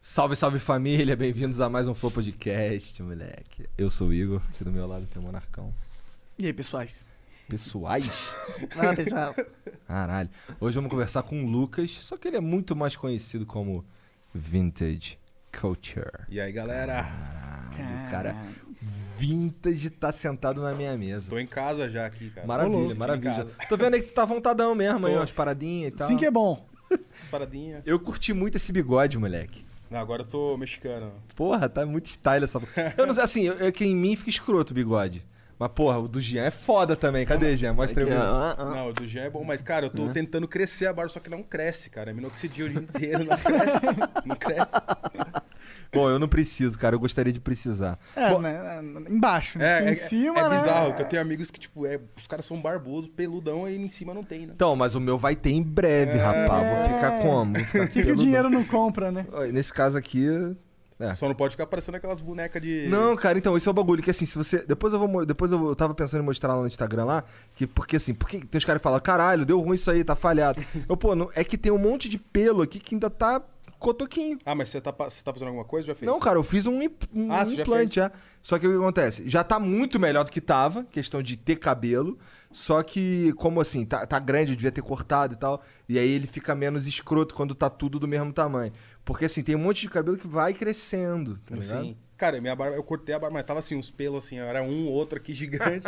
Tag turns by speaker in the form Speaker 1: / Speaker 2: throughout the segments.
Speaker 1: Salve, salve família, bem-vindos a mais um Flow Podcast, moleque. Eu sou o Igor, aqui do meu lado tem o Monarcão.
Speaker 2: E aí, pessoais?
Speaker 1: Pessoais?
Speaker 2: Fala, pessoal.
Speaker 1: Caralho. Hoje vamos conversar com o Lucas, só que ele é muito mais conhecido como Vintage Culture.
Speaker 3: E aí, galera?
Speaker 1: O cara vintage tá sentado na minha mesa.
Speaker 3: Tô em casa já aqui, cara.
Speaker 1: Maravilha,
Speaker 3: Tô em
Speaker 1: maravilha.
Speaker 3: casa.
Speaker 1: Tô vendo aí que tu tá vontadão mesmo aí, umas paradinhas e tal.
Speaker 2: Sim que é bom.
Speaker 3: Essas paradinhas.
Speaker 1: Eu curti muito esse bigode, moleque.
Speaker 3: Não, agora eu tô mexicano.
Speaker 1: Porra, tá muito style essa. Eu não sei, assim, eu, eu- que em mim fica escroto o bigode. Mas, porra, o do Jean é foda também. Cadê, Jean? Mostra aí. o meu.
Speaker 3: Não, o do Jean é bom, mas, cara, eu
Speaker 1: Né?
Speaker 3: tô tentando crescer a barba, só que não cresce, cara. É minoxidil o dia inteiro, não cresce. Não cresce.
Speaker 1: Bom, eu não preciso, cara. Eu gostaria de precisar.
Speaker 2: É,
Speaker 1: Bom,
Speaker 2: né? Embaixo, né?
Speaker 3: É,
Speaker 2: em
Speaker 3: é,
Speaker 2: cima,
Speaker 3: é
Speaker 2: né?
Speaker 3: bizarro, que eu tenho amigos que, tipo, é, os caras são barbudos, peludão, aí em cima não tem, né?
Speaker 1: Então, mas o meu vai ter em breve, rapaz. Vou ficar como? Vou ficar
Speaker 2: O É. que, que o
Speaker 1: peludão.
Speaker 2: dinheiro não compra, né?
Speaker 1: Olha, Nesse caso aqui. É.
Speaker 3: Só não pode ficar parecendo aquelas bonecas de...
Speaker 1: Não, cara, então, esse é o bagulho que assim, se você. Depois eu vou. mo- Depois eu, vou- eu tava pensando em mostrar lá no Instagram lá, que porque assim, porque tem os caras que falam, caralho, deu ruim isso aí, tá falhado. Eu, pô, não- é que tem um monte de pelo aqui que ainda tá cotoquinho.
Speaker 3: Ah, mas você tá, pa- você tá fazendo alguma coisa? Já fez?
Speaker 1: Não, cara, eu fiz um, imp- um
Speaker 3: Ah, você já
Speaker 1: implante já. Só que o que acontece? Já tá muito melhor do que tava, questão de ter cabelo. Só que, como assim, tá, tá grande, eu devia ter cortado e tal. E aí ele fica menos escroto quando tá tudo do mesmo tamanho. Porque assim, tem um monte de cabelo que vai crescendo, tá ligado?
Speaker 3: Sim. Assim, Cara, minha barba, eu cortei a barba, mas tava assim, uns pelos assim, era um outro aqui gigante.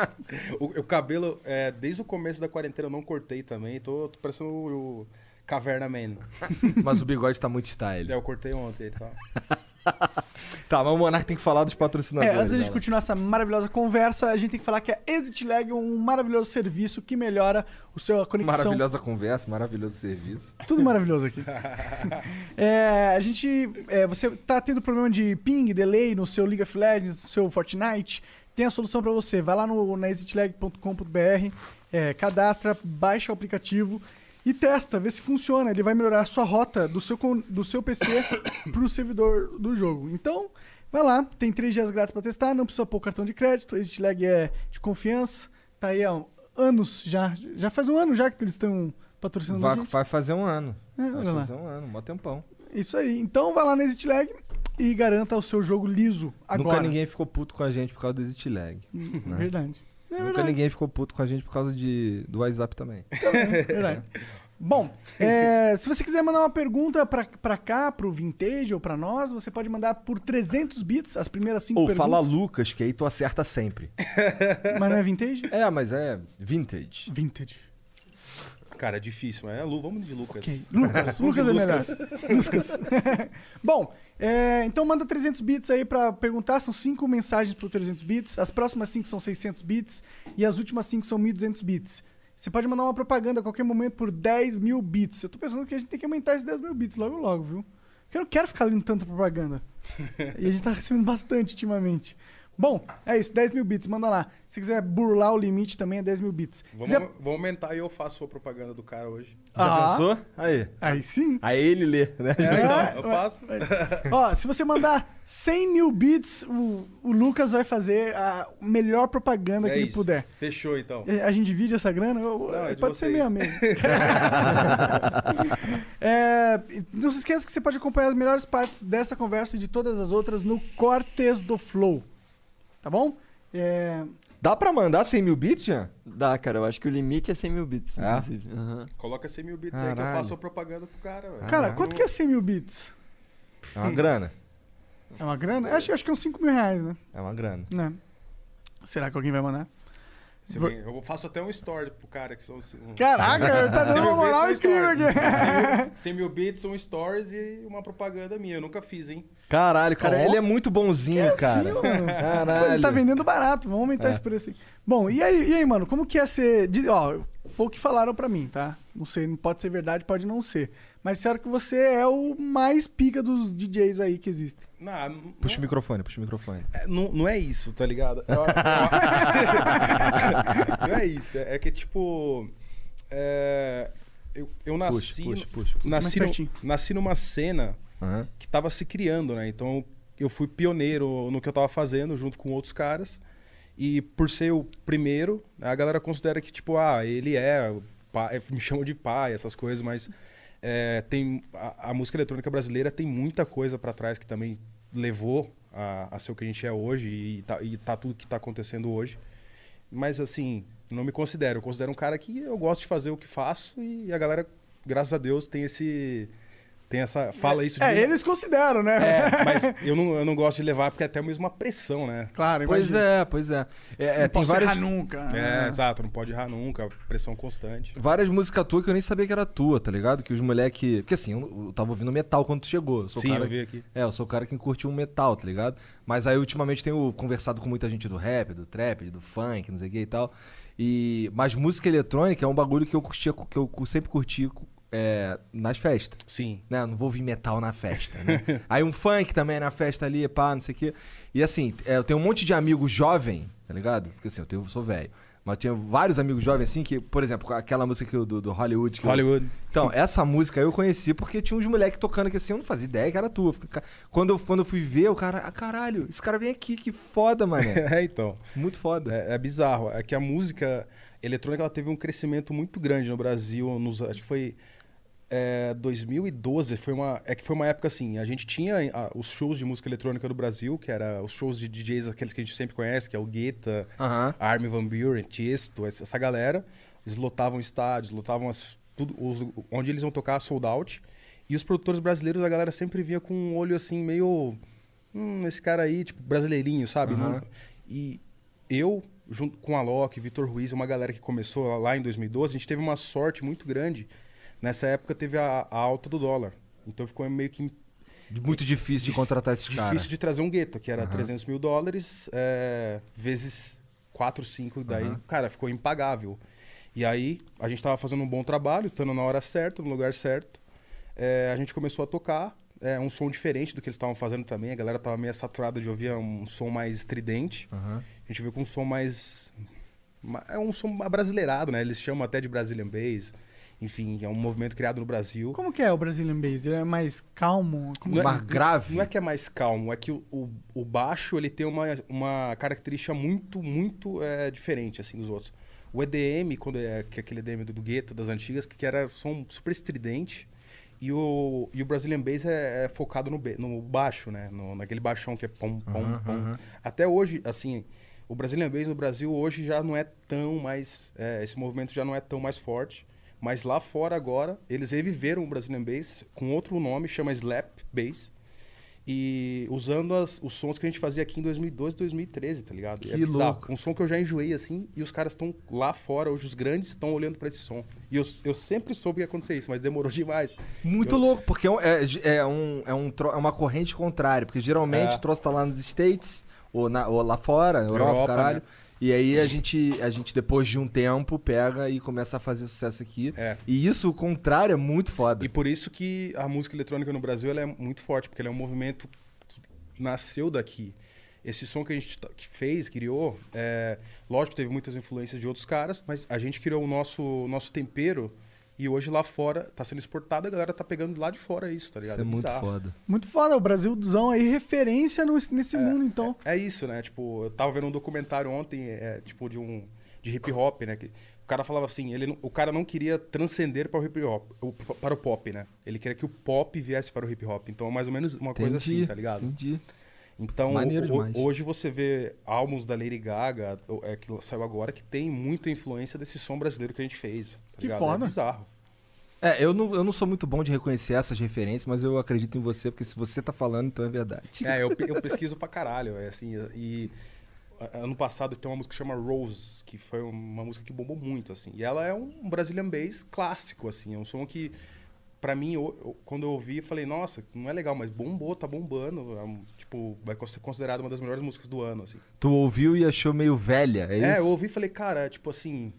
Speaker 3: o, o cabelo, é, desde o começo da quarentena eu não cortei também, tô, tô parecendo o, o Caverna Man.
Speaker 1: Mas o bigode tá muito
Speaker 3: É,
Speaker 1: style.
Speaker 3: eu cortei ontem e tal.
Speaker 1: Tá, mas o Monark tem que falar dos
Speaker 2: É,
Speaker 1: patrocinadores. né,
Speaker 2: antes de a
Speaker 1: vai
Speaker 2: gente
Speaker 1: lá.
Speaker 2: continuar essa maravilhosa conversa, a gente tem que falar que a Exit Lag é um maravilhoso serviço que melhora o seu a conexão.
Speaker 1: Maravilhosa conversa, maravilhoso serviço.
Speaker 2: Tudo maravilhoso aqui. É, a gente. é, você tá tendo problema de ping, delay no seu League of Legends, no seu Fortnite? Tem a solução para você. Vai lá no, na exitlag.com.br, é, cadastra, baixa o aplicativo e testa, vê se funciona. Ele vai melhorar a sua rota do seu, con- do seu PC pro servidor do jogo. Então, vai lá, tem três dias grátis para testar, não precisa pôr cartão de crédito. Exitlag é de confiança, tá aí há anos já. Já faz um ano já que eles estão patrocinando a
Speaker 1: Vai,
Speaker 2: gente.
Speaker 1: vai fazer um ano.
Speaker 2: É,
Speaker 1: vai
Speaker 2: olha lá.
Speaker 1: fazer um ano, mó tempão.
Speaker 2: Isso aí. Então vai lá na Exit Lag e garanta o seu jogo liso agora.
Speaker 1: Nunca ninguém Né? ficou puto com a gente por causa do exit lag.
Speaker 2: Hum, Verdade. É
Speaker 1: Nunca ninguém ficou puto com a gente por causa de, do WhatsApp também. É.
Speaker 2: verdade, verdade. Bom, é, se você quiser mandar uma pergunta pra, pra cá, pro Vintage ou pra nós, você pode mandar por 300 bits, as primeiras cinco
Speaker 1: Ou
Speaker 2: perguntas.
Speaker 1: fala Lucas, que aí tu acerta sempre.
Speaker 2: Mas não é Vintage?
Speaker 1: É, mas é vintage.
Speaker 2: Vintage.
Speaker 3: Cara, é difícil, mas é Lu, vamos de Lucas.
Speaker 2: Ok. Lucas, Lucas é melhor. Lucas. Bom, é, então manda 300 bits aí pra perguntar. São cinco mensagens por 300 bits. As próximas cinco são 600 bits. E as últimas cinco são 1.200 bits. Você pode mandar uma propaganda a qualquer momento por 10 mil bits. Eu tô pensando que a gente tem que aumentar esses 10 mil bits logo logo, viu? Porque eu não quero ficar lendo tanta propaganda. e a gente tá recebendo bastante ultimamente. Bom, é isso. 10 mil bits, manda lá. Se quiser burlar o limite também é 10 mil bits.
Speaker 3: Vamos,
Speaker 2: Quiser-
Speaker 3: vamos aumentar e eu faço a propaganda do cara hoje.
Speaker 2: Ah.
Speaker 1: Já pensou? Aí.
Speaker 2: Aí sim.
Speaker 1: Aí ele lê, né?
Speaker 3: É, então, eu faço.
Speaker 2: Ó, se você mandar 100 mil bits, o, o Lucas vai fazer a melhor propaganda
Speaker 3: É
Speaker 2: que ele
Speaker 3: isso.
Speaker 2: puder.
Speaker 3: Fechou, então.
Speaker 2: A gente divide essa grana? eu-
Speaker 3: Não, é de
Speaker 2: pode ser
Speaker 3: vocês.
Speaker 2: minha mesmo. É, não se esqueça que você pode acompanhar as melhores partes dessa conversa e de todas as outras no Cortes do Flow. Tá bom? É,
Speaker 1: Dá pra mandar 100 mil bits, Jean?
Speaker 4: Dá, cara, eu acho que o limite é 100 mil bits,
Speaker 1: É?
Speaker 4: inclusive. Aham.
Speaker 3: Coloca 100 mil bits aí que eu
Speaker 1: Caralho.
Speaker 3: Ah. faço a propaganda pro cara. velho.
Speaker 2: cara,
Speaker 3: Eu
Speaker 2: quanto
Speaker 3: não-
Speaker 2: que é 100 mil bits?
Speaker 1: É uma grana.
Speaker 2: É uma grana? Acho, acho que é uns 5 mil reais, né?
Speaker 1: É uma grana.
Speaker 2: né? Será que alguém vai mandar?
Speaker 3: Se
Speaker 2: Vo-
Speaker 3: bem, eu faço até um story pro cara que são assim, um-
Speaker 2: Caraca, tá
Speaker 3: 100
Speaker 2: dando
Speaker 3: mil
Speaker 2: uma moral
Speaker 3: bits, um
Speaker 2: incrível
Speaker 3: stories.
Speaker 2: aqui.
Speaker 3: 100 mil- 100 mil bits, um stories e uma propaganda minha. Eu nunca fiz, hein?
Speaker 1: Caralho, cara,
Speaker 2: Ó.
Speaker 1: ele é muito bonzinho,
Speaker 2: Tá É
Speaker 1: cara.
Speaker 2: assim, mano.
Speaker 1: Caralho.
Speaker 2: Ele tá vendendo barato, vamos aumentar
Speaker 3: É.
Speaker 2: esse preço aí. Bom, e aí, e aí, mano, como que é ser. diz- ó, foi o que falaram pra mim, tá? Não sei, não pode ser verdade, pode não ser. Mas disseram que você é o mais pica dos DJs aí que existem.
Speaker 3: Não, não-
Speaker 1: Puxa o microfone, puxa o microfone.
Speaker 3: É, não, não é isso, tá ligado? Eu- eu- não é isso. É, é que, tipo. é, eu, eu
Speaker 2: assim,
Speaker 3: nasci.
Speaker 1: puxa, puxa, puxa.
Speaker 2: Mais
Speaker 3: Nasci, no-
Speaker 2: pertinho.
Speaker 3: nasci numa cena
Speaker 1: Aham.
Speaker 3: que tava se criando, né? Então eu fui pioneiro no que eu tava fazendo junto com outros caras. E por ser o primeiro, a galera considera que, tipo, ah, ele é. o pai- me chamam de pai, essas coisas, mas é, tem a, a música eletrônica brasileira tem muita coisa pra trás que também levou a, a ser o que a gente é hoje e tá, e tá tudo que tá acontecendo hoje. Mas assim, não me considero. Eu considero um cara que eu gosto de fazer o que faço e a galera, graças a Deus, tem esse. Tem essa. Fala isso de
Speaker 2: É,
Speaker 3: mim.
Speaker 2: eles consideram, né?
Speaker 3: É, mas eu não, eu não gosto de levar porque é até mesmo uma pressão, né?
Speaker 2: Claro,
Speaker 1: Pois
Speaker 2: imagina.
Speaker 1: é, pois é. É, é,
Speaker 2: Não
Speaker 1: tem
Speaker 2: posso
Speaker 1: várias,
Speaker 2: errar nunca.
Speaker 3: É,
Speaker 2: né?
Speaker 3: exato, não pode errar nunca, pressão constante.
Speaker 1: várias músicas tuas que eu nem sabia que era tua, tá ligado? Que os moleque. Porque assim, eu, eu tava ouvindo metal quando tu chegou. Eu sou o
Speaker 3: Sim,
Speaker 1: cara
Speaker 3: eu vi aqui.
Speaker 1: É, eu sou o cara que curte um metal, tá ligado? Mas aí ultimamente tenho conversado com muita gente do rap, do trap, do funk, não sei o que e tal. E... Mas música eletrônica é um bagulho que eu curtia, que eu sempre curti é, nas festas.
Speaker 3: Sim.
Speaker 1: Né? Não vou ouvir metal na festa, né? aí um funk também na festa ali, pá, não sei o quê. E assim, é, eu tenho um monte de amigo jovem, tá ligado? Porque assim, eu tenho, sou velho. Mas eu tinha vários amigos jovens assim que, por exemplo, aquela música que eu- do, do Hollywood que eu-
Speaker 3: Hollywood.
Speaker 1: então, essa música eu conheci porque tinha uns moleques tocando que assim, eu não fazia ideia que era tua. Eu fiquei, "Ca- Quando eu, quando eu fui ver, o cara, ah, caralho, esse cara vem aqui, que foda, mano.
Speaker 3: É, então.
Speaker 1: Muito foda.
Speaker 3: É, é bizarro. É que a música eletrônica ela teve um crescimento muito grande no Brasil. Nos, acho que foi é, 2012. Foi uma, é que foi uma época assim. A gente tinha ah, os shows de música eletrônica do Brasil, que era os shows de DJs, aqueles que a gente sempre conhece, que é o Guetta,
Speaker 1: Aham.
Speaker 3: Armin Van Buren, Tiesto, essa essa galera. Eles lotavam estádios, lotavam as, tudo, os- onde eles iam tocar sold out. E os produtores brasileiros, a galera sempre vinha com um olho assim, meio. Hum, esse cara aí, tipo, brasileirinho, sabe? Não- E eu, junto com a Loki, Vitor Ruiz, uma galera que começou lá em 2012, a gente teve uma sorte muito grande. Nessa época teve a, a alta do dólar. Então ficou meio que
Speaker 1: Muito difícil de contratar esses
Speaker 3: É. difícil
Speaker 1: caras.
Speaker 3: de trazer um gueto, que era 300 mil dólares, é, vezes 4, 5, daí, cara, ficou impagável. E aí, a gente tava fazendo um bom trabalho, estando na hora certa, no lugar certo. É, a gente começou a tocar, é, um som diferente do que eles estavam fazendo também, a galera tava meio saturada de ouvir um som mais estridente. A gente veio com um som mais... ma- É um som brasileirado, né? Eles chamam até de Brazilian Bass. Enfim, é um movimento criado no Brasil.
Speaker 2: Como que é o Brazilian Bass? Ele é mais calmo? Como
Speaker 3: Não é-
Speaker 1: Mas grave.
Speaker 3: Não é que é mais calmo, é que o, o, o baixo ele tem uma, uma característica muito, muito eh, diferente assim dos outros. O EDM, quando é, que é aquele EDM do, do gueto das antigas, que, que era som super estridente, e o, e o Brazilian Bass é, é focado no, ba- no baixo, né? No, naquele baixão que é pom, pom, pom. Até hoje, assim, o Brazilian Bass no Brasil hoje já não é tão mais. eh, esse movimento já não é tão mais forte. Mas lá fora agora, eles reviveram o Brazilian Bass com outro nome, chama Slap Bass. E usando as- os sons que a gente fazia aqui em 2012, 2013, tá ligado?
Speaker 1: Que louco.
Speaker 3: Um som que eu já enjoei assim, e os caras estão lá fora, hoje os grandes estão olhando pra esse som. E eu, eu sempre soube que ia acontecer isso, mas demorou demais.
Speaker 1: Muito
Speaker 3: Eu-
Speaker 1: louco, porque é, um- é, é um, é, um tro- é uma corrente contrária. Porque geralmente
Speaker 3: É.
Speaker 1: o troço tá lá nos States, ou, na- ou lá fora, na Europa,
Speaker 3: Europa,
Speaker 1: caralho.
Speaker 3: né?
Speaker 1: E aí a gente, a gente, depois de um tempo, pega e começa a fazer sucesso aqui.
Speaker 3: É.
Speaker 1: E isso, o contrário, é muito foda.
Speaker 3: E tá por isso que a música eletrônica no Brasil ela é muito forte, porque ela é um movimento que nasceu daqui. Esse som que a gente ta- que fez, criou, é, lógico, teve muitas influências de outros caras, mas a gente criou o nosso, nosso tempero e hoje lá fora tá sendo exportado, a galera tá pegando lá de fora isso, tá ligado?
Speaker 1: Isso é muito
Speaker 3: bizarro.
Speaker 1: foda.
Speaker 2: Muito foda, o Brasilzão aí, referência no- nesse mundo, então.
Speaker 3: É isso, né? Tipo, eu tava vendo um documentário ontem, é, tipo, de um. de hip hop, né? Que o cara falava assim, ele, não- o cara não queria transcender para o hip hop, o- para o pop, né? Ele queria que o pop viesse para o hip hop. Então é mais ou menos uma coisa assim, tá ligado?
Speaker 1: Entendi. Hum.
Speaker 3: Então,
Speaker 1: Maneiro
Speaker 3: ho- ho-
Speaker 1: demais.
Speaker 3: hoje você vê álbuns da Lady Gaga, o- é, que saiu agora, que tem muita influência desse som brasileiro que a gente fez. Tá
Speaker 2: Que
Speaker 3: ligado?
Speaker 2: foda.
Speaker 3: É bizarro.
Speaker 1: É, eu não, eu não sou muito bom de reconhecer essas referências, mas eu acredito em você, porque se você tá falando, então é verdade.
Speaker 3: É, eu, pe- eu pesquiso pra caralho, é assim, e a- ano passado tem uma música que chama Rose, que foi uma música que bombou muito, assim, e ela é um Brazilian Bass clássico, assim, é um som que, pra mim, eu- eu- quando eu ouvi, eu falei, nossa, não é legal, mas bombou, tá bombando, é um- tipo, vai co- ser considerada uma das melhores músicas do ano, assim.
Speaker 1: Tu ouviu e achou meio velha, é isso?
Speaker 3: É, eu ouvi e falei, cara, tipo assim,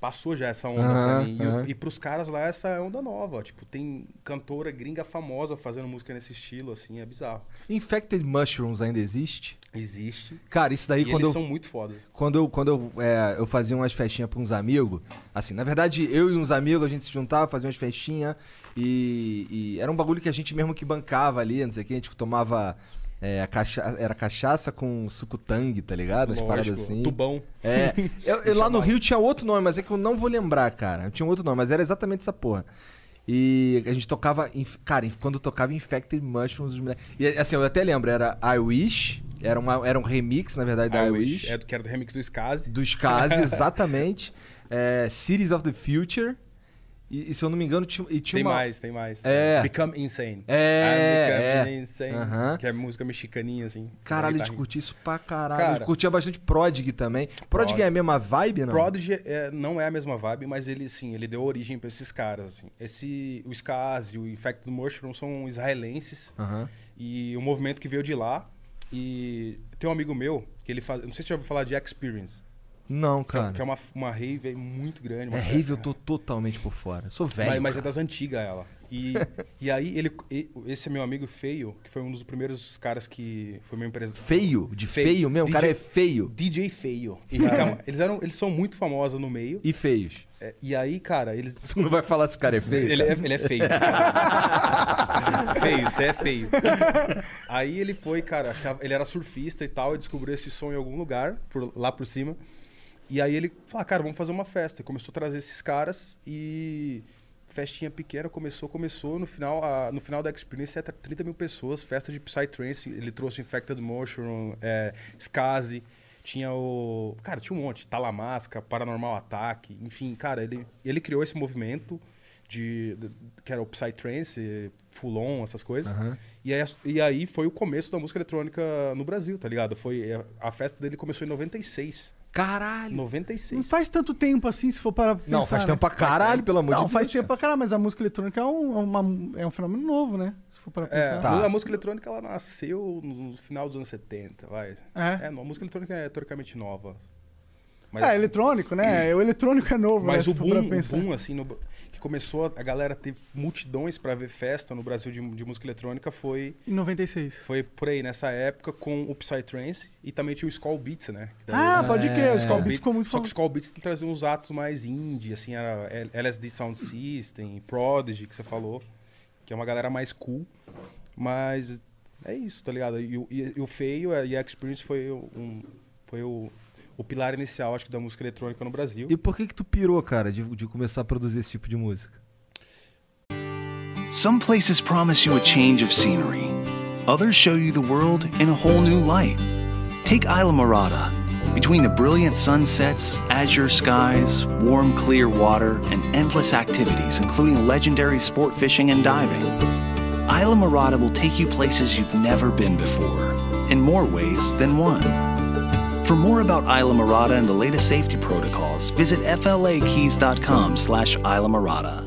Speaker 3: passou já essa onda pra
Speaker 1: Aham,
Speaker 3: mim. E, eu-
Speaker 1: aham.
Speaker 3: e pros caras lá, essa é onda nova. Tipo, tem cantora gringa famosa fazendo música nesse estilo, assim, é bizarro.
Speaker 1: Infected Mushrooms ainda existe?
Speaker 3: Existe.
Speaker 1: Cara, isso daí
Speaker 3: E,
Speaker 1: quando
Speaker 3: eles
Speaker 1: eu,
Speaker 3: são muito fodas.
Speaker 1: quando eu quando eu, é, eu fazia umas festinhas pra uns amigos, assim, na verdade, eu e uns amigos, a gente se juntava, fazia umas festinhas e, e era um bagulho que a gente mesmo que bancava ali, não sei o que, a gente tomava é, cacha- era cachaça com suco tangue, tá ligado? As paradas
Speaker 3: Lógico,
Speaker 1: assim.
Speaker 3: Tubão.
Speaker 1: É, eu- eu lá no
Speaker 3: chamava.
Speaker 1: Rio tinha outro nome, mas é que eu não vou lembrar, cara. Tinha um outro nome, mas era exatamente essa porra. E a gente tocava. inf- Cara, inf- quando tocava Infected Mushrooms. os moleques- E assim, eu até lembro, era I Wish. Era, uma, era um remix, na verdade, da I,
Speaker 3: I
Speaker 1: Wish.
Speaker 3: Wish. É, do- que era do remix do Skazi.
Speaker 1: Dos Kazi, exatamente. É, Cities of the Future. E, e se eu não me engano, tinha, e tinha
Speaker 3: Tem
Speaker 1: uma.
Speaker 3: mais, tem mais.
Speaker 1: É.
Speaker 3: Become Insane.
Speaker 1: É,
Speaker 3: I'm Becoming
Speaker 1: é.
Speaker 3: Insane.
Speaker 1: Aham.
Speaker 3: Que é música mexicaninha, assim.
Speaker 1: Caralho, a gente
Speaker 3: Guitarra.
Speaker 1: curtia isso pra caralho. a gente
Speaker 3: Cara.
Speaker 1: curtia bastante Prodigy também. Prodigy
Speaker 3: Prodigy.
Speaker 1: é a mesma vibe, não?
Speaker 3: Prodigy é, não é a mesma vibe, mas ele, sim, ele deu origem pra esses caras, assim. Esse, o Skazi, o Infected Mushroom são israelenses.
Speaker 1: Aham.
Speaker 3: E um movimento que veio de lá. E tem um amigo meu, que ele faz... Não sei se você já ouviu falar de Experience.
Speaker 1: Não,
Speaker 3: que é-
Speaker 1: cara.
Speaker 3: Que é uma, uma rave aí muito grande. uma
Speaker 1: É
Speaker 3: festa.
Speaker 1: rave, eu tô totalmente por fora. Eu sou velho.
Speaker 3: Mas, mas é
Speaker 1: cara.
Speaker 3: das antigas ela. E, e aí, ele, e- esse é meu amigo feio, que foi um dos primeiros caras que foi meu empresa.
Speaker 1: Feio? De feio, mesmo? O cara é feio.
Speaker 3: DJ feio. E, cara, Então, eles, eram, eles são muito famosos no meio.
Speaker 1: E feios.
Speaker 3: É, E, aí, cara, eles.
Speaker 1: Tu não vai falar se o cara é feio?
Speaker 3: Ele
Speaker 1: cara?
Speaker 3: é, ele é feio. feio, você é feio. Aí ele foi, cara, acho que ele era surfista e tal, e descobriu esse som em algum lugar, por- lá por cima. E aí ele falou, "Ah, cara, vamos fazer uma festa. E começou a trazer esses caras e festinha pequena, começou, começou. No final, a- no final da Experience, era 30 mil pessoas, festa de Psytrance. Ele trouxe Infected Mushroom, é, Skazi, tinha o... Cara, tinha um monte. Talamasca, Paranormal Ataque, enfim, cara, ele, ele criou esse movimento de, de- que era o Psytrance, Fulon, essas coisas. E, aí, as- e aí foi o começo da música eletrônica no Brasil, tá ligado? Foi, a- a festa dele começou em 96.
Speaker 1: Caralho.
Speaker 3: 96.
Speaker 2: Não faz tanto tempo assim, se for para pensar,
Speaker 1: Não, faz
Speaker 2: né?
Speaker 1: tempo pra caralho, pelo amor de
Speaker 2: Não,
Speaker 1: Deus.
Speaker 2: faz tempo
Speaker 1: cara.
Speaker 2: pra caralho, mas a música eletrônica é um, é uma- é um fenômeno novo, né? Se for para
Speaker 3: É,
Speaker 2: pensar.
Speaker 1: Tá.
Speaker 3: A música eletrônica ela nasceu no final dos anos 70, vai.
Speaker 2: É?
Speaker 3: a música eletrônica é teoricamente nova. Mas,
Speaker 2: É, eletrônico, né? O eletrônico é novo, né?
Speaker 3: mas
Speaker 2: se
Speaker 3: o
Speaker 2: for pra
Speaker 3: boom, o
Speaker 2: pensar.
Speaker 3: boom, assim, no- que começou a, a galera ter multidões pra ver festa no Brasil de, de música eletrônica foi
Speaker 2: Em 96.
Speaker 3: foi por aí nessa época com o Psytrance e também tinha o Skull Beats, né? Que daí-
Speaker 2: Ah, pode crer, o
Speaker 3: Skull
Speaker 2: Skull Beats ficou muito
Speaker 3: Só que o
Speaker 2: famoso.
Speaker 3: Skull Beats trazia uns atos mais indie, assim, era L- LSD Sound System, Prodigy, que você falou, que é uma galera mais cool. Mas é isso, tá ligado? E, o- e- e o Feio é- e a Experience foi, o- um, foi o, o pilar inicial, acho que, da música eletrônica no Brasil.
Speaker 1: E por que que tu pirou, cara, de, de começar a produzir esse tipo de música?
Speaker 5: Some places promise you a change of scenery, others show you the world in a whole new light. Take Isla Morada. Between the brilliant sunsets, azure skies, warm, clear water, and endless activities, including legendary sport fishing and diving, Isla Morada will take you places you've never been before, in more ways than one. For more about Isla Morada and the latest safety protocols, visit flakeys.com slash Isla Morada.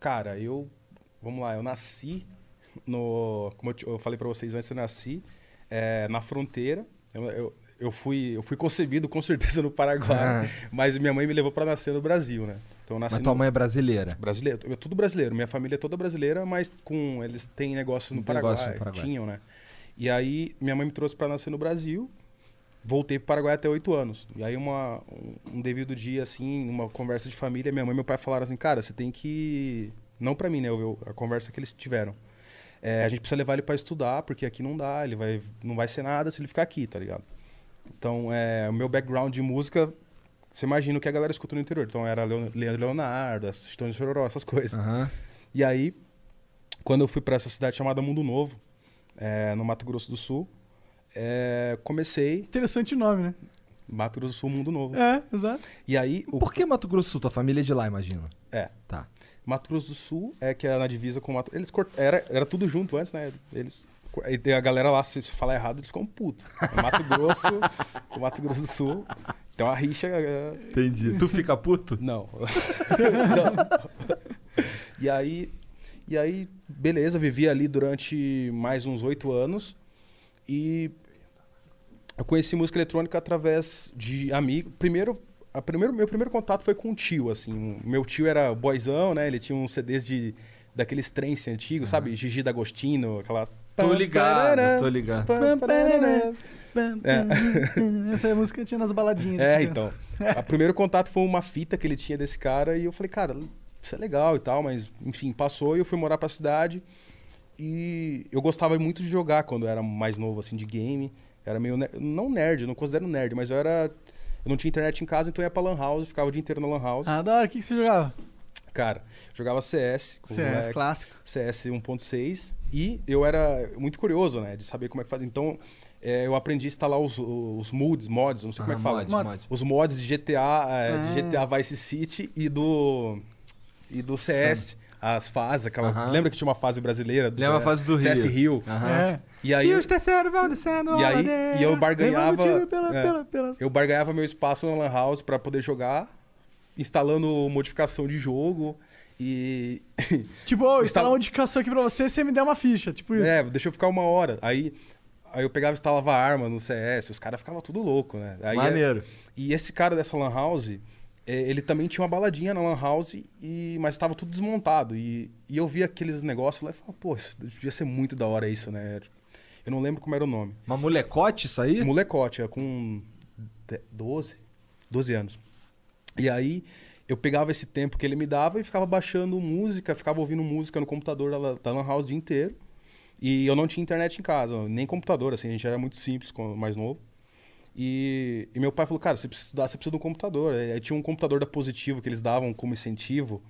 Speaker 3: Cara, eu. Vamos lá, eu nasci no. Como eu, te- eu falei pra vocês antes, eu nasci eh, na fronteira. Eu, eu, eu fui, eu fui concebido com certeza no Paraguai, mas minha mãe me levou pra nascer no Brasil, né? Então eu nasci
Speaker 1: Ah. Mas tua
Speaker 3: no-
Speaker 1: mãe é brasileira.
Speaker 3: brasileiro. Eu tudo brasileiro. Minha família é toda brasileira, mas com eles têm negócios Um no
Speaker 1: Tem
Speaker 3: Paraguai,
Speaker 1: negócio no Paraguai.
Speaker 3: tinham, né? E aí minha mãe me trouxe pra nascer no Brasil. voltei pro Paraguai até oito anos. E aí, uma, um, um devido dia, assim, numa conversa de família, minha mãe e meu pai falaram assim, cara, você tem que... Não pra mim, né? eu- eu- a conversa que eles tiveram. É, a gente precisa levar ele pra estudar, porque aqui não dá, ele vai, não vai ser nada se ele ficar aqui, tá ligado? Então, é, o meu background de música, você imagina o que a galera escuta no interior. Então, era Leon- Leandro Leonardo, as Chitões de Chororó, essas coisas.
Speaker 1: Aham.
Speaker 3: E aí, quando eu fui para essa cidade chamada Mundo Novo, é, no Mato Grosso do Sul, é, comecei
Speaker 2: Interessante o nome, né?
Speaker 3: Mato Grosso do Sul, Mundo Novo.
Speaker 2: É, exato.
Speaker 3: E aí, o,
Speaker 1: Por que Mato Grosso do Sul? Tua família é de lá, imagina.
Speaker 3: é,
Speaker 1: Tá.
Speaker 3: Mato Grosso do Sul é que era na divisa com o Mato... Eles cort... era, era tudo junto antes, né? Eles... E tem a galera lá, se se falar errado, eles ficam putos. É Mato Grosso, com Mato Grosso do Sul. Então a rixa é,
Speaker 1: Entendi. Tu fica puto?
Speaker 3: Não. Não. E aí, e aí, beleza, vivi ali durante mais uns oito anos e eu conheci música eletrônica através de amigo. Primeiro, a primeiro, meu primeiro contato foi com um tio, assim. Um- Meu tio era boyzão, né? Ele tinha uns CDs de daqueles trance antigos, sabe? Gigi D'Agostino, aquela
Speaker 1: Tô ligado, tô ligado.
Speaker 2: É. Essa música tinha nas baladinhas.
Speaker 3: É,
Speaker 2: entendeu?
Speaker 3: então. O primeiro contato foi uma fita que ele tinha desse cara e eu falei, cara, isso é legal e tal, mas enfim, passou e eu fui morar pra cidade. E eu gostava muito de jogar quando eu era mais novo, assim, de game. Era meio. ne- Não nerd, eu não considero nerd, mas eu era. Eu não tinha internet em casa, então eu ia pra Lan House, ficava o dia inteiro na Lan House.
Speaker 2: Ah, da hora. O que, que você jogava?
Speaker 3: Cara, jogava CS. com o
Speaker 2: CS,
Speaker 3: moleque.
Speaker 2: clássico.
Speaker 3: CS 1.6 e eu era muito curioso, né, de saber como é que faz. Então, é, eu aprendi a instalar os, os moods, mods, não sei
Speaker 2: Ah,
Speaker 3: como é que fala.
Speaker 1: mod, mod.
Speaker 3: Os mods de GTA, é,
Speaker 1: Ah.
Speaker 3: de GTA Vice City e do e do CS, as fases, aquela,
Speaker 1: Aham.
Speaker 3: lembra que tinha uma fase brasileira do
Speaker 1: Lembra a
Speaker 3: CS
Speaker 1: fase do
Speaker 3: CS Rio.
Speaker 2: É.
Speaker 3: E aí eu-
Speaker 1: terceiros vão descendo.
Speaker 3: e aí e eu barganhava
Speaker 2: Levando tiro pela-
Speaker 3: é,
Speaker 2: pela- pelas-
Speaker 3: eu barganhava meu espaço na lan house pra poder jogar, instalando modificação de jogo e
Speaker 2: Tipo, ó, eu
Speaker 3: Está-
Speaker 2: instalar uma indicação aqui pra você, você me der uma ficha. Tipo isso.
Speaker 3: É, deixa eu ficar uma hora. Aí, aí eu pegava e instalava arma no CS, os caras ficavam tudo louco, né? Aí,
Speaker 1: Maneiro.
Speaker 3: E esse cara dessa lan house, eh, ele também tinha uma baladinha na lan house, e, mas tava tudo desmontado. E, e eu vi aqueles negócios lá e falava, pô, isso devia ser muito da hora isso, né? Eu não lembro como era o nome.
Speaker 1: Uma molecote isso aí?
Speaker 3: Molecote, é, com de- 12, 12 anos. E aí eu pegava esse tempo que ele me dava e ficava baixando música, ficava ouvindo música no computador da, da Lan House o dia inteiro. E eu não tinha internet em casa, nem computador, assim, a gente era muito simples quando mais novo. E, e meu pai falou, cara, você precisa estudar, você precisa de um computador. Aí tinha um computador da Positivo que eles davam como incentivo,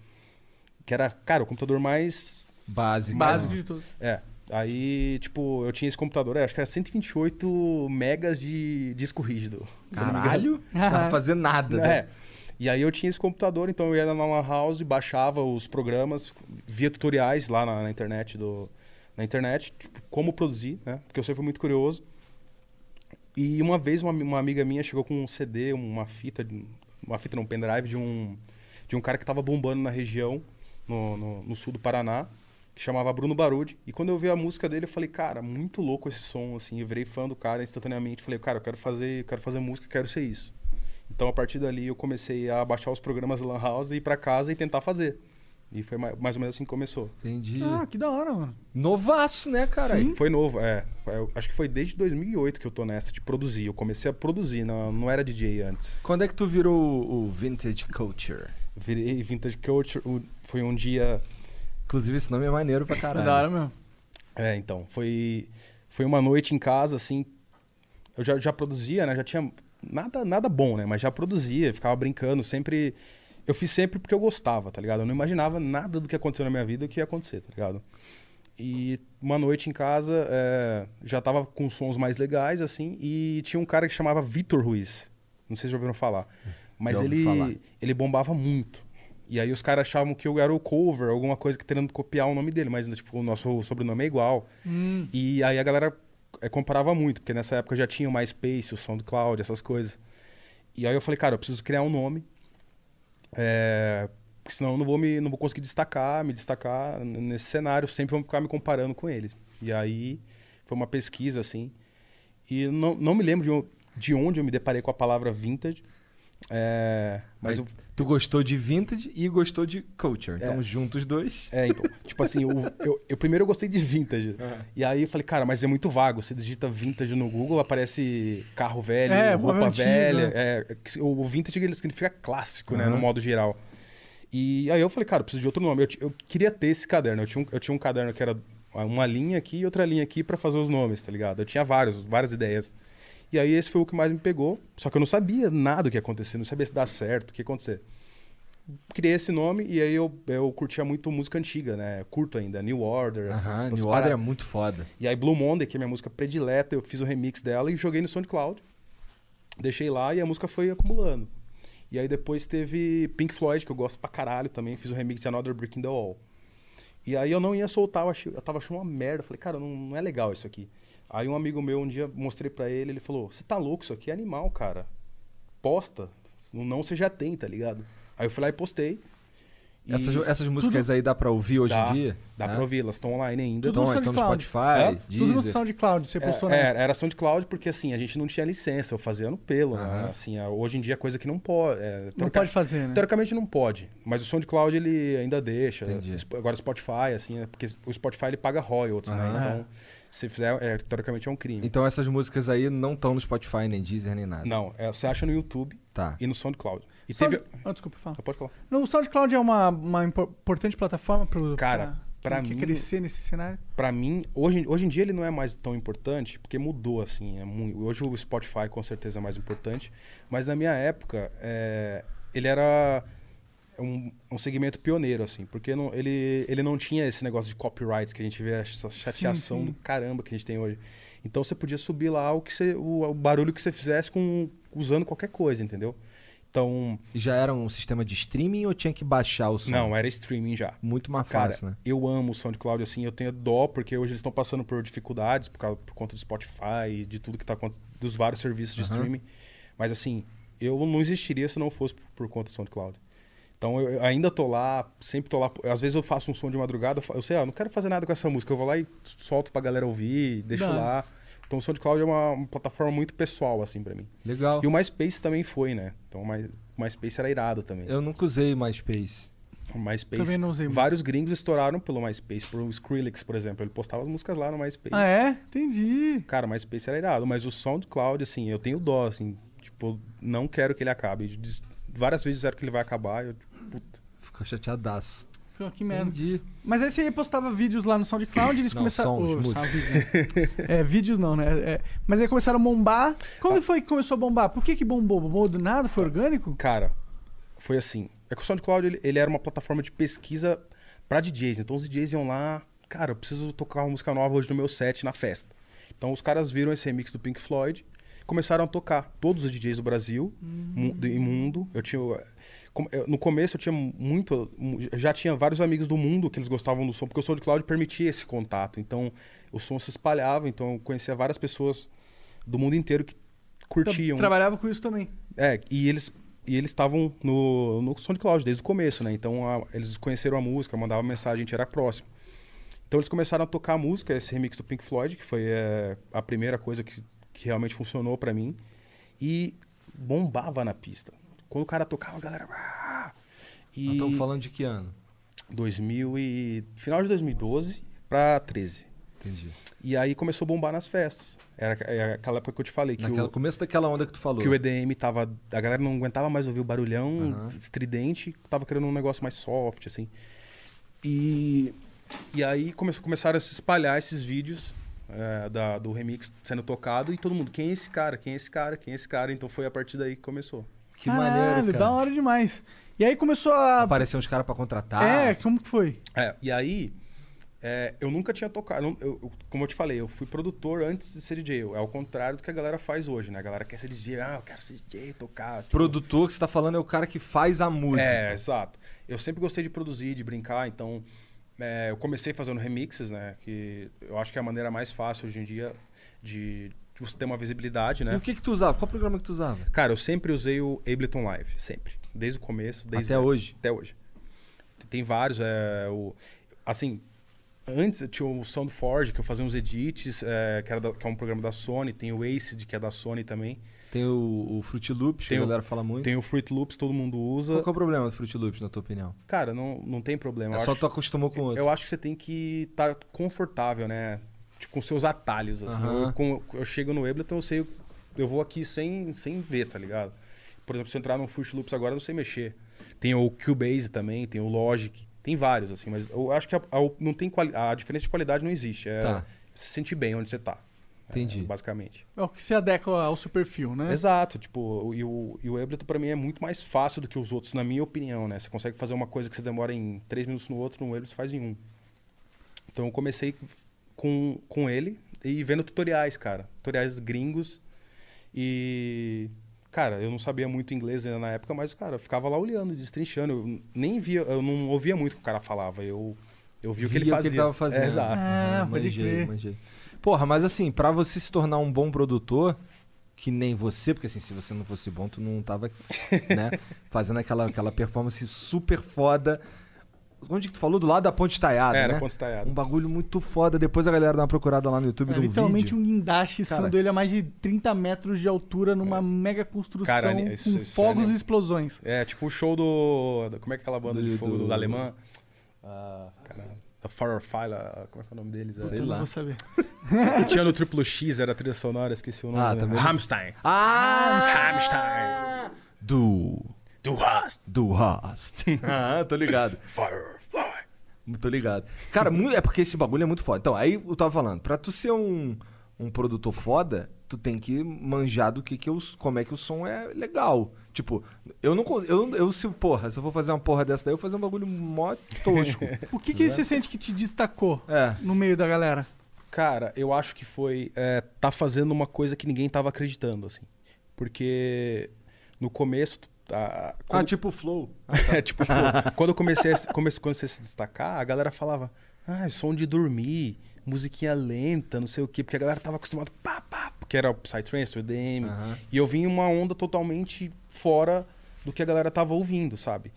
Speaker 3: que era, cara, o computador mais
Speaker 1: Básico.
Speaker 2: Básico de tudo.
Speaker 3: é. Aí, tipo, eu tinha esse computador, é, acho que era 128 megas de disco rígido. se eu não me engano.
Speaker 1: Caralho. Não dá pra fazer nada, né?
Speaker 3: É. E aí eu tinha esse computador, então eu ia na Lan House, baixava os programas, via tutoriais lá na, na internet do. Na internet, tipo, como produzir, né? Porque eu sempre fui muito curioso. E uma vez uma, ami- uma amiga minha chegou com um CD, uma fita, de- uma fita não, um pendrive de um, de um cara que tava bombando na região, no, no, no sul do Paraná, que chamava Bruno Barudi. E quando eu vi a música dele, eu falei, cara, muito louco esse som, assim. Eu virei fã do cara instantaneamente. Falei, cara, eu quero fazer, eu quero fazer música, eu quero ser isso. Então, a partir dali, eu comecei a baixar os programas Lan House, ir pra casa e tentar fazer. E foi mai- mais ou menos assim que começou.
Speaker 1: Entendi.
Speaker 2: Ah, que da hora, mano.
Speaker 1: Novaço, né, cara?
Speaker 3: Aí Foi novo, é. Foi- eu Acho que foi desde 2008 que eu tô nessa de produzir. Eu comecei a produzir, não, não era DJ antes.
Speaker 1: Quando é que tu virou o, o Vintage Culture?
Speaker 3: Virei vintage culture. o- Foi um dia.
Speaker 1: Inclusive, esse nome é maneiro pra
Speaker 2: É
Speaker 1: caralho.
Speaker 2: da hora mesmo.
Speaker 3: É, então. Foi, foi uma noite em casa, assim. Eu já, já produzia, né? Já tinha. Nada, nada bom, né? Mas já produzia, ficava brincando, sempre. Eu fiz sempre porque eu gostava, tá ligado? Eu não imaginava nada do que aconteceu na minha vida que ia acontecer, tá ligado? E uma noite em casa, é, já tava com sons mais legais, assim, e tinha um cara que chamava Vitor Ruiz. Não sei se já ouviram falar. Mas
Speaker 1: Já ouvi
Speaker 3: ele,
Speaker 1: falar.
Speaker 3: ele bombava muito. E aí os caras achavam que eu era o cover, alguma coisa que tá tentando copiar o nome dele, mas tipo, o nosso sobrenome é igual. E aí a galera é, comparava muito, porque nessa época já tinha o MySpace, o SoundCloud, essas coisas. E aí eu falei, cara, eu preciso criar um nome é, porque senão eu não vou, me, não vou conseguir destacar, me destacar n- nesse cenário. Sempre vão ficar me comparando com ele. E aí foi uma pesquisa, assim. E não, não me lembro de, on- de onde eu me deparei com a palavra vintage. É, mas o-
Speaker 1: Tu gostou de vintage e gostou de culture. Então, juntos dois.
Speaker 3: É, então. Tipo assim, eu, eu, eu primeiro eu gostei de vintage. E aí eu falei, cara, mas é muito vago. Você digita vintage no Google, aparece carro velho,
Speaker 2: É, móvel
Speaker 3: roupa
Speaker 2: antigo,
Speaker 3: velha.
Speaker 2: né?
Speaker 3: É, que o o vintage ele significa clássico, né? No modo geral. E aí eu falei, cara, eu preciso de outro nome. Eu, ti- eu queria ter esse caderno. Eu tinha, um, eu tinha um caderno que era uma linha aqui e outra linha aqui pra fazer os nomes, tá ligado? Eu tinha vários, várias ideias. E aí esse foi o que mais me pegou. Só que eu não sabia nada do que ia acontecer, não sabia se dar certo, o que ia acontecer criei esse nome e aí eu, eu curtia muito música antiga, né? Curto ainda, New Order. essas-
Speaker 1: Aham,
Speaker 3: essas
Speaker 1: New
Speaker 3: paradas.
Speaker 1: Order é muito foda.
Speaker 3: E aí Blue Monday, que é minha música predileta, eu fiz o remix dela e joguei no SoundCloud. Deixei lá e a música foi acumulando. E aí depois teve Pink Floyd, que eu gosto pra caralho também, fiz o remix de Another Brick in the Wall. E aí eu não ia soltar, eu, achei- eu tava achando uma merda. Eu Falei, cara, não, não é legal isso aqui. Aí um amigo meu, um dia, mostrei pra ele, ele falou, você tá louco, isso aqui é animal, cara. Posta, não, não você já tem, tá ligado? Aí eu fui lá e postei. E
Speaker 1: Essas, essas músicas aí dá pra ouvir é hoje
Speaker 3: dá,
Speaker 1: em dia?
Speaker 3: Dá
Speaker 1: né?
Speaker 3: pra ouvir, elas estão online ainda.
Speaker 2: Tudo
Speaker 1: Então,
Speaker 2: no
Speaker 1: estão no
Speaker 2: SoundCloud.
Speaker 1: Spotify,
Speaker 3: É?
Speaker 2: Tudo no
Speaker 1: Deezer.
Speaker 2: SoundCloud, você postou né?
Speaker 3: É,
Speaker 2: na.
Speaker 3: era, era SoundCloud porque assim, a gente não tinha licença, eu fazia no pelo, né? Assim, a- hoje em dia é coisa que não pode. é, teorica-
Speaker 2: pode fazer, né?
Speaker 3: Teoricamente não pode, mas o SoundCloud ele ainda deixa.
Speaker 1: Entendi.
Speaker 3: Sp- Agora o Spotify, assim, é porque o Spotify ele paga royalties, né? Então, se fizer, é, teoricamente é um crime.
Speaker 1: Então essas músicas aí não estão no Spotify, nem Deezer, nem nada.
Speaker 3: Não, é, você acha no YouTube
Speaker 1: Tá.
Speaker 3: e no SoundCloud. E
Speaker 2: Sound...
Speaker 3: teve.
Speaker 2: Ah, desculpa, fala.
Speaker 3: Ah, Pode falar.
Speaker 2: Não, o SoundCloud é uma, uma impo- importante plataforma pro.
Speaker 3: Cara, pra
Speaker 2: quem quer
Speaker 3: mim-
Speaker 2: é crescer nesse cenário.
Speaker 3: Pra mim, hoje, hoje em dia ele não é mais tão importante, porque mudou, assim. É muito, hoje o Spotify com certeza é mais importante, mas na minha época é, ele era um, um segmento pioneiro, assim, porque não- ele, ele não tinha esse negócio de copyrights que a gente vê, essa chateação
Speaker 2: sim.
Speaker 3: do caramba que a gente tem hoje. Então você podia subir lá o, que você, o, o barulho que você fizesse com, usando qualquer coisa, entendeu? Então,
Speaker 1: E já era um sistema de streaming ou tinha que baixar o som?
Speaker 3: não, era streaming já.
Speaker 1: Muito mais
Speaker 3: Cara,
Speaker 1: fácil, né?
Speaker 3: eu amo o SoundCloud, assim, eu tenho dó, porque hoje eles estão passando por dificuldades por, causa, por conta do Spotify e de tudo que tá acontecendo, dos vários serviços de streaming. Mas, assim, eu não existiria se não fosse por, por conta do SoundCloud. Então, eu, eu ainda tô lá, sempre tô lá. Às vezes eu faço um som de madrugada, eu fa- eu sei, ah, não quero fazer nada com essa música, eu vou lá e solto pra galera ouvir, deixo
Speaker 2: Dá.
Speaker 3: lá. Então, o SoundCloud é uma, uma plataforma muito pessoal, assim, pra mim.
Speaker 1: Legal.
Speaker 3: E o MySpace também foi, né? Então, o My- o MySpace era irado também.
Speaker 1: Eu nunca usei MySpace.
Speaker 3: O MySpace.
Speaker 2: Também não usei muito.
Speaker 3: Vários gringos estouraram pelo MySpace, por um Skrillex, por exemplo. Ele postava as músicas lá no MySpace.
Speaker 2: Ah, é? Entendi.
Speaker 3: Cara, o MySpace era irado, mas o SoundCloud, assim, eu tenho dó, assim, tipo, não quero que ele acabe. Diz- Várias vezes disseram que ele vai acabar, eu, tipo, puta.
Speaker 1: Ficou chateadaço.
Speaker 2: Pô, Que
Speaker 3: É.
Speaker 2: merda.
Speaker 1: Entendi.
Speaker 2: Mas aí você postava vídeos lá no SoundCloud, eles
Speaker 1: Não,
Speaker 2: começaram.
Speaker 1: sons,
Speaker 2: Ô,
Speaker 1: música.
Speaker 2: só vídeo, né? é, vídeos não, né? É, mas aí começaram a bombar.
Speaker 1: Ah.
Speaker 2: Quando foi que começou a bombar? Por que, que bombou? Bombou do nada? Foi orgânico?
Speaker 3: Cara, foi assim. É que o SoundCloud, ele, ele era uma plataforma de pesquisa pra DJs. Então os DJs iam lá, cara, eu preciso tocar uma música nova hoje no meu set, na festa. Então os caras viram esse remix do Pink Floyd, começaram a tocar. Todos os DJs do Brasil mu-
Speaker 2: Uhum.
Speaker 3: do- e mundo. Eu tinha... como- eu- No começo eu tinha muito. mu- Já tinha vários amigos do mundo que eles gostavam do som, porque o SoundCloud permitia esse contato. Então o som se espalhava, então eu conhecia várias pessoas do mundo inteiro que
Speaker 2: Então,
Speaker 3: curtiam.
Speaker 2: Trabalhava com isso também.
Speaker 3: É, e eles e eles estavam no, no SoundCloud desde o começo, né? Então a- eles conheceram a música, mandavam mensagem, a gente era próximo. Então eles começaram a tocar a música, esse remix do Pink Floyd, que foi é, a primeira coisa que, que realmente funcionou pra mim. E bombava na pista. Quando o cara tocava, a galera. "Ah!" E
Speaker 1: Nós estamos Então, falando de que ano?
Speaker 3: 2000 e, final de 2012 pra 13.
Speaker 1: Entendi.
Speaker 3: E aí começou a bombar nas festas. Era, é aquela época que eu te falei. Que
Speaker 1: Naquela,
Speaker 3: o,
Speaker 1: começo daquela onda que tu falou.
Speaker 3: que o EDM tava. A galera não aguentava mais ouvir o barulhão estridente, tava querendo um negócio mais soft, assim. E, e aí come, começaram a se espalhar esses vídeos é, da, do remix sendo tocado e todo mundo, quem é esse cara? Quem é esse cara? Quem é esse cara? Então foi a partir daí que começou.
Speaker 1: Que maneiro, cara.
Speaker 2: da hora demais. E aí começou a.
Speaker 1: Apareciam os caras pra contratar.
Speaker 2: É, como que foi?
Speaker 3: É, e aí, é, eu nunca tinha tocado. eu não- eu- eu- como eu te falei, eu fui produtor antes de ser DJ. É o contrário do que a galera faz hoje, né? A galera quer ser DJ, ah, eu quero ser DJ, tocar. tipo,
Speaker 1: Produtor que você tá falando é o cara que faz a música.
Speaker 3: É, exato. Eu sempre gostei de produzir, de brincar, então é, eu comecei fazendo remixes, né? Que eu acho que é a maneira mais fácil hoje em dia de de você ter uma visibilidade,
Speaker 1: E
Speaker 3: né?
Speaker 1: o que que tu usava? Qual programa que tu usava?
Speaker 3: Cara, eu sempre usei o Ableton Live, sempre. Desde o começo, desde
Speaker 1: Até hoje?
Speaker 3: Até hoje. Tem vários, é, o, assim, antes eu tinha o SoundForge, que eu fazia uns edits, é, que, era da- que é um programa da Sony, tem o Acid, que é da Sony também.
Speaker 1: Tem o, o Fruit Loops,
Speaker 3: Tem
Speaker 1: que
Speaker 3: o-
Speaker 1: a galera fala muito.
Speaker 3: Tem o Fruit Loops, todo mundo usa.
Speaker 1: Qual que é o problema do Fruit Loops, na tua opinião?
Speaker 3: Cara, não, não tem problema.
Speaker 1: É
Speaker 3: eu
Speaker 1: só
Speaker 3: acho-
Speaker 1: tu acostumou com outro.
Speaker 3: Eu acho que você tem que estar confortável, né? Tipo, com seus atalhos, assim.
Speaker 1: Aham.
Speaker 3: Eu, com- eu chego no Ableton, eu sei... Eu vou aqui sem, sem ver, tá ligado? Por exemplo, se eu entrar no Fruit Loops agora, eu não sei mexer. Tem o Cubase também, tem o Logic. Tem vários, assim. Mas eu acho que a, a- não tem quali- a diferença de qualidade não existe. É
Speaker 1: Tá.
Speaker 3: se sentir bem onde você tá. É,
Speaker 1: Entendi.
Speaker 3: basicamente.
Speaker 2: É o que se adequa ao seu perfil, né?
Speaker 3: Exato, tipo, o- e o, e o Ableton pra mim é muito mais fácil do que os outros, na minha opinião, né? Você consegue fazer uma coisa que você demora em três minutos no outro, no Ableton você faz em um. Então eu comecei com, com ele e vendo tutoriais, cara. Tutoriais gringos. E, cara, eu não sabia muito inglês ainda na época, mas, cara, eu ficava lá olhando, destrinchando. Eu nem via, eu não ouvia muito o que o cara falava. Eu, eu via o que ele
Speaker 1: Via
Speaker 3: fazia.
Speaker 1: tava fazendo.
Speaker 3: É, exato.
Speaker 2: Ah, pode
Speaker 1: manjei,
Speaker 2: crer.
Speaker 1: manjei. Porra, mas assim, pra você se tornar um bom produtor, que nem você, porque assim, se você não fosse bom, tu não tava, né, fazendo aquela, aquela performance super foda. Onde que tu falou? Do lado da ponte taiada,
Speaker 3: É, era
Speaker 1: né?
Speaker 3: ponte taiada.
Speaker 1: Um bagulho muito foda. Depois a galera dá uma procurada lá no YouTube
Speaker 2: É
Speaker 1: de um
Speaker 2: literalmente
Speaker 1: vídeo.
Speaker 2: um guindaste
Speaker 1: Cara.
Speaker 2: sando ele a mais de 30 metros de altura numa mega construção
Speaker 3: Cara,
Speaker 2: com
Speaker 3: isso- isso é
Speaker 2: fogos
Speaker 3: animal.
Speaker 2: e explosões.
Speaker 3: É, tipo o show do. do- como é que é aquela banda
Speaker 1: Do-
Speaker 3: de fogo do,
Speaker 1: do-
Speaker 3: da alemã? Ah, cara, a Firefly, a- como é que é o nome deles?
Speaker 1: Sei
Speaker 3: É?
Speaker 2: Eu não
Speaker 1: lá.
Speaker 2: vou Então saber.
Speaker 3: Que tinha no Triplo X, era a trilha sonora, esqueci o nome. né?
Speaker 1: Ah, também não-
Speaker 3: Hamstein.
Speaker 1: Ah!
Speaker 3: Hamstein.
Speaker 2: um
Speaker 1: Do...
Speaker 3: Do Hast.
Speaker 1: Do Rust. ah, tô ligado.
Speaker 3: Firefly.
Speaker 1: Tô ligado. Cara, mu- é porque esse bagulho é muito foda. Então, aí eu tava falando, pra tu ser um, um produtor foda, tu tem que manjar do que, que eu, como é que o som é legal. Tipo, eu não. con- Eu, eu se, porra, se eu for fazer uma porra dessa daí, eu vou fazer um bagulho mó tosco.
Speaker 2: O que, que você sente que te destacou
Speaker 1: É.
Speaker 2: no meio da galera?
Speaker 3: Cara, eu acho que foi é, tá fazendo uma coisa que ninguém tava acreditando, assim. Porque no começo. a-
Speaker 1: ah,
Speaker 3: quando-
Speaker 1: tipo flow.
Speaker 3: É, tipo, pô, quando eu comecei a, se- comece- quando você se destacar, a galera falava, ah, som de dormir, musiquinha lenta, não sei o quê, porque a galera tava acostumada, pá, pá, porque era o Psytrance, o EDM. E eu vim em uma onda totalmente fora do que a galera tava ouvindo, sabe?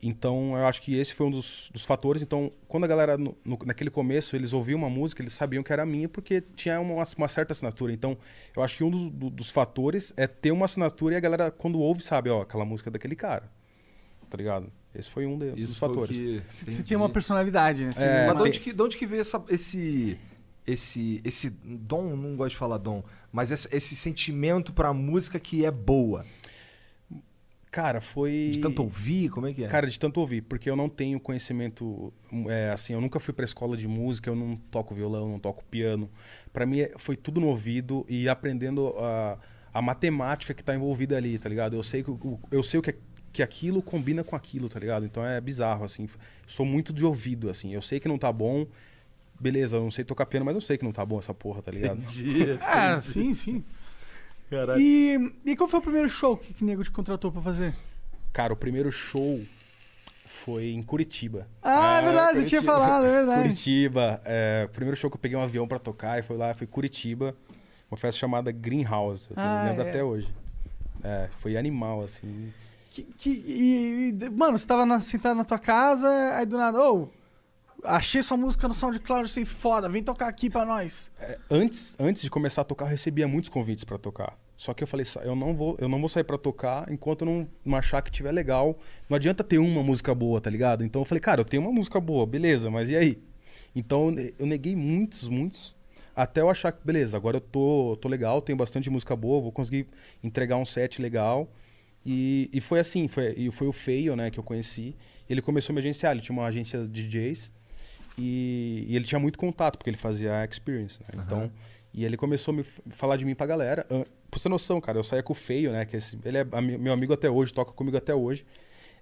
Speaker 3: Então, eu acho que esse foi um dos, dos fatores. Então, quando a galera, no- no- naquele começo, eles ouviam uma música, eles sabiam que era minha, porque tinha uma, uma certa assinatura. Então, eu acho que um do- do- dos fatores é ter uma assinatura e a galera, quando ouve, sabe, ó, aquela música é daquele cara tá ligado? Esse foi um de- dos
Speaker 1: Isso foi o
Speaker 3: fatores.
Speaker 1: que-
Speaker 2: Você
Speaker 1: Entendi.
Speaker 2: tem uma personalidade, né? Você-
Speaker 3: É,
Speaker 1: Mas de
Speaker 3: tem-
Speaker 1: onde, que, de onde que veio essa- esse. Esse. Esse. Dom, não gosto de falar dom, mas esse, esse sentimento pra música que é boa.
Speaker 3: Cara, foi.
Speaker 1: De tanto ouvir, como é que é?
Speaker 3: Cara, de tanto ouvir, porque eu não tenho conhecimento. é, assim, eu nunca fui pra escola de música, eu não toco violão, não toco piano. Pra mim é- foi tudo no ouvido e aprendendo a, a matemática que tá envolvida ali, tá ligado? Eu sei que, o- eu sei o que, é, que aquilo combina com aquilo, tá ligado? Então é bizarro, assim. Sou muito de ouvido, assim. Eu sei que não tá bom. Beleza, eu não sei tocar piano, mas eu sei que não tá bom essa porra, tá ligado?
Speaker 1: é?
Speaker 2: Ah, sim, sim. E, e qual foi o primeiro show que, que o nego te contratou pra fazer?
Speaker 3: Cara, o primeiro show foi em Curitiba.
Speaker 2: Ah, é verdade, você tinha
Speaker 3: Curitiba.
Speaker 2: falado, é verdade.
Speaker 3: Curitiba. é, o primeiro show que eu peguei um avião pra tocar e foi lá, foi Curitiba. Uma festa chamada Greenhouse, eu
Speaker 2: Ah,
Speaker 3: lembro
Speaker 2: é.
Speaker 3: até hoje. É, foi animal, assim.
Speaker 2: Que, que- e, e- mano, você tava na- sentado na tua casa, aí do nada, ô, achei sua música no SoundCloud, eu sei foda, vem tocar aqui pra nós.
Speaker 3: É, antes, antes de começar a tocar, eu recebia muitos convites pra tocar. Só que eu falei, "Sa- eu não vou, eu não vou sair pra tocar enquanto eu não, não achar que tiver legal. Não adianta ter uma música boa, tá ligado? Então eu falei, cara, eu tenho uma música boa, beleza, mas e aí? Então eu ne- eu neguei muitos, muitos, até eu achar que, beleza, agora eu tô, tô legal, tenho bastante música boa, vou conseguir entregar um set legal. E, e foi assim, foi, e foi o Feio, né, que eu conheci. Ele começou a me agenciar, ele tinha uma agência de DJs. E, e ele tinha muito contato, porque ele fazia a Experience, né? Então, e ele começou a me f- falar de mim pra galera. An- Pra você ter noção, cara, eu saía com o Feio, né? Que esse- ele é ami- meu amigo até hoje, toca comigo até hoje.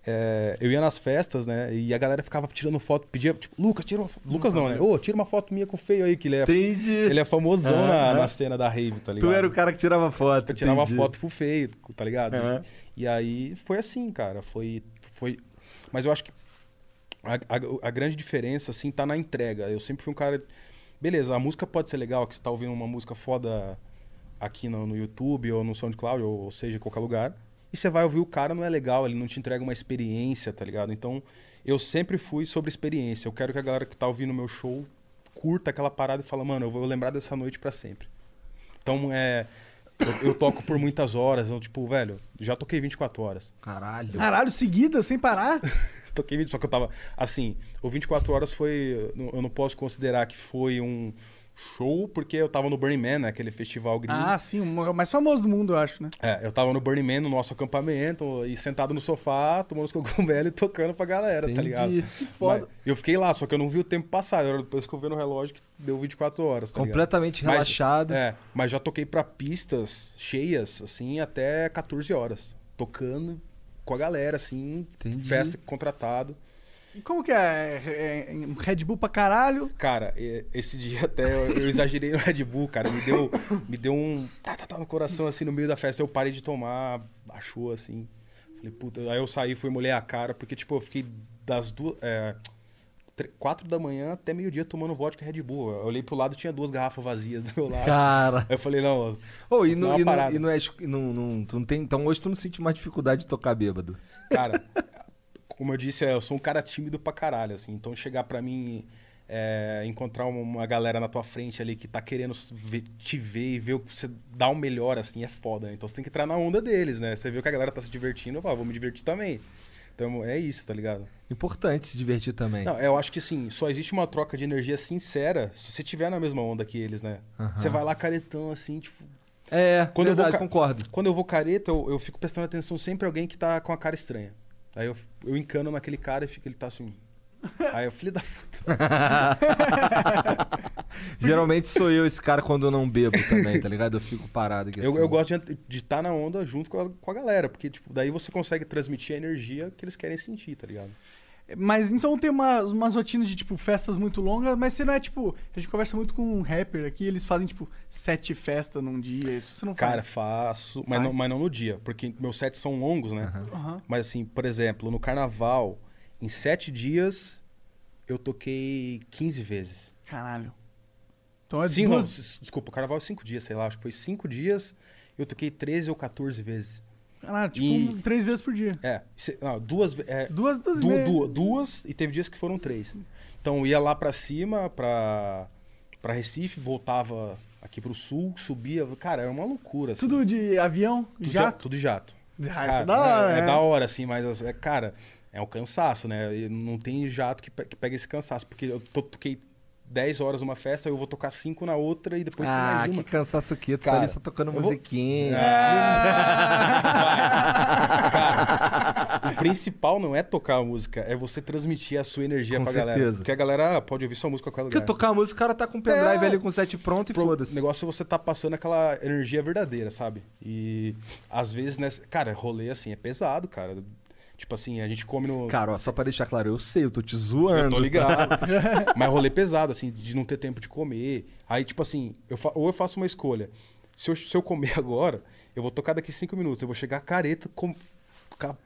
Speaker 3: É, eu ia nas festas, né? E a galera ficava tirando foto, pedia, tipo, Lucas, tira uma fo- Lucas não, né? Ô, tira uma foto minha com o Feio aí, que ele é,
Speaker 1: Entendi.
Speaker 3: ele é famosão na, na cena da rave, tá ligado?
Speaker 1: Tu era o cara que tirava foto.
Speaker 3: Eu tirava
Speaker 1: entendi. É.
Speaker 3: foto full feio, tá ligado?
Speaker 1: Aham.
Speaker 3: E aí foi assim, cara. Foi. foi... Mas eu acho que a, a- a grande diferença, assim, tá na entrega. Eu sempre fui um cara. Beleza, a música pode ser legal, que você tá ouvindo uma música foda aqui no, no YouTube ou no SoundCloud, ou, ou seja, em qualquer lugar. E você vai ouvir o cara, não é legal, ele não te entrega uma experiência, tá ligado? Então, eu sempre fui sobre experiência. Eu quero que a galera que tá ouvindo o meu show curta aquela parada e fala, mano, eu vou lembrar dessa noite pra sempre. Então, é, Eu, eu toco por muitas horas, eu, tipo, velho, já toquei 24 horas.
Speaker 1: Caralho.
Speaker 2: Caralho, seguida, sem parar?
Speaker 3: Toquei 20, só que eu tava. Assim, o 24 Horas foi. Eu não posso considerar que foi um show, porque eu tava no Burning Man, né? Aquele festival gringo.
Speaker 2: Ah, sim, o mais famoso do mundo, eu acho, né?
Speaker 3: É, eu tava no Burning Man, no nosso acampamento, e sentado no sofá, tomando os cogumelos e tocando pra galera, tá
Speaker 1: Entendi.
Speaker 3: ligado?
Speaker 1: Que foda.
Speaker 3: Mas eu fiquei lá, só que eu não vi o tempo passar. Era depois que eu vi no relógio que deu 24 horas, tá ligado?
Speaker 1: Completamente
Speaker 3: Mas-
Speaker 1: relaxado.
Speaker 3: é, mas já toquei pra pistas cheias, assim, até 14 horas. Tocando com a galera, assim,
Speaker 1: Entendi.
Speaker 3: festa contratado.
Speaker 2: E como que é? É, é, Red Bull pra caralho?
Speaker 3: Cara, e- esse dia até eu, eu exagerei no Red Bull, cara. Me deu, me deu um tá, tá, tá no coração, assim, no meio da festa. Eu parei de tomar, baixou, assim. Falei, puta. Aí eu saí, fui molhar a cara, porque, tipo, eu fiquei das duas... É, tre- quatro da manhã até meio-dia tomando vodka e Red Bull. Eu olhei pro lado, tinha duas garrafas vazias do meu lado.
Speaker 1: Cara.
Speaker 3: Aí eu falei, não...
Speaker 1: Ô, e,
Speaker 3: dá
Speaker 1: não,
Speaker 3: uma
Speaker 1: e, não,
Speaker 3: parada.
Speaker 1: e não é. esco- Não, não, tu não tem, então hoje tu não sente mais dificuldade de tocar bêbado.
Speaker 3: Cara, como eu disse, eu sou um cara tímido pra caralho, assim. Então chegar pra mim, é, encontrar uma- uma galera na tua frente ali que tá querendo ver- te ver e ver o que você dá o melhor, assim, é foda. né? Então você tem que entrar na onda deles, né? Você vê que a galera tá se divertindo, eu falo, vou me divertir também. Então é isso, tá ligado?
Speaker 1: Importante se divertir também.
Speaker 3: Não, eu acho que sim, só existe uma troca de energia sincera se você tiver na mesma onda que eles, né? Você vai lá caretão, assim, tipo,
Speaker 1: É,
Speaker 3: quando eu vou
Speaker 1: verdade,
Speaker 3: ca-
Speaker 1: concordo.
Speaker 3: Quando eu vou careta, eu, eu fico prestando atenção sempre em alguém que tá com a cara estranha. Aí eu, eu encano naquele cara e fico, ele tá assim. Aí eu, filho da puta.
Speaker 1: Geralmente sou eu esse cara quando eu não bebo também, tá ligado? Eu fico parado aqui
Speaker 3: Eu,
Speaker 1: assim.
Speaker 3: eu gosto de estar na onda junto com a, com a galera, porque tipo, daí você consegue transmitir a energia que eles querem sentir, tá ligado?
Speaker 2: Mas então tem uma- umas rotinas de, tipo, festas muito longas, mas você não é, tipo... A gente conversa muito com um rapper aqui, eles fazem, tipo, sete festas num dia, isso você não
Speaker 3: Cara,
Speaker 2: faz.
Speaker 3: faço, mas não, mas não no dia, porque meus sets são longos, né?
Speaker 2: Aham.
Speaker 3: Mas assim, por exemplo, no carnaval, em sete dias, eu toquei 15 vezes.
Speaker 2: Caralho. Então é
Speaker 3: Sim, não,
Speaker 2: duas...
Speaker 3: s- desculpa, o carnaval é cinco dias, sei lá, acho que foi cinco dias, eu toquei 13 ou 14 vezes.
Speaker 2: Caralho, tipo,
Speaker 3: E-
Speaker 2: um- três vezes por dia.
Speaker 3: É, se- não, duas ve- é,
Speaker 2: Duas, duas
Speaker 3: du-
Speaker 2: e meia.
Speaker 3: du- duas, e teve dias que foram três. Então eu ia lá pra cima, pra, pra Recife, voltava aqui pro sul, subia. Cara, era uma loucura. assim.
Speaker 2: Tudo de avião,
Speaker 3: Tudo
Speaker 2: jato.
Speaker 3: Tudo de jato.
Speaker 2: Ah,
Speaker 3: Cara,
Speaker 2: isso é da hora,
Speaker 3: é,
Speaker 2: né?
Speaker 3: da hora, assim, mas, assim, é, cara, é um cansaço, né? E não tem jato que, pe- que pega esse cansaço, porque eu to- toquei 10 horas numa festa, eu vou tocar 5 na outra e depois tem
Speaker 1: Ah,
Speaker 3: mais
Speaker 1: que
Speaker 3: uma.
Speaker 1: cansaço que tu tá
Speaker 3: Cara,
Speaker 1: ali só tocando
Speaker 3: eu vou- É. Ah.
Speaker 1: musiquinha.
Speaker 3: O principal não é tocar a música, é você transmitir a sua energia
Speaker 1: Com
Speaker 3: pra galera.
Speaker 1: certeza.
Speaker 3: Porque a galera ah, pode ouvir sua música a qualquer
Speaker 1: Porque
Speaker 3: lugar.
Speaker 1: tocar a música, o cara tá com o pendrive
Speaker 3: É.
Speaker 1: ali com o set pronto e
Speaker 3: Pro-
Speaker 1: foda-se.
Speaker 3: O negócio é você tá passando aquela energia verdadeira, sabe? E às vezes, né? Cara, rolê assim é pesado, cara. Tipo assim, a gente come no.
Speaker 1: Cara, ó, só pra deixar claro, eu sei, eu tô te zoando.
Speaker 3: Eu tô
Speaker 1: tá?
Speaker 3: ligado. Mas rolê pesado, assim, de não ter tempo de comer. Aí, tipo assim, eu fa- ou eu faço uma escolha. Se eu, se eu comer agora, eu vou tocar daqui cinco minutos. Eu vou chegar careta com. ca- sabe?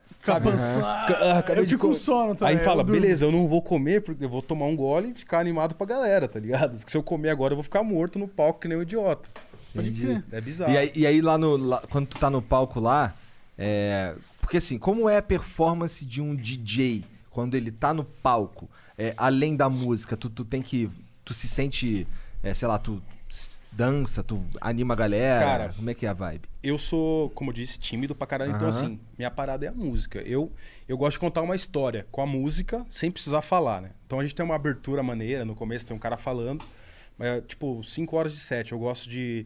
Speaker 2: Capançado.
Speaker 3: Ca- ah, acabei
Speaker 2: Eu
Speaker 3: de
Speaker 2: fico
Speaker 3: comer.
Speaker 2: com sono também,
Speaker 3: Aí fala,
Speaker 2: eu durmo.
Speaker 3: beleza, eu não vou comer, porque eu vou tomar um gole e ficar animado pra galera, tá ligado? Se eu comer agora, eu vou ficar morto no palco que nem um idiota.
Speaker 2: Pode crer.
Speaker 3: É bizarro.
Speaker 1: E aí, e aí lá no. lá- quando tu tá no palco lá, é. Porque assim, como é a performance de um DJ quando ele tá no palco, é, além da música, tu, tu tem que. Tu se sente. é, sei lá, tu s- dança, tu anima a galera.
Speaker 3: Cara,
Speaker 1: como é que é a vibe?
Speaker 3: eu sou, como eu disse, tímido pra caralho. Então,
Speaker 1: Aham.
Speaker 3: assim, minha parada é a música. Eu, eu gosto de contar uma história com a música sem precisar falar, né? Então a gente tem uma abertura maneira, no começo tem um cara falando. mas é, tipo, 5 horas de set. Eu gosto de.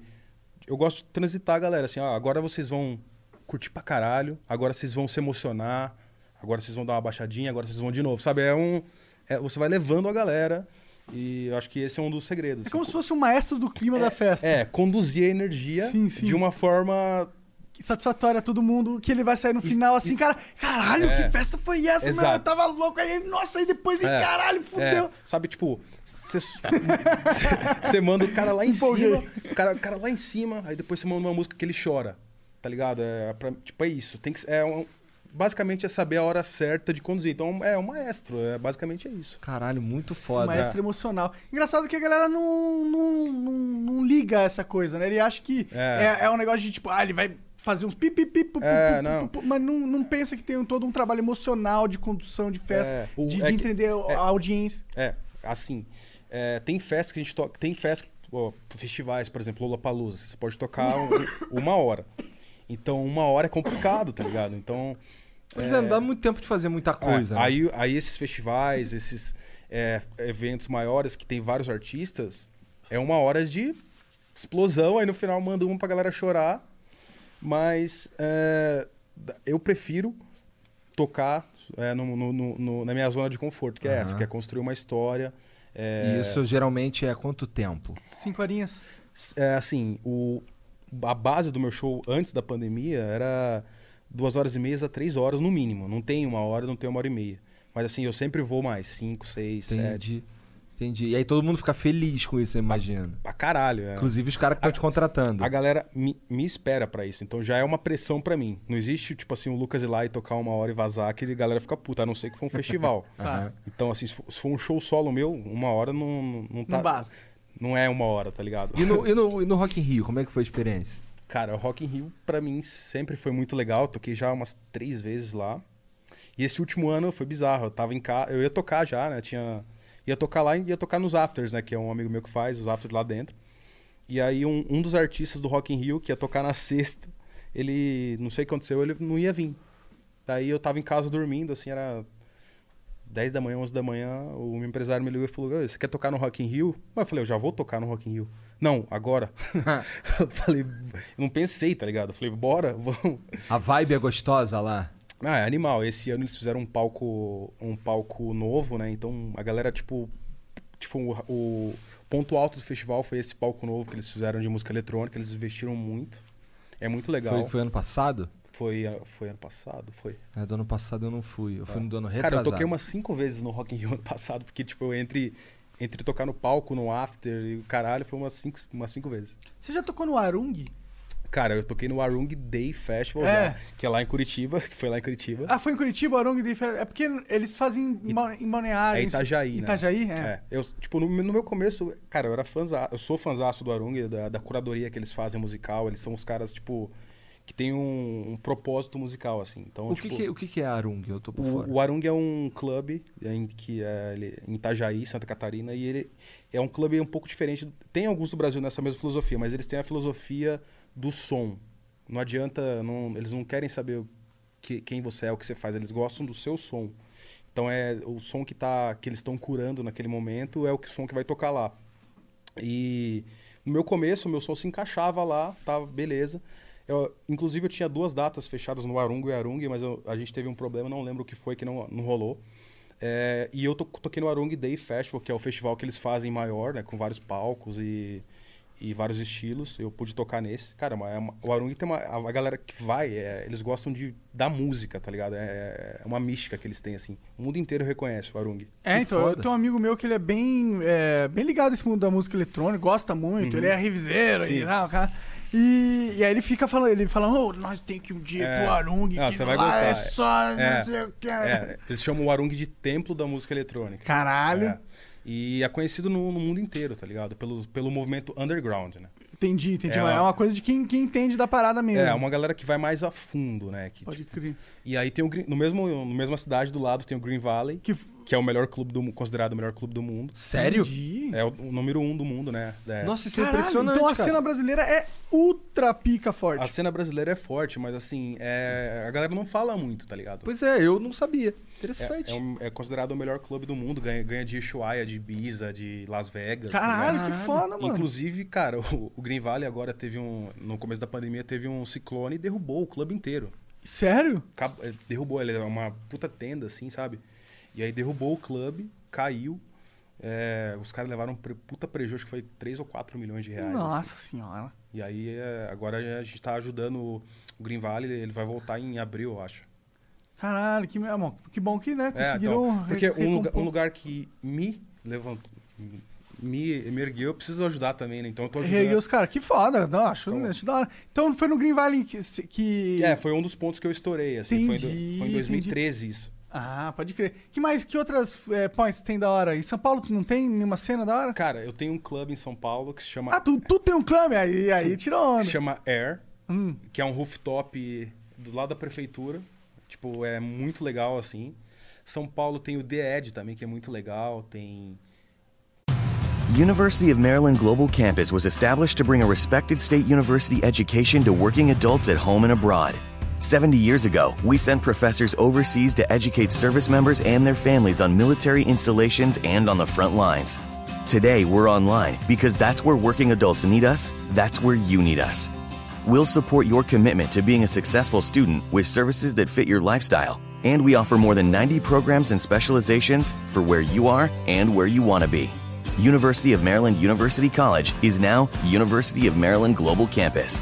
Speaker 3: Eu gosto de transitar a galera, assim, ó, agora vocês vão curtir pra caralho, agora vocês vão se emocionar, agora vocês vão dar uma baixadinha, agora vocês vão de novo. Sabe? É um. é, você vai levando a galera. E eu acho que esse é um dos
Speaker 2: É
Speaker 3: segredos. assim.
Speaker 2: como se fosse o maestro do clima da festa.
Speaker 3: É, conduzir a energia
Speaker 2: Sim, sim.
Speaker 3: de uma forma
Speaker 2: Que satisfatória a todo mundo, que ele vai sair no final assim, cara, caralho,
Speaker 3: É.
Speaker 2: que festa foi essa, meu? Eu
Speaker 3: Exato.
Speaker 2: tava louco aí, nossa, aí depois, e
Speaker 3: É.
Speaker 2: caralho, fudeu.
Speaker 3: É, sabe, tipo, você manda o cara lá em cima, o cara, o cara lá em cima, aí depois você manda uma música que ele chora, tá ligado? É, pra- tipo, é isso. Tem que, é um- basicamente é saber a hora certa de conduzir. Então é um maestro, é, basicamente é isso.
Speaker 1: Caralho, muito
Speaker 2: O
Speaker 3: é.
Speaker 1: foda.
Speaker 2: Maestro emocional. Engraçado que a galera não, não, não, não liga essa coisa, né? Ele acha que é.
Speaker 3: É.
Speaker 2: é um negócio de tipo, ah, ele vai fazer uns pi, pi, pi, pu, pu,
Speaker 3: É,
Speaker 2: pu, pu,
Speaker 3: não.
Speaker 2: pu, mas não, não pensa que tem um- todo um trabalho emocional de condução de festa,
Speaker 3: É, o-
Speaker 2: de,
Speaker 3: é
Speaker 2: de
Speaker 3: que-
Speaker 2: entender a
Speaker 3: é.
Speaker 2: audiência.
Speaker 3: É, assim, é, tem festa que a gente toca, tem festa ó, festivais, por exemplo, Lollapalooza, você pode tocar um- uma hora. Então, uma hora é complicado, tá ligado? Então,
Speaker 1: Pois é, não dá muito tempo de fazer muita coisa.
Speaker 3: é,
Speaker 1: né?
Speaker 3: aí, aí esses festivais, esses é, eventos maiores que tem vários artistas, é uma hora de explosão, aí no final manda uma pra galera chorar. Mas é, eu prefiro tocar é, no- no- no- no- na minha zona de conforto, que é essa, que é construir uma história.
Speaker 1: E
Speaker 3: é,
Speaker 1: isso geralmente é quanto tempo?
Speaker 2: Cinco horinhas.
Speaker 3: é, assim, o, a base do meu show antes da pandemia era duas horas e meia a três horas no mínimo. Não tem uma hora, não tem uma hora e meia. Mas assim, eu sempre vou mais, cinco, seis, sete.
Speaker 1: Entendi. Entendi. E aí todo mundo fica feliz com isso, eu imagino.
Speaker 3: Pra caralho. É.
Speaker 1: Inclusive os caras que estão te contratando.
Speaker 3: A galera me, me espera pra isso, então já é uma pressão pra mim. Não existe, tipo assim, o Lucas ir lá e tocar uma hora e vazar, que a galera fica puta, a não ser que for um festival.
Speaker 1: Aham.
Speaker 3: Então, assim, se for, se for um show solo meu, uma hora não, não, tá.
Speaker 2: Não basta.
Speaker 3: Não é uma hora, tá ligado?
Speaker 1: E no, e, no, e no Rock in Rio, como é que foi a experiência?
Speaker 3: Cara, o Rock in Rio pra mim sempre foi muito legal. Toquei já umas três vezes lá. E esse último ano foi bizarro. Eu tava em casa, eu ia tocar já, né? Tinha ia tocar lá e ia tocar nos afters, né, que é um amigo meu que faz os afters lá dentro. E aí um, um dos artistas do Rock in Rio que ia tocar na sexta, ele, não sei o que aconteceu, ele não ia vir. Daí eu tava em casa dormindo, assim, era 10 da manhã, 11 da manhã, o meu empresário me ligou e falou: "Ô, Você quer tocar no Rock in Rio? Mas eu falei: Eu já vou tocar no Rock in Rio. Não, agora. eu falei: eu Não pensei, tá ligado? Eu falei: Bora, vamos.
Speaker 1: A vibe é gostosa lá?
Speaker 3: Ah, é animal. Esse ano eles fizeram um palco, um palco novo, né? Então a galera, tipo. Tipo, o, o ponto alto do festival foi esse palco novo que eles fizeram de música eletrônica. Eles investiram muito. É muito legal.
Speaker 1: Foi, foi ano passado?
Speaker 3: Foi, a- foi ano passado, foi.
Speaker 1: É, do ano passado eu não fui. Eu fui no do ano retrasado.
Speaker 3: Tá. Cara, eu toquei umas cinco vezes no Rock in Rio ano passado, porque, tipo, eu entre, entre tocar no palco, no after e o caralho, foi umas cinco, umas cinco vezes.
Speaker 2: Você já tocou no Arung?
Speaker 3: Cara, eu toquei no Arung Day Festival,
Speaker 2: É.
Speaker 3: já, que é lá em Curitiba, que foi lá em Curitiba.
Speaker 2: Ah, foi em Curitiba, Arung de Fe- É porque eles fazem em Ba- em Balneário.
Speaker 3: É
Speaker 2: em-
Speaker 3: Itajaí, né?
Speaker 2: Itajaí, é.
Speaker 3: Eu, tipo, no, no meu começo, cara, eu era fãza, eu sou fãzaço do Arung, da, da curadoria que eles fazem musical. Eles são os caras, tipo, que tem um, um propósito musical, assim. Então,
Speaker 1: O,
Speaker 3: tipo,
Speaker 1: que, que, o que, que é Arung? Eu tô por fora.
Speaker 3: o, o Arung é um clube em, que é, ele- em Itajaí, Santa Catarina, e ele é um clube um pouco diferente. Tem alguns do Brasil nessa mesma filosofia, mas eles têm a filosofia do som. Não adianta, não- eles não querem saber o que- quem você é, o que você faz, eles gostam do seu som. Então é o som que, tá, que eles estão curando naquele momento é o que- som que vai tocar lá. E no meu começo, o meu som se encaixava lá, tava beleza. Eu, inclusive, eu tinha duas datas fechadas no Arungo e Arung, mas eu- a gente teve um problema, não lembro o que foi, que não, não rolou. É, e eu to- toquei no Arung Day Festival, que é o festival que eles fazem maior, né, com vários palcos e, e vários estilos. Eu pude tocar nesse. Cara, mas é uma- o Arung tem uma. A, a galera que vai, é, eles gostam de, da música, tá ligado? É, é uma mística que eles têm, assim. O mundo inteiro reconhece o Arung.
Speaker 2: É,
Speaker 1: Que
Speaker 2: então,
Speaker 1: foda.
Speaker 2: eu tenho um amigo meu que ele é bem, é, bem ligado a esse mundo da música eletrônica, gosta muito,
Speaker 3: Uhum.
Speaker 2: ele é reviseiro e tal, cara. E, e aí ele fica falando, ele fala, ô, nós tem que um dia
Speaker 3: É.
Speaker 2: pro Arung,
Speaker 3: Ah,
Speaker 2: que
Speaker 3: você vai
Speaker 2: lá
Speaker 3: gostar,
Speaker 2: é
Speaker 3: é.
Speaker 2: só,
Speaker 3: É.
Speaker 2: não sei o que.
Speaker 3: É, eles chamam o Arung de templo da música eletrônica.
Speaker 2: Caralho,
Speaker 3: É. E é conhecido no, no mundo inteiro, tá ligado? Pelo, pelo movimento underground, né?
Speaker 2: entendi, entendi.
Speaker 3: É
Speaker 2: É
Speaker 3: uma-
Speaker 2: uma, é uma coisa de quem, quem entende da parada mesmo.
Speaker 3: É, uma galera que vai mais a fundo, né? Que,
Speaker 2: Pode
Speaker 3: tipo,
Speaker 2: crer.
Speaker 3: e aí tem o Green- no mesmo no mesma cidade do lado tem o Green Valley, que,
Speaker 2: Que...
Speaker 3: é o melhor clube do mu- considerado o melhor clube do mundo.
Speaker 1: Sério?
Speaker 2: Entendi.
Speaker 3: É o, o número um do mundo, né? É.
Speaker 1: Nossa, isso
Speaker 2: Caralho,
Speaker 1: é impressionante,
Speaker 2: então a
Speaker 1: cara.
Speaker 2: cena brasileira é ultra pica forte.
Speaker 3: A cena brasileira é forte, mas assim, é, a galera não fala muito, tá ligado?
Speaker 1: Pois é, eu não sabia.
Speaker 3: é,
Speaker 1: Interessante.
Speaker 3: é, um- é considerado o melhor clube do mundo, ganha, ganha de Ushuaia, de Ibiza, de Las Vegas. tá ligado?
Speaker 2: Caralho, que foda, mano.
Speaker 3: Inclusive, cara, o, o Green Valley agora teve um. No começo da pandemia teve um ciclone e derrubou o clube inteiro.
Speaker 2: Sério?
Speaker 3: Cab- eh, Derrubou, ele é uma puta tenda, assim, sabe? E aí derrubou o clube, caiu. é, os caras levaram um pre- puta prejuízo, acho que foi 3 ou 4 milhões de reais. assim.
Speaker 2: Nossa senhora.
Speaker 3: E aí, é, agora a gente tá ajudando o o Green Valley, ele vai voltar em abril, eu acho.
Speaker 2: Caralho, que, ah, bom, que bom que, né,
Speaker 3: É,
Speaker 2: conseguiram...
Speaker 3: então,
Speaker 2: re-
Speaker 3: porque um lugar,
Speaker 2: recompor.
Speaker 3: um lugar que me levantou, me, me ergueu, eu preciso ajudar também, né? Então eu tô ajudando.
Speaker 2: Reguei os caras, que foda, não, acho,
Speaker 3: Então-
Speaker 2: acho da hora. Então foi no Green Valley que. se- que-
Speaker 3: É, foi um dos pontos que eu estourei, assim. Foi, em do-
Speaker 2: Entendi,
Speaker 3: foi em 2013 isso.
Speaker 2: Ah, pode crer. Que mais, que outras é, points tem da hora? Em São Paulo tu não tem nenhuma cena da hora?
Speaker 3: Cara, eu tenho um clube em São Paulo que se chama,
Speaker 2: Ah, tu, tu tem um clube? Aí, aí tirou
Speaker 3: que
Speaker 2: onda.
Speaker 3: se chama Air,
Speaker 2: Hum.
Speaker 3: que é um rooftop do lado da prefeitura. Tipo, é muito legal, assim. São Paulo tem o The Edge também, que é muito legal. Tem
Speaker 6: University of Maryland Global Campus was established to bring a respected state university education to working adults at home and abroad. 70 years ago, we sent professors overseas to educate service members and their families on military installations and on the front lines. Today, we're online because that's where working adults need us, that's where you need us. We'll support your commitment to being a successful student with services that fit your lifestyle, and we offer more than 90 programs and specializations for where you are and where you want to be. University of Maryland University College is now University of Maryland Global Campus.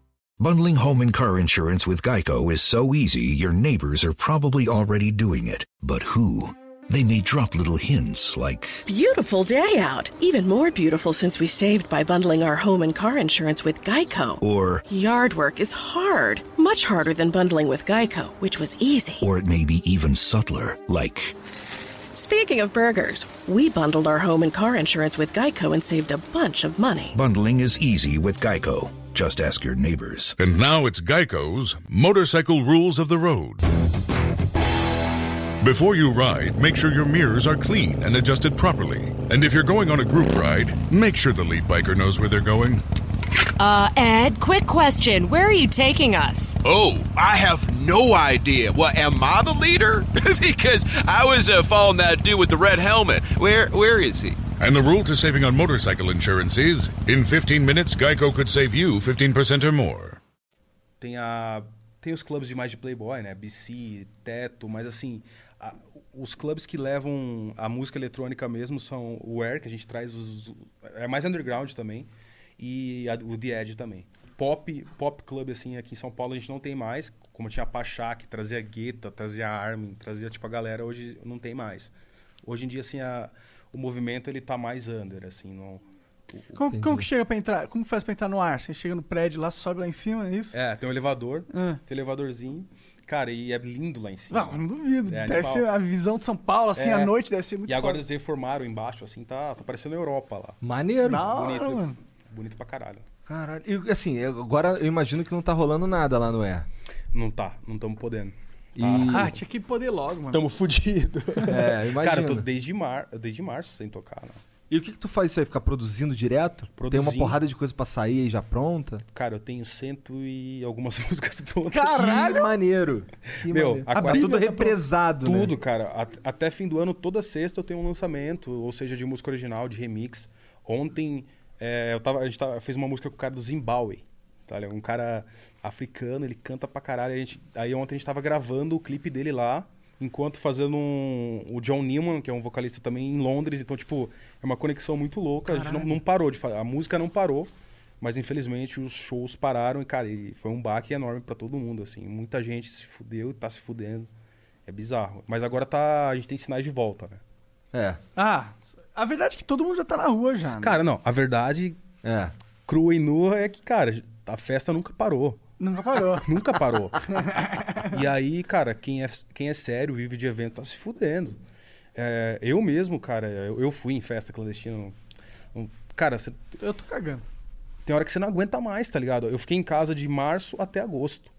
Speaker 7: Bundling home and car insurance with Geico is so easy, your neighbors are probably already doing it. But who? They may drop little hints like,
Speaker 8: Beautiful day out. Even more beautiful since we saved by bundling our home and car insurance with Geico.
Speaker 7: or,
Speaker 8: Yard work is hard, much harder than bundling with Geico, which was easy.
Speaker 7: or it may be even subtler, like,
Speaker 8: Speaking of burgers, we bundled our home and car insurance with Geico and saved a bunch of money.
Speaker 7: bundling is easy with Geico. Just ask your neighbors.
Speaker 9: And now it's Geico's Motorcycle Rules of the Road. Before you ride, make sure your mirrors are clean and adjusted properly. And if you're going on a group ride, make sure the lead biker knows where they're going.
Speaker 10: Uh, Ed, quick question. Where are you taking us?
Speaker 11: Oh, I have no idea. Well, am I the leader? because I was uh, following that dude with the red helmet. Where where is he?
Speaker 9: And the rule to saving on motorcycle insurance is in 15 minutes, Geico could save you 15% or more.
Speaker 3: Tem, a, tem os clubes demais de Playboy, né? BC, Teto, mas assim, a- os clubes que levam a música eletrônica mesmo são o Air, que a gente traz os. É mais underground também, e a- o The Edge também. Pop, pop club, assim, aqui em São Paulo a gente não tem mais, como tinha a Pachá, que trazia Guetta, trazia Armin, trazia tipo a galera, hoje não tem mais. Hoje em dia, assim, a- o movimento ele tá mais under, assim, não. o-
Speaker 2: Como, como que chega pra entrar? Como faz pra entrar no ar? Você chega no prédio lá, sobe lá em cima, é isso?
Speaker 3: É, tem um elevador,
Speaker 2: Ah.
Speaker 3: tem um elevadorzinho. Cara, e é lindo lá em cima.
Speaker 2: Não, não duvido.
Speaker 3: É
Speaker 2: deve
Speaker 3: animal.
Speaker 2: ser a visão de São Paulo, assim,
Speaker 3: É.
Speaker 2: à noite deve ser muito
Speaker 3: E agora
Speaker 2: foda.
Speaker 3: eles reformaram embaixo, assim, tá, tá parecendo a Europa lá.
Speaker 1: Maneiro.
Speaker 2: Da hora,
Speaker 3: Bonito.
Speaker 2: mano.
Speaker 3: Bonito pra caralho.
Speaker 1: Caralho. E assim, eu- agora eu imagino que não tá rolando nada lá no Air.
Speaker 3: Não tá, não tamo podendo.
Speaker 1: E...
Speaker 2: Ah, tinha que poder logo, mano.
Speaker 3: Tamo fudido.
Speaker 1: É, imagina.
Speaker 3: Cara, eu tô desde, mar... desde março sem tocar, né?
Speaker 1: E o que, que tu faz isso aí? Ficar produzindo direto? Tem
Speaker 3: Produzindo.
Speaker 1: uma porrada de coisa pra sair aí já pronta?
Speaker 3: Cara, eu tenho cento e algumas músicas prontas.
Speaker 1: Que maneiro. Que
Speaker 3: Meu,
Speaker 1: maneiro.
Speaker 3: a
Speaker 1: Ah, tá
Speaker 3: quarentena
Speaker 1: tudo
Speaker 3: tá
Speaker 1: represado, né?
Speaker 3: Tudo, cara. A- até fim do ano, toda sexta eu tenho um lançamento, ou seja, de música original, de remix. Ontem é, eu tava, a gente tava, fez uma música com o cara do Zimbabwe. Tá, ligado? um cara africano, ele canta pra caralho. A gente, aí ontem a gente tava gravando o clipe dele lá, enquanto fazendo um, o John Newman, que é um vocalista também em Londres. Então, tipo, é uma conexão muito louca. A gente não, não parou de fazer. A música não parou, mas infelizmente os shows pararam. E, cara, e foi um baque enorme pra todo mundo. assim Muita gente se fudeu e tá se fudendo. É bizarro. Mas agora tá. A gente tem sinais de volta, né?
Speaker 1: É,
Speaker 2: Ah, a verdade é que todo mundo já tá na rua já, né?
Speaker 3: Cara, não. A verdade
Speaker 1: é.
Speaker 3: crua e nua é que, cara, a festa nunca parou.
Speaker 2: Nunca parou.
Speaker 3: Nunca parou. e aí, cara, quem é, quem é sério, vive de evento, tá se fudendo. É, eu mesmo, cara, eu, eu fui em festa clandestina. um- um- Cara, cê-
Speaker 2: Eu tô cagando.
Speaker 3: tem hora que você não aguenta mais, tá ligado? Eu fiquei em casa de março até agosto.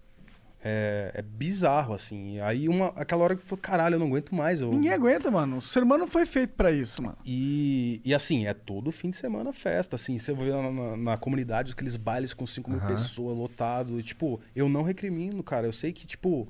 Speaker 3: É, é bizarro, assim. Aí uma, aquela hora que eu falei, caralho, eu não aguento mais. Eu,
Speaker 2: Ninguém aguenta, mano. O ser humano não foi feito pra isso, mano.
Speaker 3: E, e assim, é todo fim de semana festa, assim, você vê na, na, na comunidade aqueles bailes com 5 mil pessoas, lotado, e, tipo, eu não recrimino, cara, eu sei que, tipo,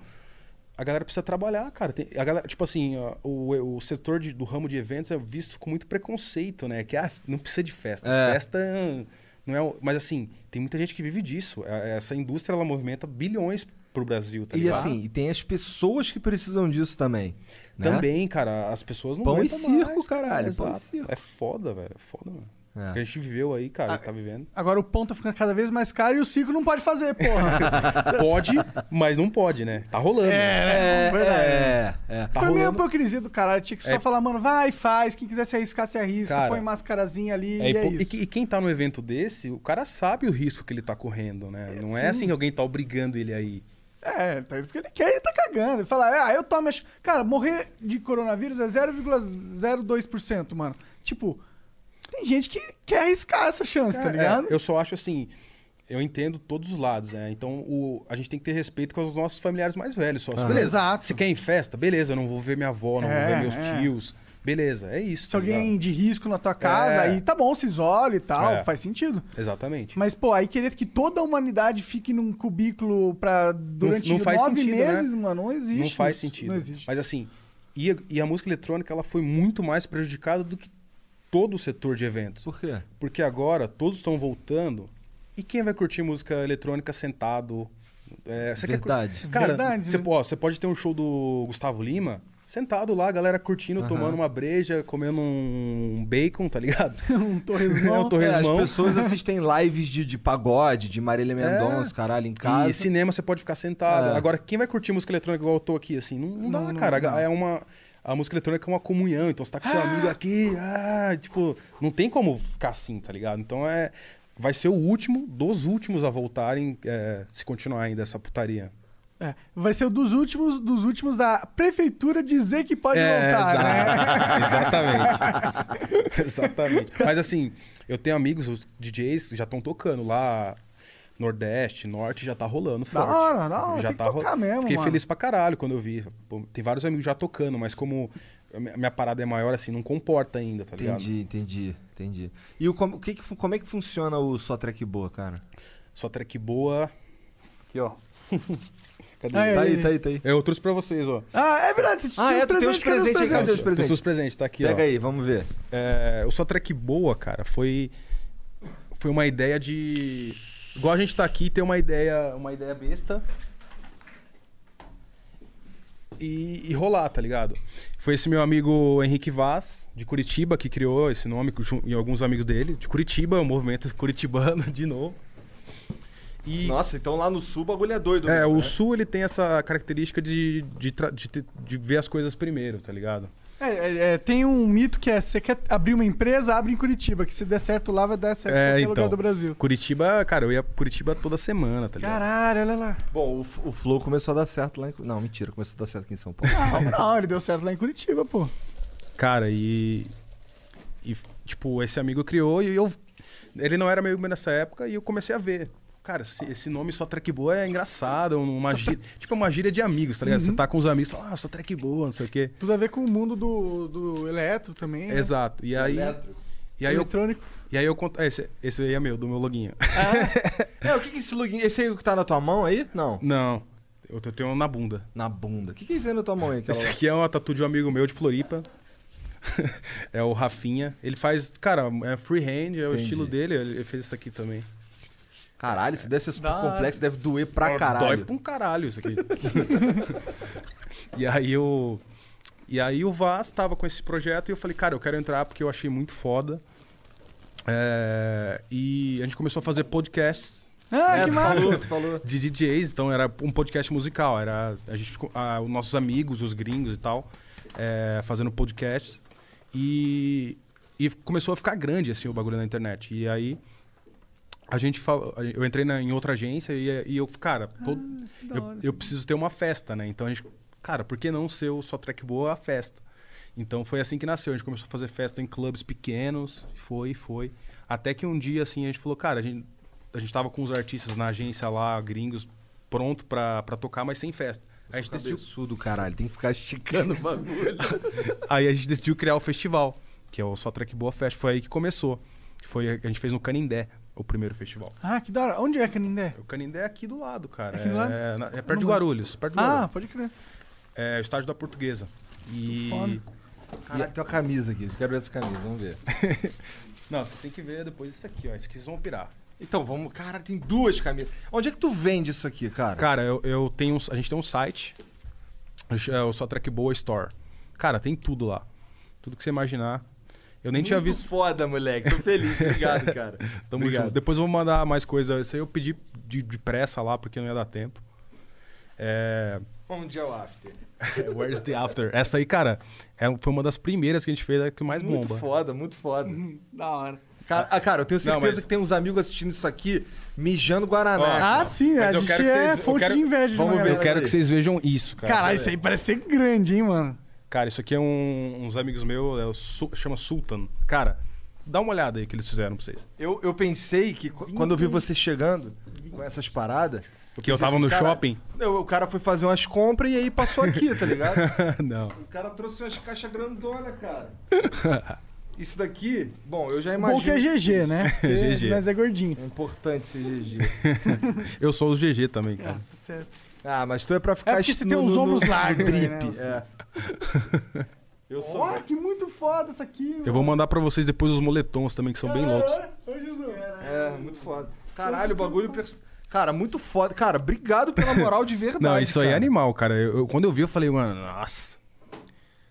Speaker 3: a galera precisa trabalhar, cara, Tem- a galera, tipo assim, ó, o, o setor de- do ramo de eventos é visto com muito preconceito, né, que, ah, não precisa de festa,
Speaker 1: É.
Speaker 3: festa hum, não é, o- mas assim, tem muita gente que vive disso, A- essa indústria, ela movimenta bilhões pro Brasil, tá
Speaker 1: E
Speaker 3: ligado?
Speaker 1: assim, e tem as pessoas que precisam disso também. né?
Speaker 3: Também, cara, as pessoas não
Speaker 1: Pão e
Speaker 3: aguentam
Speaker 1: circo,
Speaker 3: mais, cara,
Speaker 1: caralho, pão e
Speaker 3: exato.
Speaker 1: circo.
Speaker 3: É foda, velho, é foda, mano. Que a gente viveu aí, cara, tá vivendo.
Speaker 2: Agora o pão tá ficando cada vez mais caro e o ciclo não pode fazer,
Speaker 3: Tá
Speaker 2: porra.
Speaker 3: pode, mas não pode, né? Tá rolando.
Speaker 2: É,
Speaker 3: né?
Speaker 2: é, verdade.
Speaker 3: é. Tá
Speaker 2: pra mim é uma
Speaker 3: rolando.
Speaker 2: hipocrisia do caralho. Tinha que só
Speaker 3: É.
Speaker 2: falar, mano, vai, faz. Quem quiser se arriscar, se arrisca.
Speaker 3: Cara,
Speaker 2: põe mascarazinha ali
Speaker 3: É
Speaker 2: e é
Speaker 3: hipo- e,
Speaker 2: isso.
Speaker 3: que- e quem tá num evento desse, o cara sabe o risco que ele tá correndo, né? Não
Speaker 2: sim.
Speaker 3: é assim que alguém tá obrigando ele aí.
Speaker 2: É, tá indo porque ele quer, ele tá cagando. Ele fala, ah, eu tomo. as- Cara, morrer de coronavírus é 0,02%, mano. Tipo, tem gente que quer arriscar essa chance, tá
Speaker 3: É,
Speaker 2: ligado?
Speaker 3: é, eu só acho assim, eu entendo todos os lados, né? Então o- a gente tem que ter respeito com os nossos familiares mais velhos só.
Speaker 2: Aham.
Speaker 3: Beleza, se quer ir em festa? Beleza, eu não vou ver minha avó, não
Speaker 2: É,
Speaker 3: vou ver meus
Speaker 2: é.
Speaker 3: tios. Beleza, é isso.
Speaker 2: Se alguém de risco na tua casa,
Speaker 3: É.
Speaker 2: aí tá bom, se isola e tal,
Speaker 3: É.
Speaker 2: faz sentido.
Speaker 3: Exatamente.
Speaker 2: Mas, pô, aí querer que toda a humanidade fique num cubículo pra durante
Speaker 3: não faz
Speaker 2: nove
Speaker 3: sentido,
Speaker 2: meses,
Speaker 3: né?
Speaker 2: mano, não existe.
Speaker 3: Não faz
Speaker 2: isso,
Speaker 3: sentido.
Speaker 2: Não existe.
Speaker 3: Mas assim, e a, e a música eletrônica ela foi muito mais prejudicada do que todo o setor de eventos.
Speaker 1: Por quê?
Speaker 3: Porque agora todos estão voltando. E quem vai curtir música eletrônica sentado? É, você quer cur-
Speaker 1: Verdade.
Speaker 3: Cara,
Speaker 1: Verdade,
Speaker 3: você,
Speaker 1: né?
Speaker 3: ó, você pode ter um show do Gustavo Lima sentado lá, a galera curtindo,
Speaker 1: Aham.
Speaker 3: tomando uma breja, comendo um bacon, tá ligado?
Speaker 2: um torresmão.
Speaker 3: É um torresmão.
Speaker 1: as pessoas assistem lives de, de pagode, de Marília Mendonça,
Speaker 3: É.
Speaker 1: caralho, em casa.
Speaker 3: E cinema você pode ficar sentado.
Speaker 1: É.
Speaker 3: Agora, quem vai curtir música eletrônica igual eu tô aqui, assim? Não, não dá,
Speaker 1: Não, não
Speaker 3: cara.
Speaker 1: dá.
Speaker 3: É uma. A música eletrônica é uma comunhão, então você tá com seu amigo aqui, ah, tipo, não tem como ficar assim, tá ligado? Então é. Vai ser o último dos últimos a voltarem, é, se continuar ainda essa putaria.
Speaker 2: É, vai ser o dos últimos, dos últimos da prefeitura dizer que pode
Speaker 3: É,
Speaker 2: voltar,
Speaker 3: exa-
Speaker 2: né?
Speaker 3: Exatamente. exatamente. Mas assim, eu tenho amigos, os DJs que já estão tocando lá. Nordeste, Norte, já tá
Speaker 2: Da
Speaker 3: rolando forte.
Speaker 2: hora, da hora,
Speaker 3: Já
Speaker 2: tem que
Speaker 3: tá ro-
Speaker 2: tocar mesmo,
Speaker 3: Fiquei
Speaker 2: mano.
Speaker 3: feliz pra caralho quando eu vi. Pô, Tem vários amigos já tocando, mas como a minha minha parada é maior, assim, não comporta ainda, tá ligado?
Speaker 1: Entendi, entendi, entendi. E o, como, o que que fu- como é que funciona o Só Track Boa, cara?
Speaker 3: Só track boa. Aqui, ó. Cadê?
Speaker 1: Aí, Tá aí, aí. tá aí, tá aí.
Speaker 3: Eu trouxe É pra vocês, ó.
Speaker 2: Ah, é verdade, você tinha
Speaker 1: Ah,
Speaker 2: os
Speaker 1: é, tu tem os
Speaker 2: presentes, cadê os
Speaker 1: presentes aí, cadê os
Speaker 2: presentes?
Speaker 1: presentes?
Speaker 3: Os presentes, tá aqui, ó.
Speaker 1: Pega aí, vamos ver.
Speaker 3: É, o Só Track Boa, cara, foi, foi uma ideia de. Igual a gente tá aqui, tem uma ideia, uma ideia besta. E, e rolar, tá ligado? Foi esse meu amigo Henrique Vaz, de Curitiba, que criou esse nome, ju- e alguns amigos dele, de Curitiba, o movimento curitibano, de novo.
Speaker 1: Nossa, então lá no sul o bagulho é doido.
Speaker 3: É,
Speaker 1: mesmo,
Speaker 3: o
Speaker 1: né?
Speaker 3: Sul ele tem essa característica de, de, tra- de te- de ver as coisas primeiro, tá ligado?
Speaker 2: É, é, é, tem um mito que é, você quer abrir uma empresa, abre em Curitiba, que se der certo lá, vai dar certo em
Speaker 3: É,
Speaker 2: Tá qualquer
Speaker 3: então.
Speaker 2: lugar do Brasil.
Speaker 3: Curitiba, cara, eu ia pra Curitiba toda semana, tá ligado?
Speaker 2: Caralho, olha lá.
Speaker 1: Bom, o, F- o Flow começou a dar certo lá em... Não, mentira, começou a dar certo aqui em São Paulo.
Speaker 2: Não, não, ele deu certo lá em Curitiba, pô.
Speaker 3: Cara, e. E, tipo, esse amigo criou e eu. Ele não era meu amigo nessa época e eu comecei a ver. Cara, esse, esse nome só track boa é engraçado. Uma gí- Tipo, é uma gíria de amigos, tá ligado?
Speaker 2: Uhum.
Speaker 3: Você tá com os amigos e fala, ah, só track boa, não sei o quê.
Speaker 2: Tudo a ver com o mundo do, do eletro também. né?
Speaker 3: Exato. E aí.
Speaker 2: Eletro. Ah.
Speaker 3: E aí eu-
Speaker 2: Eletrônico.
Speaker 3: E aí eu conto. é, Esse, esse aí é meu, do meu loguinho.
Speaker 1: é, o que que é esse login... Esse aí que tá na tua mão aí? Não.
Speaker 3: Não. Eu eu tenho um na bunda.
Speaker 1: Na bunda. O que que é isso aí na tua mão aí? Aquela...
Speaker 3: Esse aqui é uma tatu de um amigo meu de Floripa. é o Rafinha. Ele faz, cara, é freehand, é o
Speaker 1: Entendi.
Speaker 3: estilo dele. Ele ele fez isso aqui também.
Speaker 1: Caralho, isso deve ser super
Speaker 3: Da hora.
Speaker 1: complexo, deve doer pra
Speaker 3: Dói
Speaker 1: caralho.
Speaker 3: pra um caralho isso aqui. e aí eu. E aí o Vaz tava com esse projeto e eu falei, cara, eu quero entrar porque eu achei muito foda. É, e a gente começou a fazer podcasts. É,
Speaker 2: Ah, que massa!
Speaker 3: De DJs, então era um podcast musical. Era a gente, ficou- ah, os nossos amigos, os gringos e tal, é, fazendo podcasts. E, e começou a ficar grande, assim, o bagulho na internet. E aí a gente falou, eu entrei na- em outra agência e, e eu, cara, todo-
Speaker 2: Ah, da
Speaker 3: eu,
Speaker 2: hora,
Speaker 3: eu preciso ter uma festa, né? Então a gente, cara, por que não ser o só track boa a festa? Então foi assim que nasceu. A gente começou a fazer festa em clubes pequenos, foi, foi. Até que um dia, assim, a gente falou, cara, a gente, a gente tava com os artistas na agência lá, gringos, pronto pra, pra tocar, mas sem festa. A gente decidiu
Speaker 1: Cabeçudo, caralho, tem que ficar esticando o bagulho.
Speaker 3: Aí a gente decidiu criar o festival, que é o Só Track Boa Fest. Foi aí que começou. Foi, a gente fez no Canindé, o primeiro festival.
Speaker 2: Ah, que da hora. Onde é Canindé?
Speaker 3: O Canindé é aqui do lado, cara.
Speaker 2: É aqui do lado?
Speaker 3: É, na- é perto de
Speaker 2: Não-
Speaker 3: Guarulhos. Perto de
Speaker 2: Ah,
Speaker 3: Guarulhos.
Speaker 2: pode crer.
Speaker 3: É o estádio da Portuguesa. E.
Speaker 1: Foda. Caralho, tem uma camisa aqui. Quero ver essa camisa, vamos ver.
Speaker 3: Não, você tem que ver depois isso aqui, ó. Isso aqui vocês vão pirar.
Speaker 1: Então, vamos. Cara, tem duas camisas. Onde é que tu vende isso aqui, cara?
Speaker 3: Cara, eu, eu tenho um, a gente tem um site, é o Só Track Boa Store. Cara, tem tudo lá. Tudo que você imaginar. Eu nem tinha visto.
Speaker 1: foda, moleque. Tô feliz. Obrigado, cara.
Speaker 3: Tamo
Speaker 1: Obrigado.
Speaker 3: junto. Depois eu vou mandar mais coisa. Isso aí eu pedi de, de pressa lá, porque não ia dar tempo. É...
Speaker 1: Onde é o after?
Speaker 3: é, Where's the After? Essa aí, cara, é, foi uma das primeiras que a gente fez, é a que mais
Speaker 1: Muito
Speaker 3: bomba. Uhum.
Speaker 1: foda, muito foda.
Speaker 2: da hora.
Speaker 1: Cara, ah, cara, eu tenho
Speaker 3: Não,
Speaker 1: certeza
Speaker 3: mas-
Speaker 1: que tem uns amigos assistindo isso aqui mijando Guaraná.
Speaker 3: Ó,
Speaker 1: cara.
Speaker 3: Ah, sim, mas a eu gente quero que é vocês- eu fonte quero- de inveja de vamos uma ver, eu galera. quero que vocês vejam isso, cara.
Speaker 2: Caralho, isso aí parece ser grande, hein, mano?
Speaker 3: Cara, isso aqui é um- uns amigos meus, é o Su- chama Sultan. Cara, dá uma olhada aí que eles fizeram pra vocês.
Speaker 1: Eu, eu pensei que qu- quando eu vi você chegando com essas paradas.
Speaker 3: Que eu
Speaker 1: pensei assim,
Speaker 3: tava no
Speaker 1: cara,
Speaker 3: shopping?
Speaker 1: Não, o cara foi fazer umas compras e aí passou aqui, tá ligado?
Speaker 3: Não.
Speaker 1: O cara trouxe umas caixas grandonas, cara. Isso daqui, bom, eu já imagino.
Speaker 2: Bom que é GG, né? Porque
Speaker 3: GG.
Speaker 2: Nós é gordinho.
Speaker 1: É importante ser GG.
Speaker 3: Eu sou os GG também, cara.
Speaker 1: Ah, mas tu é pra ficar
Speaker 2: É porque você tem
Speaker 1: no-
Speaker 2: os
Speaker 1: no-
Speaker 2: ombros
Speaker 1: no
Speaker 2: largos,
Speaker 1: drip,
Speaker 2: né, assim.
Speaker 1: é. Eu sou.
Speaker 2: Ó, que muito foda isso aqui, mano.
Speaker 3: Eu vou mandar pra vocês depois os moletons também, que são bem loucos.
Speaker 1: É, muito foda. Caralho, o bagulho. pers- Cara, muito foda. Cara, obrigado pela moral de verdade.
Speaker 3: Não, isso aí é
Speaker 1: cara.
Speaker 3: animal, cara. Eu- eu- quando eu vi, eu falei, mano, nossa.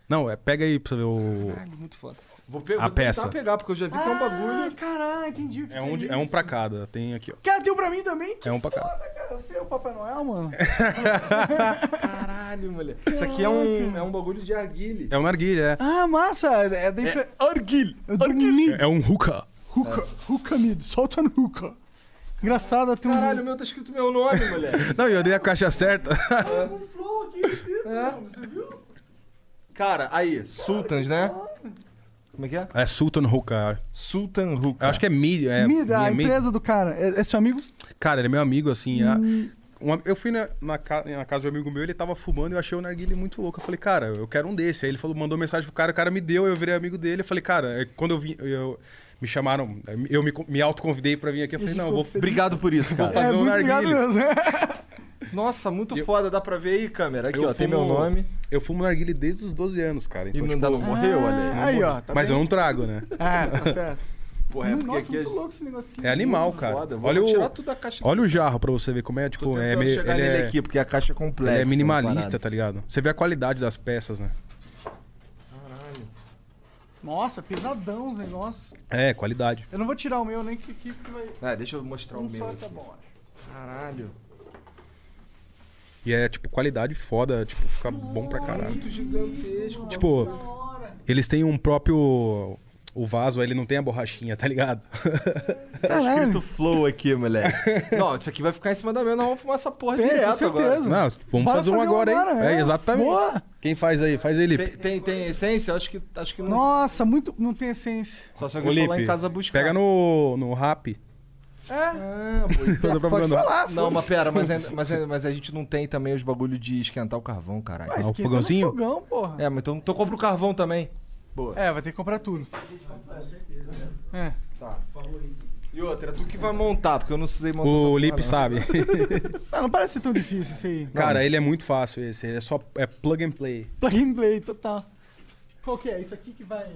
Speaker 3: Não, é, pega aí pra você ver o.
Speaker 1: Muito foda. Vou, pe-
Speaker 3: A
Speaker 1: vou
Speaker 3: peça.
Speaker 1: tentar pegar, porque eu já vi
Speaker 2: Ah,
Speaker 1: que é um bagulho.
Speaker 2: Caralho, entendi. o que
Speaker 3: É um, de- é um pra cada, tem aqui, ó.
Speaker 2: Cara, deu pra mim também? Que
Speaker 3: É um pra cá.
Speaker 2: foda, cara. Você é o Papai Noel, mano.
Speaker 1: Caralho, moleque. Isso aqui é um, é um bagulho de arguile.
Speaker 3: É um narguilha, é.
Speaker 2: Ah, massa. É da impre... Arguil.
Speaker 3: É um hookah.
Speaker 2: Hookah. Hookah, mid. Solta no hookah. Engraçado, tem um...
Speaker 1: Caralho, o meu tá escrito meu nome, moleque.
Speaker 3: Não, e eu dei a caixa certa.
Speaker 1: Cara, aí, Sultans, né? Como é que é?
Speaker 2: Ah.
Speaker 3: É Sultan Hookah.
Speaker 1: Sultan Hookah.
Speaker 3: Eu acho que é mídia. É,
Speaker 2: Mida,
Speaker 3: é
Speaker 2: Tá. a
Speaker 3: Mi-
Speaker 2: empresa do cara. É, é seu amigo?
Speaker 3: Cara, ele é meu amigo, assim. a- um am- eu fui na, na ca- na casa de um amigo meu, ele tava fumando e eu achei o narguilé muito louco. Eu falei, cara, eu quero um desse. Aí ele falou, mandou mensagem pro cara, o cara me deu, eu virei amigo dele. Eu falei, cara, é, quando eu vim, eu- me chamaram, é, eu me, co- me autoconvidei pra vir aqui. Eu falei, não, eu vou.
Speaker 1: Obrigado por isso,
Speaker 3: Vou
Speaker 1: cara.
Speaker 3: fazer um narguilé.
Speaker 1: Nossa, muito foda. Dá pra ver aí, câmera. Aqui,
Speaker 3: Eu
Speaker 1: ó, tem
Speaker 3: fumo-
Speaker 1: meu nome.
Speaker 3: Eu fumo narguilé desde os 12 anos, cara. Então,
Speaker 1: não
Speaker 3: tipo,
Speaker 1: dá- não morreu, olha aí.
Speaker 3: não
Speaker 2: Aí,
Speaker 3: morreu.
Speaker 2: ó, tá
Speaker 3: Mas eu
Speaker 2: vendo?
Speaker 3: não trago, né?
Speaker 2: Ah, tá certo.
Speaker 1: Porra, é porque
Speaker 2: Nossa,
Speaker 1: aqui é-
Speaker 2: muito louco esse negocinho.
Speaker 3: É animal,
Speaker 1: Muito
Speaker 3: cara.
Speaker 1: foda. Vou
Speaker 3: Olha
Speaker 1: tirar
Speaker 3: o,
Speaker 1: tudo da caixa.
Speaker 3: olha o jarro pra você ver como é, tipo, é
Speaker 1: Tentando
Speaker 3: meio.
Speaker 1: chegar
Speaker 3: Ele
Speaker 1: nele
Speaker 3: é,
Speaker 1: aqui, porque a caixa é complexa.
Speaker 3: ele é
Speaker 1: parada.
Speaker 3: minimalista, tá ligado? Você vê a qualidade das peças, né?
Speaker 2: Nossa, pesadão os negócios.
Speaker 3: É, qualidade.
Speaker 2: Eu não vou tirar o meu, nem que, que, que vai...
Speaker 1: Ah, deixa eu mostrar o
Speaker 2: Um
Speaker 1: meu.
Speaker 2: só
Speaker 1: aqui.
Speaker 2: tá bom, acho.
Speaker 1: Caralho.
Speaker 3: E é, tipo, qualidade foda, tipo, fica bom pra caralho.
Speaker 1: Muito gigantesco.
Speaker 3: Tipo, eles têm um próprio. O vaso, ele não tem a borrachinha, tá ligado?
Speaker 1: Tá escrito flow aqui, moleque. Não, isso aqui vai ficar em cima da mesa, nós vamos fumar essa porra
Speaker 2: Tem, com
Speaker 1: direto agora.
Speaker 2: certeza.
Speaker 3: Não, vamos
Speaker 2: Bora
Speaker 3: fazer
Speaker 2: fazer
Speaker 3: um
Speaker 2: um
Speaker 3: agora,
Speaker 2: agora,
Speaker 3: hein?
Speaker 2: é.
Speaker 3: É, exatamente.
Speaker 2: Boa.
Speaker 3: Quem faz aí? Faz aí, Lipe.
Speaker 1: Tem, tem, tem essência? Acho que, acho que não.
Speaker 2: Nossa, muito... Não tem essência.
Speaker 1: Só se
Speaker 3: Ô,
Speaker 1: alguém for lá
Speaker 3: Lipe,
Speaker 1: em casa buscar.
Speaker 3: pega no, no rap.
Speaker 2: É.
Speaker 1: Ah, boa.
Speaker 3: Fazer propaganda.
Speaker 1: Não, mas pera, mas, ainda- mas, ainda- mas a gente não tem também os bagulho de esquentar o carvão, caralho.
Speaker 2: Ué,
Speaker 3: o
Speaker 2: esquenta no
Speaker 3: fogãozinho?
Speaker 2: fogão, porra.
Speaker 1: É, mas então, então compra o carvão também. Boa.
Speaker 2: É, vai ter que comprar tudo. É.
Speaker 1: E outra, é tu que vai montar, porque eu não sei montar. essa
Speaker 3: O
Speaker 1: porra,
Speaker 3: Lipe
Speaker 1: não.
Speaker 3: sabe.
Speaker 2: Ah, Não, não parece ser tão difícil isso aí.
Speaker 3: Cara, ele é muito fácil esse. Ele é só é plug and play.
Speaker 2: Plug and play, total. Qual que é? Isso aqui que vai...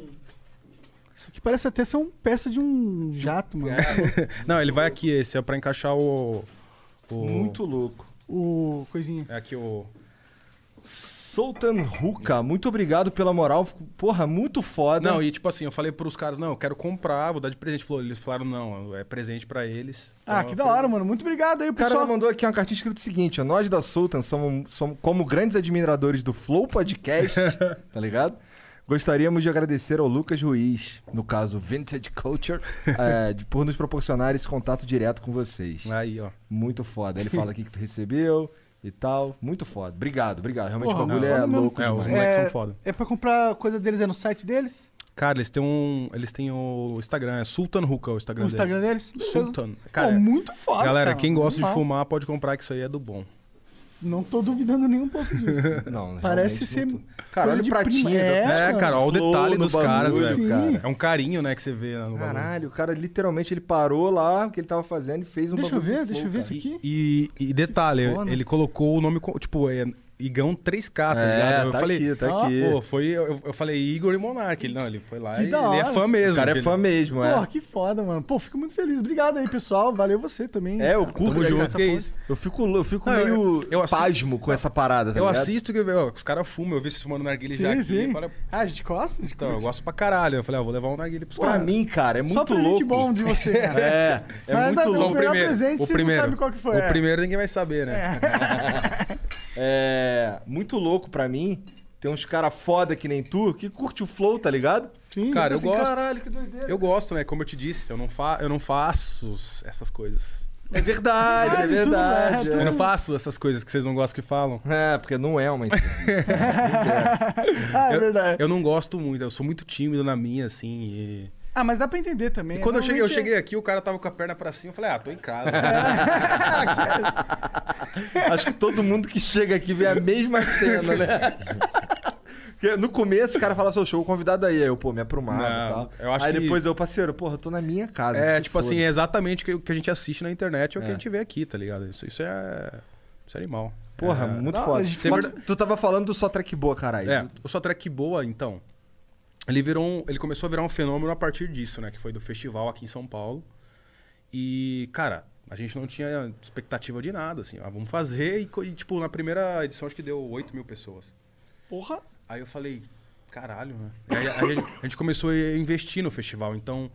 Speaker 2: Isso aqui parece até ser uma peça de um jato, mano.
Speaker 1: É.
Speaker 3: Não, ele vai aqui, esse é pra encaixar o. o-
Speaker 1: Muito louco.
Speaker 2: O coisinha.
Speaker 3: É aqui o.
Speaker 1: Sultan Huka, muito obrigado pela moral. Fico- Porra, muito foda.
Speaker 3: Não, e tipo assim, eu falei pros caras, não, eu quero comprar, vou dar de presente. Falou- Eles falaram, não, é presente pra eles.
Speaker 2: Ah,
Speaker 3: Então,
Speaker 2: que da hora, mano. Muito obrigado aí,
Speaker 1: O É cara
Speaker 2: pessoal.
Speaker 1: mandou aqui uma cartinha escrito o seguinte: ó, Nós da Sultan somos, somos como grandes admiradores do Flow Podcast, tá ligado? Gostaríamos de agradecer ao Lucas Ruiz, no caso Vintage Culture, eh, de- por nos proporcionar esse contato direto com vocês.
Speaker 2: É.
Speaker 3: Aí, ó.
Speaker 1: Muito foda. Ele fala aqui que tu recebeu e tal. Muito foda. Obrigado, obrigado. Realmente
Speaker 2: Porra,
Speaker 1: o
Speaker 3: não,
Speaker 1: bagulho é
Speaker 3: foda mesmo.
Speaker 1: louco.
Speaker 3: É, os
Speaker 1: demais.
Speaker 3: moleques são foda.
Speaker 2: É pra comprar coisa deles é no site deles?
Speaker 3: Cara, eles têm um. Eles têm o Instagram, é Sultan Hookah o Instagram
Speaker 2: no Instagram
Speaker 3: deles.
Speaker 2: deles? Beleza.
Speaker 3: Sultan. Cara,
Speaker 2: Pô, muito foda.
Speaker 3: Galera,
Speaker 2: cara.
Speaker 3: quem gosta de
Speaker 2: Animal.
Speaker 3: fumar pode comprar, que isso aí é do bom.
Speaker 2: Não tô duvidando nem um pouco disso.
Speaker 1: Não,
Speaker 2: Parece
Speaker 1: realmente
Speaker 2: ser.
Speaker 1: não tô- Cara,
Speaker 2: coisa
Speaker 1: olha o
Speaker 2: de
Speaker 1: pratinho.
Speaker 2: prima- É,
Speaker 3: É,
Speaker 2: mano.
Speaker 3: cara, olha o
Speaker 1: Flow
Speaker 3: detalhe
Speaker 1: no
Speaker 3: dos caras,
Speaker 1: bagulho,
Speaker 3: velho.
Speaker 1: cara.
Speaker 3: É um carinho, né, que você vê lá no bagulho.
Speaker 1: Caralho, o cara literalmente ele parou lá o que ele tava fazendo e fez um
Speaker 2: Deixa eu
Speaker 3: é
Speaker 1: bagulho
Speaker 2: ver,
Speaker 1: do
Speaker 2: deixa eu
Speaker 1: Flow,
Speaker 2: ver
Speaker 1: cara.
Speaker 2: isso aqui.
Speaker 3: E, e detalhe,
Speaker 2: Que foda.
Speaker 3: ele colocou o nome. co- Tipo, é, Igão 3K, tá
Speaker 1: É,
Speaker 3: ligado? Eu
Speaker 1: tá
Speaker 3: falei,
Speaker 1: aqui, tá
Speaker 3: "Ó,
Speaker 1: aqui."
Speaker 3: pô, foi, eu, eu falei Igor e Monark. Ele, não, ele foi lá
Speaker 2: Que
Speaker 3: e
Speaker 2: da
Speaker 3: ele é
Speaker 2: hora.
Speaker 3: fã mesmo.
Speaker 1: O cara é
Speaker 3: ele-
Speaker 1: fã mesmo, é.
Speaker 2: Porra, que foda, mano. Pô, fico muito feliz. Obrigado aí, pessoal. Valeu você também.
Speaker 1: É, eu
Speaker 2: cara.
Speaker 1: curto
Speaker 2: Tamo
Speaker 1: né,
Speaker 2: junto,
Speaker 1: cara?
Speaker 2: essa
Speaker 1: Que
Speaker 2: porra.
Speaker 1: isso? Eu fico, eu fico
Speaker 3: Não, eu-
Speaker 1: meio
Speaker 3: eu assisto-
Speaker 1: pasmo com essa parada, tá
Speaker 3: eu
Speaker 1: ligado?
Speaker 3: assisto que ó, os caras fumam. Eu vi vocês fumando narguilha já
Speaker 2: Sim,
Speaker 3: aqui.
Speaker 2: sim.
Speaker 3: Eu falei,
Speaker 2: Ah, a gente gosta? A gente
Speaker 3: então, eu
Speaker 2: curte.
Speaker 3: gosto pra caralho. Eu falei, ah, vou levar um narguilha pros
Speaker 1: Pra
Speaker 3: caras.
Speaker 1: mim, cara, é muito
Speaker 2: pra gente
Speaker 1: louco.
Speaker 2: bom de você, cara.
Speaker 1: É, é
Speaker 2: Mas ainda
Speaker 3: tá-
Speaker 1: muito
Speaker 2: bem,
Speaker 1: louco.
Speaker 2: o melhor presente, vocês não sabem qual que foi,
Speaker 3: O
Speaker 2: é.
Speaker 3: primeiro ninguém vai saber, né?
Speaker 1: É muito louco pra mim. Tem uns cara foda que nem tu, que curte o flow, tá ligado?
Speaker 2: Sim, tipo
Speaker 3: Cara, eu
Speaker 1: assim,
Speaker 3: gosto.
Speaker 1: Caralho, que doideira.
Speaker 3: Eu gosto, né? Como eu te disse, eu não, fa eu não faço essas coisas.
Speaker 1: É verdade, é
Speaker 2: Verdade, tudo é,
Speaker 1: verdade.
Speaker 2: tudo
Speaker 3: Eu
Speaker 1: é.
Speaker 3: não faço essas coisas que vocês não gostam que falam.
Speaker 1: É, porque não é uma.
Speaker 2: Ah, é
Speaker 3: Eu-
Speaker 2: verdade.
Speaker 3: Eu não gosto muito, eu sou muito tímido na minha, assim. E...
Speaker 2: Ah, mas dá pra entender também.
Speaker 3: E quando eu cheguei, eu
Speaker 2: Normalmente é-
Speaker 3: cheguei aqui, o cara tava com a perna pra cima, eu falei, ah, tô em casa. né?
Speaker 1: Acho que todo mundo que chega aqui vê a mesma cena, né? Porque no começo o cara fala, seu show, convidado aí. Aí eu, pô, me aprumado e
Speaker 3: Não,
Speaker 1: tal.
Speaker 3: eu acho
Speaker 1: aí
Speaker 3: que-
Speaker 1: depois eu, parceiro, porra, eu tô na minha casa. que
Speaker 3: é,
Speaker 1: se
Speaker 3: tipo assim,
Speaker 1: foda.
Speaker 3: é exatamente o que- o que a gente assiste na internet, é o que
Speaker 1: É.
Speaker 3: a gente vê aqui, tá ligado? Isso, isso é. Isso é animal.
Speaker 1: Porra,
Speaker 3: é...
Speaker 1: muito
Speaker 2: Não, a
Speaker 1: foda.
Speaker 2: gente
Speaker 1: Mas
Speaker 3: fica-
Speaker 1: tu, tu tava falando do só track boa, caralho.
Speaker 3: É, o Só Track Boa, então, ele virou um- ele começou a virar um fenômeno a partir disso, né? Que foi do festival aqui em São Paulo. E, cara, a gente não tinha expectativa de nada, assim. Ah, vamos fazer. E, co- e, tipo, na primeira edição acho que deu 8 mil pessoas.
Speaker 2: Porra.
Speaker 3: Aí eu falei, caralho, né? E aí, aí a, gente, a gente começou a investir no festival, então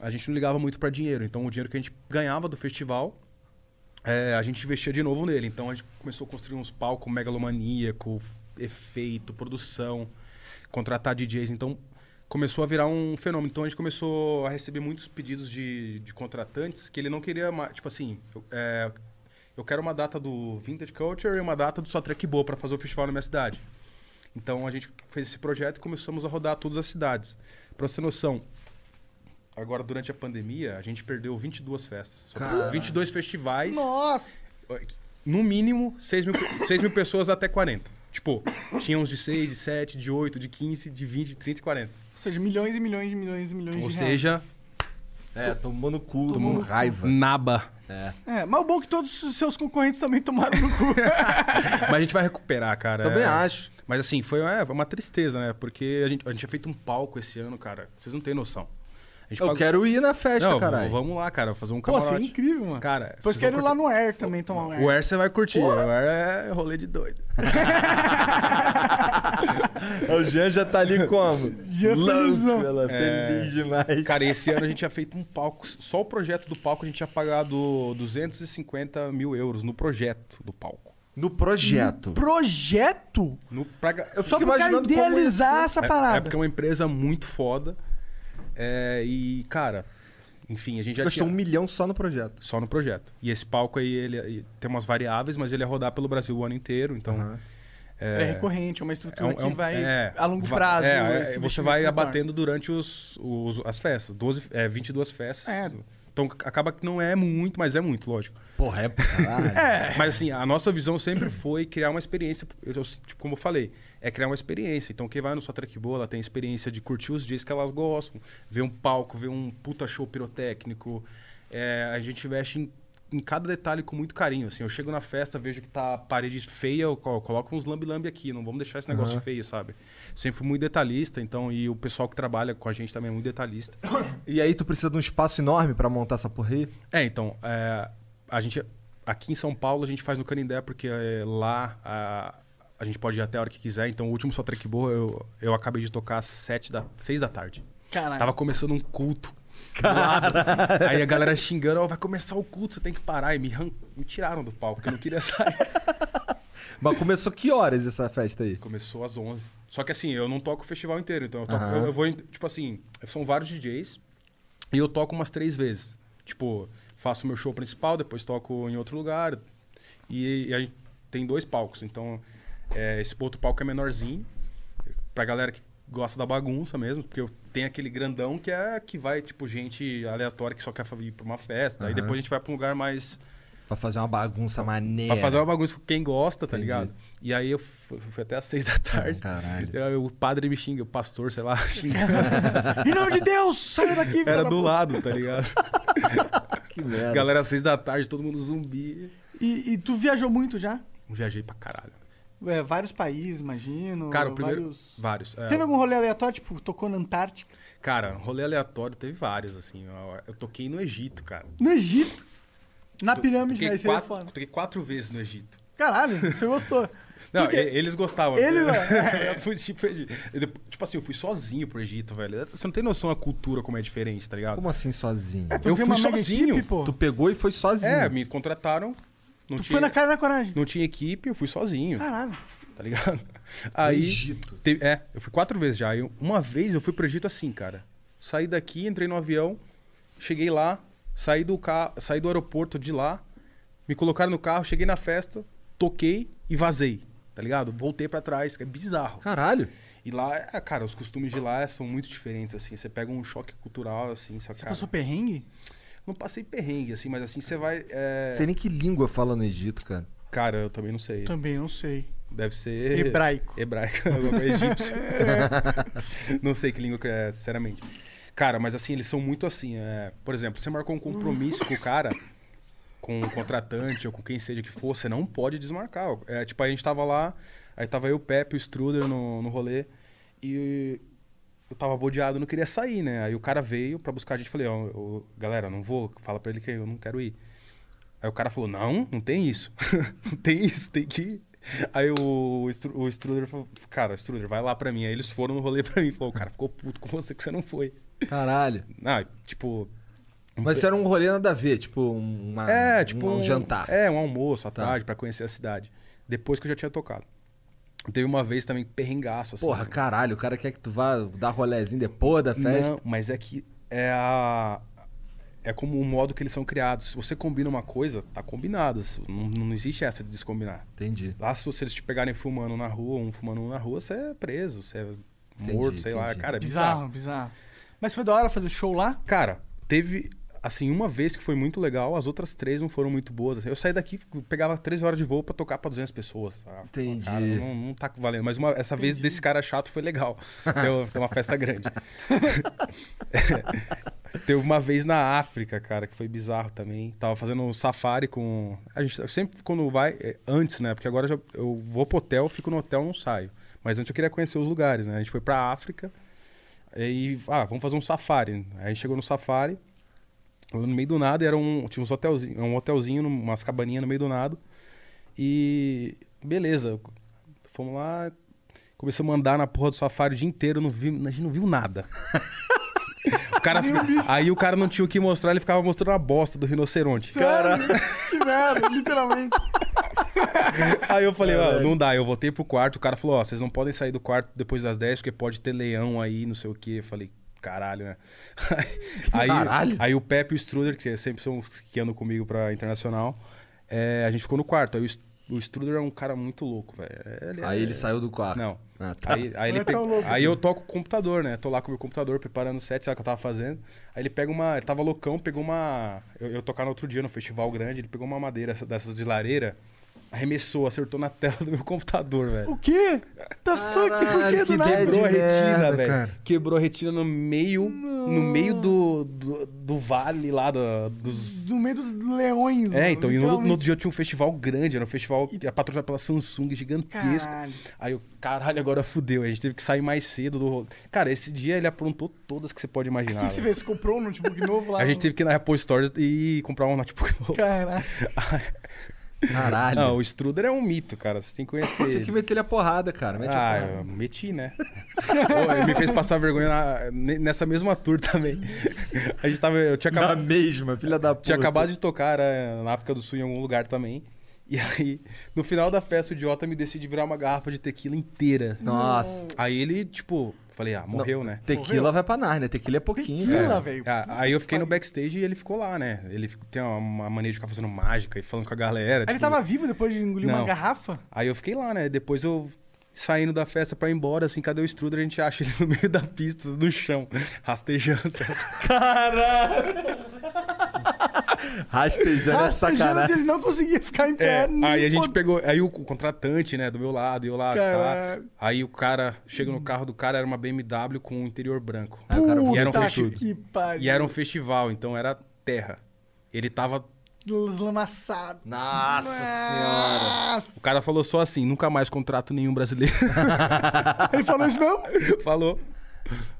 Speaker 3: a gente não ligava muito pra dinheiro. Então o dinheiro que a gente ganhava do festival, é, a gente investia de novo nele. Então a gente começou a construir uns palcos megalomaníaco, efeito, produção, contratar DJs. Então começou a virar um fenômeno. Então a gente começou a receber muitos pedidos de, de contratantes que ele não queria mais. Tipo assim, eu- é, eu quero uma data do Vintage Culture e uma data do Só Track Boa pra fazer o festival na minha cidade. Então a gente fez esse projeto e começamos a rodar todas as cidades. Pra você ter noção, agora durante a pandemia, a gente perdeu 22 festas.
Speaker 1: Caralho.
Speaker 3: 22 festivais.
Speaker 2: Nossa.
Speaker 3: No mínimo, 6 mil, pe- 6 mil pessoas até 40. Tipo, tinha uns de 6, de 7, de 8, de 15, de 20, de 30 e 40.
Speaker 2: Ou seja, milhões e milhões e milhões e milhões
Speaker 3: Ou
Speaker 2: de
Speaker 3: seja,
Speaker 1: É, tomou no cu, tomou raiva.
Speaker 3: naba.
Speaker 2: reais. É, mas o bom é que todos os seus concorrentes também tomaram no cu.
Speaker 3: Mas a gente vai recuperar, cara.
Speaker 1: Também
Speaker 3: É.
Speaker 1: acho.
Speaker 3: Mas assim, foi é, foi uma tristeza, né? Porque a gente, a gente tinha feito um palco esse ano, cara. Vocês não têm noção. A gente
Speaker 1: Eu
Speaker 3: pagou-
Speaker 1: quero ir na festa,
Speaker 3: Não,
Speaker 1: caralho.
Speaker 3: Vamos lá, cara, fazer um
Speaker 2: Pô, isso é
Speaker 3: camarote.
Speaker 2: incrível, mano.
Speaker 3: Cara,
Speaker 2: Depois
Speaker 3: vocês
Speaker 2: quero ir
Speaker 3: vão
Speaker 2: lá no Air também tomar um
Speaker 3: curtir.
Speaker 2: Air.
Speaker 3: O Air você vai curtir. O Air é rolê de doido.
Speaker 1: O Jean já tá ali como?
Speaker 2: Jean felizão.
Speaker 1: ela
Speaker 3: É.
Speaker 1: feliz demais.
Speaker 3: Cara, esse ano a gente tinha feito um palco. Só o projeto do palco a gente tinha pagado 250 mil euros no projeto do palco.
Speaker 1: No projeto.
Speaker 2: Projeto?
Speaker 3: No, pra, ga-
Speaker 1: Eu
Speaker 2: Só
Speaker 1: fico
Speaker 2: pra cara
Speaker 1: imaginando como
Speaker 2: idealizar
Speaker 1: ia
Speaker 2: essa
Speaker 3: É-
Speaker 2: parada.
Speaker 3: É, porque é uma empresa muito foda. É, e, cara, enfim, a gente já
Speaker 1: Gastou um
Speaker 3: tinha...
Speaker 1: milhão só no projeto.
Speaker 3: Só no projeto. E esse palco aí, ele, ele tem umas variáveis, mas ele ia rodar pelo Brasil o ano inteiro, então...
Speaker 2: É recorrente, é uma
Speaker 3: é um-
Speaker 2: estrutura
Speaker 3: é um-
Speaker 2: que vai
Speaker 3: é,
Speaker 2: a longo
Speaker 3: va-
Speaker 2: prazo.
Speaker 3: é, é,
Speaker 2: esse
Speaker 3: você
Speaker 2: investimento
Speaker 3: vai
Speaker 2: enorme.
Speaker 3: abatendo durante os, os- as festas. 12, é, 22 festas.
Speaker 2: É.
Speaker 3: Então c- acaba que não é muito, mas é muito, lógico.
Speaker 1: Porra, é pra caralho.
Speaker 3: Mas assim, a nossa visão sempre foi criar uma experiência. Eu, eu- tipo, como eu falei, é criar uma experiência. Então quem vai no sua track boa, ela tem a experiência de curtir os dias que elas gostam, ver um palco, ver um puta show pirotécnico. É, a gente investe em, em cada detalhe com muito carinho. Assim, eu chego na festa, vejo que tá a parede feia, eu co- coloco uns lambe-lambe aqui, não vamos deixar esse negócio feio, sabe? Sempre fui muito detalhista, então, e o pessoal que trabalha com a gente também é muito detalhista.
Speaker 1: E aí tu precisa de um espaço enorme pra montar essa porra aí?
Speaker 3: É, então, é, a gente aqui em São Paulo a gente faz no Canindé porque é, lá a, a gente pode ir até a hora que quiser. Então, o último só track boa eu, eu acabei de tocar às sete da seis da tarde.
Speaker 2: Caralho.
Speaker 3: Tava começando um culto. do lado. Aí a galera xingando, ó, vai começar o culto, você tem que parar. E me, arran- me tiraram do palco, porque eu não queria sair.
Speaker 1: Mas começou que horas essa festa aí?
Speaker 3: Começou às 11. Só que assim, eu não toco o festival inteiro, então eu toco.
Speaker 1: Aham.
Speaker 3: Eu, eu vou. em- Tipo assim, são vários DJs e eu toco umas três vezes. Tipo, faço meu show principal, depois toco em outro lugar. E, e aí tem dois palcos. Então, é, esse outro palco é menorzinho. Pra galera que gosta da bagunça mesmo, porque eu- tem aquele grandão que é que vai, tipo, gente aleatória que só quer fa- ir pra uma festa. Aí depois a gente vai pra um lugar mais.
Speaker 1: Pra fazer uma bagunça maneira.
Speaker 3: Pra fazer uma bagunça com quem gosta, tá
Speaker 1: É. Entendi.
Speaker 3: ligado? E aí eu fui, fui até às seis da tarde.
Speaker 1: caralho.
Speaker 3: E aí o padre me xinga, o pastor, sei lá, xinga.
Speaker 2: Em nome de Deus, saia daqui, filha
Speaker 3: Era
Speaker 2: da
Speaker 3: do
Speaker 2: puta.
Speaker 3: lado, tá ligado?
Speaker 1: Que merda.
Speaker 3: Galera, às seis da tarde, todo mundo zumbi.
Speaker 2: E, e tu viajou muito já?
Speaker 3: Viajei pra caralho.
Speaker 2: é, vários países, imagino.
Speaker 3: Cara, o primeiro.
Speaker 2: Hum, vários-
Speaker 3: Vários. é.
Speaker 2: Teve algum rolê aleatório, tipo, tocou na Antártica?
Speaker 3: Cara, rolê aleatório teve vários, assim. Eu, eu toquei no Egito, cara.
Speaker 2: No Egito? Na
Speaker 3: To-
Speaker 2: pirâmide,
Speaker 3: toquei
Speaker 2: né? Isso aí é
Speaker 3: quatro,
Speaker 2: foda.
Speaker 3: toquei quatro vezes no Egito.
Speaker 2: Caralho, você gostou.
Speaker 3: Não,
Speaker 2: Por quê?
Speaker 3: e- eles gostavam. né?
Speaker 2: Ele,
Speaker 3: eu fui, tipo, eu- eu- tipo assim, eu fui sozinho pro Egito, velho. Você não tem noção a cultura como é diferente, tá ligado?
Speaker 1: Como assim sozinho?
Speaker 3: É, tu Eu fui uma mega sozinho. equipe, pô.
Speaker 1: Tu pegou e foi sozinho.
Speaker 3: É, me contrataram. Não
Speaker 2: Tu foi na cara e na coragem.
Speaker 3: Não tinha equipe, eu fui sozinho.
Speaker 2: Caralho.
Speaker 3: Tá ligado? Aí.
Speaker 1: Egito.
Speaker 3: teve- é, eu fui quatro vezes já. Aí uma vez eu fui pro Egito assim, cara. Saí daqui, entrei no avião, cheguei lá, saí do, ca... saí do aeroporto de lá, me colocaram no carro, cheguei na festa, toquei e vazei. Tá ligado? Voltei pra trás, que é bizarro.
Speaker 1: Caralho.
Speaker 3: E lá, é, cara, os costumes de lá são muito diferentes, assim. Você pega um choque cultural, assim. Você
Speaker 2: passou perrengue?
Speaker 3: Não passei perrengue, assim, mas assim, você vai. é,
Speaker 1: Sei nem que língua fala no Egito, cara.
Speaker 3: Cara, eu também não sei.
Speaker 2: Também não sei.
Speaker 3: Deve ser.
Speaker 2: Hebraico.
Speaker 3: Hebraico. alguma coisa egípcio. não sei que língua que é, sinceramente. Cara, mas assim, eles são muito assim. é, Por exemplo, você marcou um compromisso com o cara, com o contratante ou com quem seja que for, você não pode desmarcar. É, tipo, a gente tava lá, aí tava eu, o Pepe, o Struder no, no rolê, e eu tava bodeado, não queria sair, né? Aí o cara veio pra buscar a gente e falei, ó, eu- galera, eu não vou, fala pra ele que eu não quero ir. Aí o cara falou, não, não tem isso. não tem isso, tem que ir. Aí o, Stru- o Struder falou, cara, Struder, vai lá pra mim. Aí eles foram no rolê pra mim. Falou, o cara ficou puto com você que você não foi.
Speaker 1: Caralho.
Speaker 3: Não, tipo...
Speaker 1: Mas isso era um rolê nada a ver, tipo uma,
Speaker 3: é, tipo
Speaker 1: um, jantar.
Speaker 3: É, um almoço à
Speaker 1: Tá.
Speaker 3: tarde pra conhecer a cidade. Depois que eu já tinha tocado. Teve uma vez também, perrengaço, assim.
Speaker 1: Porra, caralho, o cara quer que tu vá dar rolezinho depois da festa.
Speaker 3: Não, mas é que é a. É como o modo que eles são criados. Se você combina uma coisa, tá combinado. Se- Não, não existe essa de descombinar.
Speaker 1: Entendi.
Speaker 3: Lá, se vocês te pegarem fumando na rua, um fumando na rua, você é preso, você é morto, sei lá. Cara, é
Speaker 2: bizarro, bizarro. Mas foi da hora fazer o show lá?
Speaker 3: Cara, teve, assim, uma vez que foi muito legal, as outras três não foram muito boas. assim. Eu saí daqui, pegava três horas de voo pra tocar pra 200 pessoas. Ah,
Speaker 1: Entendi.
Speaker 3: Cara, não, não tá valendo. Mas uma- essa vez desse cara chato foi legal. Deu, deu uma festa grande. Teve uma vez na África, cara, que foi bizarro também. Tava fazendo um safari com. A gente sempre quando vai. é, Antes, né? Porque agora já- eu vou pro hotel, fico no hotel, não saio. Mas antes eu queria conhecer os lugares, né? A gente foi pra África. E. Ah, vamos fazer um safari. Aí a gente chegou no safari. No meio do nada, era um. Tinha uns hotelzinho, um hotelzinho, umas cabaninhas no meio do nada. E. Beleza. Fomos lá. Começamos a andar na porra do safari o dia inteiro, não vi, a gente não viu nada. O cara fica- Aí o cara não tinha o que mostrar, ele ficava mostrando a bosta do rinoceronte.
Speaker 2: que merda, literalmente.
Speaker 3: Aí eu falei, ó,
Speaker 2: Caralho.
Speaker 3: não dá. Eu voltei pro quarto, o cara falou, ó, vocês não podem sair do quarto depois das 10, porque pode ter leão aí, não sei o quê. Eu falei, caralho, né? Aí,
Speaker 1: Caralho.
Speaker 3: aí o Pepe e o Struder, que sempre são os que andam comigo pra internacional, é, a gente ficou no quarto. Aí o, Str- o Struder é um cara muito louco, velho. É,
Speaker 1: Aí ele saiu do quarto.
Speaker 3: Não.
Speaker 1: Ah, tá.
Speaker 3: Aí, aí
Speaker 1: Não
Speaker 3: ele
Speaker 1: é
Speaker 3: pe-
Speaker 1: tão louco
Speaker 3: aí
Speaker 1: assim.
Speaker 3: eu toco o computador, né? Tô lá com o meu computador preparando o set, sabe o que eu tava fazendo. Aí ele pega uma. Ele tava loucão, pegou uma. Eu, eu tocar no outro dia no festival grande, ele pegou uma madeira essa- dessas de lareira, arremessou, acertou na tela do meu computador, velho.
Speaker 2: O quê? Tá fuck, por quê do nada?
Speaker 3: Quebrou a retina, velho. Quebrou a retina no meio. No meio do, do, do vale lá da- dos.
Speaker 2: No meio dos leões,
Speaker 3: É,
Speaker 2: mano,
Speaker 3: então, e no, no
Speaker 2: literalmente.
Speaker 3: outro dia eu tinha um festival grande, era um festival patrocinado pela Samsung, gigantesco.
Speaker 2: Caralho.
Speaker 3: Aí eu, caralho, agora fudeu. A gente teve que sair mais cedo do rolê. Cara, esse dia ele aprontou todas que você pode
Speaker 2: O
Speaker 3: imaginar.
Speaker 2: que, que você
Speaker 3: velho.
Speaker 2: fez? Você comprou um notebook novo lá?
Speaker 3: A gente teve que ir na Apple Store e comprar um notebook novo.
Speaker 2: Caralho.
Speaker 1: Caralho.
Speaker 3: Não, o Struder é um mito, cara. Você tem que conhecer.
Speaker 1: Tinha
Speaker 3: ele.
Speaker 1: que meter ele a porrada, cara. Mete
Speaker 3: ah,
Speaker 1: a porrada.
Speaker 3: eu meti, né? Ô, ele me fez passar vergonha na- ne- nessa mesma tour
Speaker 2: Uhum.
Speaker 3: também. A gente tava. Eu tinha acabado,
Speaker 1: mesma, filha da
Speaker 3: Tinha
Speaker 1: puta.
Speaker 3: acabado de tocar era na África do Sul em algum lugar também. E aí, no final da festa, o idiota me decide virar uma garrafa de tequila inteira.
Speaker 1: Nossa.
Speaker 3: Aí ele, tipo, falei, ah, morreu,
Speaker 1: Não,
Speaker 3: né?
Speaker 1: Tequila vai pra Nárnia, tequila é pouquinho. cara.
Speaker 3: Ah, aí eu fiquei no backstage e ele ficou lá, né? Ele fica- tem uma- uma mania de ficar fazendo mágica e falando com a galera.
Speaker 2: Aí ele
Speaker 3: tipo,
Speaker 2: tava vivo depois de engolir uma
Speaker 3: Não.
Speaker 2: garrafa?
Speaker 3: Aí eu fiquei lá, né? Depois eu saindo da festa pra ir embora, assim, cadê o Struder? A gente acha ele no meio da pista, no chão, rastejando.
Speaker 2: Caralho!
Speaker 1: Rastejando é
Speaker 2: Rastejando,
Speaker 1: sacanagem.
Speaker 2: ele não conseguia ficar em pé.
Speaker 3: É,
Speaker 2: nem
Speaker 3: aí a gente
Speaker 2: pod-
Speaker 3: pegou, aí o contratante, né, do meu lado, eu lá, tá,
Speaker 2: Caralho.
Speaker 3: aí o cara, chega no carro do cara, era uma BMW com um interior branco.
Speaker 1: Ah,
Speaker 2: Puta
Speaker 3: e era um, festi-
Speaker 2: que pariu.
Speaker 3: e era um festival, então era terra. Ele tava é
Speaker 2: Lamaçado.
Speaker 1: Nossa
Speaker 2: senhora.
Speaker 3: O cara falou só assim, nunca mais contrato nenhum brasileiro.
Speaker 2: Ele falou isso não?
Speaker 3: falou.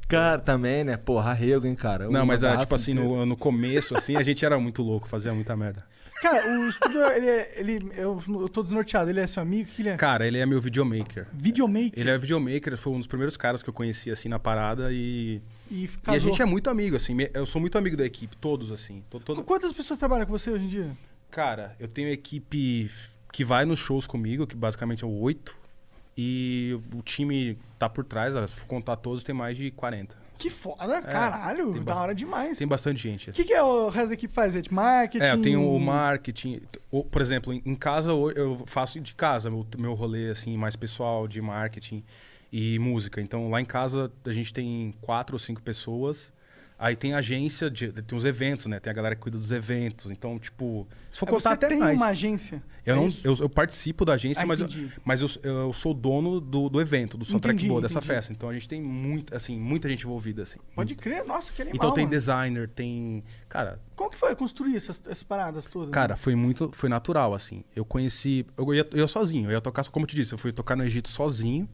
Speaker 1: Cara, também, né? Porra, rego, hein, cara. Um
Speaker 3: Não,
Speaker 1: Uma
Speaker 3: mas ah,
Speaker 1: garrafa
Speaker 3: tipo assim,
Speaker 1: inteira.
Speaker 3: no, no começo, assim, a gente era muito louco, fazia muita merda.
Speaker 2: Cara, o estudo, ele é. Ele, eu, eu tô desnorteado. Ele é seu amigo? O que ele é?
Speaker 3: Cara, ele é meu videomaker.
Speaker 2: Videomaker?
Speaker 3: Ele é videomaker, foi um dos primeiros caras que eu conheci, assim, na parada e...
Speaker 2: E,
Speaker 3: E a
Speaker 2: casou.
Speaker 3: gente é muito amigo, assim, me- eu sou muito amigo da equipe, todos, assim. to- todo...
Speaker 2: Quantas pessoas trabalham com você hoje em dia?
Speaker 3: Cara, eu tenho equipe f- que vai nos shows comigo, que basicamente é o oito, e o time tá por trás, ah, se for contar todos, tem mais de 40.
Speaker 2: Que foda,
Speaker 3: É,
Speaker 2: caralho.
Speaker 3: tem
Speaker 2: Da
Speaker 3: bast-
Speaker 2: hora demais.
Speaker 3: Tem bastante gente. assim.
Speaker 2: O que, que é o resto da equipe faz? É de marketing?
Speaker 3: É, eu tenho o marketing. o- Por exemplo, em em casa ho- eu faço de casa meu, meu rolê assim mais pessoal de marketing e música. Então lá em casa a gente tem quatro ou cinco pessoas. Aí tem agência, de, tem os eventos, né? Tem a galera que cuida dos eventos. Então, tipo, se for
Speaker 2: É,
Speaker 3: contar
Speaker 2: você
Speaker 3: até
Speaker 2: tem
Speaker 3: mais.
Speaker 2: uma agência?
Speaker 3: Eu,
Speaker 2: É
Speaker 3: não,
Speaker 2: isso?
Speaker 3: eu, eu participo da agência,
Speaker 2: Ah,
Speaker 3: mas, eu,
Speaker 2: entendi.
Speaker 3: mas eu, eu sou dono do, do evento, do soundtrack
Speaker 2: Entendi,
Speaker 3: boa dessa
Speaker 2: entendi.
Speaker 3: festa. Então a gente tem muito, assim, muita gente envolvida, assim.
Speaker 2: Pode crer, nossa, que animal.
Speaker 3: então tem
Speaker 2: mano.
Speaker 3: designer, tem. Cara,
Speaker 2: Como que foi construir essas, essas paradas todas?
Speaker 3: Cara, foi muito. Foi natural, assim. Eu conheci. Eu ia, eu ia sozinho, eu ia tocar, como eu te disse, eu fui tocar no Egito sozinho.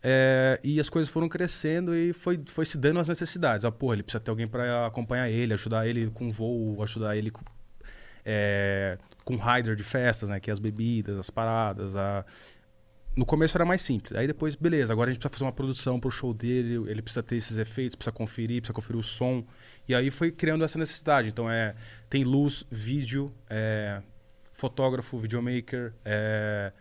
Speaker 3: É, e as coisas foram crescendo e foi, foi se dando as necessidades. Ah, porra, ele precisa ter alguém pra acompanhar ele, ajudar ele com voo, ajudar ele com, é, com rider de festas, né? Que é as bebidas, as paradas. A... No começo era mais simples. Aí depois, beleza, agora a gente precisa fazer uma produção pro show dele, ele precisa ter esses efeitos, precisa conferir, precisa conferir o som. E aí foi criando essa necessidade. Então é. Tem luz, vídeo, é, fotógrafo, videomaker, é,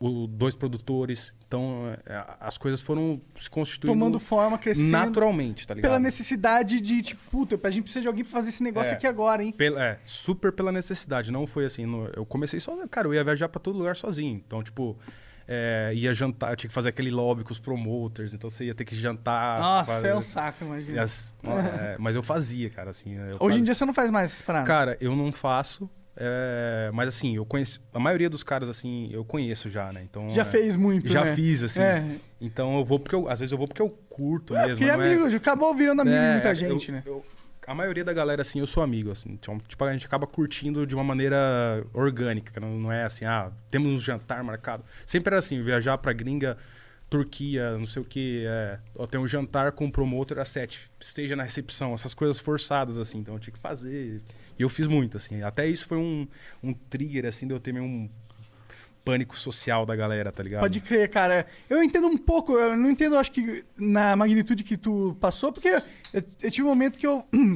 Speaker 3: o, dois produtores. Então é, as coisas foram se constituindo.
Speaker 2: Tomando forma, crescendo.
Speaker 3: Naturalmente, tá ligado?
Speaker 2: Pela necessidade de, tipo, puta, a gente precisa de alguém pra fazer esse negócio
Speaker 3: É.
Speaker 2: aqui agora, hein?
Speaker 3: Pela- é, super pela necessidade. Não foi assim. no- eu comecei só. Cara, eu ia viajar pra todo lugar sozinho. Então, tipo. é, ia jantar, eu tinha que fazer aquele lobby com os promoters, então você ia ter que jantar.
Speaker 2: Nossa,
Speaker 3: fazer-
Speaker 2: é um saco, imagina.
Speaker 3: As- é, mas eu fazia, cara, assim.
Speaker 2: Hoje
Speaker 3: eu
Speaker 2: em
Speaker 3: fazia.
Speaker 2: dia você não faz mais essas paradas.
Speaker 3: Cara, eu não faço. é, mas assim, eu conheço. A maioria dos caras, assim, eu conheço já, né? Então,
Speaker 2: Já
Speaker 3: é,
Speaker 2: fez muito,
Speaker 3: Já
Speaker 2: né?
Speaker 3: fiz, assim.
Speaker 2: É.
Speaker 3: Então eu vou porque eu. Às vezes eu vou porque eu curto mesmo.
Speaker 2: Porque
Speaker 3: não é-
Speaker 2: amigo, acabou virando amigo de
Speaker 3: É,
Speaker 2: muita
Speaker 3: eu-
Speaker 2: gente, né?
Speaker 3: a maioria da galera, assim, eu sou amigo, assim. Então, tipo, a gente acaba curtindo de uma maneira orgânica. Não, não é assim, ah, temos um jantar marcado. Sempre era assim, viajar pra gringa, Turquia, não sei o que. É, ó, tem um jantar com o promotor às sete. Esteja na recepção. Essas coisas forçadas, assim. Então, eu tinha que fazer. E eu fiz muito, assim. Até isso foi um, um trigger, assim, de eu ter meio um pânico social da galera, tá ligado?
Speaker 2: Pode crer, cara. Eu entendo um pouco, eu não entendo, acho que na magnitude que tu passou, porque eu, eu tive um momento que eu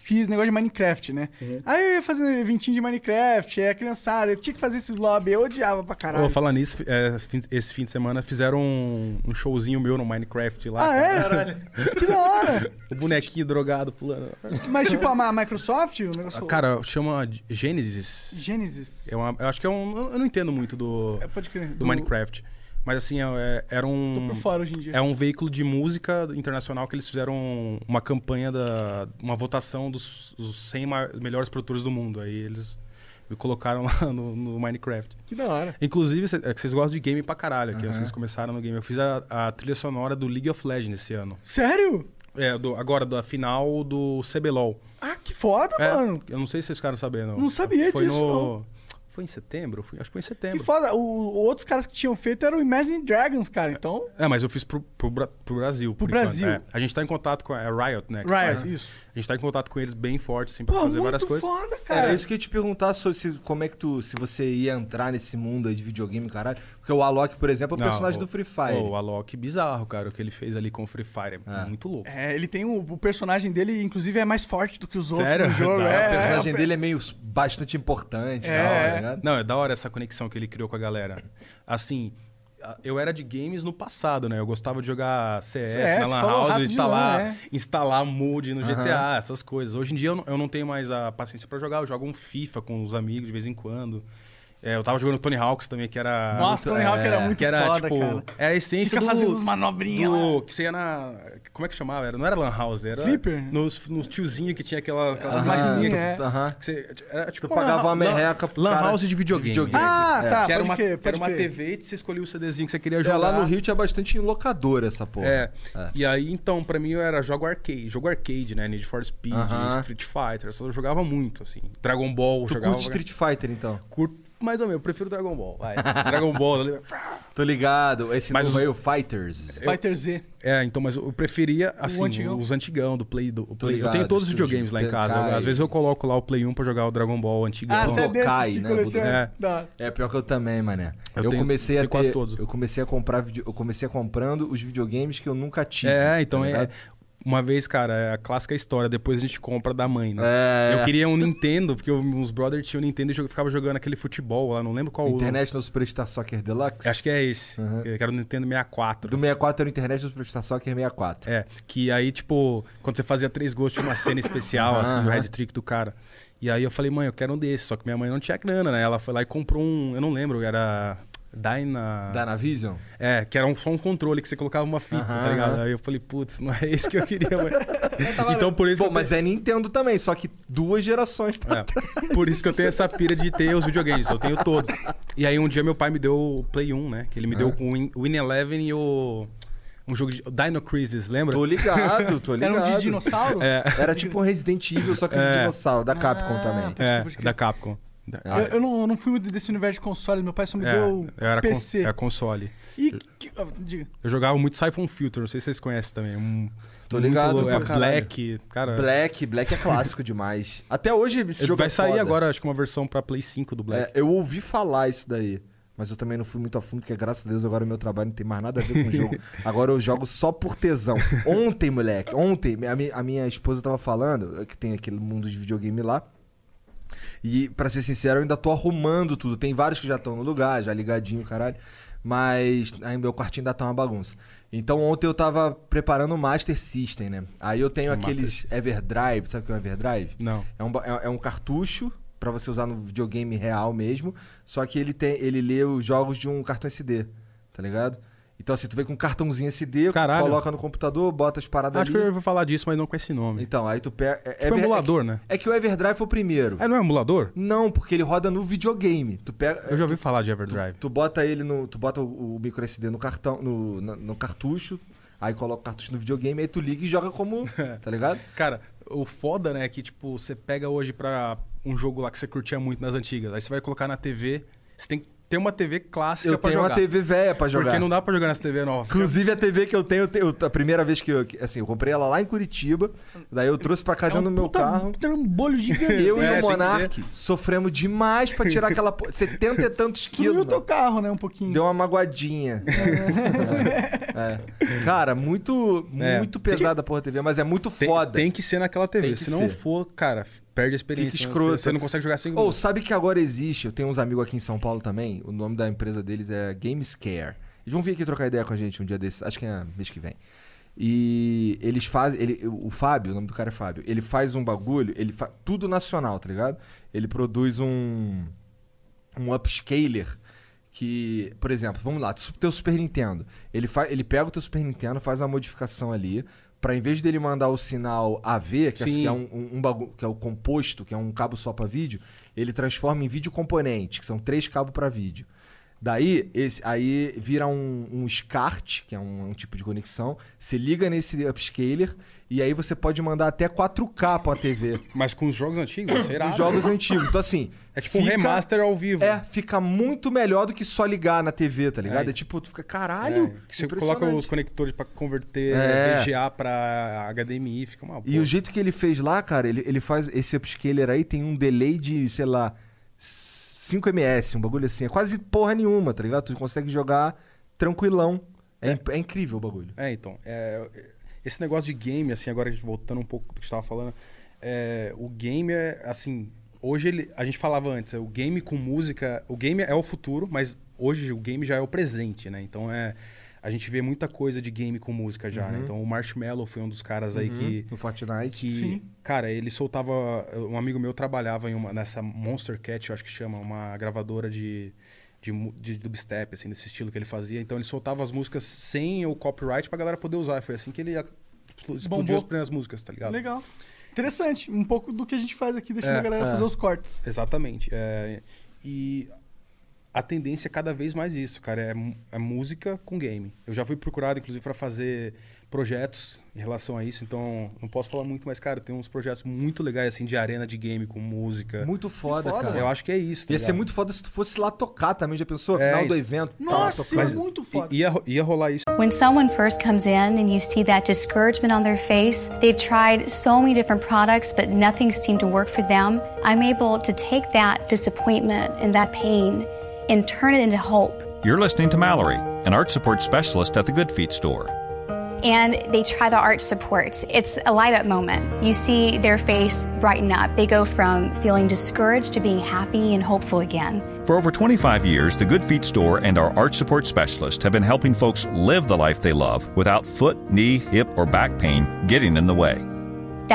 Speaker 2: fiz negócio de Minecraft, né?
Speaker 3: Uhum.
Speaker 2: Aí eu ia fazendo eventinho de Minecraft, é criançada, eu tinha que fazer esses lobby, eu odiava pra caralho.
Speaker 3: Ô, falar nisso, é, fim- esse fim de semana fizeram um, um showzinho meu no Minecraft lá.
Speaker 2: Ah, é? Que da hora!
Speaker 3: O bonequinho drogado pulando.
Speaker 2: Mas tipo, a Ma- Microsoft, o negócio...
Speaker 3: Ah, Cara, chama Genesis.
Speaker 2: Genesis.
Speaker 3: É uma- eu acho que é um. Eu não entendo muito do,
Speaker 2: É, Pode crer.
Speaker 3: do Minecraft. Mas assim, é- era um.
Speaker 2: Tô por fora hoje em dia.
Speaker 3: É um veículo de música internacional que eles fizeram uma campanha da. uma votação dos, dos 100 ma- melhores produtores do mundo. Aí eles me colocaram lá no, no Minecraft.
Speaker 2: Que da hora.
Speaker 3: Inclusive, cê- é que vocês gostam de game pra caralho aqui.
Speaker 2: Aham.
Speaker 3: Vocês começaram no game. Eu fiz a, a trilha sonora do League of Legends esse ano.
Speaker 2: Sério?
Speaker 3: É, do- agora, da final do CBLOL.
Speaker 2: Ah, que foda,
Speaker 3: É,
Speaker 2: mano!
Speaker 3: Eu não sei se vocês ficaram sabendo.
Speaker 2: Não sabia
Speaker 3: foi
Speaker 2: disso,
Speaker 3: no- Foi em setembro? Foi- acho que foi em setembro.
Speaker 2: Que foda, o, outros caras que tinham feito eram o Imagine Dragons, cara, então...
Speaker 3: É, mas eu fiz pro, pro, Bra- pro Brasil. Pro
Speaker 2: Brasil.
Speaker 3: A gente tá em contato com a é Riot, né? que
Speaker 2: Riot, isso.
Speaker 3: A gente tá em contato com eles bem forte, assim, pra fazer várias coisas. É,
Speaker 1: Era isso que eu ia te perguntar sobre se- como é que tu. Se você ia entrar nesse mundo aí de videogame, caralho. Porque o Alok, por exemplo, é o
Speaker 3: Não,
Speaker 1: personagem do Free Fire.
Speaker 3: O Alok bizarro, cara, o que ele fez ali com o Free Fire. É muito louco.
Speaker 2: É, ele tem um, o personagem dele, inclusive, é mais forte do que os outros
Speaker 3: Sério?
Speaker 2: no jogo.
Speaker 3: Não,
Speaker 2: é,
Speaker 1: o personagem
Speaker 2: é,
Speaker 1: dele é meio bastante importante,
Speaker 2: É,
Speaker 1: da hora,
Speaker 2: é.
Speaker 1: né?
Speaker 3: Não, é da hora essa conexão que ele criou com a galera. Assim, a- eu era de games no passado, né? Eu gostava de jogar CS, na
Speaker 2: CS,
Speaker 3: Lan
Speaker 2: falou
Speaker 3: House,
Speaker 2: rápido de
Speaker 3: instalar,
Speaker 2: LAN, é.
Speaker 3: instalar mod no
Speaker 2: Aham.
Speaker 3: GTA, essas coisas. Hoje em dia eu não, eu não tenho mais a paciência pra jogar, eu jogo um FIFA com os amigos de vez em quando. É, eu tava jogando Tony Hawks também, que era.
Speaker 2: Nossa, Tony Hawk era muito foda, cara.
Speaker 3: É a essência
Speaker 2: Fica
Speaker 3: do.
Speaker 2: fazendo umas manobrinhas
Speaker 3: do- Que você ia na. Como é que chamava? Era, não era Lan House, era.
Speaker 2: Flipper?
Speaker 3: Nos, nos tiozinhos que tinha aquela, aquelas
Speaker 1: Aham,
Speaker 3: maquininhas. que
Speaker 1: é.
Speaker 3: você-
Speaker 1: Aham.
Speaker 3: que você- Era tipo.
Speaker 1: Tu pagava
Speaker 3: lan-
Speaker 1: uma merreca
Speaker 3: Lan,
Speaker 1: pro
Speaker 3: lan
Speaker 1: cara
Speaker 3: House de videogame.
Speaker 1: de videogame. Ah,
Speaker 3: É.
Speaker 1: tá,
Speaker 3: Que era
Speaker 1: pode
Speaker 3: uma,
Speaker 1: crer,
Speaker 3: que era
Speaker 1: pode
Speaker 3: uma
Speaker 1: crer.
Speaker 3: TV e você escolhia o CDzinho que você queria jogar.
Speaker 1: É, lá no Rio tinha bastante locadora essa porra.
Speaker 3: É. E aí, então, pra mim eu era jogo arcade, jogo arcade, né? Need for Speed,
Speaker 1: Aham.
Speaker 3: Street Fighter, essas eu jogava muito, assim. Dragon Ball, eu
Speaker 1: Tu
Speaker 3: jogava.
Speaker 1: curte Street Fighter, então?
Speaker 3: Curto mais ou menos, eu prefiro Dragon Ball, vai. Dragon Ball, eu lembro-
Speaker 1: Tô ligado. Esse
Speaker 3: Mas
Speaker 1: novo
Speaker 3: os-
Speaker 1: aí, o Fighters.
Speaker 3: Eu-
Speaker 2: Fighter Z.
Speaker 3: É, então, mas eu preferia, assim,
Speaker 2: antigão.
Speaker 3: os antigão do Play. Do, o Play.
Speaker 1: ligado,
Speaker 3: eu tenho todos os
Speaker 1: estúdio
Speaker 3: videogames lá em casa.
Speaker 1: Tenkai.
Speaker 3: Às vezes eu coloco lá o Play 1 pra jogar o Dragon Ball antigão.
Speaker 2: Ah, você é desses
Speaker 1: Cai,
Speaker 2: que
Speaker 1: né?
Speaker 2: coleciona?
Speaker 1: É.
Speaker 2: Dá.
Speaker 1: É pior que eu também, mané.
Speaker 3: Eu
Speaker 1: Eu,
Speaker 3: tenho-
Speaker 1: comecei a
Speaker 3: tenho
Speaker 1: ter,
Speaker 3: quase todos.
Speaker 1: Eu comecei a comprar vide- eu comecei comprando os videogames que eu nunca tive.
Speaker 3: É, então
Speaker 1: tá
Speaker 3: é.
Speaker 1: ligado?
Speaker 3: Uma vez, cara, é a clássica história, depois a gente compra da mãe, né?
Speaker 1: É.
Speaker 3: Eu queria um Nintendo, porque uns brothers tinham um Nintendo e jog- ficava jogando aquele futebol lá, não lembro qual é o nome.
Speaker 1: International Superstar Soccer Deluxe.
Speaker 3: Acho que é esse. Que era o Nintendo 64.
Speaker 1: Do 64 era o International Superstar Soccer 64.
Speaker 3: É, que aí, tipo, quando você fazia três gols, tinha uma cena especial, assim, o
Speaker 1: Aham.
Speaker 3: head trick do cara. E aí eu falei, mãe, eu quero um desse. Só que minha mãe não tinha grana, né? Ela foi lá e comprou um, eu não lembro, era Dyna...
Speaker 1: Dynavision?
Speaker 3: É, que era um, só um controle que você colocava uma fita, tá
Speaker 1: Aham.
Speaker 3: ligado? Aí eu falei, putz, não é esse que eu queria, mãe. então por isso
Speaker 1: Pô,
Speaker 3: que eu
Speaker 1: mas
Speaker 3: tenho-
Speaker 1: é Nintendo também, só que duas gerações pra
Speaker 3: É, Por isso que eu tenho essa pira de ter os videogames, eu tenho todos. E aí um dia meu pai me deu o Play 1, né? Que ele me
Speaker 1: Ah.
Speaker 3: deu com o Win, Win Eleven e o. Um jogo de. o Dino Crisis, lembra?
Speaker 1: Tô ligado, tô
Speaker 3: Era
Speaker 1: ligado.
Speaker 3: um de dinossauro? É.
Speaker 1: Era tipo um Resident Evil, só que de
Speaker 3: É.
Speaker 1: dinossauro, da Capcom também.
Speaker 3: É, da Capcom. Da-
Speaker 1: Ah,
Speaker 2: Eu, eu não, eu não fui muito desse universo de consoles, meu pai só me
Speaker 3: É,
Speaker 2: deu
Speaker 3: era con- é
Speaker 2: PC.
Speaker 3: era console.
Speaker 2: E que- ah, diga.
Speaker 3: Eu jogava muito Siphon Filter, não sei se vocês conhecem também. Um,
Speaker 1: Tô
Speaker 3: muito
Speaker 1: ligado,
Speaker 3: louco,
Speaker 1: pra
Speaker 3: é
Speaker 1: caralho.
Speaker 3: Black, cara.
Speaker 1: Black, Black é clássico demais. Até hoje esse
Speaker 3: Ele
Speaker 1: jogo
Speaker 3: vai
Speaker 1: é
Speaker 3: sair
Speaker 1: foda.
Speaker 3: agora, acho que uma versão pra Play 5 do Black.
Speaker 1: É, eu ouvi falar isso daí, mas eu também não fui muito a fundo, porque graças a Deus agora o meu trabalho não tem mais nada a ver com o jogo. Agora eu jogo só por tesão. Ontem, moleque, ontem, a, mi- a minha esposa tava falando, é que tem aquele mundo de videogame lá. E, pra ser sincero, eu ainda tô arrumando tudo. Tem vários que já estão no lugar, já ligadinho, caralho. Mas aí meu quartinho ainda tá uma bagunça. Então ontem eu tava preparando o Master System, né? Aí eu tenho
Speaker 3: O Master
Speaker 1: aqueles Everdrive, sabe o que é um Everdrive?
Speaker 3: Não.
Speaker 1: É um, ba- é, é um cartucho pra você usar no videogame real mesmo. Só que ele tem, ele lê os jogos de um cartão SD, tá ligado? Então assim, tu vem com um cartãozinho SD,
Speaker 3: Caralho.
Speaker 1: coloca no computador, bota as paradas
Speaker 3: Acho que
Speaker 1: É, ali.
Speaker 3: eu vou falar disso, mas não com esse nome.
Speaker 1: Então, aí tu pega. É,
Speaker 3: Tipo
Speaker 1: ver-
Speaker 3: emulador,
Speaker 1: é que-
Speaker 3: né?
Speaker 1: É que o Everdrive foi o primeiro.
Speaker 3: É, não é emulador?
Speaker 1: Não, porque ele roda no videogame. É, Tu pega.
Speaker 3: Eu já ouvi falar de Everdrive.
Speaker 1: Tu bota ele no. Tu bota o, o micro SD no cartão. No, na- no cartucho. Aí coloca o cartucho no videogame, aí tu liga e joga como. tá ligado?
Speaker 3: Cara, o foda, né, é que, tipo, você pega hoje pra um jogo lá que você curtia muito nas antigas, aí você vai colocar na TV, você tem que ter uma TV clássica
Speaker 1: Eu
Speaker 3: é pra
Speaker 1: tenho
Speaker 3: jogar.
Speaker 1: uma TV velha pra jogar.
Speaker 3: Porque não dá pra jogar nessa TV nova.
Speaker 1: Inclusive a TV que eu tenho, eu tenho- a primeira vez que eu, que- assim, eu comprei ela lá em Curitiba, daí eu trouxe pra
Speaker 2: É
Speaker 1: cá dentro do meu carro.
Speaker 2: um bolho gigante.
Speaker 1: Eu
Speaker 2: um É,
Speaker 1: e
Speaker 2: tem que
Speaker 1: o Monark sofremos demais pra tirar aquela po- 70 e tantos quilos.
Speaker 2: Destruiu o teu carro, né, um pouquinho.
Speaker 1: Deu uma magoadinha. É. Cara, muito
Speaker 3: É.
Speaker 1: muito pesada a porra TV, mas é muito foda.
Speaker 3: Tem que ser naquela TV.
Speaker 1: Tem que
Speaker 3: Se não
Speaker 1: ser.
Speaker 3: for, cara, perde a experiência.
Speaker 1: Fica
Speaker 3: né?
Speaker 1: escroto.
Speaker 3: Você, você não consegue jogar sem
Speaker 1: Ou sabe que agora existe, eu tenho uns amigos aqui em São Paulo também, o nome da empresa deles é Gamescare. Eles vão vir aqui trocar ideia com a gente um dia desses, acho que é mês que vem. E eles fazem, ele, o Fábio, o nome do cara é Fábio, ele faz um bagulho, ele faz tudo nacional, tá ligado? Ele produz um um upscaler que, por exemplo, vamos lá, su- teu Super Nintendo. Ele, fa- ele pega o teu Super Nintendo, faz uma modificação ali, pra em vez dele mandar o sinal AV, que é,
Speaker 3: Sim.
Speaker 1: que é um, um- um bagu- que é o composto, que é um cabo só pra vídeo, ele transforma em vídeo componente, que são três cabos pra vídeo. Daí, esse, aí vira um, um SCART, que é um, um tipo de conexão, se liga nesse upscaler e aí você pode mandar até 4K pra TV.
Speaker 3: Mas com os jogos antigos, será? né?
Speaker 1: Os jogos antigos. Então, assim.
Speaker 3: É tipo um remaster ao vivo.
Speaker 1: É, fica muito melhor do que só ligar na TV, tá ligado? É, tipo, tu fica, caralho.
Speaker 3: É. Você
Speaker 1: impressionante.
Speaker 3: coloca os conectores pra converter
Speaker 1: É.
Speaker 3: VGA pra HDMI, fica uma boa.
Speaker 1: E o jeito que ele fez lá, cara, ele, ele faz. Esse upscaler aí tem um delay de, sei lá, 5 ms, um bagulho assim. É quase porra nenhuma, tá ligado? Tu consegue jogar tranquilão. É, imp- é incrível o bagulho.
Speaker 3: É, então. é, esse negócio de game, assim, agora a gente voltando um pouco do que estava falando, é, o game é, assim, hoje ele, a gente falava antes, é, o game com música, o game é o futuro, mas hoje o game já é o presente, né? Então é. A A gente vê muita coisa de game com música já, né?
Speaker 1: Uhum.
Speaker 3: Então o Marshmallow foi um dos caras aí
Speaker 1: Uhum.
Speaker 3: que.
Speaker 1: No Fortnite.
Speaker 3: Que,
Speaker 1: Sim.
Speaker 3: Cara, ele soltava. Um amigo meu trabalhava em uma, nessa Monster Cat, eu acho que chama, uma gravadora de. De, mu- de dubstep, assim, desse estilo que ele fazia. Então ele soltava as músicas sem o copyright pra galera poder usar. Foi assim que ele a- explodiu
Speaker 2: Bombou.
Speaker 3: as primeiras músicas, tá ligado?
Speaker 2: Legal. Interessante. Um pouco do que a gente faz aqui, deixando
Speaker 3: É,
Speaker 2: a galera fazer os cortes.
Speaker 3: Exatamente. É, e a tendência é cada vez mais isso, cara. É, mu- é música com game. Eu já fui procurado, inclusive, para fazer projetos em relação a isso. Então, não posso falar muito, mas, cara, tem uns projetos muito legais, assim, de arena de game com música.
Speaker 1: Muito foda, cara.
Speaker 3: Eu acho que é isso. tá
Speaker 1: Ia ser
Speaker 3: ligado?
Speaker 1: muito foda se tu fosse lá tocar também, já pensou?
Speaker 3: É,
Speaker 1: Final do
Speaker 3: e-
Speaker 1: evento.
Speaker 2: é
Speaker 1: tá,
Speaker 3: Mas
Speaker 1: tocando.
Speaker 3: i- Ia, ro- ia rolar isso.
Speaker 12: When someone first comes in and you see that discouragement on their face, they've tried so many different products, but nothing seemed to work for them. I'm able to take that disappointment and that pain and turn it into hope.
Speaker 13: You're listening to Mallory, an art support specialist at the Good Feet store.
Speaker 12: And they try the arch supports. It's a light up moment. You see their face brighten up. They go from feeling discouraged to being happy and hopeful again.
Speaker 13: For over 25 years, the Good Feet store and our art support specialist have been helping folks live the life they love without foot, knee, hip, or back pain getting in the way.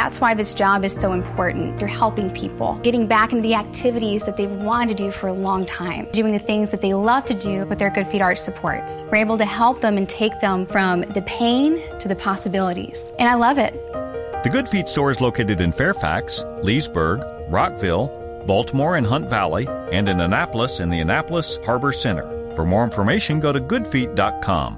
Speaker 12: That's why this job is so important. You're helping people, getting back into the activities that they've wanted to do for a long time, doing the things that they love to do with their Good Feet Arch supports. We're able to help them and take them from the pain to the possibilities. And I love it.
Speaker 13: The Good Feet store is located in Fairfax, Leesburg, Rockville, Baltimore and Hunt Valley, and in Annapolis in the Annapolis Harbor Center. For more information, go to goodfeet.com.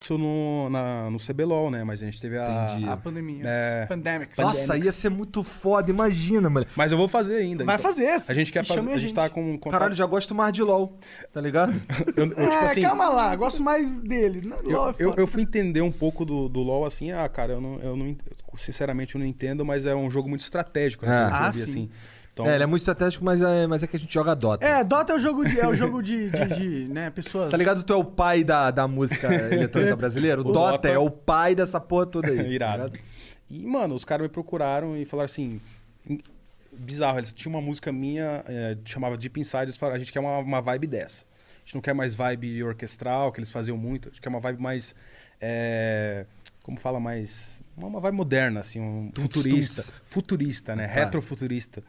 Speaker 3: Isso no, na, no CBLOL, né? Mas a gente teve a,
Speaker 2: A pandemia.
Speaker 3: É.
Speaker 2: Os Pandemics.
Speaker 3: Nossa, ia
Speaker 1: ser muito foda, imagina, mano.
Speaker 3: Mas eu vou fazer ainda.
Speaker 2: Vai
Speaker 3: então.
Speaker 2: fazer,
Speaker 3: A gente quer
Speaker 2: e chame
Speaker 3: fazer.
Speaker 2: a
Speaker 3: A gente
Speaker 2: gente.
Speaker 3: tá com. contato-
Speaker 1: Caralho, já Ah, gosto mais de LOL, tá ligado?
Speaker 3: Eu- eu, tipo
Speaker 2: É,
Speaker 3: assim,
Speaker 2: calma lá. Gosto mais dele. Não,
Speaker 3: Eu,
Speaker 2: love,
Speaker 3: eu,
Speaker 2: foda.
Speaker 3: eu fui entender um pouco do, do LoL assim, ah, cara, eu não, eu não. ent- Sinceramente, eu não entendo, mas é um jogo muito estratégico, né?
Speaker 1: É.
Speaker 3: pelo que eu
Speaker 1: Ah,
Speaker 3: vi,
Speaker 1: sim.
Speaker 3: assim. Então,
Speaker 1: É, ele é muito estratégico, mas é, mas é que a gente joga Dota.
Speaker 2: É, Dota é o jogo de, é o jogo de, de, de, né, pessoas...
Speaker 1: Tá ligado? Tu é o pai da, da música eletrônica brasileira? O
Speaker 3: O
Speaker 1: Dota,
Speaker 3: Dota.
Speaker 1: é o pai dessa porra toda aí. tá
Speaker 3: Irado. E, mano, os caras me procuraram e falaram assim. em- Bizarro, eles tinham uma música minha, eh, chamava Deep Inside, eles falaram, a gente quer uma, uma vibe dessa. A gente não quer mais vibe orquestral, que eles faziam muito, a gente quer uma vibe mais. eh, como fala, mais. Uma, uma vibe moderna, assim, um
Speaker 1: Tuts,
Speaker 3: futurista.
Speaker 1: tuts.
Speaker 3: Futurista, né?
Speaker 1: Tá.
Speaker 3: Retrofuturista.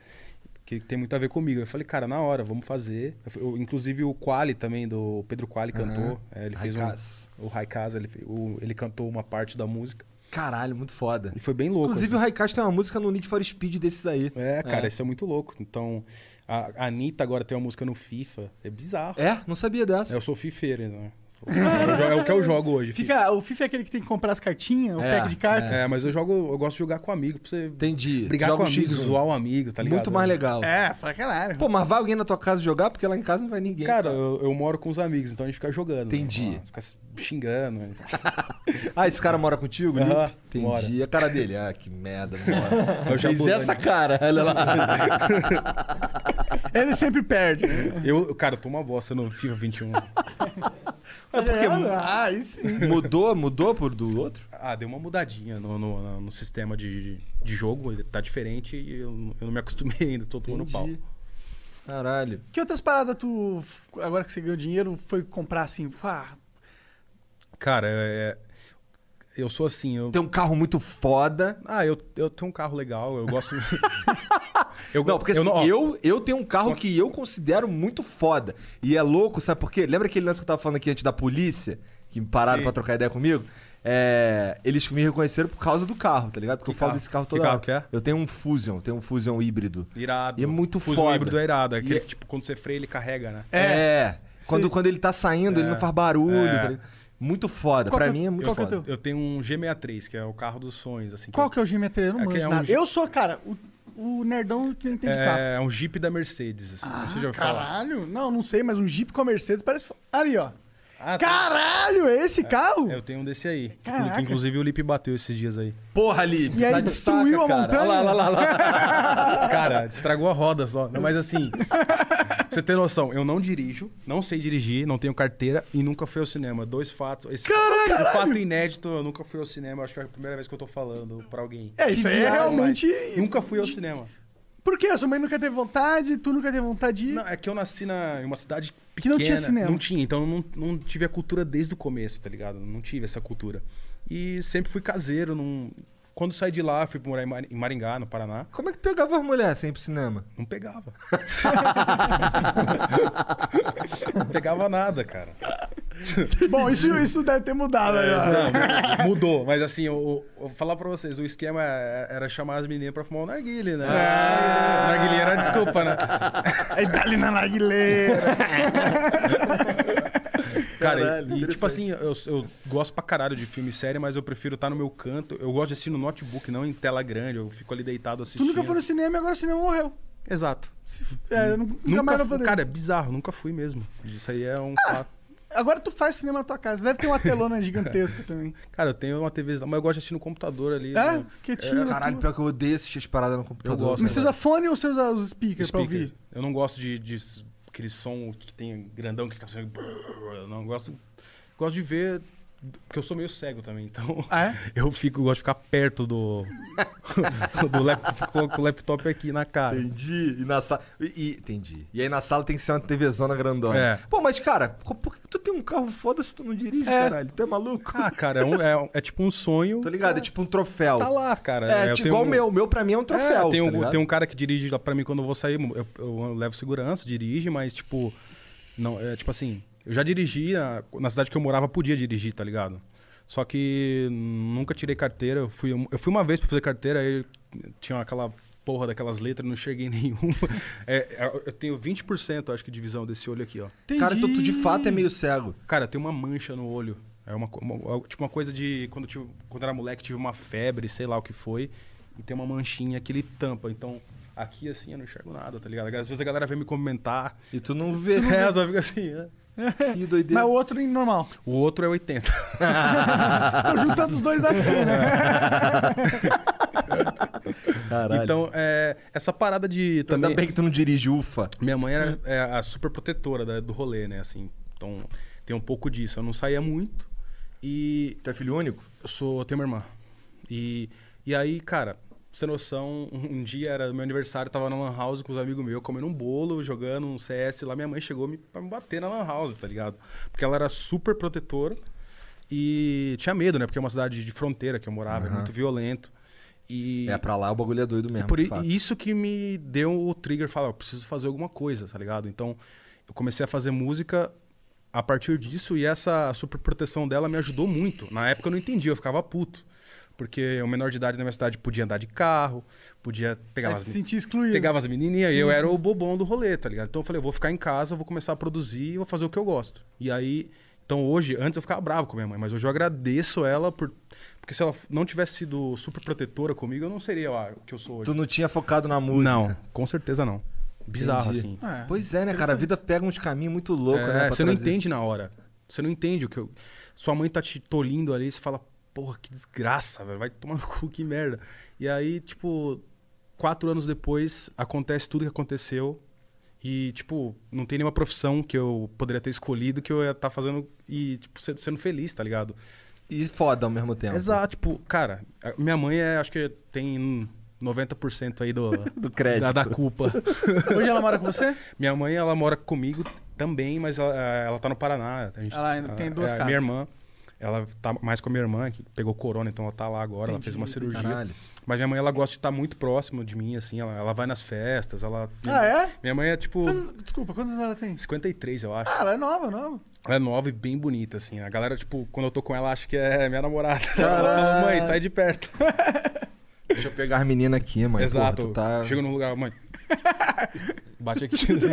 Speaker 3: Que tem muito a ver comigo. Eu falei, cara, na hora, vamos fazer. Eu fui- eu- inclusive o Quali também, do o Pedro Quali,
Speaker 1: Aham.
Speaker 3: cantou. eh, ele fez
Speaker 1: Raikaz.
Speaker 3: um, o Raikaz, ele, fe- o- ele cantou uma parte da música.
Speaker 1: Caralho, muito foda.
Speaker 3: E foi bem louco. assim.
Speaker 1: Inclusive, o Raikaz tem uma música no Need for Speed desses aí.
Speaker 3: É, cara, isso é muito louco. Então, a a Anitta agora tem uma música no FIFA. É bizarro.
Speaker 1: É? Não sabia dessa.
Speaker 3: Eu sou fifeiro, né? Eu jo- É o que eu jogo hoje. filho.
Speaker 2: Fica, o FIFA é aquele que tem que comprar as cartinhas, o pack de carta.
Speaker 3: É, mas eu jogo, eu gosto de jogar com amigo, pra você
Speaker 1: Entendi.
Speaker 3: brigar
Speaker 1: Joga
Speaker 3: com
Speaker 1: um
Speaker 3: amigo,
Speaker 1: X1.
Speaker 3: zoar um amigo, tá ligado?
Speaker 1: Muito mais legal.
Speaker 2: É, pra caralho.
Speaker 1: Pô, mas vai alguém na tua casa jogar? Porque lá em casa não vai ninguém.
Speaker 3: Cara, eu, eu moro com os amigos, então a gente fica jogando. Entendi. Fica se xingando. né?
Speaker 1: Ah, esse cara mora contigo? Lipe?
Speaker 3: Aham,
Speaker 1: Entendi.
Speaker 3: mora.
Speaker 1: A cara dele. Ah, que merda, mora.
Speaker 3: É o
Speaker 1: Fez
Speaker 3: Jabulani.
Speaker 1: essa cara, olha lá.
Speaker 2: Ele sempre perde. né?
Speaker 3: Eu, cara, eu tô uma bosta no FIFA 21.
Speaker 1: É porque
Speaker 2: Ah, aí sim.
Speaker 1: Mudou, mudou por do outro?
Speaker 3: Ah, deu uma mudadinha no, no- no- no sistema de, de- de jogo. Ele tá diferente e eu, eu não me acostumei ainda, tô tomando pau.
Speaker 1: Caralho.
Speaker 2: Que outras paradas tu, agora que você ganhou dinheiro, foi comprar assim, pá,
Speaker 3: Cara, é- eu sou assim. Eu...
Speaker 1: Tem um carro muito foda.
Speaker 3: Ah, eu, eu tenho um carro legal, eu gosto. eu,
Speaker 1: Não, porque assim, eu,
Speaker 3: ó,
Speaker 1: eu, tenho um carro que eu considero muito foda. E é louco, sabe por quê? Lembra aquele lance que eu tava falando aqui antes da polícia? Que me pararam
Speaker 3: Sim.
Speaker 1: pra trocar ideia comigo? É, eles me reconheceram por causa do carro, tá ligado? Porque
Speaker 3: Que
Speaker 1: eu falo
Speaker 3: carro?
Speaker 1: desse carro
Speaker 3: Que
Speaker 1: toda
Speaker 3: carro
Speaker 1: hora.
Speaker 3: que é?
Speaker 1: Eu tenho um Fusion, eu tenho um Fusion híbrido.
Speaker 3: Irado.
Speaker 1: E é muito
Speaker 3: Fuso
Speaker 1: foda.
Speaker 3: híbrido é irado. É aquele
Speaker 1: E-
Speaker 3: que, tipo, quando você freia, ele carrega, né?
Speaker 1: É. Quando, quando ele tá saindo, ele
Speaker 3: É.
Speaker 1: não faz barulho.
Speaker 3: É.
Speaker 1: tá ligado? muito foda. pra mim é muito
Speaker 3: eu,
Speaker 1: foda.
Speaker 3: Eu tenho um G63, que é o carro dos sonhos, assim.
Speaker 2: Qual que é o GMT? Eu não
Speaker 3: É que
Speaker 2: manjo
Speaker 3: é um
Speaker 2: nada.
Speaker 3: Jeep.
Speaker 2: Eu sou, cara, o, o nerdão que não entende
Speaker 1: tipo
Speaker 2: carro.
Speaker 3: é, é um
Speaker 2: Ah,
Speaker 1: Ah,
Speaker 3: Jeep da Mercedes, assim. não sei se já ouviu falar.
Speaker 2: Caralho? Não, não sei, mas um Jeep com a Mercedes parece... fo- Ali, ó.
Speaker 3: Ah, tá.
Speaker 2: Caralho, é esse carro?
Speaker 3: Eu tenho um desse aí. Que,
Speaker 2: Caraca.
Speaker 3: inclusive o Lipe bateu esses dias aí.
Speaker 14: Porra, Lipe!
Speaker 2: E
Speaker 1: tá
Speaker 2: aí destruiu a montanha?
Speaker 3: Olha lá, olha lá, olha lá. cara, estragou a roda só. Não, mas assim, pra você ter noção, eu não dirijo, não sei dirigir, não tenho carteira e nunca fui ao cinema. Dois fatos. Esse
Speaker 2: Caralho!
Speaker 3: Um fato inédito, eu nunca fui ao cinema. Acho que é a primeira vez que eu tô falando pra alguém.
Speaker 2: É,
Speaker 3: Que
Speaker 2: isso aí é
Speaker 3: viagem,
Speaker 2: realmente.
Speaker 3: mas Nunca fui ao cinema.
Speaker 2: Por quê? A sua mãe nunca teve vontade, tu nunca teve vontade de ir.
Speaker 3: Não, é que eu nasci na, em uma cidade pequena.
Speaker 2: Que não tinha cinema.
Speaker 3: Não tinha, então eu não, não tive a cultura desde o começo, tá ligado? Não tive essa cultura. E sempre fui caseiro. Não... Quando saí de lá, fui morar em Mari- em Maringá, no Paraná.
Speaker 1: Como é que pegava as mulheres sem ir pro cinema?
Speaker 3: Não pegava. Não pegava nada, cara.
Speaker 2: Bom, isso, isso deve ter mudado.
Speaker 3: É,
Speaker 2: né?
Speaker 3: Não, mudou, mas assim, eu, eu vou falar pra vocês, o esquema era chamar as meninas pra fumar o narguile, né? Narguile era desculpa, né?
Speaker 2: Ah. Aí dá-lhe na narguileira.
Speaker 3: Cara,
Speaker 2: Caralho,
Speaker 3: e- e, tipo assim, eu, eu gosto pra caralho de filme e série, mas eu prefiro estar no meu canto. Eu gosto de assistir no notebook, não em tela grande. Eu fico ali deitado
Speaker 2: tu
Speaker 3: assistindo.
Speaker 2: nunca foi no cinema e agora o cinema morreu.
Speaker 3: Exato.
Speaker 2: É, eu nu- nunca,
Speaker 3: Nunca
Speaker 2: mais Ah,
Speaker 3: fu-
Speaker 2: vou poder.
Speaker 3: Cara, é bizarro, nunca fui mesmo. Isso aí é um fato.
Speaker 2: Agora tu faz cinema na tua casa. Deve ter uma telona gigantesca também.
Speaker 3: Cara, eu tenho uma TV, mas eu gosto de assistir no computador ali.
Speaker 2: É?
Speaker 3: né?
Speaker 2: Quietinho, assim.
Speaker 1: Caralho, pior que eu odeio assistir as paradas no computador.
Speaker 3: Eu gosto,
Speaker 2: Mas
Speaker 3: né?
Speaker 2: você usa fone ou você usa os
Speaker 1: é
Speaker 2: speakers pra
Speaker 3: Speaker.
Speaker 2: ouvir?
Speaker 3: Eu não gosto de, de s- aquele som que tem grandão que fica assim. brrr, Eu não gosto. Gosto de ver. Porque eu sou meio cego também, então.
Speaker 1: Ah, é?
Speaker 3: Eu fico, gosto de ficar perto do. do lap, com o laptop aqui na cara.
Speaker 1: Entendi. E na sala. E, e- entendi. E aí na sala tem que ser uma TVzona grandona.
Speaker 3: É.
Speaker 1: Pô, mas cara, co- por que tu tem um carro foda se tu não dirige, caralho? Tu é maluco?
Speaker 3: Ah, cara, é, um- é um- é tipo um sonho.
Speaker 1: Tá ligado? É tipo um troféu.
Speaker 3: Tá lá, cara.
Speaker 1: É,
Speaker 3: Eu
Speaker 1: tipo
Speaker 3: tenho
Speaker 1: igual o
Speaker 3: um-
Speaker 1: meu. O meu pra mim é um troféu.
Speaker 3: É, tem,
Speaker 1: tá
Speaker 3: um,
Speaker 1: ligado?
Speaker 3: tem um cara que dirige lá pra mim quando eu vou sair. Eu, eu levo segurança, dirige, mas tipo. Não, é tipo assim. Eu já dirigi, na, na cidade que eu morava podia dirigir, tá ligado? Só que nunca tirei carteira. Eu fui, eu fui uma vez pra fazer carteira, aí tinha aquela porra daquelas letras, não cheguei em nenhuma. É, eu tenho 20%, acho que, de visão desse olho aqui, ó.
Speaker 1: Cara, então tu de fato é meio cego.
Speaker 3: Cara, tem uma mancha no olho. É uma, co- uma- tipo uma coisa de quando eu tive- quando eu era moleque tive uma febre, sei lá o que foi, e tem uma manchinha que ele tampa. Então aqui assim eu não enxergo nada, tá ligado? Às vezes a galera vem me comentar
Speaker 1: e tu não vê.
Speaker 2: Tu não vê.
Speaker 3: É, eu só fica assim. é.
Speaker 1: Que doideira.
Speaker 2: Mas o outro em normal.
Speaker 3: O outro é 80.
Speaker 2: Tô juntando os dois assim, né?
Speaker 1: Caralho.
Speaker 3: Então, é, essa parada de
Speaker 1: Então,
Speaker 3: também
Speaker 1: Ainda bem que Hum. tu não dirige, ufa.
Speaker 3: Minha mãe era é, a super protetora da- do rolê, né? Assim, então tem um pouco disso. Eu não saía muito e...
Speaker 1: Tu é filho único?
Speaker 3: Eu sou... Eu tenho uma irmã. E, e aí, cara, pra você ter noção, um, um dia era meu aniversário, tava na lan house com os amigos meus, comendo um bolo, jogando um CS lá. Minha mãe chegou me, pra me bater na lan house, tá ligado? Porque ela era super protetora e tinha medo, né? Porque é uma cidade de fronteira que eu morava, é
Speaker 1: Aham.
Speaker 3: muito violento. E...
Speaker 1: É, pra lá o bagulho é doido mesmo.
Speaker 3: Por
Speaker 1: de
Speaker 3: i-
Speaker 1: fato.
Speaker 3: isso que me deu o trigger, falar, eu preciso fazer alguma coisa, tá ligado? Então, eu comecei a fazer música a partir disso e essa superproteção dela me ajudou muito. Na época eu não entendia, eu ficava puto. Porque o menor de idade na minha cidade podia andar de carro, podia pegar
Speaker 2: Aí
Speaker 3: umas
Speaker 2: se
Speaker 3: men-
Speaker 2: sentia excluído.
Speaker 3: Pegava as menininhas e
Speaker 2: Sim.
Speaker 3: eu era o bobão do rolê, tá ligado? Então eu falei, eu vou ficar em casa, eu vou começar a produzir e vou fazer o que eu gosto. E aí, então hoje, antes eu ficava bravo com minha mãe, mas hoje eu agradeço ela por. Porque se ela não tivesse sido super protetora comigo, eu não seria lá o que eu sou hoje.
Speaker 1: Tu não tinha focado na música.
Speaker 3: Não, com certeza não. Bizarro,
Speaker 1: Entendi.
Speaker 3: assim.
Speaker 1: É, pois é, né, cara? A vida pega uns caminhos muito loucos,
Speaker 3: É,
Speaker 1: né? pra
Speaker 3: você não
Speaker 1: trazer.
Speaker 3: entende na hora. Você não entende o que eu... Sua mãe tá te tolindo ali, você fala, porra, que desgraça, velho. Vai tomar no cu, que merda. E aí, tipo, quatro anos depois, acontece tudo que aconteceu. E, tipo, não tem nenhuma profissão que eu poderia ter escolhido que eu ia estar fazendo e, tipo, se- sendo feliz, tá ligado?
Speaker 1: E foda ao mesmo tempo.
Speaker 3: Exato, tipo, cara, a minha mãe é, acho que tem 90% aí do, do
Speaker 1: crédito.
Speaker 3: Da, da culpa.
Speaker 2: Hoje ela mora com você?
Speaker 3: Minha mãe, ela mora comigo também, mas ela, ela tá no Paraná. A gente-
Speaker 2: Ela ainda tem duas
Speaker 3: é,
Speaker 2: casas.
Speaker 3: Minha irmã, ela tá mais com a minha irmã, que pegou corona, então ela tá lá agora, ela fez uma
Speaker 2: Entendi,
Speaker 3: cirurgia.
Speaker 2: caralho.
Speaker 3: Mas minha mãe, ela gosta de estar muito próximo de mim, assim, ela, ela vai nas festas, ela...
Speaker 2: Ah, é?
Speaker 3: Minha mãe é, tipo,
Speaker 2: Quantas- desculpa, quantas ela tem?
Speaker 3: 53, eu acho.
Speaker 2: Ah, ela é nova, nova.
Speaker 3: Ela é nova e bem bonita, assim. A galera, tipo, quando eu tô com ela, acha que é minha namorada. Ela
Speaker 1: Caralho.
Speaker 3: fala, mãe, sai de perto.
Speaker 1: Deixa eu pegar as meninas aqui, mano.
Speaker 3: Exato.
Speaker 1: Porra, tu tá...
Speaker 3: Chego num lugar, mãe. Bate aqui, assim.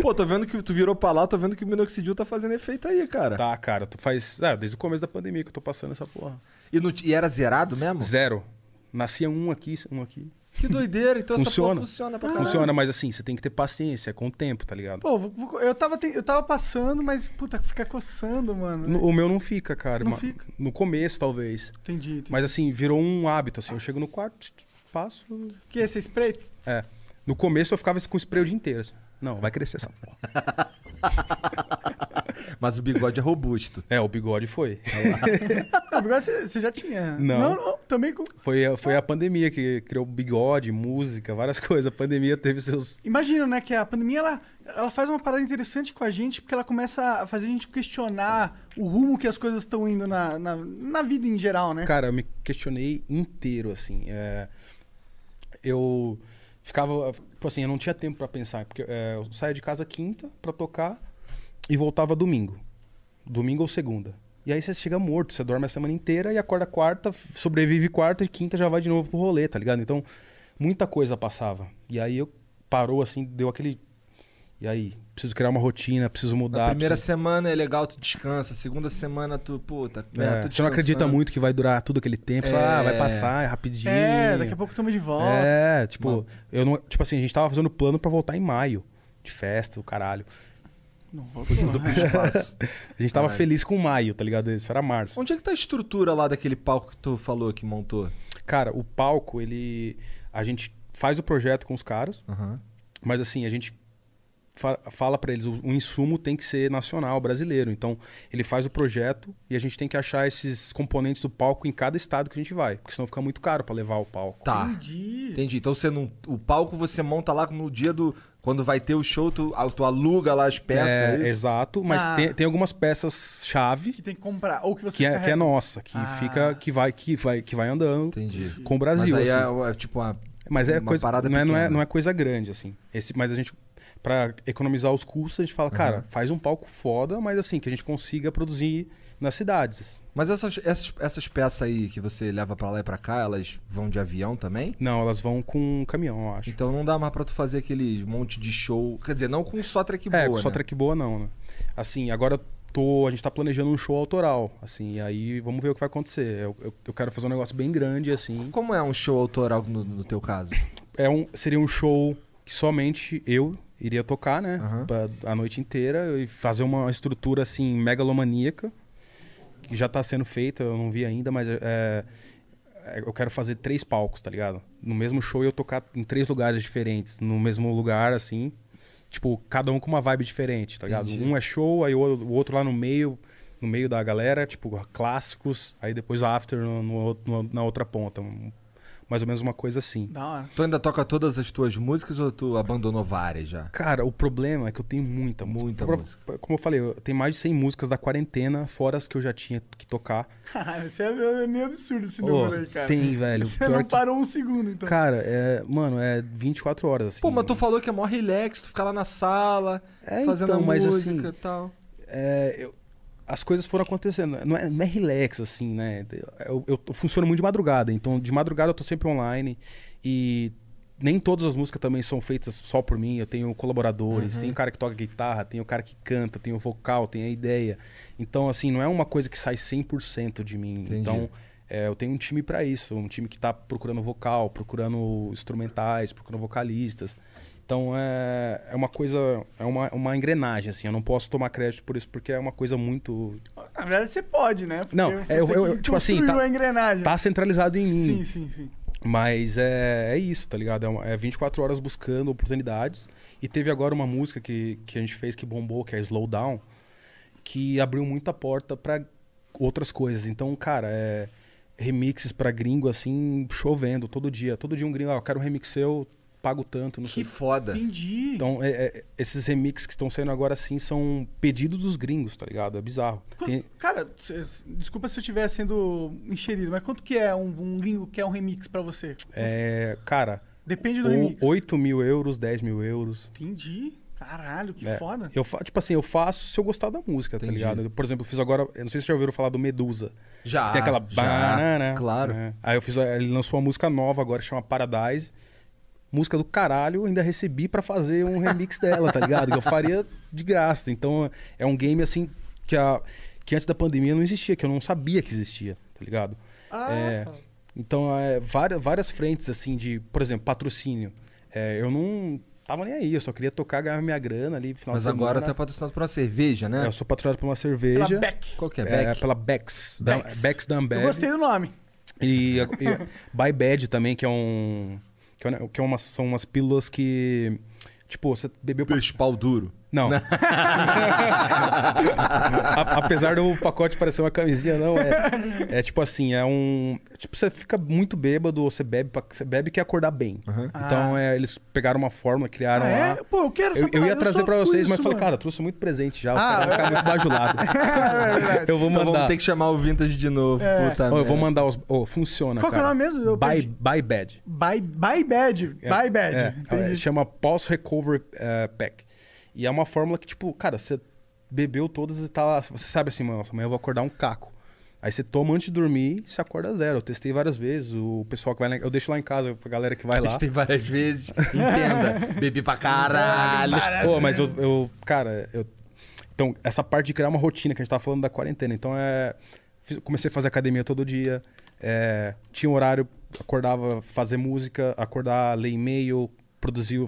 Speaker 1: Pô, tô vendo que tu virou pra lá, tô vendo que o minoxidil tá fazendo efeito aí, cara.
Speaker 3: Tá, cara, tu faz. É, desde o começo da pandemia que eu tô passando essa porra.
Speaker 1: E, não t- e era zerado mesmo?
Speaker 3: Zero. Nascia um aqui, um aqui.
Speaker 1: Que doideira, então essa porra funciona pra caralho.
Speaker 3: Funciona, mas assim, você tem que ter paciência com o tempo, tá ligado?
Speaker 2: Pô, vou- vou- eu, tava te- eu tava passando, mas, puta, fica coçando, mano.
Speaker 3: No- o meu não fica, cara.
Speaker 2: Não
Speaker 3: ma-
Speaker 2: fica?
Speaker 3: No começo, talvez.
Speaker 2: Entendi, entendi.
Speaker 3: Mas assim, virou um hábito, assim. Eu chego no quarto, tch, tch, passo.
Speaker 2: Que esse spray? tss,
Speaker 3: É. No começo eu ficava com spray o dia inteiro. assim. Não, vai crescer essa porra.
Speaker 1: Mas o bigode é robusto.
Speaker 3: É, o bigode foi.
Speaker 2: Não, agora você você já tinha.
Speaker 3: Não.
Speaker 2: não, também com.
Speaker 3: foi, a- foi a pandemia que criou bigode, música, várias coisas. A pandemia teve seus.
Speaker 2: Imagino, né, que a pandemia ela, ela faz uma parada interessante com a gente, porque ela começa a fazer a gente questionar o rumo que as coisas estão indo na, na, na vida em geral, né?
Speaker 3: Cara, eu me questionei inteiro, assim. é, eu ficava. Tipo assim, eu não tinha tempo pra pensar. Porque é, eu saía de casa quinta pra tocar e voltava domingo. Domingo ou segunda. E aí você chega morto, você dorme a semana inteira e acorda quarta, sobrevive quarta e quinta já vai de novo pro rolê, tá ligado? Então, muita coisa passava. E aí eu parou assim, deu aquele. E aí, preciso criar uma rotina, preciso mudar.
Speaker 1: Na primeira
Speaker 3: preciso...
Speaker 1: semana é legal, tu descansa. Segunda semana né, tu, puta,
Speaker 3: É, você não acredita muito que vai durar tudo aquele tempo. você fala, ah, vai
Speaker 1: É.
Speaker 3: passar, é rapidinho.
Speaker 2: É, daqui a pouco tamo de volta.
Speaker 3: É, tipo, eu não, tipo assim, a gente tava fazendo plano pra voltar em maio, de festa, o caralho.
Speaker 2: Não, vou
Speaker 1: Do espaço.
Speaker 3: A gente tava
Speaker 1: Caralho.
Speaker 3: feliz com maio, tá ligado? Isso era março.
Speaker 1: Onde é que tá a estrutura lá daquele palco que tu falou que montou?
Speaker 3: Cara, o palco, ele a gente faz o projeto com os caras, mas assim, a gente fa- fala pra eles, o, o insumo tem que ser nacional, brasileiro. Então, ele faz o projeto e a gente tem que achar esses componentes do palco em cada estado que a gente vai, porque senão fica muito caro pra levar o palco.
Speaker 1: Tá. Entendi. Então você não. O palco você monta lá no dia do. Quando vai ter o show, tu, ah, tu aluga lá as peças.
Speaker 3: É,
Speaker 1: isso?
Speaker 3: exato, mas
Speaker 1: Ah.
Speaker 3: tem, tem algumas peças-chave
Speaker 2: Que tem que comprar, ou que você
Speaker 3: que é, que é nossa, que fica, que vai, que vai, que vai andando com o Brasil.
Speaker 1: Mas aí
Speaker 3: assim.
Speaker 1: é, é tipo uma.
Speaker 3: Mas é
Speaker 1: uma
Speaker 3: coisa,
Speaker 1: parada
Speaker 3: não, é, não, é,
Speaker 1: pequena.
Speaker 3: não é coisa grande, assim. Esse, mas a gente, pra economizar os custos, a gente fala, cara,
Speaker 1: Aham.
Speaker 3: faz um palco foda, mas assim, que a gente consiga produzir nas cidades.
Speaker 1: Mas essas, essas, essas peças aí que você leva pra lá e pra cá, elas vão de avião também?
Speaker 3: Não, elas vão com um caminhão, eu acho.
Speaker 1: Então não dá mais pra tu fazer aquele monte de show. Quer dizer, não com só track boa.
Speaker 3: é, com só
Speaker 1: né?
Speaker 3: track boa não, né? Assim, agora eu tô, a gente tá planejando um show autoral, assim, e aí vamos ver o que vai acontecer. Eu, eu, eu quero fazer um negócio bem grande, assim.
Speaker 1: Como é um show autoral no, no teu caso?
Speaker 3: É um, seria um show que somente eu iria tocar, né? Pra- a noite inteira e fazer uma estrutura assim megalomaníaca que já tá sendo feita, eu não vi ainda, mas é, é, eu quero fazer três palcos, tá ligado? No mesmo show eu tocar em três lugares diferentes, no mesmo lugar assim, tipo cada um com uma vibe diferente, tá ligado?
Speaker 1: Entendi.
Speaker 3: Um é show, aí o, o outro lá no meio, no meio da galera, tipo clássicos, aí depois after no- no- no- na outra ponta, Um- mais ou menos uma coisa assim.
Speaker 2: Da hora.
Speaker 1: Tu ainda toca todas as tuas músicas ou tu abandonou várias já?
Speaker 3: Cara, o problema é que eu tenho muita música.
Speaker 1: Muita
Speaker 3: Pro-
Speaker 1: música.
Speaker 3: Como eu falei, eu tenho mais de 100 músicas da quarentena, fora as que eu já tinha que tocar.
Speaker 2: Caralho, isso é, é meio absurdo esse
Speaker 3: Ô,
Speaker 2: número aí, cara.
Speaker 3: tem, velho.
Speaker 2: Você
Speaker 3: Pior
Speaker 2: não
Speaker 3: que-
Speaker 2: parou um segundo, então.
Speaker 3: Cara, é, mano, é 24 horas assim.
Speaker 1: Pô, mas tu falou que é mó relax, tu fica lá na sala,
Speaker 3: É,
Speaker 1: fazendo
Speaker 3: então,
Speaker 1: a
Speaker 3: mas
Speaker 1: música
Speaker 3: assim,
Speaker 1: e tal.
Speaker 3: É, eu- as coisas foram acontecendo. Não é, não é relax, assim, né? Eu, eu, eu funciono muito de madrugada, então de madrugada eu tô sempre online e nem todas as músicas também são feitas só por mim. Eu tenho colaboradores,
Speaker 1: Uhum.
Speaker 3: tem o cara que toca guitarra, tem o cara que canta, tem o vocal, tem a ideia. Então, assim, não é uma coisa que sai 100% de mim.
Speaker 1: Entendi.
Speaker 3: Então, é, eu tenho um time pra isso, um time que tá procurando vocal, procurando instrumentais, procurando vocalistas. Então é, é uma coisa, é uma, uma engrenagem, assim. Eu não posso tomar crédito por isso, porque é uma coisa muito.
Speaker 2: Na verdade, você pode, né? Porque
Speaker 3: Não, é, eu-
Speaker 2: você
Speaker 3: eu-
Speaker 2: que
Speaker 3: eu- tipo assim,
Speaker 2: construiu
Speaker 3: tá-
Speaker 2: a engrenagem.
Speaker 3: Tá centralizado em
Speaker 2: Sim,
Speaker 3: mim.
Speaker 2: sim, sim.
Speaker 3: Mas é, é isso, tá ligado? É, uma- é 24 horas buscando oportunidades. E teve agora uma música que, que a gente fez que bombou, que é Slow Down, que abriu muita porta pra outras coisas. Então, cara, é remixes pra gringo, assim, chovendo todo dia. Todo dia um gringo, ah, eu quero um remix seu, pago tanto. Não que
Speaker 1: foda.
Speaker 2: Entendi.
Speaker 3: Então, é- é- esses remixes que estão saindo agora, assim, são pedidos dos gringos, tá ligado? É bizarro. Tem-
Speaker 2: Cara, cê- desculpa se eu estiver sendo encherido, mas quanto que é um, um gringo que é um remix pra você?
Speaker 3: é, cara...
Speaker 2: Depende do
Speaker 3: o-
Speaker 2: remix.
Speaker 3: 8 mil euros, 10 mil euros.
Speaker 2: Entendi. Caralho, que
Speaker 3: É,
Speaker 2: foda.
Speaker 3: Eu fa- tipo assim, eu faço se eu gostar da música,
Speaker 1: Entendi.
Speaker 3: tá ligado? Eu, Por exemplo, eu fiz agora. Eu não sei se vocês já ouviram falar do Medusa.
Speaker 1: Já,
Speaker 3: Tem aquela
Speaker 1: já,
Speaker 3: banana.
Speaker 1: claro.
Speaker 3: né? Aí eu fiz. Ele lançou uma música nova agora, chama Paradise. Música do caralho, eu ainda recebi pra fazer um remix dela, tá ligado? Que eu faria de graça. Então é um game assim que, a, que antes da pandemia não existia, que eu não sabia que existia, tá ligado?
Speaker 2: Ah,
Speaker 3: É, Então, é, várias, várias frentes, assim, de, por exemplo, patrocínio. É, eu não tava nem aí, eu só queria tocar, ganhar minha grana ali. Final
Speaker 1: Mas
Speaker 3: de semana.
Speaker 1: agora tu é patrocinado por uma cerveja, né?
Speaker 3: É, eu sou patrocinado por uma cerveja.
Speaker 2: Pela Beck.
Speaker 1: Qual que é?
Speaker 3: É,
Speaker 1: Beck?
Speaker 3: pela Bex. da-
Speaker 2: Bex.
Speaker 3: Bex da Ambev.
Speaker 2: Eu gostei do nome.
Speaker 3: E, e Buy Bad também, que é um. Que, é, que é umas, são umas pílulas que. Tipo, você bebeu. Peixe
Speaker 1: pau duro.
Speaker 3: Não. A- apesar do pacote parecer uma camisinha, não. É, é tipo assim, é um. Tipo, você fica muito bêbado, ou você bebe, pra- você bebe e quer acordar bem. Então, é, eles pegaram uma fórmula, criaram
Speaker 2: Ah, é?
Speaker 3: lá.
Speaker 2: Pô, eu quero essa
Speaker 3: eu, eu
Speaker 2: parada,
Speaker 3: ia
Speaker 2: eu
Speaker 3: trazer
Speaker 2: sofro
Speaker 3: pra
Speaker 2: com
Speaker 3: vocês,
Speaker 2: isso,
Speaker 3: mas eu falei,
Speaker 2: mano.
Speaker 3: cara, eu trouxe muito presente já. Os
Speaker 2: Ah,
Speaker 3: caras vão ficar muito bajulados. eu vou
Speaker 1: Então
Speaker 3: mandar.
Speaker 1: vamos ter que chamar o Vintage de novo.
Speaker 2: É.
Speaker 1: Puta
Speaker 3: Ó, eu
Speaker 1: merda.
Speaker 3: vou mandar os. ó, funciona.
Speaker 2: Qual que é o
Speaker 3: cara.
Speaker 2: nome mesmo? Eu
Speaker 3: Buy,
Speaker 2: perdi.
Speaker 3: buy Bad.
Speaker 2: Buy, buy bad.
Speaker 3: É,
Speaker 2: buy bad.
Speaker 3: é,
Speaker 2: Entendi.
Speaker 3: é, chama Pulse Recovery eh, Pack. E é uma fórmula que, tipo, cara, você bebeu todas e tá lá. Você sabe assim, mano, amanhã eu vou acordar um caco. Aí você toma antes de dormir e você acorda zero. Eu testei várias vezes. O pessoal que vai lá, Eu deixo lá em casa pra galera que vai lá.
Speaker 1: Testei várias vezes. Entenda. Bebi pra caralho.
Speaker 3: Pô, mas eu, eu- Cara, eu. Então, essa parte de criar uma rotina que a gente tava falando da quarentena. Então, é. fiz- Comecei a fazer academia todo dia. é, tinha um horário, acordava fazer música, acordar, ler e-mail, produzir uh,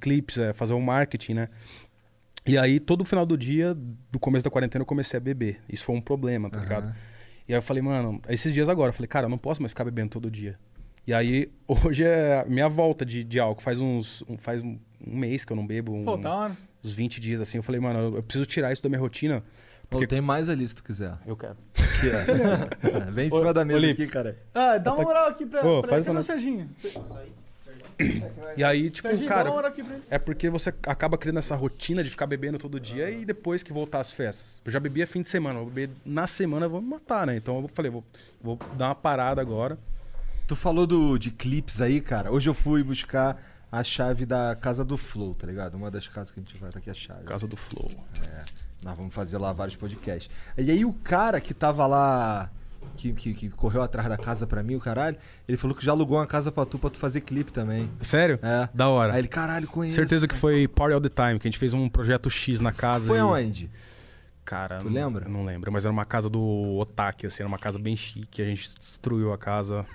Speaker 3: clipes, é, fazer o marketing, né? E aí, todo final do dia, do começo da quarentena, eu comecei a beber. Isso foi um problema, tá ligado? E aí eu falei, mano, esses dias agora, eu falei, cara, eu não posso mais ficar bebendo todo dia. E aí, hoje é a minha volta de, de álcool. Faz uns. um- faz um, um mês que eu não bebo. Um,
Speaker 2: Pô, da hora.
Speaker 3: Uns 20 dias assim. Eu falei, mano, eu- eu preciso tirar isso da minha rotina. Porque
Speaker 1: tem mais ali se tu quiser.
Speaker 3: Eu quero.
Speaker 1: É, Vem em cima
Speaker 3: Ô,
Speaker 1: da mesa
Speaker 3: Olipe.
Speaker 1: aqui, cara.
Speaker 2: Ah, dá uma moral aqui pra,
Speaker 3: Pô,
Speaker 2: pra
Speaker 3: faz
Speaker 2: Cadê
Speaker 3: uma-
Speaker 2: o Serginho?
Speaker 3: E aí, tipo,
Speaker 2: Serginho,
Speaker 3: cara.
Speaker 2: dá uma moral aqui pra ele.
Speaker 3: É porque você acaba criando essa rotina de ficar bebendo todo dia e depois que voltar às festas. Eu já bebia fim de semana, eu vou beber na semana, eu vou me matar, né? Então eu falei, vou, vou dar uma parada agora.
Speaker 1: Tu falou do, de clipes aí, cara. Hoje eu fui buscar a chave da casa do Flow, tá ligado? Uma das casas que a gente vai, tá aqui a chave.
Speaker 3: Casa do Flow.
Speaker 1: É. Nós vamos fazer lá vários podcasts. E aí o cara que tava lá, que, que, que correu atrás da casa pra mim, o caralho, ele falou que já alugou uma casa pra tu, pra tu fazer clipe também.
Speaker 3: Sério?
Speaker 1: É.
Speaker 3: Da hora.
Speaker 1: Aí ele, caralho, conheço.
Speaker 3: Certeza que foi Party All The Time, que a gente fez um projeto X na casa.
Speaker 1: Foi
Speaker 3: e-
Speaker 1: aonde?
Speaker 3: Cara,
Speaker 1: Tu
Speaker 3: não-
Speaker 1: lembra?
Speaker 3: Não lembro, mas era uma casa do Otaki, assim, era uma casa bem chique, a gente destruiu a casa.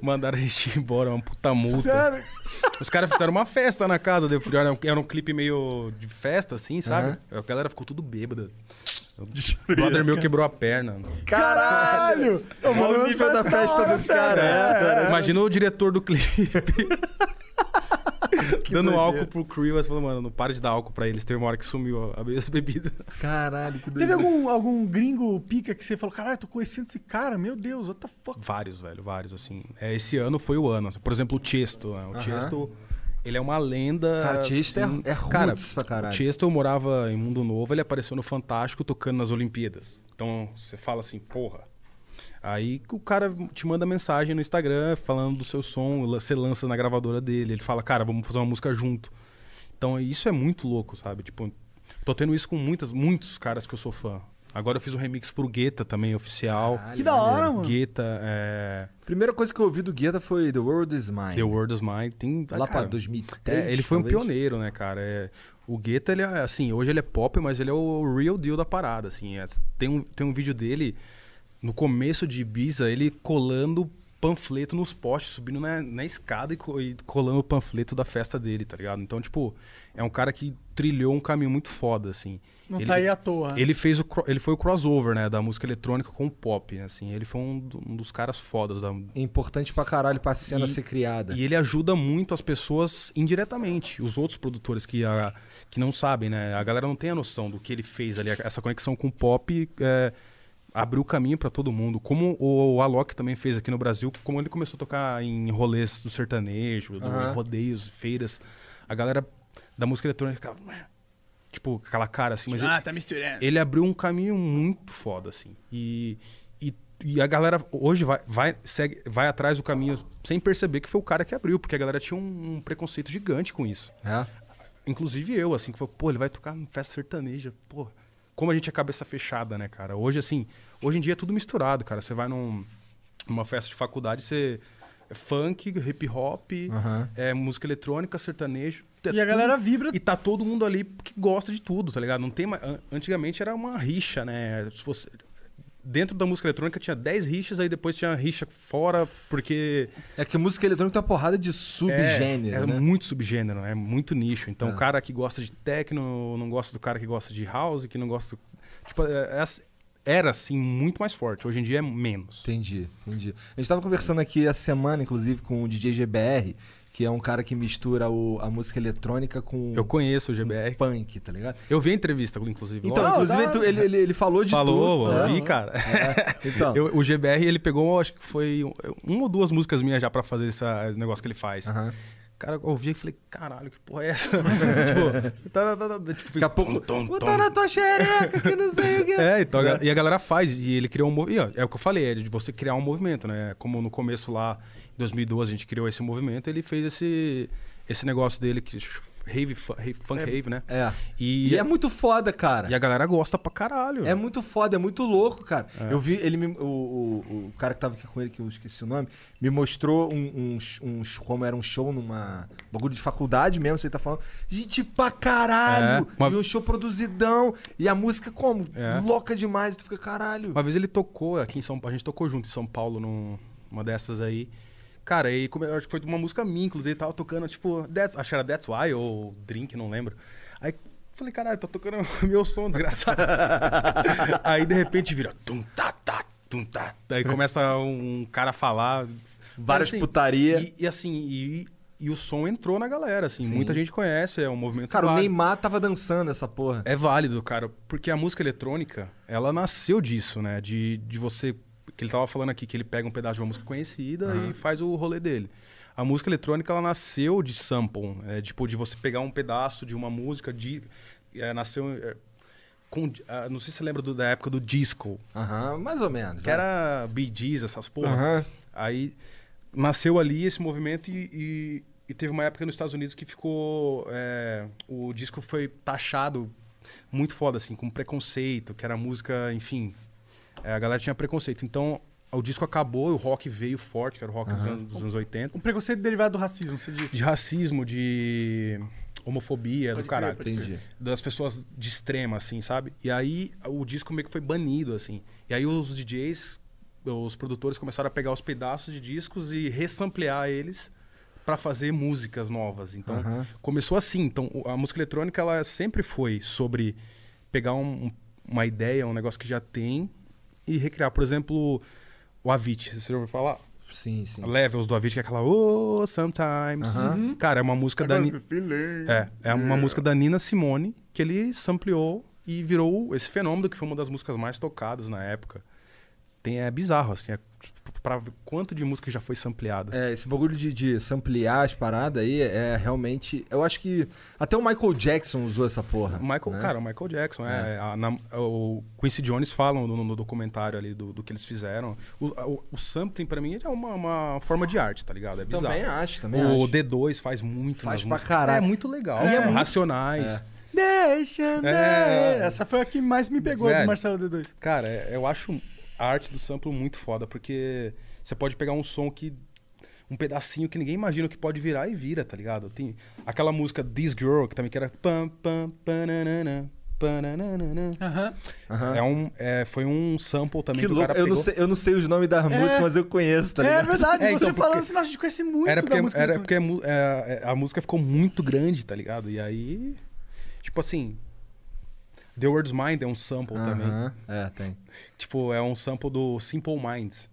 Speaker 3: Mandaram a gente embora, uma puta multa.
Speaker 2: Sério?
Speaker 3: Os caras fizeram uma festa na casa, daí eu fui- era um, era um clipe meio de festa, assim, sabe? A galera ficou tudo bêbada. O brother meu quebrou a perna.
Speaker 2: Caralho! Eu vou
Speaker 1: Olha É o nível da festa desse cara. É, é.
Speaker 3: Imagina o diretor do clipe. Dando álcool pro crew, mas falou, mano, não para de dar álcool pra eles. Teve uma hora que sumiu a- as bebidas.
Speaker 1: É. Caralho, que
Speaker 2: Teve algum, algum gringo pica que você falou, caralho, tô conhecendo esse cara, meu Deus, what the fuck?
Speaker 3: Vários, velho, vários, assim. É, esse ano foi o ano. Por exemplo, o Chesto. né? O
Speaker 1: Aham.
Speaker 3: Chesto, ele é uma lenda. assim,
Speaker 1: Cara, Tiesto é- é roots
Speaker 3: cara,
Speaker 1: pra caralho.
Speaker 3: O Chesto, eu morava em Mundo Novo, ele apareceu no Fantástico tocando nas Olimpíadas. Então, você fala assim, porra. Aí que o cara te manda mensagem no Instagram falando do seu som, la- você lança na gravadora dele. Ele fala, cara, vamos fazer uma música junto. Então, isso é muito louco, sabe? Tipo, tô tendo isso com muitas, muitos caras que eu sou fã. Agora eu fiz um remix pro Guetta também, oficial.
Speaker 2: Que da hora, mano.
Speaker 3: Guetta, é...
Speaker 1: Primeira coisa que eu ouvi do Guetta foi The World Is Mine.
Speaker 3: The World Is Mine. Tem,
Speaker 1: Lá pra
Speaker 3: cara,
Speaker 1: 2003,
Speaker 3: é, ele foi um
Speaker 1: talvez.
Speaker 3: pioneiro, né, cara? É, o Guetta, ele é, assim, hoje ele é pop, mas ele é o real deal da parada, assim. É, tem, um, tem um vídeo dele, no começo de Ibiza, ele colando panfleto nos postes, subindo na, na escada e, co- e colando o panfleto da festa dele, tá ligado? Então, tipo, é um cara que trilhou um caminho muito foda, assim.
Speaker 2: Não tá aí à toa, né?
Speaker 3: Ele fez o cro- ele foi o crossover, né, da música eletrônica com o pop, né, assim. Ele foi um, do- um dos caras fodas da,
Speaker 1: Importante pra caralho pra cena ser criada.
Speaker 3: e ele ajuda muito as pessoas indiretamente, os outros produtores que, a, que não sabem, né? A galera não tem a noção do que ele fez ali. Essa conexão com o pop é, abriu o caminho pra todo mundo. Como o, Alok também fez aqui no Brasil, como ele começou a tocar em rolês do sertanejo, do-
Speaker 1: Aham.
Speaker 3: em rodeios, feiras. A galera da música eletrônica ficava, Tipo, com aquela cara assim. Mas
Speaker 2: Ah,
Speaker 3: ele-
Speaker 2: tá misturando.
Speaker 3: Ele abriu um caminho muito foda, assim. E, e, e a galera hoje vai, vai, segue, vai atrás do caminho sem perceber que foi o cara que abriu, porque a galera tinha um, um preconceito gigante com isso. Inclusive eu, assim, que falou, pô, ele vai tocar em festa sertaneja, pô. Como a gente é cabeça fechada, né, cara? Hoje, assim, hoje em dia é tudo misturado, cara. Você vai num, numa festa de faculdade, você. é Funk, hip hop,
Speaker 1: Aham.
Speaker 3: é, música eletrônica, sertanejo. é
Speaker 2: E a
Speaker 3: tudo-
Speaker 2: galera vibra.
Speaker 3: E tá todo mundo ali que gosta de tudo, tá ligado? Não tem mais. an- Antigamente era uma rixa, né? Se você. dentro da música eletrônica tinha 10 rixas, aí depois tinha rixa fora, porque.
Speaker 1: É que música eletrônica tem uma porrada de subgênero.
Speaker 3: É, é
Speaker 1: né?
Speaker 3: muito subgênero, é muito nicho. Então o cara que gosta de techno não gosta do cara que gosta de house, que não gosta. Tipo, é- é- era assim muito mais forte. Hoje em dia é menos.
Speaker 1: Entendi, entendi. A gente tava conversando aqui essa semana, inclusive, com o DJ GBR, que é um cara que mistura o- a música eletrônica com.
Speaker 3: Eu conheço o GBR.
Speaker 1: Punk, tá ligado?
Speaker 3: Eu vi a entrevista, inclusive.
Speaker 1: Então,
Speaker 3: Olha,
Speaker 1: inclusive,
Speaker 3: tá-
Speaker 1: tu- ele, ele, ele falou de
Speaker 3: Falou,
Speaker 1: tudo.
Speaker 3: eu
Speaker 1: né?
Speaker 3: vi, cara.
Speaker 1: É, Então.
Speaker 3: Eu- o GBR, ele pegou, acho que foi um- uma ou duas músicas minhas já pra fazer essa- esse negócio que ele faz. Cara, eu ouvi e falei, caralho, que porra é essa? tipo, tá, tá, tá, tá, tipo, Daqui a pouco... Tom, tom,
Speaker 1: Tá na tua xereca que não sei o que.
Speaker 3: É, então, a ga- e a galera faz, e ele criou um movimento. É o que eu falei, é de você criar um movimento, né? Como no começo lá, em 2012, a gente criou esse movimento, ele fez esse, esse negócio dele que. Rave, fu- rave- funk
Speaker 1: É,
Speaker 3: rave, né?
Speaker 1: é.
Speaker 3: E,
Speaker 1: E é muito foda, cara.
Speaker 3: E a galera gosta pra caralho. né?
Speaker 1: É muito foda, é muito louco, cara.
Speaker 3: É.
Speaker 1: Eu vi, ele me- o, o, o cara que tava aqui com ele, que eu esqueci o nome, me mostrou um, um sh- um sh- como era um show numa. bagulho de faculdade mesmo, você tá falando. Gente, pra caralho!
Speaker 3: É, uma-
Speaker 1: E um show produzidão. E a música como?
Speaker 3: É.
Speaker 1: Louca demais, tu fica caralho.
Speaker 3: Uma vez ele tocou aqui em São Paulo, a gente tocou junto em São Paulo num- numa dessas aí. Cara, e come- acho que foi de uma música minha, inclusive, tava tocando, tipo, That's- acho que era That's Why ou Drink, não lembro. Aí falei, caralho, tá tocando meu som, desgraçado. aí de repente vira tum tá tá tum tá. Daí começa um cara a falar
Speaker 1: Várias
Speaker 3: Mas, assim,
Speaker 1: putaria.
Speaker 3: E, e assim, e, e o som entrou na galera, assim,
Speaker 1: Sim.
Speaker 3: muita gente conhece, é um movimento
Speaker 1: Cara, o
Speaker 3: válido.
Speaker 1: Neymar tava dançando essa porra.
Speaker 3: É válido, cara, porque a música eletrônica, ela nasceu disso, né? De, de você. Que ele tava falando aqui, que ele pega um pedaço de uma música conhecida
Speaker 1: Aham.
Speaker 3: e faz o rolê dele. A música eletrônica, ela nasceu de sample, é, tipo, de você pegar um pedaço de uma música, de, é, nasceu. é, com- ah, não sei se você lembra do- da época do disco.
Speaker 1: Aham, mais ou menos.
Speaker 3: Que era Bee Gees, essas porra.
Speaker 1: Aham.
Speaker 3: Aí nasceu ali esse movimento e, e- e teve uma época nos Estados Unidos que ficou... é, o disco foi taxado muito foda, assim, com preconceito, que era música, enfim... é, a galera tinha preconceito. Então, o disco acabou, o rock veio forte, que era o rock dos,
Speaker 2: Aham.
Speaker 3: anos, dos anos 80.
Speaker 2: Um preconceito derivado do racismo, você disse.
Speaker 3: De racismo, de homofobia, do
Speaker 2: Pode crer,
Speaker 3: caralho.
Speaker 2: pode crer. Entendi.
Speaker 3: Das pessoas de extrema, assim, sabe? E aí o disco meio que foi banido, assim. E aí os DJs, os produtores começaram a pegar os pedaços de discos e ressamplear eles pra fazer músicas novas. Então
Speaker 1: Aham.
Speaker 3: começou assim. Então o- a música eletrônica ela sempre foi sobre pegar um- um- uma ideia, um negócio que já tem e recriar. Por exemplo, o Avicii, você já ouviu falar?
Speaker 1: Sim, sim.
Speaker 3: Levels do Avicii, que é aquela Oh, Sometimes.
Speaker 1: Aham.
Speaker 3: Cara, é uma música da
Speaker 1: Agora
Speaker 3: Ni-
Speaker 1: que eu filei.
Speaker 3: É, é uma
Speaker 1: Yeah.
Speaker 3: música da Nina Simone que ele sampleou e virou esse fenômeno que foi uma das músicas mais tocadas na época. Tem, é bizarro, assim, é, tipo, pra ver quanto de música já foi sampleada.
Speaker 1: É, esse bagulho de, de samplear as paradas aí é realmente. Eu acho que. Até o Michael Jackson usou essa porra. né?
Speaker 3: Michael, Cara, o Michael Jackson, é. a- na- o Quincy Jones falam no, no documentário ali do, do que eles fizeram. O, a- o- o sampling, pra mim, é uma, uma forma de arte, tá ligado? É bizarro.
Speaker 1: Também acho, também
Speaker 3: O
Speaker 1: acho.
Speaker 3: D2 faz muito
Speaker 1: Faz
Speaker 3: nas
Speaker 1: pra
Speaker 3: músicas.
Speaker 1: caralho.
Speaker 3: É muito legal.
Speaker 1: E é
Speaker 3: cara.
Speaker 1: muito-
Speaker 3: Racionais.
Speaker 1: É.
Speaker 2: Deixa,
Speaker 3: É.
Speaker 2: né? Essa foi a que mais me pegou
Speaker 3: Velho.
Speaker 2: do Marcelo D2.
Speaker 3: Cara, é- eu acho a arte do sample muito foda, porque você pode pegar um som que. Um pedacinho que ninguém imagina que pode virar e vira, tá ligado? Tem aquela música This Girl, que também que era. Pam, pam, pananana, pananana.
Speaker 1: Aham.
Speaker 3: É um, é, foi um sample também
Speaker 1: Que
Speaker 3: que o
Speaker 1: louco.
Speaker 3: cara
Speaker 1: Eu não,
Speaker 3: pegou.
Speaker 1: sei, eu não sei os nomes das músicas, mas eu conheço, tá ligado?
Speaker 2: É verdade,
Speaker 3: É,
Speaker 2: você
Speaker 3: então, porque-
Speaker 2: falando assim, nossa, a gente conhece muito
Speaker 3: Era porque,
Speaker 2: da música.
Speaker 3: era
Speaker 2: eletrônica.
Speaker 3: porque mu- é, é, a música ficou muito grande, tá ligado? E aí. Tipo assim. The World's Mind é um sample também.
Speaker 1: Aham, É, tem.
Speaker 3: Tipo, é um sample do Simple Minds.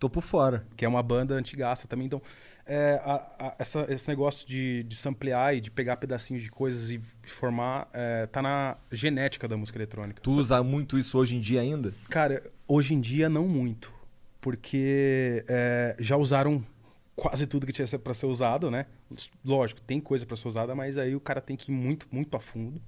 Speaker 1: Tô por fora.
Speaker 3: Que é uma banda antigaça também. Então, é, a- a- essa- esse negócio de, de samplear e de pegar pedacinhos de coisas e formar é, tá na genética da música eletrônica.
Speaker 1: Tu usa muito isso hoje em dia ainda?
Speaker 3: Cara, hoje em dia não muito. Porque é, já usaram quase tudo que tinha pra ser usado, né? Lógico, tem coisa pra ser usada, mas aí o cara tem que ir muito, muito a fundo.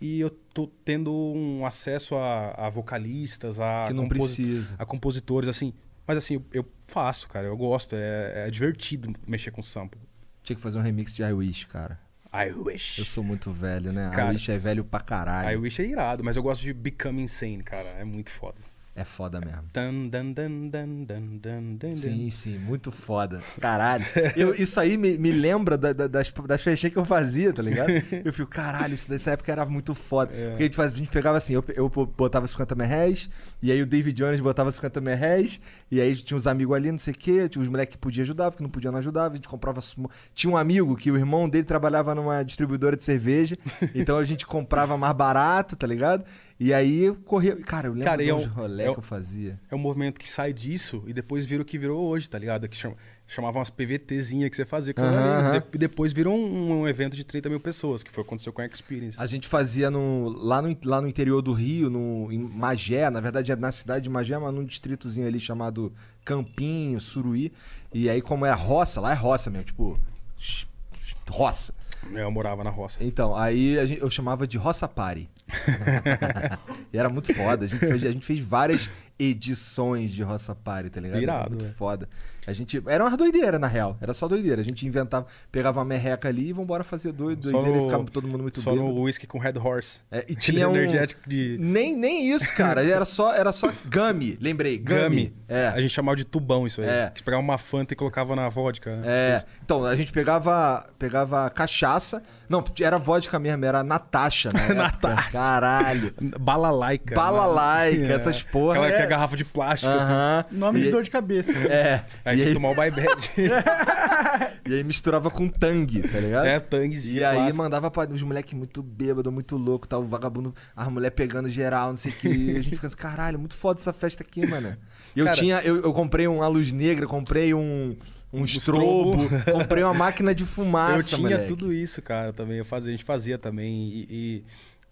Speaker 3: E eu tô tendo um acesso a, a vocalistas, a,
Speaker 1: Que não precisa.
Speaker 3: a compositores, assim. Mas assim, eu, eu faço, cara, eu gosto. É, é divertido mexer com sample.
Speaker 1: Tinha que fazer um remix de I Wish, cara.
Speaker 3: I Wish.
Speaker 1: Eu sou muito velho, né? I
Speaker 3: Cara,
Speaker 1: Wish é velho pra caralho.
Speaker 3: I Wish é irado, mas eu gosto de Become Insane, cara. É muito foda.
Speaker 1: É foda mesmo.
Speaker 3: Dun, dun, dun, dun, dun, dun, dun,
Speaker 1: Sim, sim, muito foda. Caralho. Eu- isso aí me, me lembra da- da- das, das fechinhas que eu fazia, tá ligado? Eu fico, caralho, isso dessa época era muito foda.
Speaker 3: É.
Speaker 1: Porque a gente, faz- a gente pegava assim, eu, pe- eu botava 50 mil réis, e aí o David Jones botava 50 mil réis, e aí tinha uns amigos ali, não sei o quê, tinha uns moleques que podiam ajudar, que não podiam não ajudava, a gente comprava. sumo- Tinha um amigo que o irmão dele trabalhava numa distribuidora de cerveja, então a gente comprava mais barato, tá ligado? E aí eu corria. Cara, eu lembro
Speaker 3: Cara, e
Speaker 1: de
Speaker 3: é
Speaker 1: uns
Speaker 3: um-
Speaker 1: rolê
Speaker 3: é um-
Speaker 1: que eu fazia.
Speaker 3: É um movimento que sai disso e depois vira o que virou hoje, tá ligado? Que chama, chamavam as PVTzinhas que você fazia com seus
Speaker 1: Aham,
Speaker 3: amigos.
Speaker 1: aham.
Speaker 3: De- e depois virou um, um evento de 30 mil pessoas, que foi o que aconteceu com a Experience.
Speaker 1: A gente fazia no, lá, no, lá no interior do Rio, no, em Magé, na verdade é na cidade de Magé, mas num distritozinho ali chamado Campinho, Suruí. E aí, como é roça, lá é roça mesmo, tipo. sh- sh- Roça.
Speaker 3: Eu morava na roça.
Speaker 1: Então, aí a gente- eu chamava de Roça Party. e era muito foda. A gente fez, a gente fez várias edições de Roça Party, tá ligado? Era
Speaker 3: Irado,
Speaker 1: muito
Speaker 3: é.
Speaker 1: foda. A gente. Era uma doideira, na real. Era só doideira. A gente inventava, pegava uma merreca ali e vambora fazer doido,
Speaker 3: Só
Speaker 1: doideira e
Speaker 3: no-
Speaker 1: ficava todo mundo muito
Speaker 3: Só
Speaker 1: bêbado.
Speaker 3: no whisky com Red Horse.
Speaker 1: e tinha um-
Speaker 3: energético de...
Speaker 1: Nem, nem isso, cara. Era só, era só gummy, lembrei. Gummy.
Speaker 3: Gummy. A gente chamava de tubão isso aí.
Speaker 1: É.
Speaker 3: Que você pegava uma Fanta e colocava na vodka. né?
Speaker 1: É. Então, a gente pegava, pegava cachaça. Não, era vodka mesmo, era Natasha, né? Natasha. Caralho.
Speaker 3: Balalaica.
Speaker 1: Balalaica,
Speaker 3: É.
Speaker 1: essas porra.
Speaker 3: Aquela que é a garrafa de plástico,
Speaker 1: Aham.
Speaker 3: assim.
Speaker 2: Nome de
Speaker 1: E-
Speaker 2: dor de cabeça.
Speaker 1: É.
Speaker 3: Aí tem
Speaker 1: e,
Speaker 3: que
Speaker 1: aí,
Speaker 3: tomar o bye-bad.
Speaker 1: e aí misturava com tangue, tá ligado?
Speaker 3: É, tanguezinho
Speaker 1: E aí
Speaker 3: clássico.
Speaker 1: mandava pra os moleques muito bêbado, muito louco, tal, o vagabundo, as mulher pegando geral, não sei o que. E a gente ficando, caralho, muito foda essa festa aqui, mano. E eu
Speaker 3: Cara-
Speaker 1: tinha, eu, eu comprei uma luz negra, comprei um, um estrobo,
Speaker 3: estrobo.
Speaker 1: comprei uma máquina de fumaça,
Speaker 3: Eu tinha
Speaker 1: moleque.
Speaker 3: tudo isso, cara, também. Eu fazia, a gente fazia também. E, e,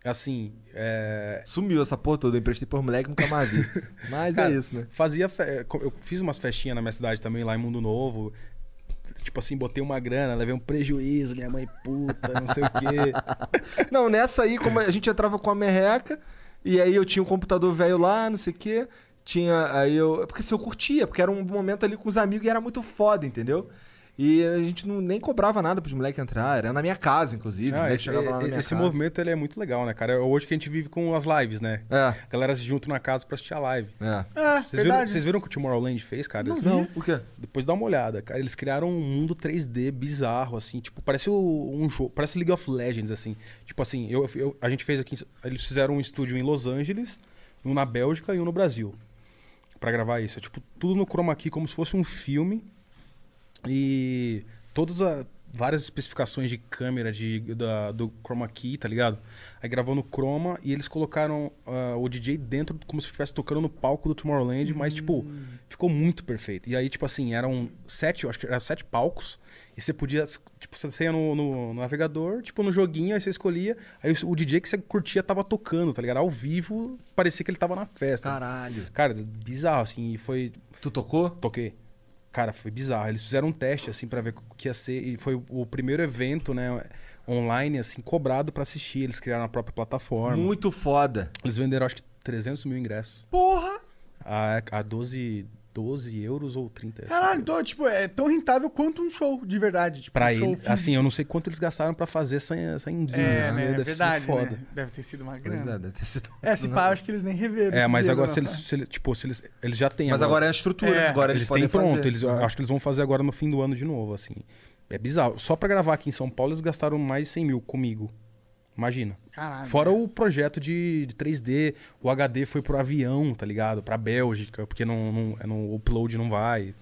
Speaker 3: assim. é,
Speaker 1: Sumiu essa porra toda, eu emprestei pros moleque nunca mais vi. Mas
Speaker 3: Cara,
Speaker 1: é isso, né?
Speaker 3: Fazia fe- co- Eu fiz umas festinhas na minha cidade também, lá em Mundo Novo. Tipo assim, botei uma grana, levei um prejuízo, minha mãe puta, não sei o quê.
Speaker 1: Não, nessa aí, como a gente entrava com a merreca, e aí eu tinha um computador velho lá, não sei o quê. Tinha. Aí eu. é Porque se eu curtia, porque era um momento ali com os amigos e era muito foda, entendeu? E a gente não, nem cobrava nada pros moleques entrar. Era na minha casa, inclusive.
Speaker 3: Ah,
Speaker 1: né?
Speaker 3: esse
Speaker 1: Chegava lá na minha
Speaker 3: esse
Speaker 1: casa.
Speaker 3: movimento ele é muito legal, né, cara? É Hoje que a gente vive com as lives, né? A galera se junta na casa pra assistir a live.
Speaker 1: É.
Speaker 2: É,
Speaker 3: Vocês, viram,
Speaker 2: verdade.
Speaker 3: vocês viram o que o Tomorrowland fez, cara?
Speaker 2: Não
Speaker 3: Eles-
Speaker 2: vi. Não,
Speaker 1: o quê?
Speaker 3: Depois dá uma olhada, cara. Eles criaram um mundo 3D bizarro, assim. Tipo, parece o- um jogo. Parece League of Legends, assim. Tipo assim, eu, eu- a gente fez aqui. em- Eles fizeram um estúdio em Los Angeles, um na Bélgica e um no Brasil. Pra gravar isso. É tipo, tudo no chroma key, como se fosse um filme. E todas as várias especificações de câmera de, da- do chroma key, tá ligado? Aí gravou no chroma e eles colocaram ah, o DJ dentro como se estivesse tocando no palco do Tomorrowland, mas tipo, ficou muito perfeito. E aí tipo assim, eram sete, eu acho que eram sete palcos e você podia tipo, você ia no, no- no navegador, tipo no joguinho, aí você escolhia, aí o, o DJ que você curtia tava tocando, tá ligado? Ao vivo, parecia que ele tava na festa.
Speaker 1: Caralho.
Speaker 3: Cara, bizarro, assim, e foi.
Speaker 1: Tu tocou?
Speaker 3: Toquei. Cara, foi bizarro. Eles fizeram um teste, assim, pra ver o que ia ser. E foi o primeiro evento, né, online, assim, cobrado pra assistir. Eles criaram a própria plataforma.
Speaker 1: Muito foda.
Speaker 3: Eles venderam, acho que, 300 mil ingressos.
Speaker 2: Porra!
Speaker 3: A, a 12, 12 euros ou 30. assim.
Speaker 2: Caralho, então, tipo, é tão rentável quanto um show, de verdade. Tipo,
Speaker 3: Pra
Speaker 2: um show
Speaker 3: ele,
Speaker 2: físico.
Speaker 3: assim, eu não sei quanto eles gastaram pra fazer essa, essa enguia.
Speaker 2: É,
Speaker 3: assim,
Speaker 2: né,
Speaker 3: deve
Speaker 2: é
Speaker 3: ser
Speaker 2: verdade,
Speaker 3: foda.
Speaker 2: né? Deve ter sido uma
Speaker 1: Pois é,
Speaker 2: grana.
Speaker 1: deve ter sido.
Speaker 2: É, se pá, acho que eles né? nem reveram.
Speaker 3: É,
Speaker 2: esse
Speaker 3: mas
Speaker 2: dinheiro,
Speaker 3: agora
Speaker 2: não.
Speaker 3: se eles, se eles- tipo, se eles, eles já têm
Speaker 1: Mas agora é a estrutura, né? Agora
Speaker 3: eles
Speaker 1: eles podem
Speaker 3: têm pronto,
Speaker 1: fazer.
Speaker 3: eles eu acho que eles vão fazer agora no fim do ano de novo, assim. É bizarro. Só pra gravar aqui em São Paulo eles gastaram mais de 100 mil comigo. Imagina.
Speaker 2: Caralho.
Speaker 3: Fora o projeto de, de 3D, o HD foi pro avião, tá ligado? Pra Bélgica, porque não, não, é, não- o upload não vai.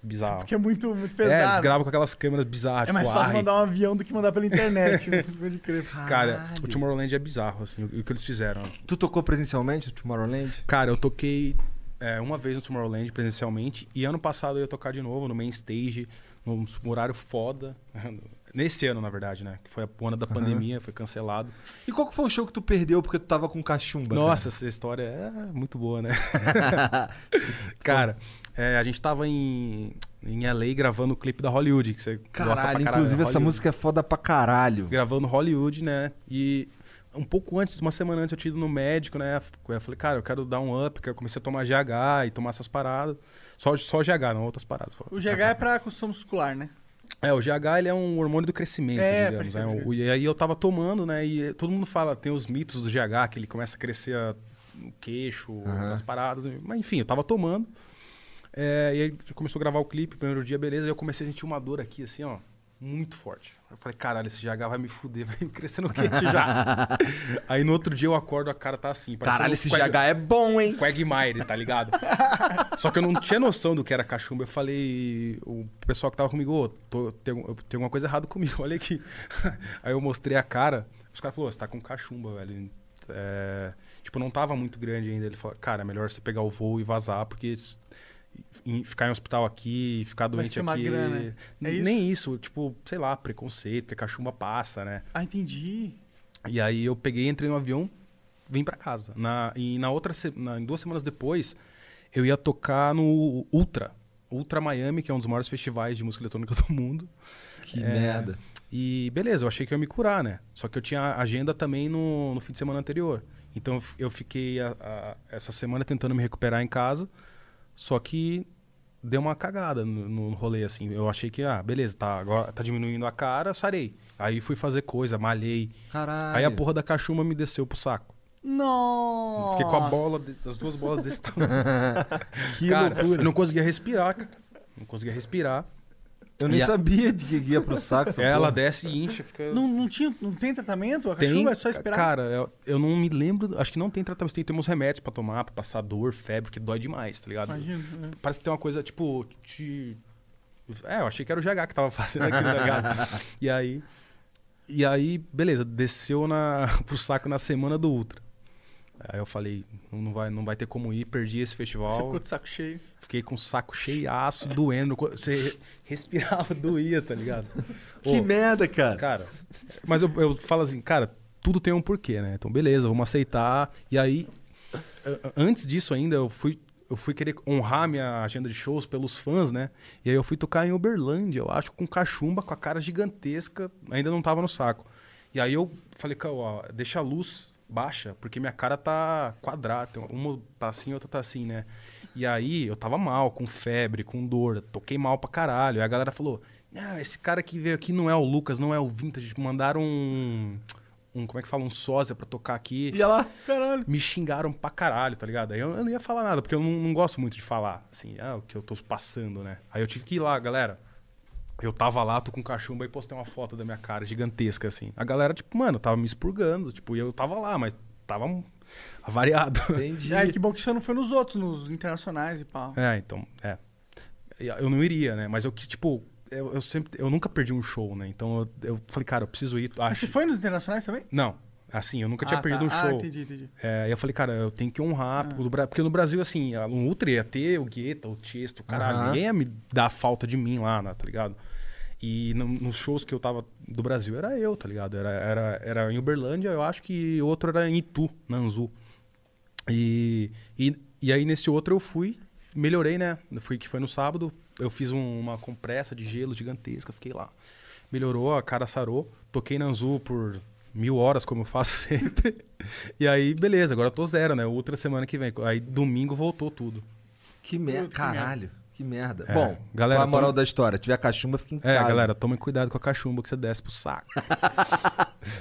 Speaker 3: Bizarro.
Speaker 2: Porque é muito, muito
Speaker 3: É, eles
Speaker 2: pesado.
Speaker 3: gravam com aquelas câmeras bizarras,
Speaker 2: É mais
Speaker 3: tipo,
Speaker 2: fácil
Speaker 3: Arri.
Speaker 2: mandar um avião do que mandar pela internet. né? Pode crer.
Speaker 3: Cara, o Tomorrowland é bizarro, assim, o, o que eles fizeram.
Speaker 1: Tu tocou presencialmente no Tomorrowland?
Speaker 3: Cara, eu toquei é, uma vez no Tomorrowland presencialmente e ano passado eu ia tocar de novo no main stage, num horário foda. Nesse ano, na verdade, né? Que foi o ano da
Speaker 1: Aham.
Speaker 3: pandemia, foi cancelado.
Speaker 1: E qual que foi o show que tu perdeu porque tu tava com cachumba?
Speaker 3: Nossa, essa história é muito boa, né? cara, é, a gente tava em, em LA gravando o clipe da Hollywood, que você
Speaker 1: cara?
Speaker 3: gosta pra
Speaker 1: Caralho,
Speaker 3: caralho. né?
Speaker 1: inclusive essa
Speaker 3: Hollywood.
Speaker 1: música é foda pra caralho.
Speaker 3: Gravando Hollywood, né? E um pouco antes, uma semana antes, eu tinha ido no médico, né? Eu falei, cara, eu quero dar um up, que eu comecei a tomar GH e tomar essas paradas. Só, só GH, não outras paradas.
Speaker 2: O GH é pra construção muscular, né?
Speaker 3: É, o GH ele é um hormônio do crescimento,
Speaker 2: É, pode
Speaker 3: digamos.
Speaker 2: crer,
Speaker 3: né?
Speaker 2: pode
Speaker 3: O- E aí eu tava tomando, né? E todo mundo fala, tem os mitos do GH, que ele começa a crescer a no queixo,
Speaker 1: Aham.
Speaker 3: nas paradas. Mas enfim, eu tava tomando. É, e aí começou a gravar o clipe, primeiro dia, beleza. Aí eu comecei a sentir uma dor aqui, assim, ó, muito forte. Eu falei, caralho, esse GH vai me fuder, vai me crescer no queixo já. aí no outro dia eu acordo, a cara tá assim. parecendo
Speaker 1: Caralho,
Speaker 3: um
Speaker 1: esse
Speaker 3: Quag-
Speaker 1: GH é bom, hein?
Speaker 3: Quagmire, tá ligado? Só que eu não tinha noção do que era cachumba. Eu falei, o pessoal que tava comigo, ô, tô- tem, algum- tem alguma coisa errada comigo, olha aqui. Aí eu mostrei a cara, os caras falaram, "Ô, você tá com cachumba, velho. É, tipo, não tava muito grande ainda. Ele falou, cara, é melhor você pegar o voo e vazar, porque s- em- ficar em hospital aqui, ficar
Speaker 2: Vai
Speaker 3: doente
Speaker 2: ser uma
Speaker 3: aqui.
Speaker 2: grana. É isso?
Speaker 3: Nem isso, tipo, sei lá, preconceito, porque cachumba passa, né?
Speaker 2: Ah, entendi.
Speaker 3: E aí eu peguei, entrei no avião, vim pra casa. Na, e na outra se- na, em duas semanas depois, eu ia tocar no Ultra. Ultra Miami, que é um dos maiores festivais de música eletrônica do mundo. É,
Speaker 1: Que merda.
Speaker 3: E beleza, eu achei que eu ia me curar, né? Só que eu tinha agenda também no, no fim de semana anterior. Então eu f- eu fiquei a- a- essa semana tentando me recuperar em casa, só que deu uma cagada no, no rolê, assim. Eu achei que, ah, beleza, tá, agora tá diminuindo a cara, sarei. Aí fui fazer coisa, malhei.
Speaker 1: Caralho.
Speaker 3: Aí a porra da cachumba me desceu pro saco.
Speaker 2: Nossa.
Speaker 3: Fiquei com a bola, de- as duas bolas desse tamanho.
Speaker 1: Que
Speaker 3: cara,
Speaker 1: loucura.
Speaker 3: Eu não conseguia respirar, cara. Não conseguia respirar.
Speaker 1: Eu nem
Speaker 3: E a-
Speaker 1: sabia de que ia pro saco. essa
Speaker 3: Ela
Speaker 1: porra.
Speaker 3: desce e incha, fica.
Speaker 2: Não, não, tinha, não tem tratamento? A cachumba é só esperar.
Speaker 3: Cara, eu, eu não me lembro. Acho que não tem tratamento. Tem, tem uns remédios pra tomar, pra passar dor, febre, que dói demais, tá ligado?
Speaker 2: Imagino, é.
Speaker 3: Parece que tem uma coisa, tipo, te. É, eu achei que era o GH que tava fazendo aquilo, tá ligado? E aí. E aí, beleza, desceu na, pro saco na semana do Ultra. Aí eu falei, não não vai, não vai ter como ir, perdi esse festival.
Speaker 2: Você ficou de saco cheio.
Speaker 3: Fiquei com o saco cheiaço, doendo. co- Você respirava, doía, tá ligado?
Speaker 1: Que merda,
Speaker 3: cara. Cara, mas eu, eu falo assim, cara, tudo tem um porquê, né? Então, beleza, vamos aceitar. E aí, a- a- antes disso ainda, eu fui, eu fui querer honrar minha agenda de shows pelos fãs, né? E aí eu fui tocar em Uberlândia, eu acho, com cachumba, com a cara gigantesca, ainda não tava no saco. E aí eu falei, cara, ó, deixa a luz baixa, porque minha cara tá quadrada. tem Uma tá assim, outra tá assim, né? E aí eu tava mal, com febre, com dor, toquei mal pra caralho. Aí a galera falou: ah, esse cara que veio aqui não é o Lucas, não é o Vintage. Mandaram um. um como é que fala? Um sósia pra tocar aqui.
Speaker 1: E ela,
Speaker 3: caralho. Me xingaram pra caralho, tá ligado? Aí eu, eu não ia falar nada, porque eu não, não gosto muito de falar, assim, ah, o que eu tô passando, né? Aí eu tive que ir lá, galera. Eu tava lá, tô com um cachumba e postei uma foto da minha cara gigantesca, assim. A galera, tipo, mano, tava me expurgando, tipo, e eu tava lá, mas tava avariado. Entendi.
Speaker 2: Ai, É, que bom que você não foi nos outros, nos internacionais e pau.
Speaker 3: É, então, é. Eu não iria, né? Mas eu quis, tipo, eu, eu sempre. Eu nunca perdi um show, né? Então eu, eu falei, cara, eu preciso ir.
Speaker 2: Mas
Speaker 3: Acho.
Speaker 2: você foi nos internacionais também?
Speaker 3: Não. Assim, eu nunca
Speaker 2: Ah,
Speaker 3: tinha perdido um
Speaker 2: tá. Ah,
Speaker 3: show.
Speaker 2: entendi, entendi. Ah.
Speaker 3: É, aí eu falei, cara, eu tenho que honrar. porque no Bra- Porque no Brasil, assim, a- um Ultra ia ter o Guetta, o Tiesto, caralho.
Speaker 1: Aham.
Speaker 3: Ninguém ia me dar falta de mim lá, né, tá ligado? E no- nos shows que eu tava do Brasil era eu, tá ligado? Era, era, era em Uberlândia, eu acho que outro era em Itu, Nanzu. E, e, e aí nesse outro eu fui, melhorei, né? Eu fui que foi no sábado, eu fiz um- uma compressa de gelo gigantesca, fiquei lá. Melhorou, a cara sarou, toquei na Anzu por mil horas, como eu faço sempre. E aí, beleza, agora eu tô zero, né? Outra semana que vem. Aí domingo voltou tudo.
Speaker 1: Que merda.
Speaker 3: Puta, que merda.
Speaker 1: Caralho. Que merda.
Speaker 3: É,
Speaker 1: Bom,
Speaker 3: galera,
Speaker 1: galera, a moral
Speaker 3: toma-
Speaker 1: da história, tiver cachumba, fica em
Speaker 3: É,
Speaker 1: casa.
Speaker 3: galera, tomem cuidado com a cachumba que você desce pro saco.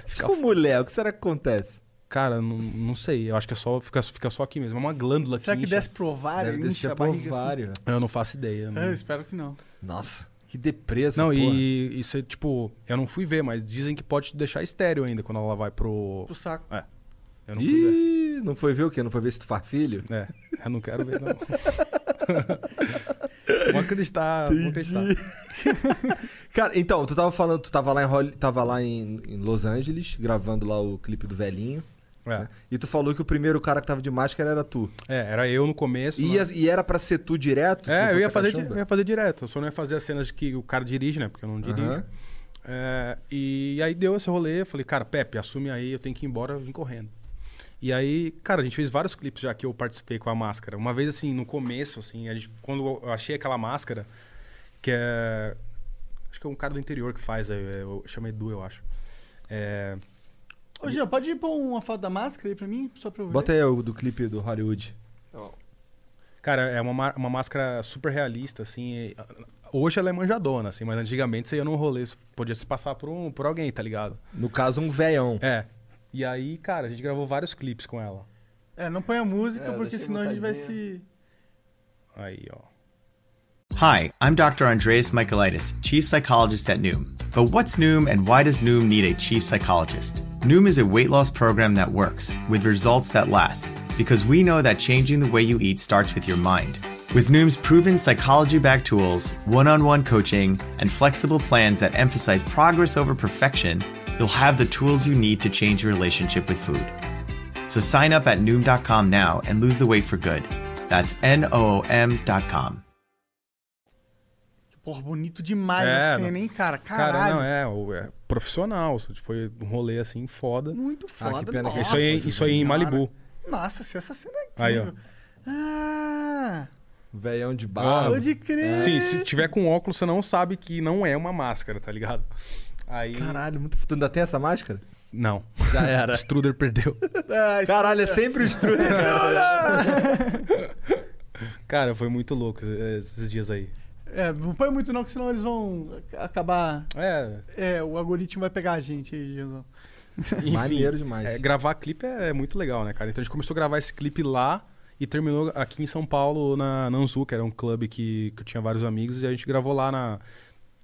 Speaker 1: Se for mulher, é um o que será que acontece?
Speaker 3: Cara, não, não sei. Eu acho que é só, fica, fica só aqui mesmo. É uma glândula
Speaker 2: Será que
Speaker 3: incha.
Speaker 2: desce pro ovário?
Speaker 1: Deve
Speaker 2: Incha
Speaker 1: descer
Speaker 2: a
Speaker 1: pro
Speaker 2: barriga assim?
Speaker 1: ovário.
Speaker 3: Eu não faço ideia. Não...
Speaker 2: Ah, eu espero que não.
Speaker 1: Nossa, que depressa,
Speaker 3: Não,
Speaker 1: porra.
Speaker 3: e isso é tipo, eu não fui ver, mas dizem que pode te deixar estéreo ainda quando ela vai pro.
Speaker 2: Pro saco.
Speaker 3: É. Eu não fui ver.
Speaker 1: Ih, não foi ver o quê? Não foi ver se tu faz filho?
Speaker 3: É, eu não quero ver, não. Vou acreditar, vou acreditar.
Speaker 1: Cara, então, tu tava falando, tu tava lá em, Holly- tava lá em, em Los Angeles, gravando lá o clipe do velhinho.
Speaker 3: É.
Speaker 1: né? E tu falou que o primeiro cara que tava de máscara era tu.
Speaker 3: É, era eu no começo.
Speaker 1: E,
Speaker 3: né?
Speaker 1: as- e era pra ser tu direto? se não
Speaker 3: É, eu
Speaker 1: fosse
Speaker 3: ia,
Speaker 1: a
Speaker 3: fazer, di-
Speaker 1: Cachumba?
Speaker 3: eu ia fazer direto. Eu só não ia fazer as cenas de que o cara dirige, né? Porque eu não dirijo.
Speaker 1: Aham.
Speaker 3: É, e aí deu esse rolê. Eu falei, cara, Pepe, assume aí, eu tenho que ir embora, eu vim correndo. E aí, cara, a gente fez vários clipes já que eu participei com a máscara. Uma vez, assim, no começo, assim, a gente, quando eu achei aquela máscara, que é. Acho que é um cara do interior que faz, é, é, eu chamo Edu, eu acho. É,
Speaker 2: Ô, Jean, pode pôr uma foto da máscara aí pra mim? Só pra eu ver.
Speaker 1: Bota aí o do clipe do Hollywood.
Speaker 3: Cara, é uma, ma- uma máscara super realista, assim. e- Hoje ela é manjadona, assim, mas antigamente você ia num rolê, você podia se passar por, um, por alguém, tá ligado?
Speaker 1: No caso, um veião.
Speaker 3: É. E aí, cara, a gente gravou vários clipes com ela.
Speaker 2: É, não põe a música,
Speaker 4: É,
Speaker 2: porque
Speaker 4: deixa
Speaker 2: senão a gente vai
Speaker 4: botadinha.
Speaker 2: se.
Speaker 3: Aí, ó.
Speaker 14: Hi, I'm Dr. Andreas Michaelitis, Chief Psychologist at Noom. But what's Noom and why does Noom need a chief psychologist? Noom is a weight loss program that works with results that last because we know that changing the way you eat starts with your mind. With Noom's proven psychology backed tools, one on one coaching, and flexible plans that emphasize progress over perfection, you'll have the tools you need to change your relationship with food. So sign up at Noom.com now and lose the weight for good. That's N O O M.com.
Speaker 2: Porra, bonito demais
Speaker 3: É,
Speaker 2: a cena,
Speaker 3: não-
Speaker 2: hein, cara?
Speaker 3: Cara,
Speaker 2: Caralho.
Speaker 3: não, é, o- é profissional. tipo, Foi um rolê assim foda.
Speaker 2: Muito
Speaker 3: Ah, que
Speaker 2: foda,
Speaker 3: pena que-
Speaker 2: nossa
Speaker 3: Isso aí, isso aí em
Speaker 2: senhora.
Speaker 3: Malibu.
Speaker 2: Nossa, se essa cena é
Speaker 3: Aí, ó.
Speaker 2: incrível. Ah.
Speaker 1: Velhão de
Speaker 3: Ah,
Speaker 1: barro.
Speaker 2: Pode crer.
Speaker 3: Sim, se tiver com óculos, você não sabe que não é uma máscara, tá ligado? Aí.
Speaker 1: Caralho, muito. Tu ainda tem essa máscara?
Speaker 3: Não.
Speaker 1: Já era.
Speaker 3: Struder perdeu.
Speaker 2: Ah,
Speaker 1: Caralho, é sempre o Struder.
Speaker 3: Cara, foi muito louco eh, esses dias aí.
Speaker 2: É, não põe muito não, que senão eles vão ac- acabar.
Speaker 3: É.
Speaker 2: o algoritmo vai pegar a gente aí, Janzão.
Speaker 3: Enfim, é, gravar clipe é muito legal, né, cara? Então a gente começou a gravar esse clipe lá e terminou aqui em São Paulo, na Nanzu, que era um clube que, que eu tinha vários amigos, e a gente gravou lá na.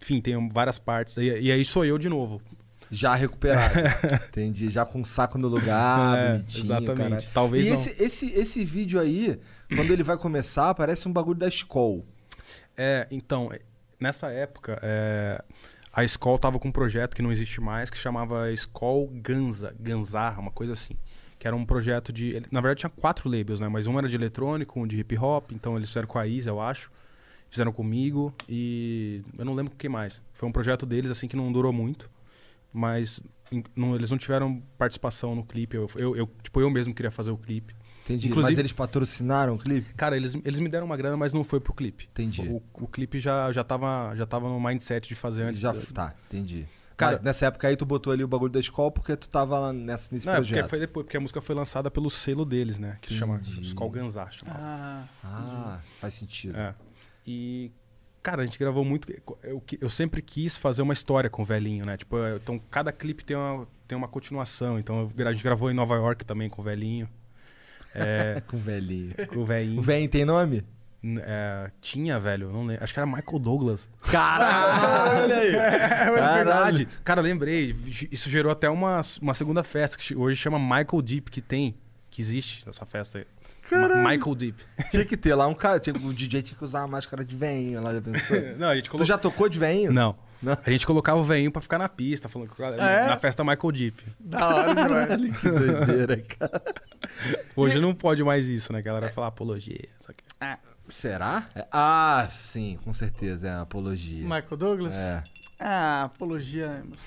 Speaker 3: Enfim, tem várias partes. E, e aí sou eu de novo.
Speaker 1: Já recuperado. Entendi. Já com o saco no lugar,
Speaker 3: É,
Speaker 1: bonitinho.
Speaker 3: exatamente.
Speaker 1: caralho.
Speaker 3: Talvez
Speaker 1: e
Speaker 3: não.
Speaker 1: Esse, esse, esse vídeo aí, quando ele vai começar, parece um bagulho da escola.
Speaker 3: É, então, é, nessa época, é, a escola tava com um projeto que não existe mais, que chamava Escol Ganza, Ganzar, uma coisa assim. Que era um projeto de. ele- Na verdade, tinha quatro labels, né? Mas um era de eletrônico, um de hip hop, então eles fizeram com a Isa, eu acho. Fizeram comigo e. Eu não lembro com quem mais. Foi um projeto deles, assim, que não durou muito. Mas em- não- eles não tiveram participação no clipe. Eu, eu- eu- tipo, eu mesmo queria fazer o clipe.
Speaker 1: Entendi. Mas eles patrocinaram o clipe?
Speaker 3: Cara, eles, eles me deram uma grana, mas não foi pro clipe.
Speaker 1: Entendi.
Speaker 3: O, o clipe já, já, tava, já tava no mindset de fazer antes.
Speaker 1: Já
Speaker 3: da-
Speaker 1: tá, entendi.
Speaker 3: Cara-
Speaker 1: Mas nessa época aí tu botou ali o bagulho da escola porque tu tava lá nessa, nesse
Speaker 3: Não, é porque
Speaker 1: projeto.
Speaker 3: foi depois, porque a música foi lançada pelo selo deles, né? Que se chama
Speaker 1: Entendi.
Speaker 3: Skull Ganzar. chamava.
Speaker 2: Ah.
Speaker 1: Ah, faz sentido.
Speaker 3: É. E, cara, a gente gravou muito. Eu, que- eu sempre quis fazer uma história com o velhinho, né? Tipo, eu- então cada clipe tem uma, tem uma continuação. Então eu gra- a gente gravou em Nova York também com o velhinho. É,
Speaker 1: com o velhinho.
Speaker 3: Com o velhinho.
Speaker 1: O velhinho tem nome?
Speaker 3: é, tinha, velho. eu Não lembro. Acho que era Michael Douglas.
Speaker 1: Caralho!
Speaker 3: É verdade.
Speaker 1: Caralho.
Speaker 3: Cara, lembrei. Isso gerou até uma, uma segunda festa que che- hoje chama Michael Deep, que tem, que existe essa festa aí. Ma-
Speaker 1: Caralho.
Speaker 3: Michael Deep.
Speaker 1: Tinha que ter lá um cara, tinha, o DJ tinha que usar uma máscara de veinho lá, já pensou?
Speaker 3: É,
Speaker 2: É,
Speaker 3: Não, a gente
Speaker 1: Tu já tocou de veinho?
Speaker 3: Não. Ah, A gente colocava o veinho pra ficar na pista, falando que-
Speaker 1: É?
Speaker 3: na festa Michael Deep.
Speaker 2: Da hora demais.
Speaker 1: Caralho, que doideira, cara.
Speaker 3: Hoje não pode mais isso, né? A galera fala apologia. Só que...
Speaker 1: Será? É- Ah, sim, com certeza, é a apologia.
Speaker 2: Michael Douglas?
Speaker 1: É.
Speaker 2: Ah, apologia. é meu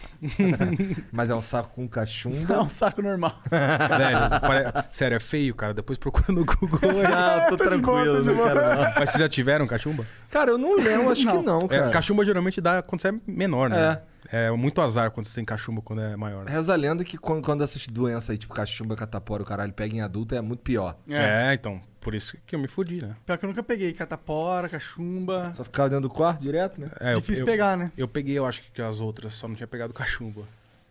Speaker 2: saco.
Speaker 1: Mas é um saco com cachumba.
Speaker 2: É um saco normal.
Speaker 3: Velho, pare- sério, é feio, cara. Depois procura no Google.
Speaker 1: Ah, eu
Speaker 3: de
Speaker 1: tô
Speaker 3: boa,
Speaker 1: tranquilo,
Speaker 3: tô de
Speaker 1: não
Speaker 3: boa.
Speaker 1: quero não.
Speaker 3: Mas vocês já tiveram cachumba?
Speaker 1: Cara, eu não lembro, acho que não,
Speaker 3: É,
Speaker 1: cara.
Speaker 3: cachumba geralmente dá quando você é menor, né? É. muito azar quando você tem cachumba quando é maior. né?
Speaker 1: Reza a lenda que quando, quando essas doenças aí, tipo cachumba, catapora, o caralho, pega em adulto, é muito pior.
Speaker 3: É. então, por isso que eu me fudi, né?
Speaker 2: Pior que eu nunca peguei catapora, cachumba.
Speaker 1: Só ficava dentro do quarto direto, né?
Speaker 3: É, eu-
Speaker 2: Difícil
Speaker 3: eu-
Speaker 2: pegar, né?
Speaker 3: Eu peguei, eu acho que as outras, só não tinha pegado cachumba.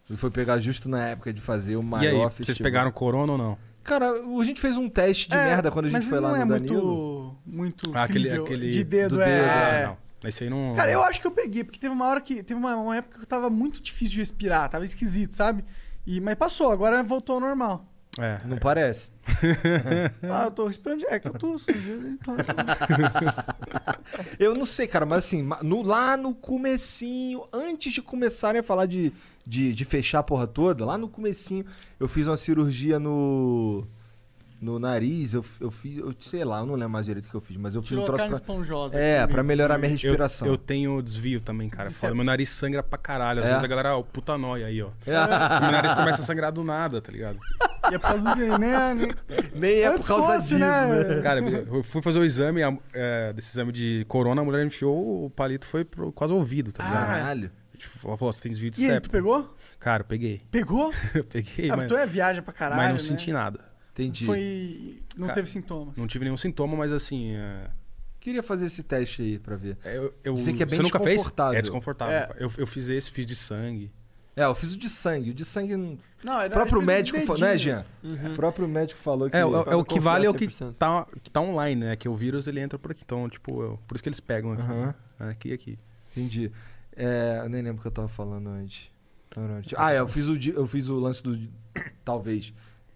Speaker 1: E foi pegar justo na época de fazer o maior
Speaker 3: e aí,
Speaker 1: festival.
Speaker 2: tipo,
Speaker 3: vocês pegaram corona ou não?
Speaker 1: Cara, a gente fez um teste de
Speaker 2: É,
Speaker 1: merda quando a gente
Speaker 2: mas
Speaker 1: foi lá
Speaker 2: não
Speaker 1: no
Speaker 2: é muito-
Speaker 1: Danilo.
Speaker 2: Muito
Speaker 3: Ah, aquele,
Speaker 2: incrível.
Speaker 3: aquele...
Speaker 2: De dedo,
Speaker 3: do
Speaker 2: é.
Speaker 3: Ah, não. Esse aí não...
Speaker 2: Cara, eu acho que eu peguei, porque teve uma hora que. Teve uma, uma época que eu tava muito difícil de respirar, tava esquisito, sabe? E, mas passou, agora voltou ao normal.
Speaker 3: É.
Speaker 1: Não parece.
Speaker 2: Ah, eu tô respirando. É que eu tuço, às vezes então, assim. ele passa.
Speaker 1: eu não sei, cara, mas assim, ma- no- lá no comecinho, antes de começarem a falar de, de, de fechar a porra toda, lá no comecinho, eu fiz uma cirurgia no no nariz, eu, eu fiz, eu sei lá, eu não lembro mais direito o que eu fiz, mas eu fiz
Speaker 2: Tirou
Speaker 1: um
Speaker 2: a
Speaker 1: troço
Speaker 2: carne
Speaker 1: pra...
Speaker 2: esponjosa.
Speaker 1: É,
Speaker 2: aqui,
Speaker 1: pra
Speaker 2: né?
Speaker 1: melhorar minha respiração.
Speaker 3: Eu, eu tenho desvio também, cara.
Speaker 2: é-
Speaker 3: Foda. Meu nariz sangra pra caralho. Às
Speaker 1: É?
Speaker 3: vezes a galera, ó, puta nóia aí, ó.
Speaker 1: É.
Speaker 3: Meu nariz começa a sangrar do nada, tá ligado?
Speaker 2: E é por causa do né?
Speaker 1: Nem é por
Speaker 2: Antes
Speaker 1: causa
Speaker 2: fosse,
Speaker 1: disso,
Speaker 2: né?
Speaker 1: né?
Speaker 3: Cara, eu fui fazer o exame a- é, desse exame de corona, a mulher enfiou o palito, foi pro, quase o ouvido, tá ligado?
Speaker 1: Caralho.
Speaker 3: Tipo, ela falou, você tem desvio
Speaker 2: Ah, é.
Speaker 3: de
Speaker 2: E aí,
Speaker 3: septo.
Speaker 2: tu pegou?
Speaker 3: Cara, eu peguei.
Speaker 2: Pegou?
Speaker 3: eu peguei,
Speaker 2: ah,
Speaker 3: mas,
Speaker 2: mas tu é viagem pra caralho.
Speaker 3: mas não
Speaker 2: né?
Speaker 3: senti nada.
Speaker 1: Entendi.
Speaker 2: Foi. Não
Speaker 3: Cara,
Speaker 2: teve sintomas.
Speaker 3: Não tive nenhum sintoma, mas assim... é,
Speaker 1: Queria fazer esse teste aí pra ver.
Speaker 3: Eu, eu-
Speaker 1: Dizem que é bem
Speaker 3: você nunca fez?
Speaker 1: desconfortável.
Speaker 3: É desconfortável.
Speaker 1: É.
Speaker 3: Eu, eu fiz esse, fiz de sangue.
Speaker 1: É, eu fiz o de sangue. O de sangue.
Speaker 2: Não,
Speaker 1: o
Speaker 2: era-
Speaker 1: próprio
Speaker 2: ele fez um
Speaker 1: médico falou, né,
Speaker 2: dedinho.
Speaker 1: Jean?
Speaker 2: Uhum.
Speaker 1: O próprio médico falou que.
Speaker 3: É, o- é, o que vale é o que
Speaker 1: 100%.
Speaker 3: tá, que tá online, né? Que o vírus ele entra por aqui. Então, tipo, eu- por isso que eles pegam aqui.
Speaker 1: Aham.
Speaker 3: Aqui e aqui.
Speaker 1: Entendi. É, eu nem lembro o que eu tava falando antes. Ah, é, eu fiz o, di- eu fiz o lance do. Talvez.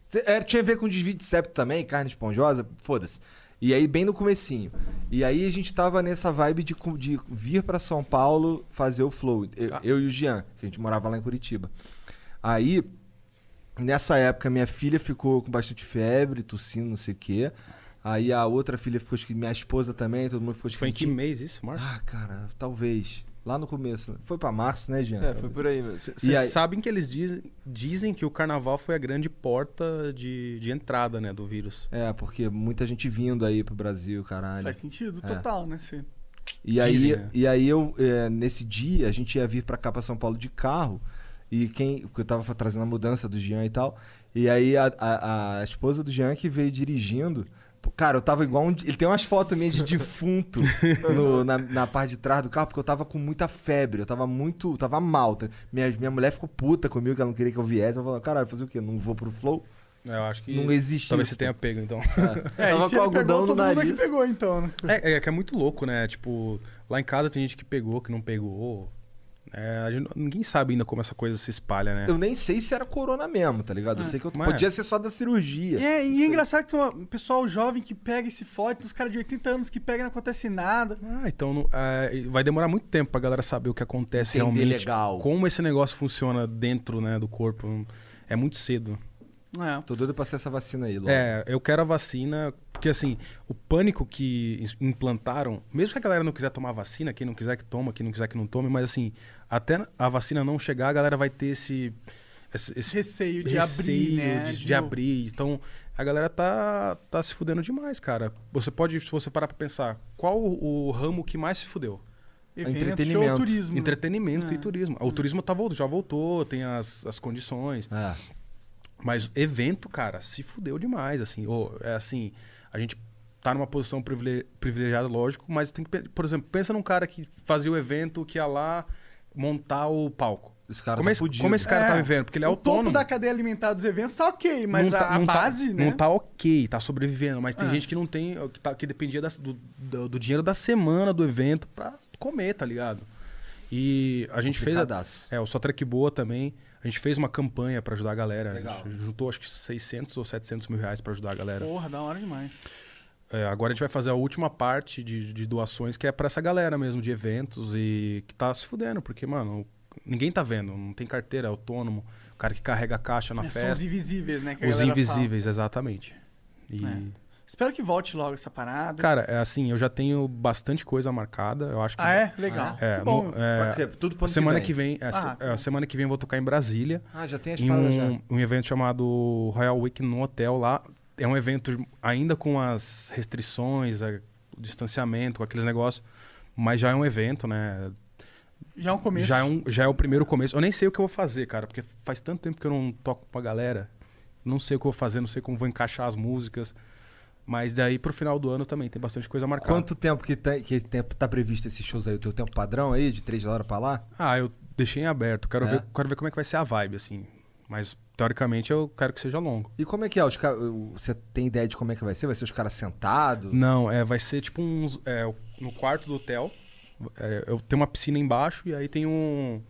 Speaker 1: Cê- é, tinha a ver com desvio de septo também, carne esponjosa, foda-se. E aí, bem no comecinho. E aí, a gente tava nessa vibe de, cu- de vir pra São Paulo fazer o flow. Eu, eu e o Jean, que a gente morava lá em Curitiba. Aí, nessa época, minha filha ficou com bastante febre, tossindo, não sei o quê. Aí a outra filha ficou esqui- Minha esposa também, todo mundo ficou
Speaker 3: Foi em que
Speaker 1: esquisitinho.
Speaker 3: mês isso, Março?
Speaker 1: Ah, cara, talvez. Lá no começo. Foi pra março, né, Jean?
Speaker 4: É, foi por aí mesmo.
Speaker 3: Vocês
Speaker 1: E aí-
Speaker 3: sabem que eles dizem, dizem que o carnaval foi a grande porta de, de entrada, né, do vírus.
Speaker 1: É, porque muita gente vindo aí pro Brasil, caralho.
Speaker 2: Faz sentido
Speaker 1: É.
Speaker 2: total, né? Você...
Speaker 1: E aí,
Speaker 3: Dizem, né?
Speaker 1: e aí eu, é, nesse dia, a gente ia vir pra cá, pra São Paulo, de carro. E quem... Porque eu tava trazendo a mudança do Jean e tal. E aí a, a- a esposa do Jean que veio dirigindo... Pô, Cara, eu tava igual um... Ele tem umas fotos minhas de defunto no- na, na parte de trás do carro, porque eu tava com muita febre. Eu tava muito... eu tava mal. tá? Minha, minha mulher ficou puta comigo, que ela não queria que eu viesse. Ela falou, caralho, fazer o quê? Não vou pro flow?
Speaker 3: É, Eu acho que.
Speaker 1: Não existe
Speaker 3: Talvez
Speaker 1: isso,
Speaker 3: você tenha pego, então.
Speaker 2: É, e se ele pegou, todo mundo aqui pegou, então, né?
Speaker 3: É, é que é muito louco, né? Tipo, lá em casa tem gente que pegou, que não pegou. É, a gente- ninguém sabe ainda como essa coisa se espalha, né?
Speaker 1: Eu nem sei se era corona mesmo, tá ligado?
Speaker 3: É.
Speaker 1: Eu sei que eu
Speaker 3: Mas-
Speaker 1: podia ser só da cirurgia.
Speaker 2: E é, e é engraçado que tem um pessoal jovem que pega e se fode, tem uns caras de 80 anos que pega e não acontece nada.
Speaker 3: Ah, então não- é, vai demorar muito tempo pra galera saber o que acontece
Speaker 1: Entender
Speaker 3: realmente.
Speaker 1: legal.
Speaker 3: Como esse negócio funciona dentro né, do corpo. É muito cedo.
Speaker 2: É.
Speaker 1: Tô doido pra ser essa vacina aí, logo.
Speaker 3: É, eu quero a vacina, porque assim, o pânico que is- implantaram, mesmo que a galera não quiser tomar a vacina, quem não quiser que toma, quem não quiser que não tome, mas assim, até a vacina não chegar, a galera vai ter esse. esse, esse
Speaker 2: Receio de abrir, né,
Speaker 3: De,
Speaker 2: de
Speaker 3: de
Speaker 2: novo.
Speaker 3: abrir. Então, a galera tá, tá se fudendo demais, cara. Você pode, se você parar pra pensar, qual o, o ramo que mais se fudeu?
Speaker 2: Evento, Entretenimento. show, turismo, né?
Speaker 3: Entretenimento
Speaker 2: É.
Speaker 3: e turismo. O turismo tá, vol- já voltou, tem as, as condições.
Speaker 1: É.
Speaker 3: Mas evento, cara, se fudeu demais, assim. Ou, é assim, a gente tá numa posição privile- privilegiada, lógico, mas tem que, pe- por exemplo, pensa num cara que fazia o evento, que ia lá montar o palco.
Speaker 1: Esse cara
Speaker 3: como,
Speaker 1: tá
Speaker 3: esse,
Speaker 1: fudido.
Speaker 3: como esse cara tá
Speaker 2: É,
Speaker 3: vivendo? Porque ele é
Speaker 2: o
Speaker 3: autônomo.
Speaker 2: topo da cadeia alimentar dos eventos tá ok, mas
Speaker 3: Não
Speaker 2: a,
Speaker 3: tá-
Speaker 2: a
Speaker 3: não tá-
Speaker 2: base, né?
Speaker 3: Não tá ok, tá sobrevivendo, mas tem
Speaker 2: É.
Speaker 3: gente que não tem, que, tá- que dependia das- do, do- do dinheiro da semana do evento pra comer, tá ligado? E a gente fez. a-
Speaker 1: Complicadaço.
Speaker 3: é, o Só Track Boa também. A gente fez uma campanha pra ajudar a galera.
Speaker 2: Legal.
Speaker 3: A gente juntou acho que 600 ou 700 mil reais pra ajudar a galera.
Speaker 2: Porra, da hora demais.
Speaker 3: É, agora a gente vai fazer a última parte de, de doações, que é pra essa galera mesmo, de eventos e que tá se fudendo, porque, mano, ninguém tá vendo, não tem carteira, é autônomo, o cara que carrega a caixa na
Speaker 2: É,
Speaker 3: festa.
Speaker 2: são os invisíveis, né, que a
Speaker 3: os
Speaker 2: galera
Speaker 3: invisíveis, exatamente. E,
Speaker 2: É. Espero que volte logo essa parada.
Speaker 3: Cara, é assim, eu já tenho bastante coisa marcada, eu acho que.
Speaker 2: Ah, é? Legal.
Speaker 3: É,
Speaker 2: Que bom.
Speaker 3: no- é,
Speaker 1: Pra quê? Tudo pro ano que
Speaker 3: semana
Speaker 1: vem.
Speaker 3: que vem. é, se-
Speaker 1: Ah,
Speaker 3: é, semana que vem eu vou tocar em Brasília.
Speaker 1: Ah, já tem as
Speaker 3: em
Speaker 1: paradas
Speaker 3: um,
Speaker 1: já.
Speaker 3: um evento chamado Royal Week no hotel lá. É um evento ainda com as restrições, a- o distanciamento, com aqueles negócios. Mas já é um evento, né?
Speaker 2: Já é um começo.
Speaker 3: Já é, um- já é o primeiro começo. Eu nem sei o que eu vou fazer, cara, porque faz tanto tempo que eu não toco pra galera. Não sei o que eu vou fazer, não sei como vou encaixar as músicas. Mas daí pro final do ano também tem bastante coisa marcada.
Speaker 1: Quanto tempo que, tá, que tempo tá previsto esses shows aí? O teu tempo padrão aí, de três horas pra lá?
Speaker 3: Ah, eu deixei em aberto. Quero,
Speaker 1: É?
Speaker 3: ver, quero ver como é que vai ser a vibe, assim. Mas, teoricamente, eu quero que seja longo.
Speaker 1: E como é que é? Os ca- o- Você tem ideia de como é que vai ser? Vai ser os caras sentados?
Speaker 3: Não, é, vai ser tipo uns. é, no quarto do hotel. É, eu tenho uma piscina embaixo e aí tem um.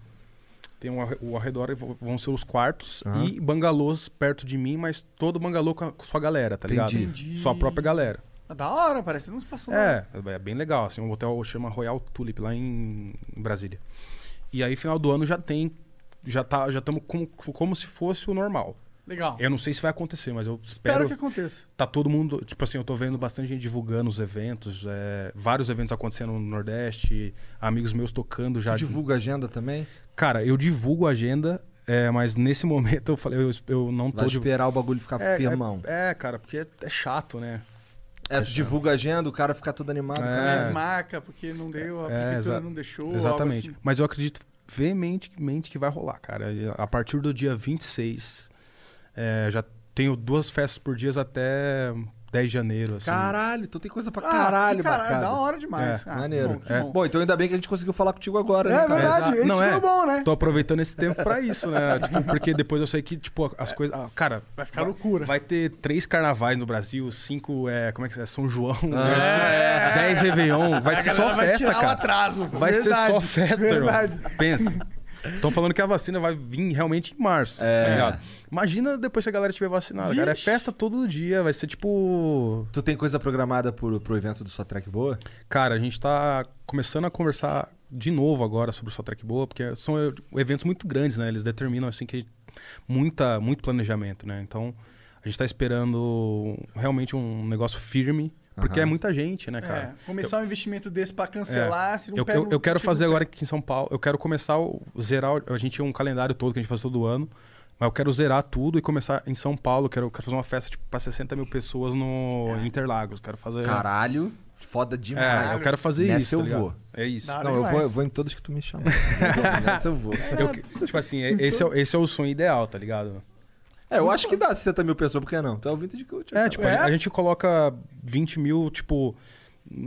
Speaker 3: Tem um arre- o arredor e vo- vão ser os quartos
Speaker 1: Aham.
Speaker 3: e bangalôs perto de mim, mas todo bangalô com a com sua galera, tá ligado?
Speaker 1: Entendi.
Speaker 3: Sua própria galera.
Speaker 2: Ah, Da hora, parece um espaço
Speaker 3: É, é bem legal. Assim, um hotel chama Royal Tulip lá em em Brasília. E aí, final do ano já tem. Já tá, já estamos como, como se fosse o normal.
Speaker 2: Legal.
Speaker 3: Eu não sei se vai acontecer, mas eu espero.
Speaker 2: Espero que aconteça.
Speaker 3: Tá todo mundo. Tipo assim, eu tô vendo bastante gente divulgando os eventos. é, vários eventos acontecendo no Nordeste. Amigos meus tocando já.
Speaker 1: Tu divulga a agenda também?
Speaker 3: Cara, eu divulgo a agenda, é, mas nesse momento eu falei, eu, eu não tô.
Speaker 1: Vai
Speaker 3: divu-
Speaker 1: esperar o bagulho ficar
Speaker 3: É,
Speaker 1: firmão.
Speaker 3: É, é, cara, porque é, é chato, né?
Speaker 1: É, tu divulga a agenda, o cara fica todo animado.
Speaker 3: É.
Speaker 1: cara.
Speaker 2: Eles marca porque não deu, a prefeitura
Speaker 3: exa-
Speaker 2: não deixou.
Speaker 3: Exatamente.
Speaker 2: Algo assim.
Speaker 3: Mas eu acredito veementemente que vai rolar, cara. E A partir do dia 26, é, já tenho duas festas por dia até 10 de janeiro, assim.
Speaker 1: Caralho, então tem coisa pra
Speaker 2: Ah,
Speaker 1: caralho,
Speaker 2: que caralho,
Speaker 1: bacana.
Speaker 2: da hora demais. Ah, que
Speaker 1: Maneiro.
Speaker 2: bom, que
Speaker 1: É.
Speaker 2: bom.
Speaker 1: bom. então ainda bem que a gente conseguiu falar contigo agora. né,
Speaker 2: É verdade, esse
Speaker 3: Não,
Speaker 2: foi
Speaker 3: é.
Speaker 2: o bom, né?
Speaker 3: Tô aproveitando esse tempo pra isso, né? Tipo, porque depois eu sei que, tipo, as coisas. ah, cara, vai ficar loucura. Vai ter três carnavais no Brasil, cinco, é, como é que é? São João, né? dez Réveillon. Vai
Speaker 15: A
Speaker 3: ser só
Speaker 15: galera vai
Speaker 3: festa,
Speaker 15: tirar o
Speaker 3: cara.
Speaker 15: atraso.
Speaker 3: Vai
Speaker 15: Verdade,
Speaker 3: ser só festa, irmão.
Speaker 15: verdade.
Speaker 3: Pensa. Estão falando que a vacina vai vir realmente em março,
Speaker 1: É.
Speaker 3: tá ligado? Imagina depois que a galera tiver vacinada, cara. É
Speaker 1: Vixe.
Speaker 3: festa todo dia, vai ser tipo.
Speaker 1: Tu tem coisa programada pro, pro evento do Só Track Boa?
Speaker 3: Cara, a gente tá começando a conversar de novo agora sobre o Só Track Boa, porque são eh, eventos muito grandes, né? Eles determinam, assim, que muita, muito planejamento, né? Então, a gente tá esperando realmente um negócio firme, porque
Speaker 2: Aham.
Speaker 3: é muita gente, né, cara?
Speaker 2: É, começar um investimento desse pra cancelar,
Speaker 3: É.
Speaker 2: se não
Speaker 3: eu,
Speaker 2: pega um tipo
Speaker 3: eu,
Speaker 2: o-
Speaker 3: eu quero
Speaker 2: chega no
Speaker 3: fazer
Speaker 2: pé.
Speaker 3: agora aqui em São Paulo. Eu quero começar o zerar. o- A gente tinha um calendário todo que a gente faz todo ano. Mas eu quero zerar tudo e começar em São Paulo. Eu Quero, eu quero fazer uma festa tipo, pra 60 mil pessoas no
Speaker 2: É.
Speaker 3: Interlagos. Eu Quero fazer.
Speaker 1: Caralho, foda demais.
Speaker 3: É, eu quero fazer
Speaker 1: Nessa
Speaker 3: isso.
Speaker 1: eu
Speaker 3: tá ligado?
Speaker 1: vou.
Speaker 3: É isso.
Speaker 1: Da hora Não, eu vou- demais. eu vou em todos que tu me chamar. Nessa eu
Speaker 2: É
Speaker 1: vou.
Speaker 3: Eu- tipo assim, é- esse é, o- esse é o sonho ideal, tá ligado?
Speaker 1: É, eu acho que dá 60 mil pessoas, por que não? Tu é o vintage coach.
Speaker 3: É, tipo, a gente coloca 20 mil, tipo,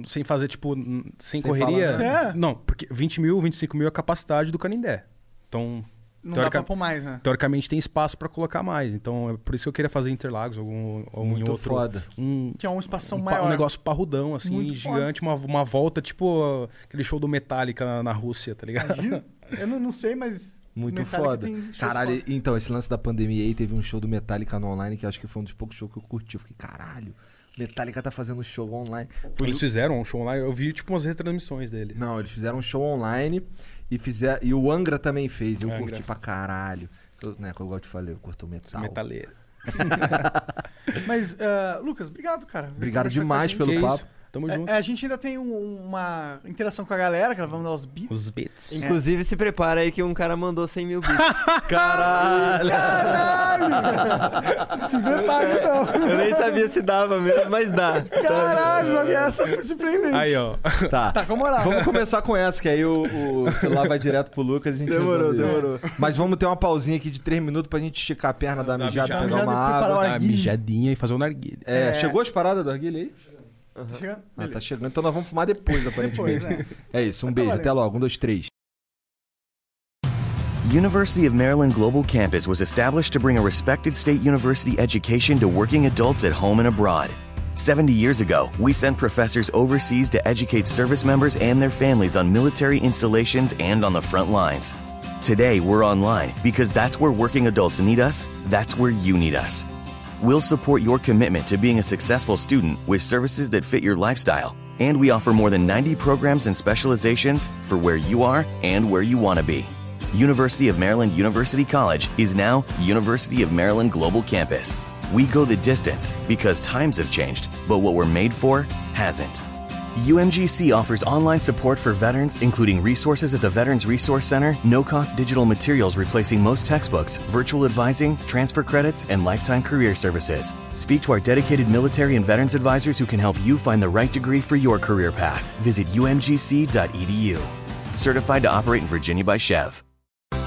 Speaker 3: sem fazer, tipo, sem, né?
Speaker 1: Sem
Speaker 3: correria.
Speaker 1: falar nada.
Speaker 2: É.
Speaker 3: Não, porque 20 mil, 25 mil é a capacidade do Canindé. Então.
Speaker 2: Não dá pra pôr mais, né?
Speaker 3: Teoricamente tem espaço pra colocar mais. Então, é por isso que eu queria fazer Interlagos, algum, algum
Speaker 1: Muito
Speaker 3: outro.
Speaker 1: foda.
Speaker 3: Um,
Speaker 2: Que é uma expansão
Speaker 3: um, pa-
Speaker 2: maior.
Speaker 3: um negócio parrudão, assim,
Speaker 2: Muito foda.
Speaker 3: gigante, uma, uma volta, tipo, aquele show do Metallica na, na Rússia, tá ligado?
Speaker 2: Eu não, não sei, mas.
Speaker 1: Muito
Speaker 2: Metallica
Speaker 1: foda.
Speaker 2: tem shows
Speaker 1: Caralho,
Speaker 2: foda.
Speaker 1: então, esse lance da pandemia aí, teve um show do Metallica no online, que eu acho que foi um dos poucos shows que eu curti. Eu fiquei, caralho, Metallica tá fazendo show online. Foi
Speaker 3: Eles fizeram um show online, eu vi tipo umas retransmissões dele.
Speaker 1: Não, eles fizeram um show online e fizeram. E o Angra também fez. Eu
Speaker 3: Angra.
Speaker 1: curti pra caralho. Eu, né, como eu te falei, eu curto metal.
Speaker 2: é
Speaker 3: Metaleiro.
Speaker 2: Mas, ah, Lucas, obrigado, cara.
Speaker 1: Obrigado
Speaker 2: Conversar com
Speaker 1: demais
Speaker 2: a gente.
Speaker 1: pelo Que papo. isso.
Speaker 3: Tamo
Speaker 2: É,
Speaker 3: junto.
Speaker 2: é, a gente ainda tem um- uma interação com a galera, cara. Vamos dar os beats.
Speaker 3: Os beats.
Speaker 4: Inclusive, se prepara aí que um cara mandou 100 mil bits. Caralho!
Speaker 2: Se prepara, então.
Speaker 4: Eu nem sabia se dava mesmo, mas dá.
Speaker 2: Caralho, Jorge, essa foi surpreendente.
Speaker 4: Aí,
Speaker 3: ó.
Speaker 1: Tá.
Speaker 2: Tá com moral.
Speaker 1: Vamos começar com essa, que aí o, o celular vai direto pro Lucas e a gente
Speaker 2: Demorou,
Speaker 1: resolve isso.
Speaker 2: demorou.
Speaker 1: Mas vamos ter uma pausinha aqui de 3 minutos pra gente esticar a perna da mijada,
Speaker 3: mijada.
Speaker 1: pegar uma
Speaker 3: Mijada e preparar o
Speaker 1: água.
Speaker 3: Dar uma arguilha. mijadinha e fazer o narguilha.
Speaker 1: É,
Speaker 3: É.
Speaker 1: chegou as paradas do narguilha aí?
Speaker 2: Tá chegando?
Speaker 1: Ah, tá chegando. Então nós vamos fumar depois, aparentemente.
Speaker 2: Depois, Então tá
Speaker 1: é. isso, um beijo.
Speaker 6: valendo.
Speaker 1: Até logo. Um, dois, três.
Speaker 6: University of Maryland Global Campus was established to bring a respected state university education to working adults at home and abroad. 70 years ago, we sent professors overseas to educate service members and their families on military installations and on the front lines. Today, we're online because that's where working adults need us, that's where you need us. We'll support your commitment to being a successful student with services that fit your lifestyle, and we offer more than 90 programs and specializations for where you are and where you want to be. University of Maryland University College is now University of Maryland Global Campus. We go the distance because times have changed, but what we're made for hasn't. UMGC offers online support for veterans, including resources at the Veterans Resource Center, no cost digital materials replacing most textbooks, virtual advising, transfer credits, and lifetime career services. Speak to our dedicated military and veterans advisors who can help you find the right degree for your career path. Visit umgc.edu. E Certified to operate in Virginia by Chev.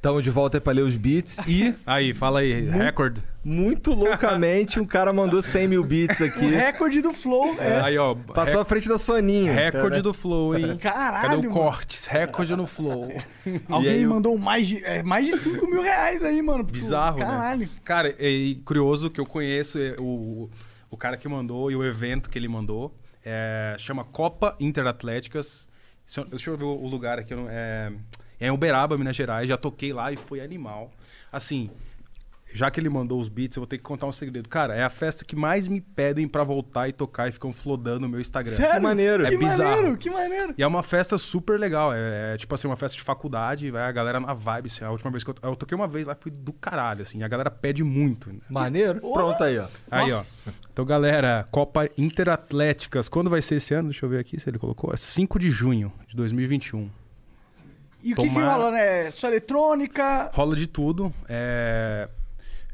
Speaker 1: Tamo de volta aí pra ler os beats e.
Speaker 3: Aí, fala aí,
Speaker 1: Mu-
Speaker 3: recorde.
Speaker 1: Muito loucamente, um cara mandou 100 mil beats aqui.
Speaker 2: O recorde do Flow. É.
Speaker 3: Aí, ó.
Speaker 1: Passou né? à
Speaker 3: rec-
Speaker 1: frente da Soninho.
Speaker 3: Recorde do Flow, hein?
Speaker 2: Caralho,
Speaker 3: Cadê o
Speaker 2: mano.
Speaker 3: cortes? Recorde no Flow.
Speaker 2: Alguém mandou mais de, é, mais de 5 mil reais aí, mano. pro-
Speaker 3: Bizarro,
Speaker 2: Caralho.
Speaker 3: né? Cara, e curioso que eu conheço é, o, o cara que mandou e o evento que ele mandou. é, chama Copa Interatléticas. Se eu- Deixa eu ver o lugar aqui. eu não- É, é em Uberaba, Minas Gerais. Já toquei lá e foi animal. Assim, Já que ele mandou os beats, eu vou ter que contar um segredo. Cara, é a festa que mais me pedem pra voltar e tocar e ficam flodando no meu Instagram.
Speaker 2: Sério? Que maneiro.
Speaker 3: É
Speaker 2: que
Speaker 3: bizarro.
Speaker 2: maneiro, que maneiro.
Speaker 3: E é uma festa super legal. É, é tipo assim, uma festa de faculdade, vai a galera na vibe. Assim, a última vez que eu, to- eu toquei uma vez lá, foi do caralho, assim. A galera pede muito. né?
Speaker 1: Maneiro. Pronto aí, ó.
Speaker 3: Aí,
Speaker 1: Nossa.
Speaker 3: ó. Então, galera, Copa Interatléticas. Quando vai ser esse ano? Deixa eu ver aqui se ele colocou. É 5 de junho de 2021.
Speaker 2: E o que, que
Speaker 3: Tomara-
Speaker 2: rola, né? Só eletrônica.
Speaker 3: Rola de tudo. É,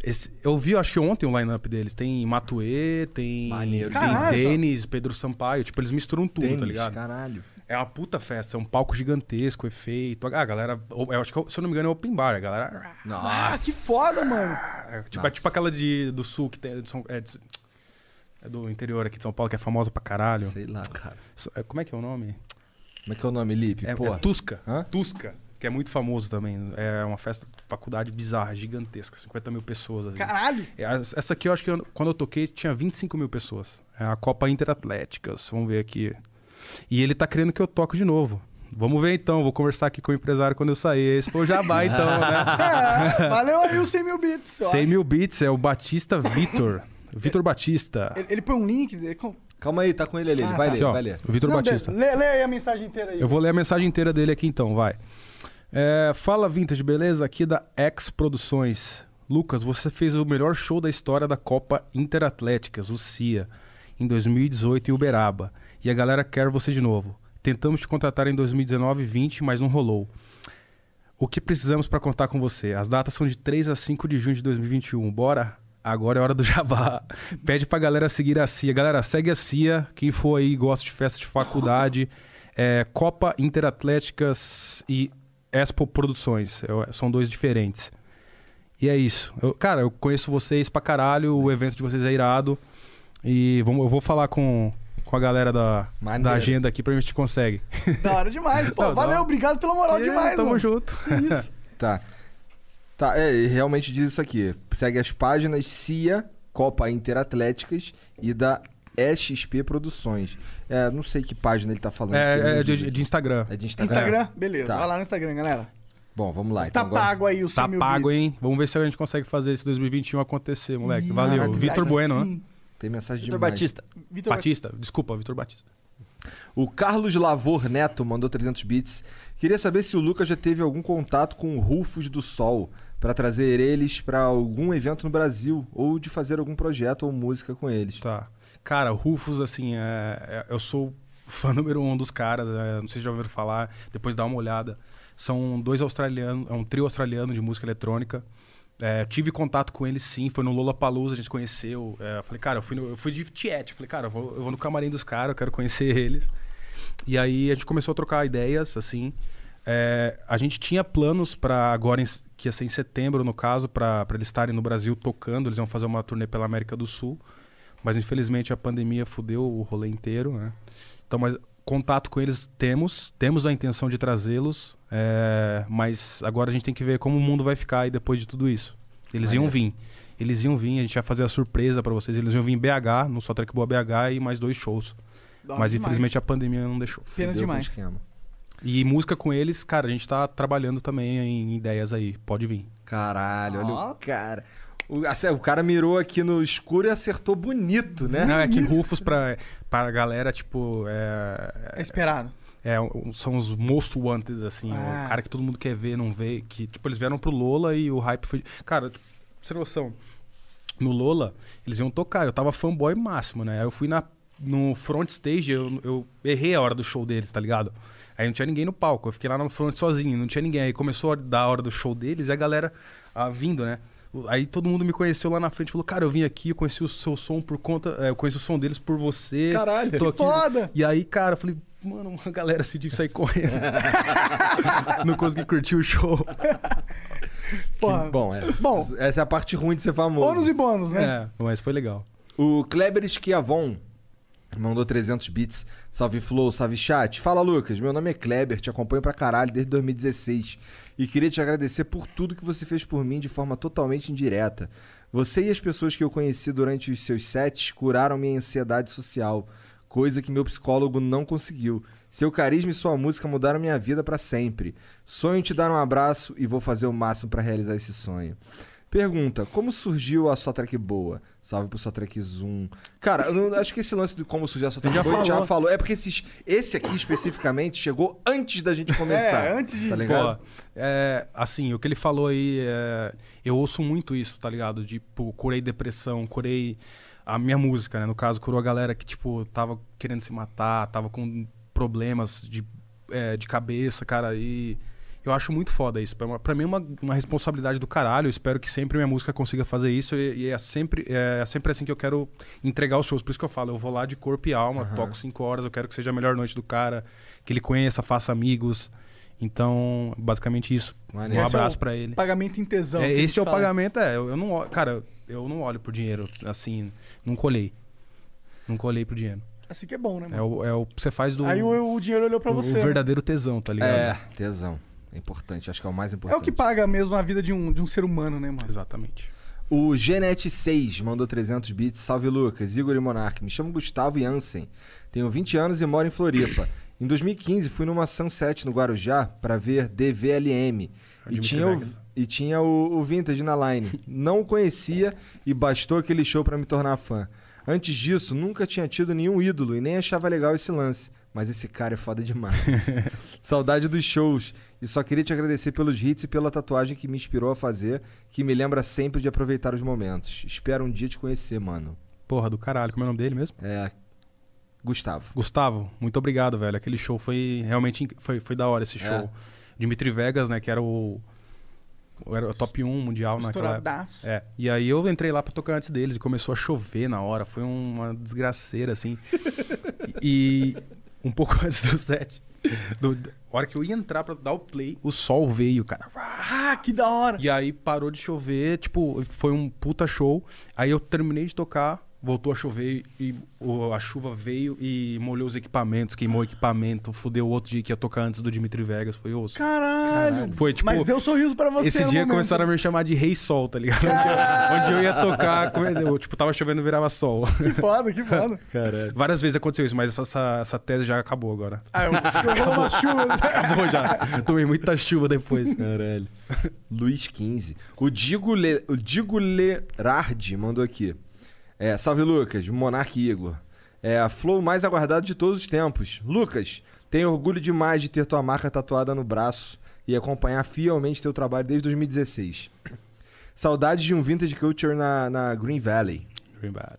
Speaker 3: esse- eu vi, acho que ontem o line-up deles. Tem Matue, tem, tem
Speaker 2: Caralho,
Speaker 3: Denis, Pedro Sampaio. Tipo, eles misturam tudo, tá
Speaker 1: Dennis,
Speaker 3: ligado?
Speaker 1: Caralho.
Speaker 3: É uma puta festa, é um palco gigantesco, efeito. Ah, A galera, eu acho que, se eu não me engano, é open bar. A galera.
Speaker 2: Ah, que foda, mano.
Speaker 3: É, tipo, é tipo aquela de, do sul que tem. de São- é, de- é do interior aqui de São Paulo, que é famosa pra caralho.
Speaker 1: Sei lá, cara.
Speaker 3: como é que é o nome?
Speaker 1: Como é que é o nome, Lipe?
Speaker 3: É,
Speaker 1: Porra.
Speaker 3: é Tusca. Tusca, que é muito famoso também. É uma festa de faculdade bizarra, gigantesca, 50 mil pessoas. assim.
Speaker 2: Caralho!
Speaker 3: É, as- Essa aqui eu acho que eu- quando eu toquei tinha 25 mil pessoas. É a Copa Interatléticas, vamos ver aqui. E ele tá querendo que eu toque de novo. Vamos ver então, vou conversar aqui com o empresário quando eu sair. Esse foi o jabá então, né?
Speaker 2: É, valeu aí os 100 mil bits. ó.
Speaker 3: 100 mil bits é o Batista Vitor. Vitor Batista.
Speaker 2: Ele, ele põe um link. Ele...
Speaker 1: Calma aí, tá com ele ali. ele
Speaker 3: Ah,
Speaker 1: vai
Speaker 3: tá.
Speaker 1: ler,
Speaker 3: Aqui, ó,
Speaker 1: vai ler.
Speaker 3: o Vitor
Speaker 2: Não,
Speaker 3: Batista.
Speaker 2: Lê, lê aí a mensagem inteira aí.
Speaker 3: Eu vou ler a mensagem inteira dele aqui então, vai. É, fala Vintage, beleza? Aqui da X Produções. Lucas, você fez o melhor show da história da Copa Interatléticas, o CIA, em 2018 em Uberaba. E a galera quer você de novo. Tentamos te contratar em 2019 e 20, mas não rolou. O que precisamos para contar com você? As datas são de 3 a 5 de junho de 2021. Bora? Agora é hora do jabá. Pede pra galera seguir a CIA. Galera, segue a CIA. Quem for aí e gosta de festa de faculdade, é Copa Interatléticas e Expo Produções. Eu- São dois diferentes. E é isso. Eu- cara, eu conheço vocês pra caralho. O evento de vocês é irado. E vamos, eu vou falar com, com a galera da, da agenda aqui pra ver se a gente consegue.
Speaker 2: Da hora demais. Pô,
Speaker 3: Não,
Speaker 2: valeu,
Speaker 3: não.
Speaker 2: obrigado pela moral
Speaker 3: É,
Speaker 2: demais,
Speaker 3: tamo
Speaker 2: mano.
Speaker 3: junto.
Speaker 2: Isso.
Speaker 1: Tá. Tá, é, e realmente diz isso aqui. Segue as páginas CIA, Copa Interatléticas e da EXP Produções. É, não sei que página ele tá falando. porque ele
Speaker 3: É,
Speaker 1: não
Speaker 3: é
Speaker 1: diz
Speaker 3: de,
Speaker 1: aqui.
Speaker 3: de Instagram.
Speaker 1: É de Instagram.
Speaker 2: Instagram? Beleza,
Speaker 1: Tá.
Speaker 2: vai lá no Instagram, galera.
Speaker 1: Bom, vamos lá.
Speaker 2: Tá
Speaker 1: então agora-
Speaker 2: pago aí o 100
Speaker 3: Tá
Speaker 2: mil
Speaker 3: pago,
Speaker 2: bits.
Speaker 3: hein? Vamos ver se a gente consegue fazer esse 2021 acontecer, moleque.
Speaker 2: Ih,
Speaker 3: Valeu.
Speaker 1: Caraca,
Speaker 3: Vitor
Speaker 1: aí
Speaker 3: Bueno,
Speaker 1: sim.
Speaker 3: né?
Speaker 1: Tem mensagem de
Speaker 3: Vitor Batista. Vitor Batista. Desculpa, Vitor Batista.
Speaker 1: O Carlos Lavor Neto mandou 300 bits. Queria saber se o Lucas já teve algum contato com o Rufus do Sol pra trazer eles pra algum evento no Brasil ou de fazer algum projeto ou música com eles.
Speaker 3: Tá. Cara, Rufus, assim, é, é- eu sou fã número um dos caras. é, não sei se já ouviram falar. Depois dá uma olhada. São dois australianos, é um trio australiano de música eletrônica. É, tive contato com eles sim, foi no Lollapalooza, a gente conheceu. É, eu falei, cara, eu fui, no- eu fui de Tiet. Falei, cara, eu vou, eu vou no camarim dos caras, eu quero conhecer eles. E aí a gente começou a trocar ideias, assim. É, a gente tinha planos pra agora, em- que ia ser em setembro, no caso, pra pra eles estarem no Brasil tocando. Eles iam fazer uma turnê pela América do Sul. Mas infelizmente a pandemia fudeu o rolê inteiro, né? Então, mas contato com eles temos, temos a intenção de trazê-los, é, mas agora a gente tem que ver como o mundo vai ficar aí depois de tudo isso. Eles iam vir. Eles iam vir, a gente ia fazer a surpresa pra vocês. Eles iam vir em BH, no Só Track Boa BH e mais dois shows.
Speaker 2: Da hora
Speaker 3: mas
Speaker 2: demais.
Speaker 3: infelizmente a pandemia não deixou.
Speaker 2: Pena
Speaker 1: Fudeu com o
Speaker 2: demais.
Speaker 1: esquema.
Speaker 3: E música com eles, cara, a gente tá trabalhando também em ideias aí. Pode vir.
Speaker 1: Caralho, olha
Speaker 2: Ó.
Speaker 1: o cara. O, assim, o cara mirou aqui no escuro e acertou bonito, né?
Speaker 3: Não, é que Rufus pra, pra galera, tipo. É,
Speaker 2: É esperado.
Speaker 3: É, um- são os moço wanted, assim.
Speaker 2: Ah.
Speaker 3: O cara que todo mundo quer ver, não vê. Que, tipo, eles vieram pro Lola e o hype foi. Cara, tipo, sem noção. No Lola, eles iam tocar. Eu tava fanboy máximo, né? Aí eu fui na, no front stage, eu, eu errei a hora do show deles, tá ligado? Aí não tinha ninguém no palco. Eu fiquei lá no front sozinho, não tinha ninguém. Aí começou a dar a hora do show deles e a galera ah, vindo, né? O- Aí todo mundo me conheceu lá na frente falou: Cara, eu vim aqui, eu conheci o seu som por conta. é, Eu conheci o som deles por você.
Speaker 1: Caralho,
Speaker 3: tô
Speaker 1: que
Speaker 3: aqui."
Speaker 1: foda!
Speaker 3: E aí, cara, eu falei: Mano, uma galera decidiu sair correndo. não consegui curtir o show.
Speaker 1: Porra. Bom, é. Bom, essa é a parte ruim de ser famoso.
Speaker 2: Bônus e bônus, né?
Speaker 3: É, mas foi legal.
Speaker 1: O Kleber Schiavon mandou 300 bits. Salve Flow, salve chat. Fala Lucas, meu nome é Kleber, te acompanho pra caralho desde 2016 e queria te agradecer por tudo que você fez por mim de forma totalmente indireta. Você e as pessoas que eu conheci durante os seus sets curaram minha ansiedade social, coisa que meu psicólogo não conseguiu. Seu carisma e sua música mudaram minha vida pra sempre. Sonho te dar um abraço e vou fazer o máximo pra realizar esse sonho. Pergunta: Como surgiu a sua track boa? Salve pro sua track Zoom. Cara, eu não- acho que esse lance de como surgiu a sua track
Speaker 3: Já
Speaker 1: boa a gente já
Speaker 3: falou.
Speaker 1: falou. É porque esses, esse aqui especificamente chegou antes da gente começar.
Speaker 3: É, antes de.
Speaker 1: Tá ligado?
Speaker 3: Pô, é, assim, o que ele falou aí, é, eu ouço muito isso, tá ligado? De, pô, curei depressão, curei a minha música, né? No caso, curou a galera que, tipo, tava querendo se matar, tava com problemas de, é, de cabeça, cara. E eu acho muito foda isso. Pra, uma- pra mim é uma, uma responsabilidade do caralho. Eu espero que sempre minha música consiga fazer isso. E, e é, sempre, é, sempre assim que eu quero entregar os shows. Por isso que eu falo, eu vou lá de corpo e alma,
Speaker 1: Aham.
Speaker 3: toco cinco horas, eu quero que seja a melhor noite do cara, que ele conheça, faça amigos. Então, basicamente isso.
Speaker 2: Maneiro.
Speaker 3: Um
Speaker 2: Esse é
Speaker 3: abraço
Speaker 2: o
Speaker 3: pra ele.
Speaker 2: Pagamento em tesão.
Speaker 3: É,
Speaker 2: que a
Speaker 3: esse
Speaker 2: gente
Speaker 3: é o
Speaker 2: fala.
Speaker 3: pagamento, é. Eu, eu não, ol- cara, eu não olho por dinheiro, assim, não colhei. Não colhei pro dinheiro.
Speaker 2: Assim que é bom, né?
Speaker 3: É o, é o que você faz do.
Speaker 2: Aí o, o dinheiro olhou pra
Speaker 3: o-
Speaker 2: você.
Speaker 3: O
Speaker 2: né?
Speaker 3: verdadeiro tesão, tá ligado?
Speaker 1: É, tesão. É importante. Acho que é o mais
Speaker 2: É o
Speaker 1: importante.
Speaker 2: que paga mesmo a vida de um, de um ser humano, né, mano?
Speaker 3: Exatamente.
Speaker 1: O Genet6 mandou 300 bits. Salve Lucas, Igor e Monark. Me chamo Gustavo Jansen. Tenho 20 anos e moro em Floripa. Em 2015 fui numa Sunset no Guarujá para ver DVLM. E
Speaker 3: Admito
Speaker 1: tinha, o,
Speaker 3: Vegas.
Speaker 1: e tinha o, o Vintage na line. Não o conhecia e bastou aquele show para me tornar fã. Antes disso, nunca tinha tido nenhum ídolo e nem achava legal esse lance. Mas esse cara é foda demais. Saudade dos shows. E só queria te agradecer pelos hits e pela tatuagem que me inspirou a fazer, que me lembra sempre de aproveitar os momentos. Espero um dia te conhecer, mano.
Speaker 3: Porra, do caralho, como é o nome dele mesmo?
Speaker 1: É. Gustavo.
Speaker 3: Gustavo, muito obrigado, velho. Aquele show foi realmente. inc- Foi, foi da hora esse
Speaker 1: É.
Speaker 3: show. Dimitri Vegas, né, que era o. Era o top 1 mundial naquela época.
Speaker 2: Estouradaço.
Speaker 3: É. E aí eu entrei lá pra tocar antes deles e começou a chover na hora. Foi uma desgraceira, assim. e um pouco antes do set. do- da hora que eu ia entrar pra dar o play, o sol veio, cara.
Speaker 2: Ah, que da hora!
Speaker 3: E aí parou de chover, tipo, foi um puta show. Aí eu terminei de tocar, voltou a chover e o- a chuva veio e molhou os equipamentos, queimou o equipamento, fudeu o outro dia que ia tocar antes do Dimitri Vegas. Foi osso.
Speaker 2: Caralho!
Speaker 3: Foi, tipo,
Speaker 2: Mas deu um sorriso pra você
Speaker 3: Esse
Speaker 2: no
Speaker 3: dia
Speaker 2: momento.
Speaker 3: começaram a me chamar de Rei Sol, tá ligado? Onde eu- Onde eu ia tocar, como é- eu, tipo, tava chovendo virava sol.
Speaker 2: Que foda, que foda.
Speaker 3: Caralho. Várias vezes aconteceu isso, mas essa, essa, essa tese já acabou agora.
Speaker 2: Ah, eu eu vou nas chuvas.
Speaker 3: Acabou já. Tomei muita chuva depois.
Speaker 1: Caralho. Luiz 15. O Digo, Le... o Digo Lerardi mandou aqui. É, salve Lucas, Monark e Igor. É a flow mais aguardada de todos os tempos. Lucas, tenho orgulho demais de ter tua marca tatuada no braço e acompanhar fielmente teu trabalho desde 2016. Saudades de um vintage culture na, na Green Valley.
Speaker 3: Green Valley.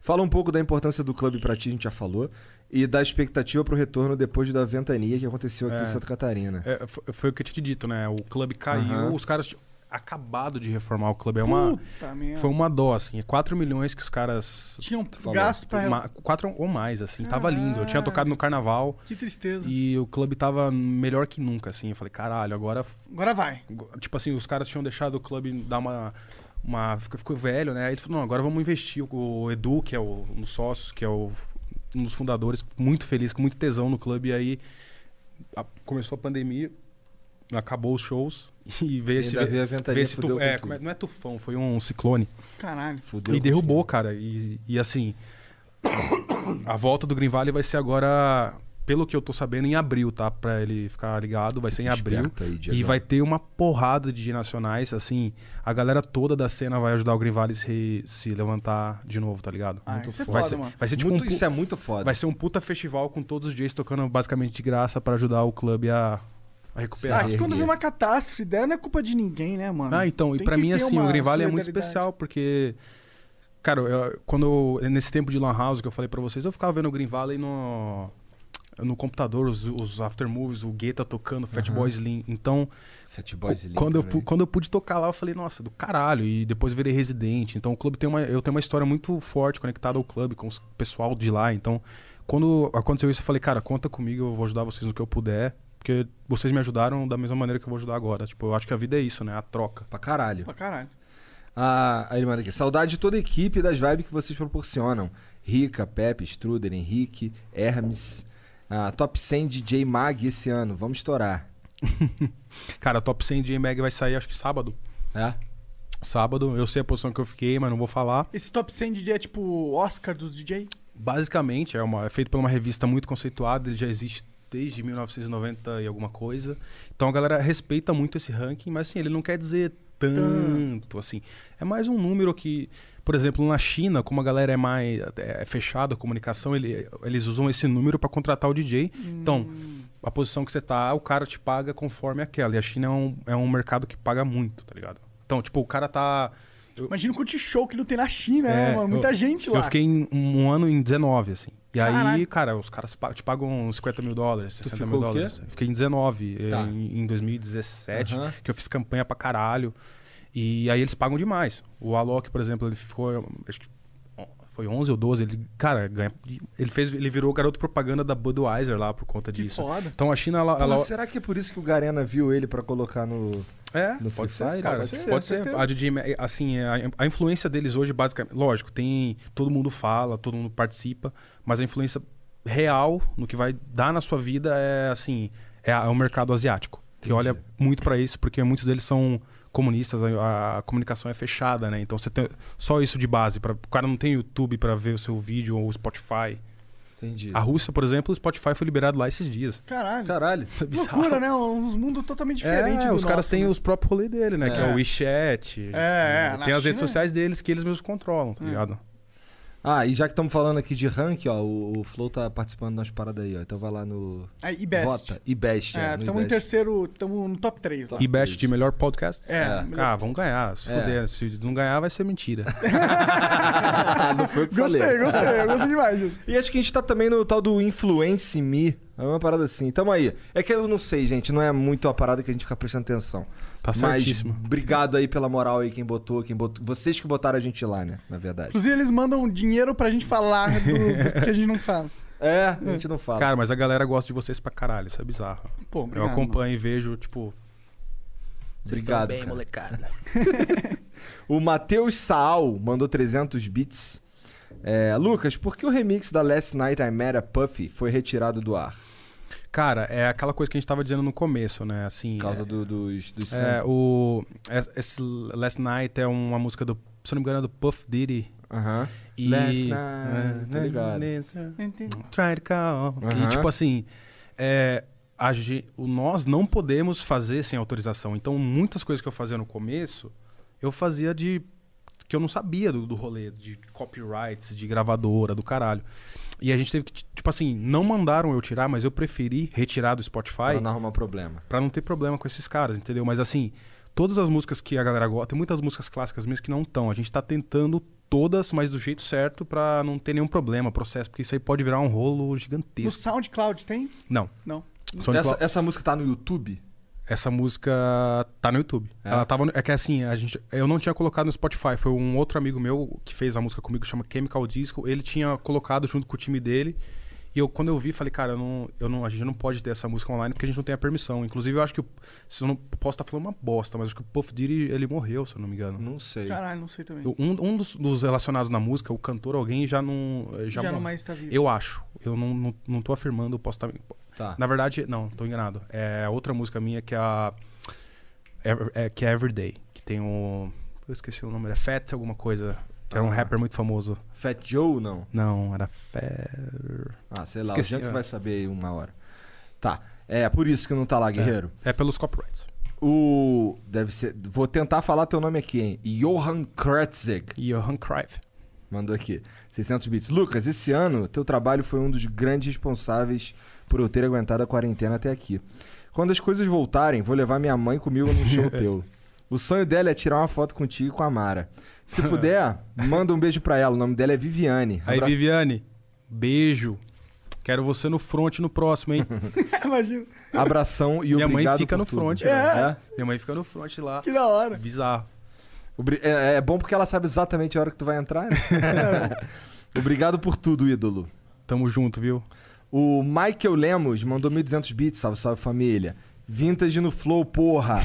Speaker 1: Fala um pouco da importância do clube pra ti, a gente já falou, e da expectativa pro retorno depois da ventania que aconteceu aqui
Speaker 3: É.
Speaker 1: em Santa Catarina.
Speaker 3: É, fo- foi, o que eu tinha dito, né? O clube caiu,
Speaker 1: Aham.
Speaker 3: os caras tinham acabado de reformar o clube. É uma,
Speaker 2: Puta merda.
Speaker 3: foi uma dó, assim. É 4 milhões que os caras.
Speaker 2: Tinham gasto pra-
Speaker 3: 4 ou mais, assim. Tava lindo. Eu tinha tocado no carnaval.
Speaker 2: Que tristeza.
Speaker 3: E o clube tava melhor que nunca, assim. Eu falei, caralho, agora.
Speaker 2: Agora vai.
Speaker 3: Tipo assim, os caras tinham deixado o clube dar uma. uma ficou, ficou velho, né? Aí eles falaram, não, agora vamos investir. O Edu, que é o, um dos sócios, que é o, um dos fundadores, muito feliz, com muito tesão no clube. E aí a- começou a pandemia, acabou os shows. E veio
Speaker 1: E
Speaker 3: esse.
Speaker 1: ainda veio a ventania,
Speaker 3: veio esse
Speaker 1: fudeu
Speaker 3: tu-
Speaker 1: com
Speaker 3: é,
Speaker 1: tudo.
Speaker 3: como é- não é tufão, foi um ciclone.
Speaker 2: Caralho.
Speaker 1: Fudeu
Speaker 3: E
Speaker 1: com
Speaker 3: derrubou, cara. E, e assim. A volta do Green Valley vai ser agora, pelo que eu tô sabendo, em abril, tá? Pra ele ficar ligado, vai ser em abril.
Speaker 1: esperto aí, Diegão.
Speaker 3: E vai ter uma porrada de nacionais, assim. A galera toda da cena vai ajudar o Green Valley se, se levantar de novo, tá ligado?
Speaker 2: Ah, isso é foda,
Speaker 3: vai ser,
Speaker 2: mano.
Speaker 3: Vai ser tipo
Speaker 1: Muito-
Speaker 3: um pu-
Speaker 1: isso é muito foda.
Speaker 3: Vai ser um puta festival com todos os dias tocando basicamente de graça pra ajudar o clube a, a recuperar.
Speaker 2: Ah, que quando vem uma catástrofe dela, não é culpa de ninguém, né, mano?
Speaker 3: Ah, então, e
Speaker 2: Tem
Speaker 3: pra
Speaker 2: que
Speaker 3: mim,
Speaker 2: ter
Speaker 3: assim, o
Speaker 2: uma
Speaker 3: Green Valley é muito
Speaker 2: solidariedade.
Speaker 3: especial, porque. Cara, eu- quando. eu- Nesse tempo de Lan House que eu falei pra vocês, eu ficava vendo o Green Valley no. No computador, os, os after movies, o Guetta tocando, Fatboy
Speaker 1: Aham.
Speaker 3: Slim. Então,
Speaker 1: Fatboy
Speaker 3: cu-
Speaker 1: Slim
Speaker 3: quando eu,
Speaker 1: também.
Speaker 3: pu- quando eu pude tocar lá, eu falei, nossa, do caralho. E depois virei residente. Então, o clube tem uma. Eu tenho uma história muito forte conectada ao clube, com o pessoal de lá. Então, quando aconteceu isso, eu falei, cara, conta comigo, eu vou ajudar vocês no que eu puder. Porque vocês me ajudaram da mesma maneira que eu vou ajudar agora. Tipo, eu acho que a vida é isso, né? A troca.
Speaker 1: Pra caralho.
Speaker 2: Pra caralho.
Speaker 1: Ah, aí ele manda aqui. Saudade de toda a equipe e das vibes que vocês proporcionam. Rica, Pepe, Struder, Henrique, Hermes. Ah, top 100 DJ Mag esse ano. Vamos estourar.
Speaker 3: Cara, a top 100 de Mag vai sair acho que sábado.
Speaker 1: É?
Speaker 3: Sábado. Eu sei a posição que eu fiquei, mas não vou falar.
Speaker 2: Esse top 100 DJ é tipo Oscar dos DJ?
Speaker 3: Basicamente, é, uma, é feito por uma revista muito conceituada, ele já existe desde 1990 e alguma coisa. Então a galera respeita muito esse ranking, mas assim, ele não quer dizer tanto assim. É mais um número que, por exemplo, na China, como a galera é mais é fechada a comunicação, ele- eles usam esse número para contratar o DJ. Então, a posição que você tá, o cara te paga conforme aquela. E a China é um, é um mercado que paga muito, tá ligado? Então, tipo, o cara tá.
Speaker 2: Imagina quanto de show que não tem na China, né,
Speaker 3: É,
Speaker 2: mano? Muita
Speaker 3: eu-
Speaker 2: gente lá.
Speaker 3: Eu fiquei em- um ano em 19, assim. E
Speaker 2: Caraca.
Speaker 3: aí, cara, os caras pa- te pagam 50 mil dólares, 60 mil
Speaker 1: ficou o quê?
Speaker 3: dólares. Eu Fiquei em 19, eh,
Speaker 1: Tá.
Speaker 3: em, em 2017,
Speaker 1: Aham.
Speaker 3: que eu fiz campanha pra caralho. E aí eles pagam demais. O Alok, por exemplo, ele ficou. Acho que foi 11 ou 12. Ele, cara, ganha. Ele, fez, ele virou garoto propaganda da Budweiser lá por conta disso.
Speaker 1: foda.
Speaker 3: Então a China, ela.
Speaker 1: Pô,
Speaker 3: ela-
Speaker 1: será que é por isso que o Garena viu ele pra colocar no.
Speaker 3: É,
Speaker 1: no
Speaker 3: pode
Speaker 1: Free Fire?
Speaker 3: ser, cara. Pode ser. A DJ, Ma- assim, a, a influência deles hoje, basicamente, lógico, tem. Todo mundo fala, todo mundo participa, mas a influência real no que vai dar na sua vida é assim. É, a- é o mercado asiático. Que olha muito pra isso, porque muitos deles são comunistas, a, a comunicação é fechada, né? Então você tem só isso de base. Pra, o cara não tem YouTube pra ver o seu vídeo ou o Spotify.
Speaker 1: Entendi.
Speaker 3: A Rússia, por exemplo, o Spotify foi liberado lá esses dias.
Speaker 2: Caralho.
Speaker 1: Caralho.
Speaker 2: Loucura, né? Uns mundos totalmente diferentes.
Speaker 3: É,
Speaker 2: do
Speaker 3: os caras
Speaker 2: nosso,
Speaker 3: têm
Speaker 2: né?
Speaker 3: os próprios rolês dele, né? Que é
Speaker 1: É.
Speaker 3: o WeChat.
Speaker 2: É, é, na
Speaker 3: Tem as redes
Speaker 2: China-
Speaker 3: sociais deles que eles mesmos controlam, tá ligado?
Speaker 1: Ah, e já que estamos falando aqui de rank, ó, o, o Flow tá participando das paradas aí, ó. Então vai lá no.
Speaker 2: Ah, e Best.
Speaker 1: Vota. E Best.
Speaker 2: É,
Speaker 1: no
Speaker 2: estamos em
Speaker 1: Ibest.
Speaker 2: terceiro, estamos no top 3 lá.
Speaker 3: E best de melhor podcast?
Speaker 2: É,
Speaker 3: Ah,
Speaker 2: melhor-
Speaker 3: Ah, vão ganhar. Se
Speaker 1: É.
Speaker 3: fuder. Se não ganhar, vai ser mentira.
Speaker 1: Não foi o que
Speaker 2: Gostei,
Speaker 1: falei.
Speaker 2: gostei, eu gostei demais. gente.
Speaker 1: E acho que a gente tá também no tal do Influence Me. É uma parada assim. Tamo aí. É que eu não sei, gente. Não é muito a parada que a gente fica prestando atenção.
Speaker 3: Tá certíssimo.
Speaker 1: Mas obrigado aí pela moral aí, quem botou, quem botou. Vocês que botaram a gente lá, né? Na verdade.
Speaker 2: Inclusive, eles mandam dinheiro pra gente falar do, do que a gente não fala.
Speaker 1: É, a gente não fala.
Speaker 3: Cara, mas a galera gosta de vocês pra caralho. Isso é bizarro.
Speaker 2: Pô, obrigado,
Speaker 3: Eu acompanho e vejo, tipo...
Speaker 1: Vocês tão Obrigado, bem, cara.
Speaker 3: molecada.
Speaker 1: O Matheus Saal mandou 300 bits. É, Lucas, por que o remix da Last Night I Met a Puffy foi retirado do ar?
Speaker 3: Cara, é aquela coisa que a gente tava dizendo no começo, né? Assim,
Speaker 1: Por causa
Speaker 3: é-
Speaker 1: do- dos, dos
Speaker 3: É,
Speaker 1: samples.
Speaker 3: o. es- Esse Last Night é uma música do. Se eu não me engano, é do Puff Diddy.
Speaker 1: Aham.
Speaker 3: E-
Speaker 1: Last
Speaker 3: é,
Speaker 1: Night, tá ligado?
Speaker 3: Try to call.
Speaker 1: Aham.
Speaker 3: E tipo assim. é, a ge- o nós não podemos fazer sem autorização. Então, muitas coisas que eu fazia no começo, eu fazia de. que eu não sabia do, do rolê, de copyrights, de gravadora, do caralho. E a gente teve que, ti- tipo assim, não mandaram eu tirar, mas eu preferi retirar do Spotify.
Speaker 1: Pra não arrumar problema.
Speaker 3: Pra não ter problema com esses caras, entendeu? Mas assim, todas as músicas que a galera gosta, tem muitas músicas clássicas mesmo que não estão. A gente tá tentando todas, mas do jeito certo pra não ter nenhum problema, processo, porque isso aí pode virar um rolo
Speaker 2: No
Speaker 3: gigantesco.
Speaker 2: SoundCloud tem?
Speaker 3: Não.
Speaker 2: Não.
Speaker 1: Essa, essa música tá no YouTube?
Speaker 3: Essa música tá no YouTube. Ela tava no- é que assim, a gente, eu não tinha colocado no Spotify. Foi um outro amigo meu que fez a música comigo, chama Chemical Disco. Ele tinha colocado junto com o time dele. E eu, quando eu vi, falei, cara, eu não, eu não, a gente não pode ter essa música online porque a gente não tem a permissão. Inclusive, eu acho que. o- Se eu não posso estar falando uma bosta, mas acho que o Puff Diddy, ele morreu, se eu não me engano.
Speaker 1: Não sei.
Speaker 2: Caralho, não sei também.
Speaker 3: Eu- Um, um dos, dos relacionados na música, o cantor, alguém já não. eh, Já,
Speaker 2: Já não
Speaker 3: morre-
Speaker 2: mais tá vivo.
Speaker 3: Eu acho. Eu não, não, não tô afirmando, eu posso estar.
Speaker 1: Tá.
Speaker 3: Na verdade, não, tô enganado. É outra música minha que é a. Ever- é- que é Everyday. Que tem o. Eu esqueci o nome, é Fats alguma coisa. Que era um
Speaker 1: Ah.
Speaker 3: rapper muito famoso.
Speaker 1: Fat Joe, não?
Speaker 3: Não, era Fer.
Speaker 1: Ah, sei lá,
Speaker 3: Esqueci,
Speaker 1: o Jean que
Speaker 3: é.
Speaker 1: vai saber aí uma hora. Tá. É por isso que não tá lá, guerreiro.
Speaker 3: É, pelos copyrights.
Speaker 1: O. Deve ser. Vou tentar falar teu nome aqui, hein? Johan Kretzig.
Speaker 3: Johan Kreif.
Speaker 1: Mandou aqui. 600 bits. Lucas, esse ano, teu trabalho foi um dos grandes responsáveis por eu ter aguentado a quarentena até aqui. Quando as coisas voltarem, vou levar minha mãe comigo num show teu. O sonho dela é tirar uma foto contigo e com a Mara. Se puder, manda um beijo pra ela. O nome dela é Viviane.
Speaker 3: Aí,
Speaker 1: Abra-
Speaker 3: Viviane, beijo. Quero você no front no próximo, hein?
Speaker 2: Imagina.
Speaker 1: Abração e
Speaker 3: Minha
Speaker 1: obrigado
Speaker 3: mãe fica
Speaker 1: por
Speaker 3: no
Speaker 1: tudo.
Speaker 3: front, né?
Speaker 1: É.
Speaker 3: velho. Minha mãe fica no front lá.
Speaker 2: Que da hora.
Speaker 3: Bizarro.
Speaker 1: Obri- É, é bom porque ela sabe exatamente a hora que tu vai entrar. né? Obrigado por tudo, ídolo.
Speaker 3: Tamo junto, viu?
Speaker 1: O Michael Lemos mandou 1.200 bits, salve, salve família. Vintage no Flow, porra.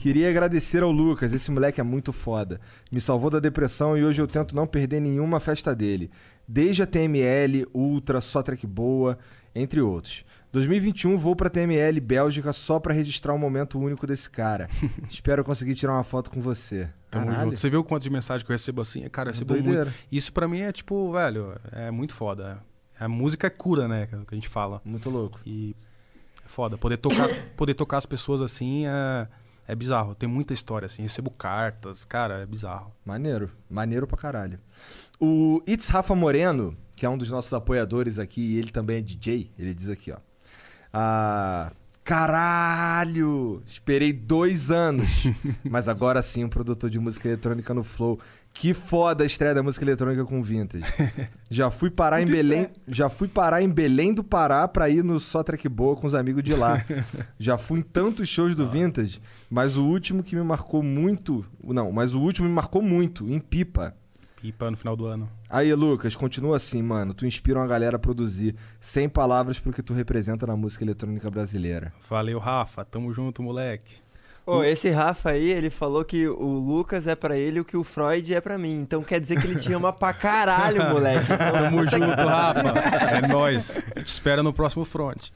Speaker 1: Queria agradecer ao Lucas, esse moleque é muito foda. Me salvou da depressão e hoje eu tento não perder nenhuma festa dele. Desde a TML, Ultra, Só Track Boa, entre outros. 2021 vou pra TML Bélgica só pra registrar um momento único desse cara. Espero conseguir tirar uma foto com você.
Speaker 3: Tamo
Speaker 1: Caralho.
Speaker 3: junto. Você viu o quanto de mensagem que eu recebo assim? Cara, eu recebo
Speaker 1: Doideira.
Speaker 3: muito. Isso pra mim é tipo, velho, é muito foda. A música é cura, né? Que é o que a gente fala.
Speaker 1: Muito louco.
Speaker 3: E é foda. Poder tocar, as- poder tocar as pessoas assim é, É bizarro, tem muita história, assim. Recebo cartas, cara, é bizarro.
Speaker 1: Maneiro, maneiro pra caralho. O It's Rafa Moreno, que é um dos nossos apoiadores aqui, e ele também é DJ, ele diz aqui, ó. Ah, caralho! Esperei dois anos, mas agora sim um produtor de música eletrônica no Flow. Que foda a estreia da música eletrônica com vintage. Já fui parar em
Speaker 3: Muito
Speaker 1: Belém, já fui parar em Belém do Pará pra ir no Só Track Boa com os amigos de lá. Já fui em tantos shows do vintage, mas o último que me marcou muito, não, mas o último me marcou muito em Pipa.
Speaker 3: Pipa no final do ano.
Speaker 1: Aí, Lucas, continua assim, mano. Tu inspira uma galera a produzir sem palavras pro que tu representa na música eletrônica brasileira.
Speaker 3: Valeu, Rafa. Tamo junto, moleque.
Speaker 4: Ô, esse Rafa aí, ele falou que o Lucas é pra ele o que o Freud é pra mim. Então quer dizer que ele te ama pra caralho, moleque. Então-
Speaker 3: Tamo junto, Rafa. É nóis. Espera no próximo front.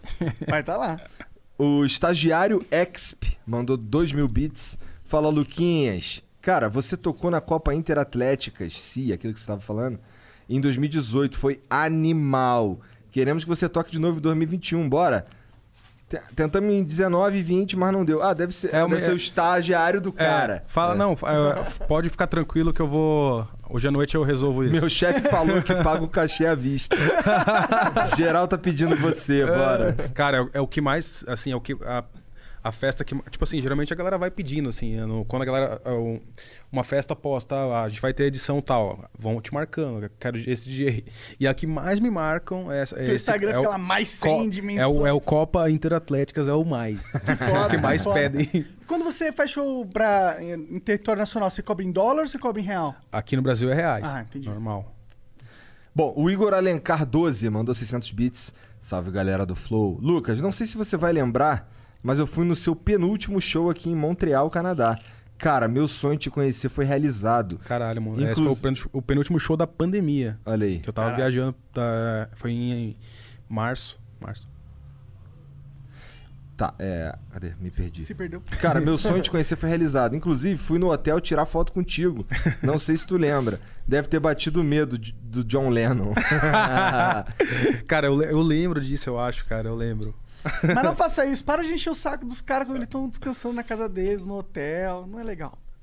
Speaker 1: Vai tá lá. O estagiário Exp mandou 2 mil bits. Fala, Luquinhas. Cara, você tocou na Copa Interatléticas, se aquilo que você estava falando, em 2018. Foi animal. Queremos que você toque de novo em 2021. Bora. Te- Tentamos em 19 e 20, mas não deu. Ah, deve ser,
Speaker 3: É,
Speaker 1: deve
Speaker 3: mas-
Speaker 1: ser o estagiário do cara.
Speaker 3: É, fala,
Speaker 1: É.
Speaker 3: não, é, pode ficar tranquilo que eu vou. Hoje à noite eu resolvo isso.
Speaker 1: Meu chefe falou que paga o cachê à vista. Geral tá pedindo você, bora.
Speaker 3: Cara, é, o- é o que mais, assim, é o que. A, a festa que. Tipo assim, geralmente a galera vai pedindo, assim. é no- quando a galera. é um- Uma festa posta, ah, a gente vai ter edição tal. ó, Vão te marcando. eu Quero esse dia aí. E a que mais me marcam é. é
Speaker 2: Teu Instagram fica lá, mais 100
Speaker 3: É
Speaker 2: dimensões.
Speaker 3: o, é o Copa Interatléticas, é o mais. é o que mais
Speaker 2: foda.
Speaker 3: pedem.
Speaker 2: Quando você faz show pra, em, em território nacional, você cobra em dólar ou você cobra em real?
Speaker 3: Aqui no Brasil é reais.
Speaker 2: Ah, entendi.
Speaker 3: Normal.
Speaker 1: Bom, o Igor Alencar 12 mandou 600 bits. Salve galera do Flow. Lucas, não sei se você vai lembrar, mas eu fui no seu penúltimo show aqui em Montreal, Canadá. Cara, meu sonho de te conhecer foi realizado.
Speaker 3: Caralho, mano.
Speaker 1: Inclus-
Speaker 3: Esse foi o pen- o penúltimo show da pandemia.
Speaker 1: Olha aí.
Speaker 3: Que eu tava
Speaker 1: Caralho.
Speaker 3: viajando. tá, foi em, em março. Março.
Speaker 1: Tá, é. Cadê? Me perdi.
Speaker 2: Se perdeu.
Speaker 1: Cara, meu sonho de te conhecer foi realizado. Inclusive, fui no hotel tirar foto contigo. Não sei se tu lembra. Deve ter batido medo de- do John Lennon.
Speaker 3: cara, eu, le- eu lembro disso, eu acho, cara, eu lembro.
Speaker 2: Mas não faça isso. Para de encher o saco dos caras quando eles estão descansando na casa deles, no hotel. Não é legal.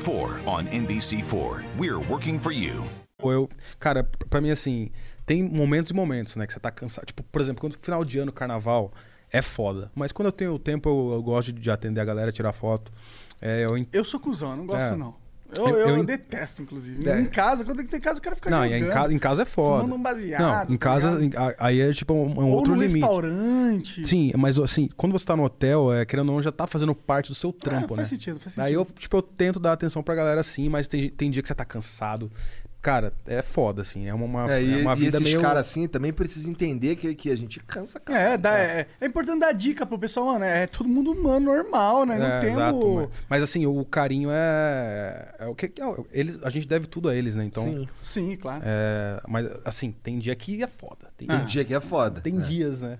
Speaker 16: 4 on NBC4. We're working for you.
Speaker 3: Ou eu, cara, p- pra mim, assim, tem momentos e momentos, né? Que você tá cansado. Tipo, por exemplo, quando final de ano, carnaval, é foda. Mas quando eu tenho tempo, eu, eu gosto de atender a galera, tirar foto. É, eu, en-
Speaker 2: Eu sou cuzão, eu não gosto
Speaker 3: É.
Speaker 2: não. Eu,
Speaker 3: Eu-
Speaker 2: eu,
Speaker 3: eu en-
Speaker 2: detesto, inclusive.
Speaker 3: É.
Speaker 2: Em casa, quando tem em casa, o cara fica
Speaker 3: Não, e
Speaker 2: jogando.
Speaker 3: em casa, em casa é foda.
Speaker 2: Fumando um baseado.
Speaker 3: Não, em
Speaker 2: tá
Speaker 3: casa,
Speaker 2: ligado?
Speaker 3: em- a- aí é tipo um, um
Speaker 2: Ou
Speaker 3: outro
Speaker 2: no
Speaker 3: limite.
Speaker 2: restaurante.
Speaker 3: Sim, mas assim, quando você tá no hotel, é, querendo ou não, já tá fazendo parte do seu trampo,
Speaker 2: É, faz
Speaker 3: né?
Speaker 2: sentido, faz
Speaker 3: Aí eu,
Speaker 2: sentido.
Speaker 3: tipo, eu tento dar atenção pra galera sim, mas tem, tem dia que você tá cansado. Cara, é foda, assim. É uma, uma-
Speaker 1: É, e,
Speaker 3: é uma
Speaker 1: e
Speaker 3: vida
Speaker 1: esses
Speaker 3: meio.
Speaker 1: caras assim também precisam entender que, que a gente cansa, cara.
Speaker 2: É, dá, é, é importante dar dica pro pessoal, mano. É todo mundo humano, normal, né? Não
Speaker 3: É,
Speaker 2: temos...
Speaker 3: exato, mas, mas, assim, o carinho é. é o que, é o- eles, a gente deve tudo a eles, né? Então.
Speaker 2: Sim. Sim, claro.
Speaker 3: é, mas assim, tem dia que é foda. Tem,
Speaker 2: Ah.
Speaker 1: Tem dia que é foda.
Speaker 3: Tem dias, né?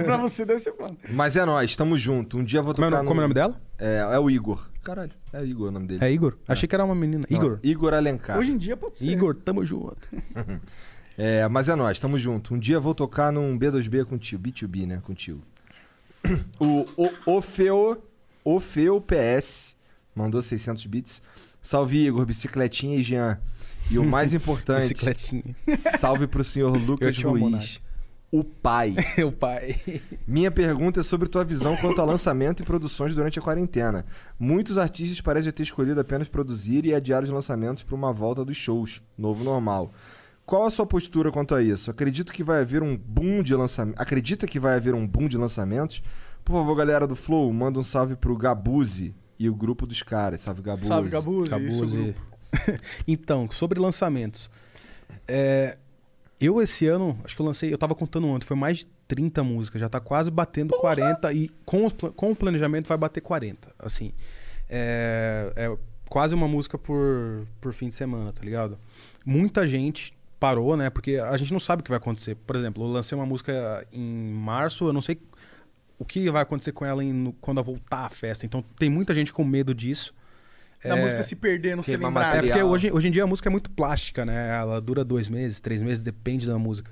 Speaker 2: pra você deve ser foda.
Speaker 1: Mas é nóis, tamo junto. Um dia eu vou
Speaker 3: Como é o
Speaker 1: tocar
Speaker 3: nome- como é o nome dela?
Speaker 1: É, é o Igor. Caralho, é Igor o nome dele.
Speaker 3: É Igor? Achei que era uma menina.
Speaker 1: Não,
Speaker 3: Igor.
Speaker 1: Igor Alencar.
Speaker 2: Hoje em dia pode ser.
Speaker 3: Igor, tamo junto.
Speaker 1: É, mas é nóis, tamo junto. Um dia eu vou tocar num B2B contigo, B2B, né, contigo. O, o Ofeu, Ofeu PS mandou 600 bits. Salve Igor, bicicletinha e Jean. E o mais importante,
Speaker 3: Bicicletinha.
Speaker 1: salve pro senhor Lucas
Speaker 3: te amo,
Speaker 1: Ruiz.
Speaker 3: Nath.
Speaker 1: O pai.
Speaker 3: o pai.
Speaker 1: Minha pergunta é sobre tua visão quanto ao lançamento e produções durante a quarentena. Muitos artistas parecem ter escolhido apenas produzir e adiar os lançamentos para uma volta dos shows, novo normal. Qual a sua postura quanto a isso? Acredito que vai haver um boom de lançamentos. Acredita que vai haver um boom de lançamentos? Por favor, galera do Flow, manda um salve pro Gabuzi e o grupo dos caras. Salve Gabuzi.
Speaker 2: Salve, Gabuzi. Isso, grupo.
Speaker 3: então, sobre lançamentos. É, Eu esse ano, acho que eu lancei, eu tava contando ontem, foi mais de 30 músicas, já tá quase batendo 40 e com, os pla- com o planejamento vai bater 40, assim. É, é quase uma música por, por fim de semana, tá ligado? Muita gente parou, né? Porque a gente não sabe o que vai acontecer. Por exemplo, eu lancei uma música em março, eu não sei o que vai acontecer com ela em- no- quando ela voltar à festa. Então tem muita gente com medo disso.
Speaker 2: Da música se perder, não ser
Speaker 3: queimar
Speaker 2: lembrada.
Speaker 3: É porque hoje, hoje em dia a música é muito plástica, né? Ela dura dois meses, três meses, depende da música.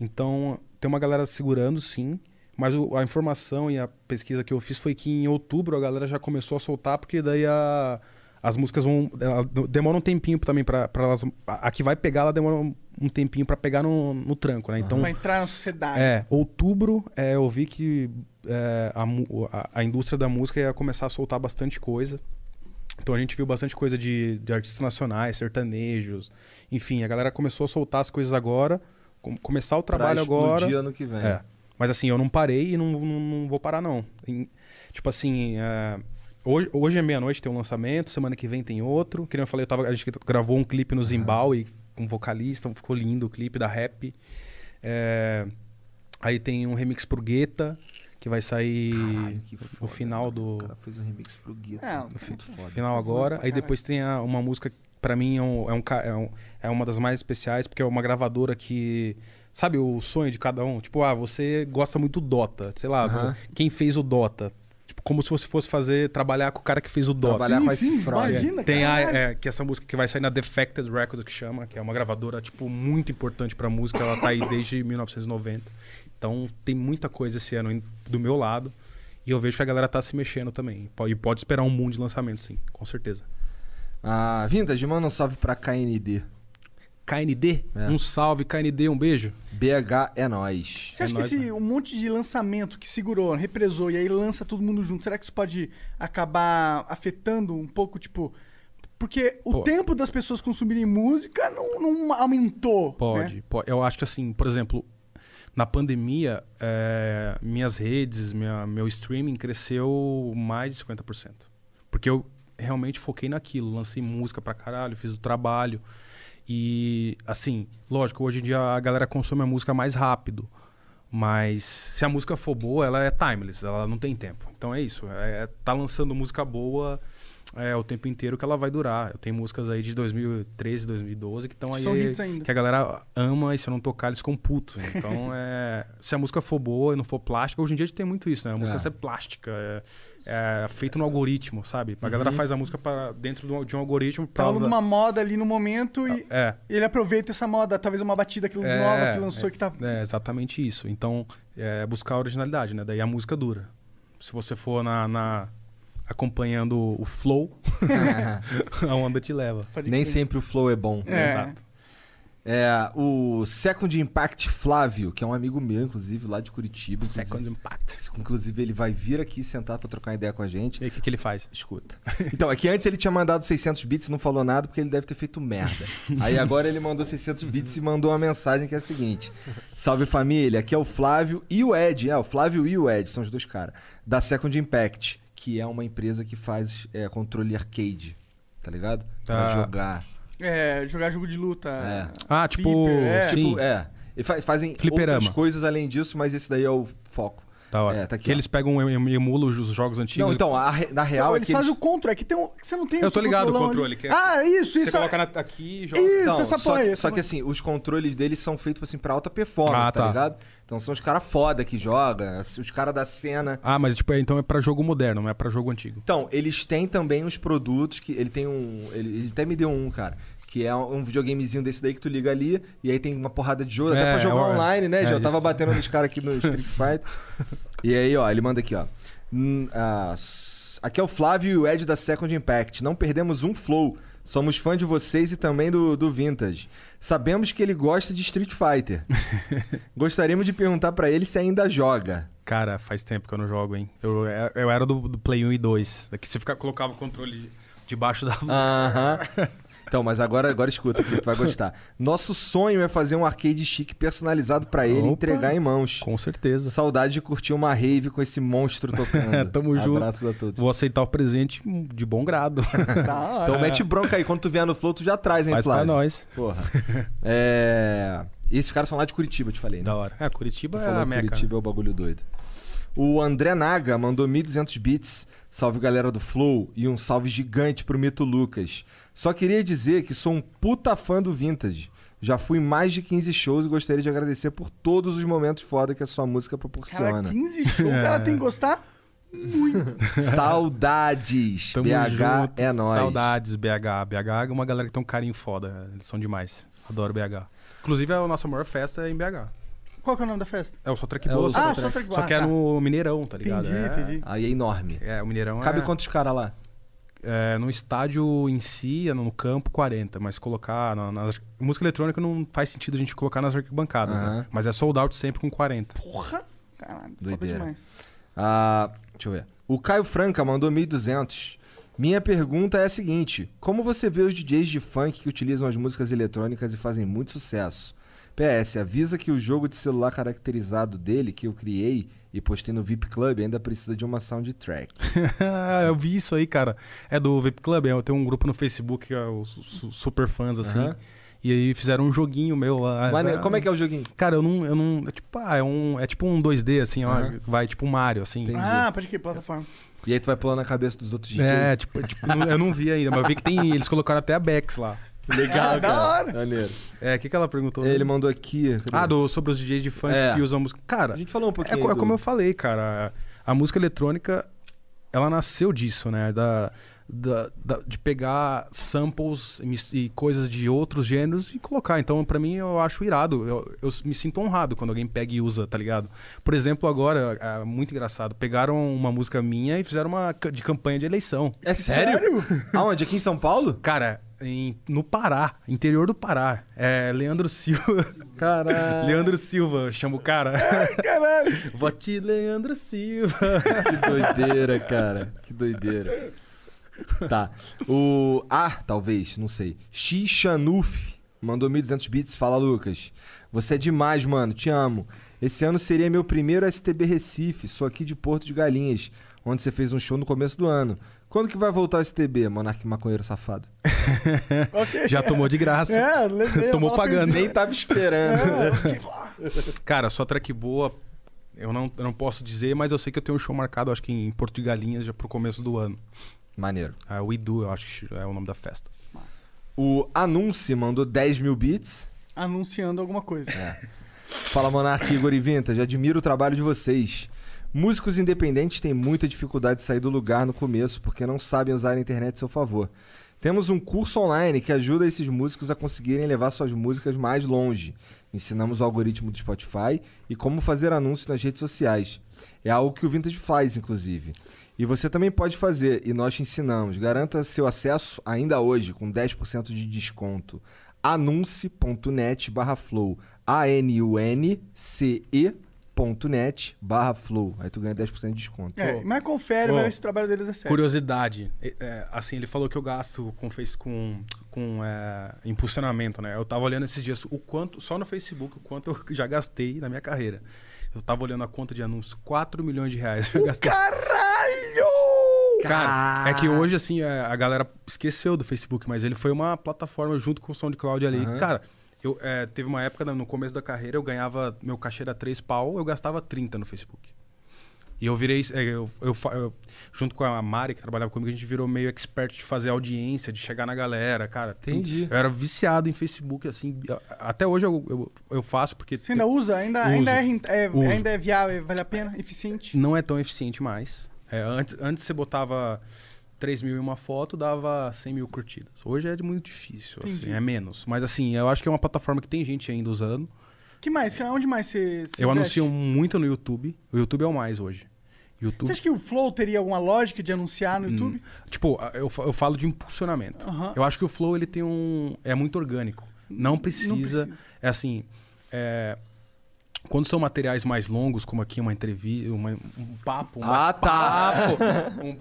Speaker 3: Então, tem uma galera segurando, sim. Mas o- a informação e a pesquisa que eu fiz foi que em outubro a galera já começou a soltar, porque daí a- as músicas vão. ela d- demora um tempinho também pra, pra elas. A, a que vai pegar, ela demora um- um tempinho pra pegar no, no tranco, né? Então.
Speaker 2: Pra entrar na sociedade.
Speaker 1: né?
Speaker 3: É, outubro é, eu vi que é, a, mu- a- a indústria da música ia começar a soltar bastante coisa. Então a gente viu bastante coisa de, de artistas nacionais, sertanejos. Enfim, a galera começou a soltar as coisas agora, com- começar o
Speaker 1: Pra
Speaker 3: trabalho agora.
Speaker 1: explodir ano que vem.
Speaker 3: É. Mas assim, eu não parei e não, não, não vou parar, não. Em- tipo assim, é, hoje, hoje é meia-noite, tem um lançamento, semana que vem tem outro. Que nem eu falei, eu tava- a gente gravou um clipe no Zimbabwe com um vocalista, ficou lindo o clipe da rap. É, aí tem um remix pro Guetta, que vai sair no final do.
Speaker 1: Fez um remix pro Guia.
Speaker 2: Ah,
Speaker 1: muito foda.
Speaker 3: Final agora. Aí depois tem a- uma música que pra mim é, um, é, um ca- é um- é uma das mais especiais, porque é uma gravadora que. Sabe o sonho de cada um? Tipo, ah, você gosta muito do Dota. Sei lá,
Speaker 1: Aham.
Speaker 3: quem fez o Dota? Tipo, como se você fosse fazer, trabalhar com o cara que fez o Dota.
Speaker 1: Trabalhar Sim, com esse sim, fraude. imagina,
Speaker 3: é. Tem a,
Speaker 1: caralho.
Speaker 3: é, que essa música que vai sair na Defected Record, que chama, que é uma gravadora, tipo, muito importante pra música. Ela tá aí desde 1990. Então, tem muita coisa esse ano in- do meu lado. E eu vejo que a galera tá se mexendo também. Po- E pode esperar um mundo de lançamento, sim, com certeza.
Speaker 1: Ah, Vintage, manda um salve pra KND.
Speaker 3: KND? Um salve, KND, um beijo.
Speaker 1: BH é nóis.
Speaker 2: Você acha que esse
Speaker 3: né?
Speaker 2: um monte de lançamento que segurou, represou e aí lança todo mundo junto, será que isso pode acabar afetando um pouco, tipo. Porque o
Speaker 3: Pô.
Speaker 2: tempo das pessoas consumirem música não, não aumentou.
Speaker 3: Pode,
Speaker 2: né?
Speaker 3: pode. Eu acho que assim, por exemplo, na pandemia, é, minhas redes, minha- meu streaming cresceu mais de 50%. Porque eu realmente foquei naquilo, lancei música pra caralho, fiz o trabalho. E assim, lógico, hoje em dia a galera consome a música mais rápido. Mas se a música for boa, ela é timeless, ela não tem tempo. Então é isso. É, é tá lançando música boa é, o tempo inteiro que ela vai durar. Eu tenho músicas aí de 2013, 2012 que estão aí.
Speaker 2: São hits ainda.
Speaker 3: Que a galera ama e se eu não tocar, eles ficam putos. Então, é, se a música for boa e não for plástica, hoje em dia a gente tem muito isso, né? A música
Speaker 1: É.
Speaker 3: ser plástica, é, é feito no algoritmo, sabe? A galera
Speaker 2: Uhum.
Speaker 3: faz a música pra, dentro de um, de um algoritmo.
Speaker 2: Tá
Speaker 3: pra ela-
Speaker 2: rolando uma moda ali no momento e
Speaker 3: É.
Speaker 2: ele aproveita essa moda, talvez uma batida que
Speaker 3: É,
Speaker 2: nova que lançou
Speaker 3: é,
Speaker 2: que tá.
Speaker 3: É, exatamente isso. Então, é buscar a originalidade, né? Daí a música dura. Se você for na, na- acompanhando o flow, a onda te leva.
Speaker 1: Nem sempre o flow é bom.
Speaker 3: É. Exato.
Speaker 1: É, o Second Impact Flávio, que é um amigo meu, inclusive, lá de Curitiba. Second
Speaker 3: Impact.
Speaker 1: Inclusive, ele vai vir aqui sentar pra trocar ideia com a gente.
Speaker 3: E o que, que ele faz?
Speaker 1: Escuta. Então, é que antes ele tinha mandado 600 bits e não falou nada porque ele deve ter feito merda. Aí agora ele mandou 600 bits e mandou uma mensagem que é a seguinte: Salve família, aqui é o Flávio e o Ed. É, o Flávio e o Ed são os dois caras. Da Second Impact, que é uma empresa que faz é, controle arcade, tá ligado? Pra
Speaker 2: Ah.
Speaker 1: jogar.
Speaker 2: É, jogar jogo de luta.
Speaker 3: Ah,
Speaker 2: tipo, Flipper, é. sim.
Speaker 1: Tipo, é. E fa- fazem
Speaker 3: Fliperama.
Speaker 1: outras coisas além disso, mas esse daí é o foco.
Speaker 3: Da hora.
Speaker 1: É, tá aqui,
Speaker 3: que
Speaker 1: ó.
Speaker 3: eles pegam e em- emulam os jogos antigos.
Speaker 1: Não, então, a, re- na real.
Speaker 2: Então,
Speaker 1: é
Speaker 2: eles
Speaker 1: que
Speaker 2: fazem o controle, é que tem um, que você não tem
Speaker 3: Eu
Speaker 2: o
Speaker 3: tô
Speaker 2: seu
Speaker 3: ligado o
Speaker 2: controlão
Speaker 3: controle.
Speaker 2: ali.
Speaker 3: que é-
Speaker 2: Ah, isso,
Speaker 3: você
Speaker 2: isso.
Speaker 3: coloca na- aqui e joga.
Speaker 2: Isso, né?
Speaker 1: Então,
Speaker 2: essa
Speaker 1: só,
Speaker 2: porra aí,
Speaker 1: que,
Speaker 2: essa
Speaker 1: só
Speaker 2: porra.
Speaker 1: que assim, os controles deles são feitos assim, pra alta performance,
Speaker 3: Ah,
Speaker 1: tá.
Speaker 3: tá.
Speaker 1: ligado? Então são os caras foda que joga, os caras da cena.
Speaker 3: Ah, mas tipo, é- então é pra jogo moderno, não é pra jogo antigo.
Speaker 1: Então, eles têm também os produtos que. Ele tem um. Ele, ele até me deu um, cara. Que é um videogamezinho desse daí que tu liga ali, e aí tem uma porrada de jogo, até
Speaker 3: É,
Speaker 1: pra jogar
Speaker 3: é,
Speaker 1: online, né?
Speaker 3: é
Speaker 1: Já tava
Speaker 3: isso.
Speaker 1: batendo nos caras aqui no Street Fighter. E aí, ó, ele manda aqui, ó. Hum, ah, s- aqui é o Flávio e o Ed da Second Impact. Não perdemos um flow. Somos fã de vocês e também do, do Vintage. Sabemos que ele gosta de Street Fighter. Gostaríamos de perguntar pra ele se ainda joga.
Speaker 3: Cara, faz tempo que eu não jogo, hein? Eu, é, eu era do, do Play 1 e 2. Daqui você fica, colocava o controle debaixo da
Speaker 1: Ah, Aham. Então, mas agora, agora escuta que tu vai gostar. Nosso sonho é fazer um arcade chique personalizado pra ele e
Speaker 3: Opa.
Speaker 1: entregar em mãos.
Speaker 3: Com certeza. É,
Speaker 1: Saudade de curtir uma rave com esse monstro tocando.
Speaker 3: Tamo junto.
Speaker 1: Abraços a todos. Tá,
Speaker 3: Vou Ah, é. aceitar o presente de bom grado.
Speaker 1: Então mete bronca aí. Quando tu vier no flow, tu já traz, hein,
Speaker 3: Faz pra
Speaker 1: Flávio?
Speaker 3: nós.
Speaker 1: Porra. É... E esses caras são lá de Curitiba, eu te falei. Né? Da
Speaker 3: hora. É, Curitiba
Speaker 1: Tu
Speaker 3: é
Speaker 1: falou
Speaker 3: a
Speaker 1: que
Speaker 3: meca.
Speaker 1: Curitiba é o bagulho doido. O André Naga mandou 1.200 bits. Salve galera do Flow e um salve gigante pro Mito Lucas. Só queria dizer que sou um puta fã do Vintage. Já fui em mais de 15 shows e gostaria de agradecer por todos os momentos foda que a sua música proporciona.
Speaker 2: Cara, 15 shows, o cara tem que gostar muito.
Speaker 1: Saudades!
Speaker 3: Tamo
Speaker 1: BH
Speaker 3: junto.
Speaker 1: é nóis.
Speaker 3: Saudades, BH. BH é uma galera que tem um carinho foda. Eles são demais. Adoro BH. Inclusive, a nossa maior festa é em BH.
Speaker 2: Qual que é o nome da festa?
Speaker 3: É o Sotrec
Speaker 2: É o
Speaker 3: Boa.
Speaker 2: Sotrec. Ah, Sotrec Boa,
Speaker 3: Só que é
Speaker 2: tá.
Speaker 3: no Mineirão, tá ligado?
Speaker 2: Entendi,
Speaker 3: é...
Speaker 2: entendi.
Speaker 1: Aí é enorme.
Speaker 3: É, o Mineirão
Speaker 1: Cabe
Speaker 3: é...
Speaker 1: quantos caras lá?
Speaker 3: É, no estádio em si, é no campo, 40. Mas colocar... Na, nas- Música eletrônica não faz sentido a gente colocar nas arquibancadas,
Speaker 1: Aham.
Speaker 3: né? Mas é sold out sempre com 40.
Speaker 2: Porra! Caralho, foda
Speaker 1: Doideira.
Speaker 2: demais.
Speaker 1: Ah, deixa eu ver. O Caio Franca mandou 1.200. Minha pergunta é a seguinte: Como você vê os DJs de funk que utilizam as músicas eletrônicas e fazem muito sucesso? PS, avisa que o jogo de celular caracterizado dele, que eu criei e postei no VIP Club, ainda precisa de uma soundtrack.
Speaker 3: eu vi isso aí, cara. É do VIP Club. Eu tenho um grupo no Facebook que é os su- super fãs, assim.
Speaker 1: Aham.
Speaker 3: E aí fizeram um joguinho meu lá.
Speaker 1: Maneiro. Como é que é o joguinho?
Speaker 3: Cara, eu não. Eu não é, tipo, ah, é, um, é tipo um 2D, assim, ó.
Speaker 1: Aham.
Speaker 3: Vai tipo um Mario, assim.
Speaker 2: Ah, pode que plataforma.
Speaker 1: E aí tu vai pulando na cabeça dos outros DJs.
Speaker 3: É, tipo, tipo, não- eu não vi ainda, mas eu vi que tem. Eles colocaram até a Bex lá.
Speaker 1: Legal, Ah, da cara. hora.
Speaker 3: É, o que, que ela perguntou?
Speaker 1: Ele mandou aqui. cadê?
Speaker 3: Ah, do, sobre os DJs de funk
Speaker 1: É.
Speaker 3: que usam música. Cara,
Speaker 1: A gente falou um
Speaker 3: é,
Speaker 1: pouquinho.
Speaker 3: co-
Speaker 1: aí
Speaker 3: é
Speaker 1: do-
Speaker 3: como eu falei, cara. A música eletrônica, ela nasceu disso, né? Da, da- da- de pegar samples e mis- e coisas de outros gêneros e colocar. Então, pra mim, eu acho irado. Eu, eu me sinto honrado quando alguém pega e usa, tá ligado? Por exemplo, agora, é muito engraçado. Pegaram uma música minha e fizeram uma ca- de campanha de eleição.
Speaker 1: É sério? Aonde? Aqui em São Paulo?
Speaker 3: Cara, em- no Pará, interior do Pará. É Leandro Silva.
Speaker 1: Caralho.
Speaker 3: Leandro Silva, chama o cara.
Speaker 2: Caralho.
Speaker 3: Vote Leandro Silva.
Speaker 1: Que doideira, cara. Que doideira. Tá. O. Ah, talvez, não sei. Xixanuf mandou 1.200 bits. Fala, Lucas. Você é demais, mano. Te amo. Esse ano seria meu primeiro STB Recife. Sou aqui de Porto de Galinhas, onde você fez um show no começo do ano. Quando que vai voltar o STB, Monarque Maconheiro Safado?
Speaker 3: Já tomou de graça.
Speaker 2: É, levei a
Speaker 3: Tomou
Speaker 2: bola
Speaker 3: pagando.
Speaker 2: perdida.
Speaker 1: Nem tava
Speaker 2: É.
Speaker 1: esperando.
Speaker 3: Cara, só track boa. Eu não, eu não posso dizer, mas eu sei que eu tenho um show marcado, acho que em Porto de Galinhas, já pro começo do ano.
Speaker 1: Maneiro.
Speaker 3: É, We Do, eu acho que é o nome da festa.
Speaker 1: O Anunci mandou 10 mil bits.
Speaker 2: Anunciando alguma coisa.
Speaker 1: Fala Monark, Igor e Vintage, admiro o trabalho de vocês. Músicos independentes têm muita dificuldade de sair do lugar no começo porque não sabem usar a internet a seu favor. Temos um curso online que ajuda esses músicos a conseguirem levar suas músicas mais longe. Ensinamos o algoritmo do Spotify e como fazer anúncios nas redes sociais. É algo que o Vintage faz, inclusive. E você também pode fazer, e nós te ensinamos. Garanta seu acesso ainda hoje com 10% de desconto anunce.net barra flow. A-N-U-N-C-E ponto net barra flow. Aí tu ganha 10% de desconto.
Speaker 2: É, mas confere,
Speaker 3: Ô,
Speaker 2: vai ver se o trabalho deles é sério.
Speaker 3: Curiosidade. É, é, assim, ele falou que eu gasto com, face- com, com é, impulsionamento, né? Eu tava olhando esses dias o quanto, só no Facebook, o quanto eu já gastei na minha carreira. Eu tava olhando a conta de anúncios, 4 milhões de reais. Eu gastei. Cara, é que hoje, assim, é, a galera esqueceu do Facebook, mas ele foi uma plataforma junto com o SoundCloud ali.
Speaker 1: Aham.
Speaker 3: Cara, eu, é, teve uma época né, no começo da carreira, eu ganhava, meu cachê era 3 pau, eu gastava 30 no Facebook. E eu virei, é, eu, eu fa- eu- junto com a Mari, que trabalhava comigo, a gente virou meio expert de fazer audiência, de chegar na galera, cara.
Speaker 1: Entendi.
Speaker 3: Eu era viciado em Facebook, assim, a- até hoje eu, eu, eu faço porque...
Speaker 2: Você ainda usa? Ainda, ainda, é, rent- é-
Speaker 3: Uso.
Speaker 2: ainda é viável, vale a pena? Eficiente?
Speaker 3: Não é tão eficiente mais. É, antes, antes você botava 3 mil em uma foto, dava 100 mil curtidas. Hoje é de muito difícil, assim,
Speaker 2: Entendi.
Speaker 3: é menos. Mas assim, eu acho que é uma plataforma que tem gente ainda usando.
Speaker 2: que mais? Onde mais você. você
Speaker 3: eu
Speaker 2: investe?
Speaker 3: anuncio um muito no YouTube. O YouTube é o mais hoje. YouTube,
Speaker 2: Você acha que o Flow teria alguma lógica de anunciar no YouTube?
Speaker 3: Hum, Tipo, a- eu, fa- eu falo de impulsionamento.
Speaker 2: Aham.
Speaker 3: Eu acho que o Flow ele tem um. é muito orgânico. Não precisa.
Speaker 2: precisa.
Speaker 3: É assim. é, quando são materiais mais longos, como aqui uma entrevista, uma- um papo, um
Speaker 1: Ah, tá.
Speaker 3: bate-papo, um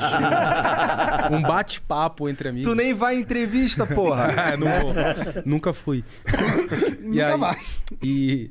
Speaker 3: bate- um bate-papo entre amigos. Ah,
Speaker 1: Tu nem vai em entrevista, porra.
Speaker 3: É, não vou. Nunca fui.
Speaker 1: Nunca vai.
Speaker 3: E,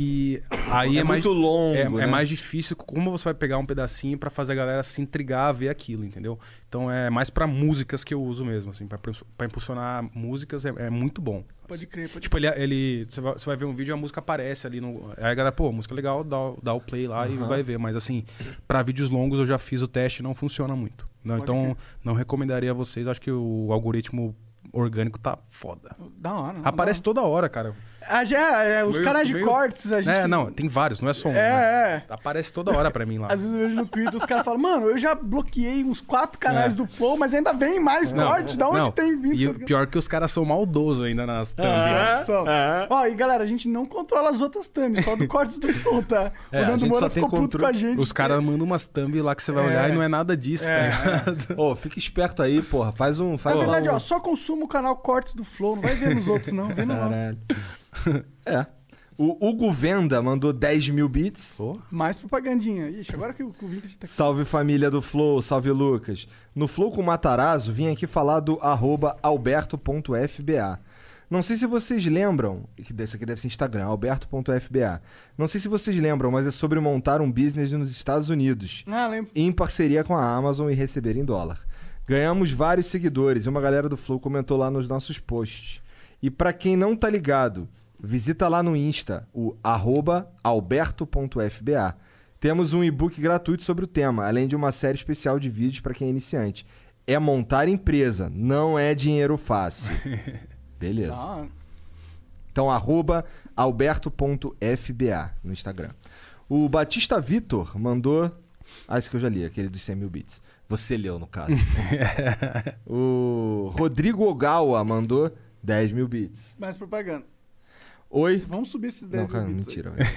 Speaker 3: E aí
Speaker 5: É
Speaker 3: é, mais,
Speaker 5: muito longo,
Speaker 3: É,
Speaker 5: né?
Speaker 3: é mais difícil. Como você vai pegar um pedacinho pra fazer a galera se intrigar a ver aquilo, entendeu? Então é mais pra músicas que eu uso mesmo, assim, pra impulso- pra impulsionar músicas é, é muito bom.
Speaker 2: Pode crer, pode
Speaker 3: Tipo, ele, ele- você, vai, você vai ver um vídeo e a música aparece ali no. Aí a galera, pô, música legal, dá, o- dá o play lá e
Speaker 5: Aham.
Speaker 3: vai ver. Mas assim, pra vídeos longos eu já fiz o teste e não funciona muito. Não,
Speaker 2: Pode
Speaker 3: então,
Speaker 2: crer.
Speaker 3: não recomendaria a vocês. Acho que o algoritmo orgânico tá foda.
Speaker 2: Da hora. da
Speaker 3: Aparece toda hora, cara.
Speaker 2: Ah, já, é, os
Speaker 3: Meio-
Speaker 2: canais de
Speaker 3: meio-
Speaker 2: cortes, a gente.
Speaker 3: É, não, tem vários, não é só um.
Speaker 2: É,
Speaker 3: né? Aparece toda hora pra mim lá.
Speaker 2: Às vezes eu vejo no Twitter os caras falam, mano, eu já bloqueei uns quatro canais do Flow, mas ainda vem mais cortes, da onde
Speaker 3: É. não.
Speaker 2: tem vindo.
Speaker 3: E o pior é que os caras são maldosos ainda nas thumbs.
Speaker 2: Ah,
Speaker 3: né?
Speaker 2: só. Ó, e galera, a gente não controla as outras thumbs, só do cortes do Flow, tá?
Speaker 3: É, a
Speaker 2: Orlando
Speaker 3: gente
Speaker 2: Moura
Speaker 3: só tem
Speaker 2: ficou puto
Speaker 3: controle-
Speaker 2: com a gente.
Speaker 3: Os caras mandam umas thumb lá que você vai
Speaker 1: É.
Speaker 3: olhar e não é nada disso, tá
Speaker 1: É.
Speaker 3: ligado?
Speaker 1: Ô, fica esperto aí, porra. Faz um.
Speaker 2: Na
Speaker 1: Faz
Speaker 2: É verdade,
Speaker 1: lá um...
Speaker 2: ó, só consuma o canal Cortes do Flow, não vai ver nos outros, não. Vê no nosso.
Speaker 1: Caralho. É. O Hugo Venda mandou 10 mil bits.
Speaker 2: Mais propagandinha. Ixi, agora que o o Vintage tá
Speaker 1: Salve família do Flow, salve Lucas. No Flow com Matarazzo, vim aqui falar do arroba alberto.fba. Não sei se vocês lembram, que desse aqui deve ser Instagram, alberto.fba. Não sei se vocês lembram, mas é sobre montar um business nos Estados Unidos.
Speaker 2: Ah, lembro.
Speaker 1: Em parceria com a Amazon e receber em dólar. Ganhamos vários seguidores e uma galera do Flow comentou lá nos nossos posts. E pra quem não tá ligado, visita lá no Insta, o arroba alberto.fba. Temos um e-book gratuito sobre o tema, além de uma série especial de vídeos para quem é iniciante. É montar empresa, não é dinheiro fácil. Beleza.
Speaker 2: Ah,
Speaker 1: Então, arroba alberto.fba no Instagram. O Batista Vitor mandou. Ah, esse que eu já li, aquele dos 100 mil bits. Você leu, no caso. o Rodrigo Ogawa mandou 10 mil bits.
Speaker 2: mais propaganda.
Speaker 1: Oi?
Speaker 2: Vamos subir esses
Speaker 1: Não,
Speaker 2: 10
Speaker 1: cara,
Speaker 2: mil bits.
Speaker 1: mentira. velho.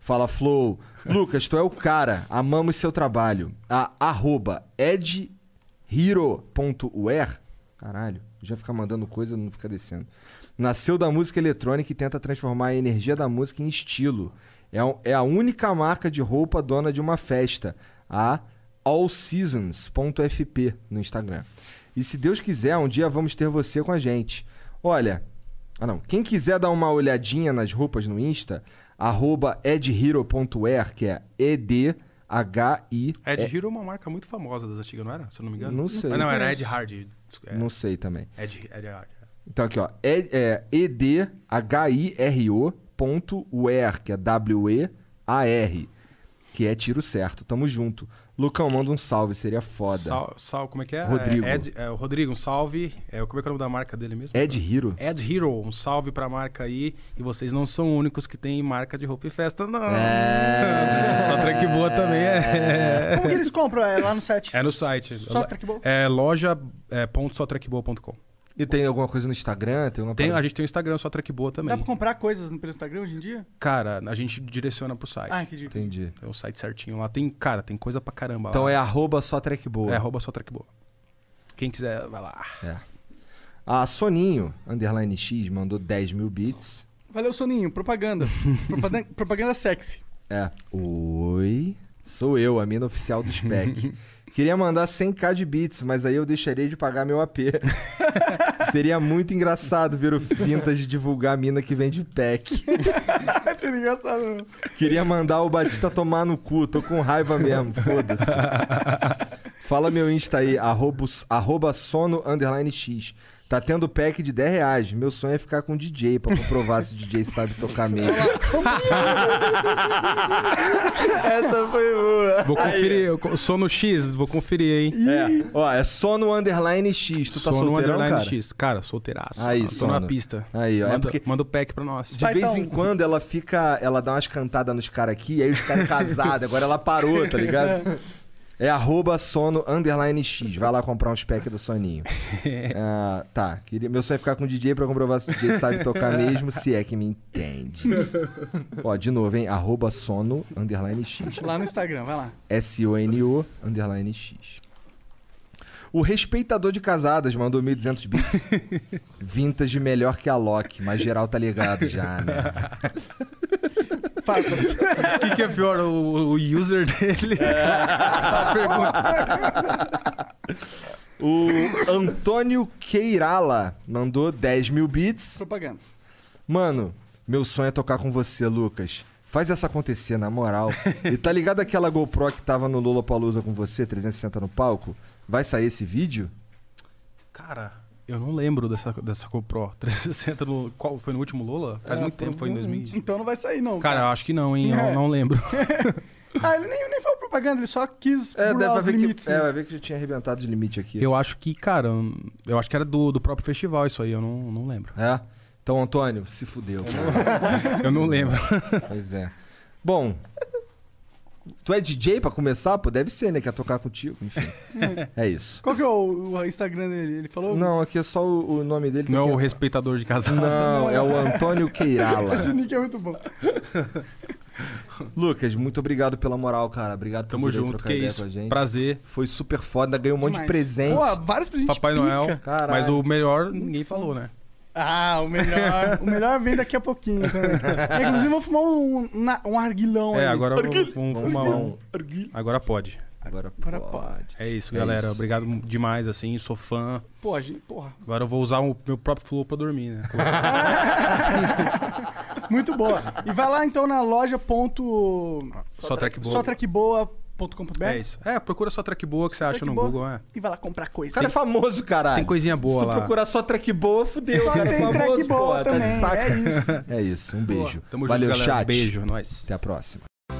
Speaker 1: Fala, Flow. Lucas, tu é o cara. Amamos seu trabalho. A arroba edhero.ware. Caralho, já fica mandando coisa, não fica descendo. Nasceu da música eletrônica e tenta transformar a energia da música em estilo. É, um- é a única marca de roupa dona de uma festa. A allseasons.fp no Instagram. E se Deus quiser, um dia vamos ter você com a gente. Olha, ah, não. Quem quiser dar uma olhadinha nas roupas no Insta, arroba edhero.wear, que é E-D-H-I...
Speaker 3: Ed Hero é uma marca muito famosa das antigas, não era? Se eu não me engano.
Speaker 1: Não sei.
Speaker 3: Ah, não, era
Speaker 1: Conheço.
Speaker 3: Ed Hard. Desculpa, é.
Speaker 1: Não sei também.
Speaker 3: Ed, Ed Hard. é.
Speaker 1: Então aqui, ó. E- é, E-D-H-I-R-O ponto wear, que é W-E-A-R, que é tiro certo. Tamo junto. Lucão, manda um salve, seria foda.
Speaker 3: Sal, sal, como é que é?
Speaker 1: Rodrigo.
Speaker 3: É, Ed, é, o Rodrigo, um salve. É, como é que é o nome da marca dele mesmo?
Speaker 1: Ed Hero.
Speaker 3: Ed Hero, um salve pra marca aí. E vocês não são únicos que tem marca de roupa e festa, não. Só track boa também é.
Speaker 2: Como que eles compram? É lá no site?
Speaker 3: É no site.
Speaker 2: Só trackball?
Speaker 3: É loja é, ponto só trackball.com.
Speaker 1: E tem alguma coisa no Instagram? Tem,
Speaker 3: tem A gente tem o Instagram só trackboa
Speaker 2: Dá
Speaker 3: também.
Speaker 2: pra comprar coisas pelo Instagram hoje em dia?
Speaker 3: Cara, a gente direciona pro site.
Speaker 2: Ah, entendi.
Speaker 1: Entendi.
Speaker 3: É o site certinho lá. Tem, cara, tem coisa pra caramba
Speaker 1: Então
Speaker 3: lá.
Speaker 1: é arroba só track boa.
Speaker 3: É arroba só trackboa. Quem quiser, vai lá.
Speaker 1: É. A Soninho, underline X, mandou 10 mil bits.
Speaker 2: Valeu, Soninho. Propaganda. propaganda, propaganda sexy.
Speaker 1: É. Oi, sou eu, a mina oficial do SPEC. Queria mandar 100k de bits, mas aí eu deixaria de pagar meu AP. Seria muito engraçado ver o Vintage divulgar a mina que vende pack.
Speaker 2: Seria engraçado.
Speaker 1: né?
Speaker 2: mesmo.
Speaker 1: Queria mandar o Batista tomar no cu, tô com raiva mesmo, foda-se. Fala meu Insta aí, arroba, arroba sono underline x. Tá tendo pack de 10 reais. Meu sonho é ficar com DJ pra comprovar se o DJ sabe tocar mesmo.
Speaker 4: Essa foi boa.
Speaker 3: Vou conferir. Eu co- sou no X, vou conferir, hein?
Speaker 1: É. Ó, é sono underline x. Tu tá
Speaker 3: Sono
Speaker 1: solteirão,
Speaker 3: underline
Speaker 1: cara?
Speaker 3: X. Cara, solteiraço.
Speaker 1: Aí,
Speaker 3: Tô
Speaker 1: sono.
Speaker 3: na pista.
Speaker 1: Aí, ó, é
Speaker 3: Manda,
Speaker 1: porque-
Speaker 3: manda o pack pra nós.
Speaker 1: De vez em quando ela fica. Ela dá umas cantadas nos caras aqui, aí os caras é casados, agora ela parou, tá ligado? É arroba sono underline x. Vai lá comprar uns pack do soninho. Ah, tá, queria, meu sonho é ficar com o DJ pra comprovar se o DJ sabe tocar mesmo, se é que me entende. Ó, de novo, hein? Arroba sono underline x.
Speaker 2: Lá no Instagram, vai lá.
Speaker 1: S-O-N-O, underline X. O respeitador de casadas mandou 1.200 bits. Vintage melhor que a Loki, mas geral tá ligado já, né?
Speaker 3: O que, que é pior, o, o user dele? A
Speaker 1: O Antônio Queirala mandou 10 mil bits.
Speaker 2: Propaganda.
Speaker 1: Mano, Meu sonho é tocar com você, Lucas. Faz essa acontecer, na moral. e tá ligado aquela GoPro que tava no Lula Palusa com você, 360 no palco? Vai sair esse vídeo?
Speaker 3: Cara, eu não lembro dessa, dessa GoPro 360 no. Qual foi no último Lola? Faz
Speaker 2: É,
Speaker 3: muito tempo, foi em 2000.
Speaker 2: Então não vai sair, não.
Speaker 3: Cara, eu acho que não, hein? Eu
Speaker 2: É.
Speaker 3: não lembro.
Speaker 2: Ah, ele nem, nem falou propaganda, ele só quis
Speaker 1: É,
Speaker 2: burlar
Speaker 1: deve
Speaker 2: os
Speaker 1: ver
Speaker 2: limites.
Speaker 1: que,
Speaker 2: né?
Speaker 1: é, vai ver que já tinha arrebentado de limite aqui.
Speaker 3: Eu acho que, cara, eu acho que era do, do próprio festival isso aí, eu não, não lembro.
Speaker 1: É? Então, Antônio, se fudeu.
Speaker 3: É eu não lembro.
Speaker 1: Pois é. Bom, tu é DJ pra começar? Pô, deve ser, né? Quer tocar contigo, enfim. É isso.
Speaker 2: Qual que é o, o Instagram dele? Ele falou?
Speaker 1: Não, aqui é só o, o nome dele. tá
Speaker 3: Não é
Speaker 1: Aqui
Speaker 3: o respeitador de casal.
Speaker 1: Não, é o Antônio Queirala.
Speaker 2: Esse nick é muito bom.
Speaker 1: Um Lucas, muito obrigado pela moral, cara. Obrigado por
Speaker 3: Tamo
Speaker 1: vir aí
Speaker 3: junto,
Speaker 1: trocar
Speaker 3: que é
Speaker 1: ideia
Speaker 3: isso.
Speaker 1: com a gente.
Speaker 3: Prazer.
Speaker 1: Foi super foda, ganhei um monte de
Speaker 2: Demais.
Speaker 1: presente.
Speaker 2: Pô, vários presentes
Speaker 3: Papai
Speaker 2: pica.
Speaker 3: Noel. Mas do melhor, ninguém falou, né?
Speaker 2: Ah, o melhor. o melhor vem daqui a pouquinho também. É, inclusive, vou fumar um, na- um arguilão
Speaker 3: É,
Speaker 2: aí.
Speaker 3: agora eu
Speaker 2: Arguilho.
Speaker 3: vou- vamos fumar um. Agora pode.
Speaker 1: Agora
Speaker 2: Agora pode.
Speaker 3: É isso,
Speaker 2: É
Speaker 3: galera.
Speaker 2: isso.
Speaker 3: Obrigado demais, assim. Sou fã.
Speaker 2: Pô, a gente, porra.
Speaker 3: Agora eu vou usar o meu próprio flow pra dormir, né?
Speaker 2: Muito boa. E vai lá então na loja. Ponto...
Speaker 3: Só track boa.
Speaker 2: Só trackboa.com.br.
Speaker 3: É isso. É, procura só track boa que você acha
Speaker 2: Track
Speaker 3: no
Speaker 2: boa.
Speaker 3: Google, é.
Speaker 2: E vai lá comprar coisa.
Speaker 3: O cara é famoso, caralho. Tem coisinha boa
Speaker 1: Se tu
Speaker 3: lá.
Speaker 1: procurar só track boa, fudeu.
Speaker 2: Só
Speaker 1: cara,
Speaker 2: tem
Speaker 1: é famoso,
Speaker 2: track boa
Speaker 1: pô, Tá
Speaker 2: também,
Speaker 1: de saca.
Speaker 2: é isso.
Speaker 1: É isso, um beijo.
Speaker 3: Tamo junto,
Speaker 1: Valeu,
Speaker 3: galera.
Speaker 1: chat.
Speaker 3: Beijo, é nós.
Speaker 1: Até a próxima.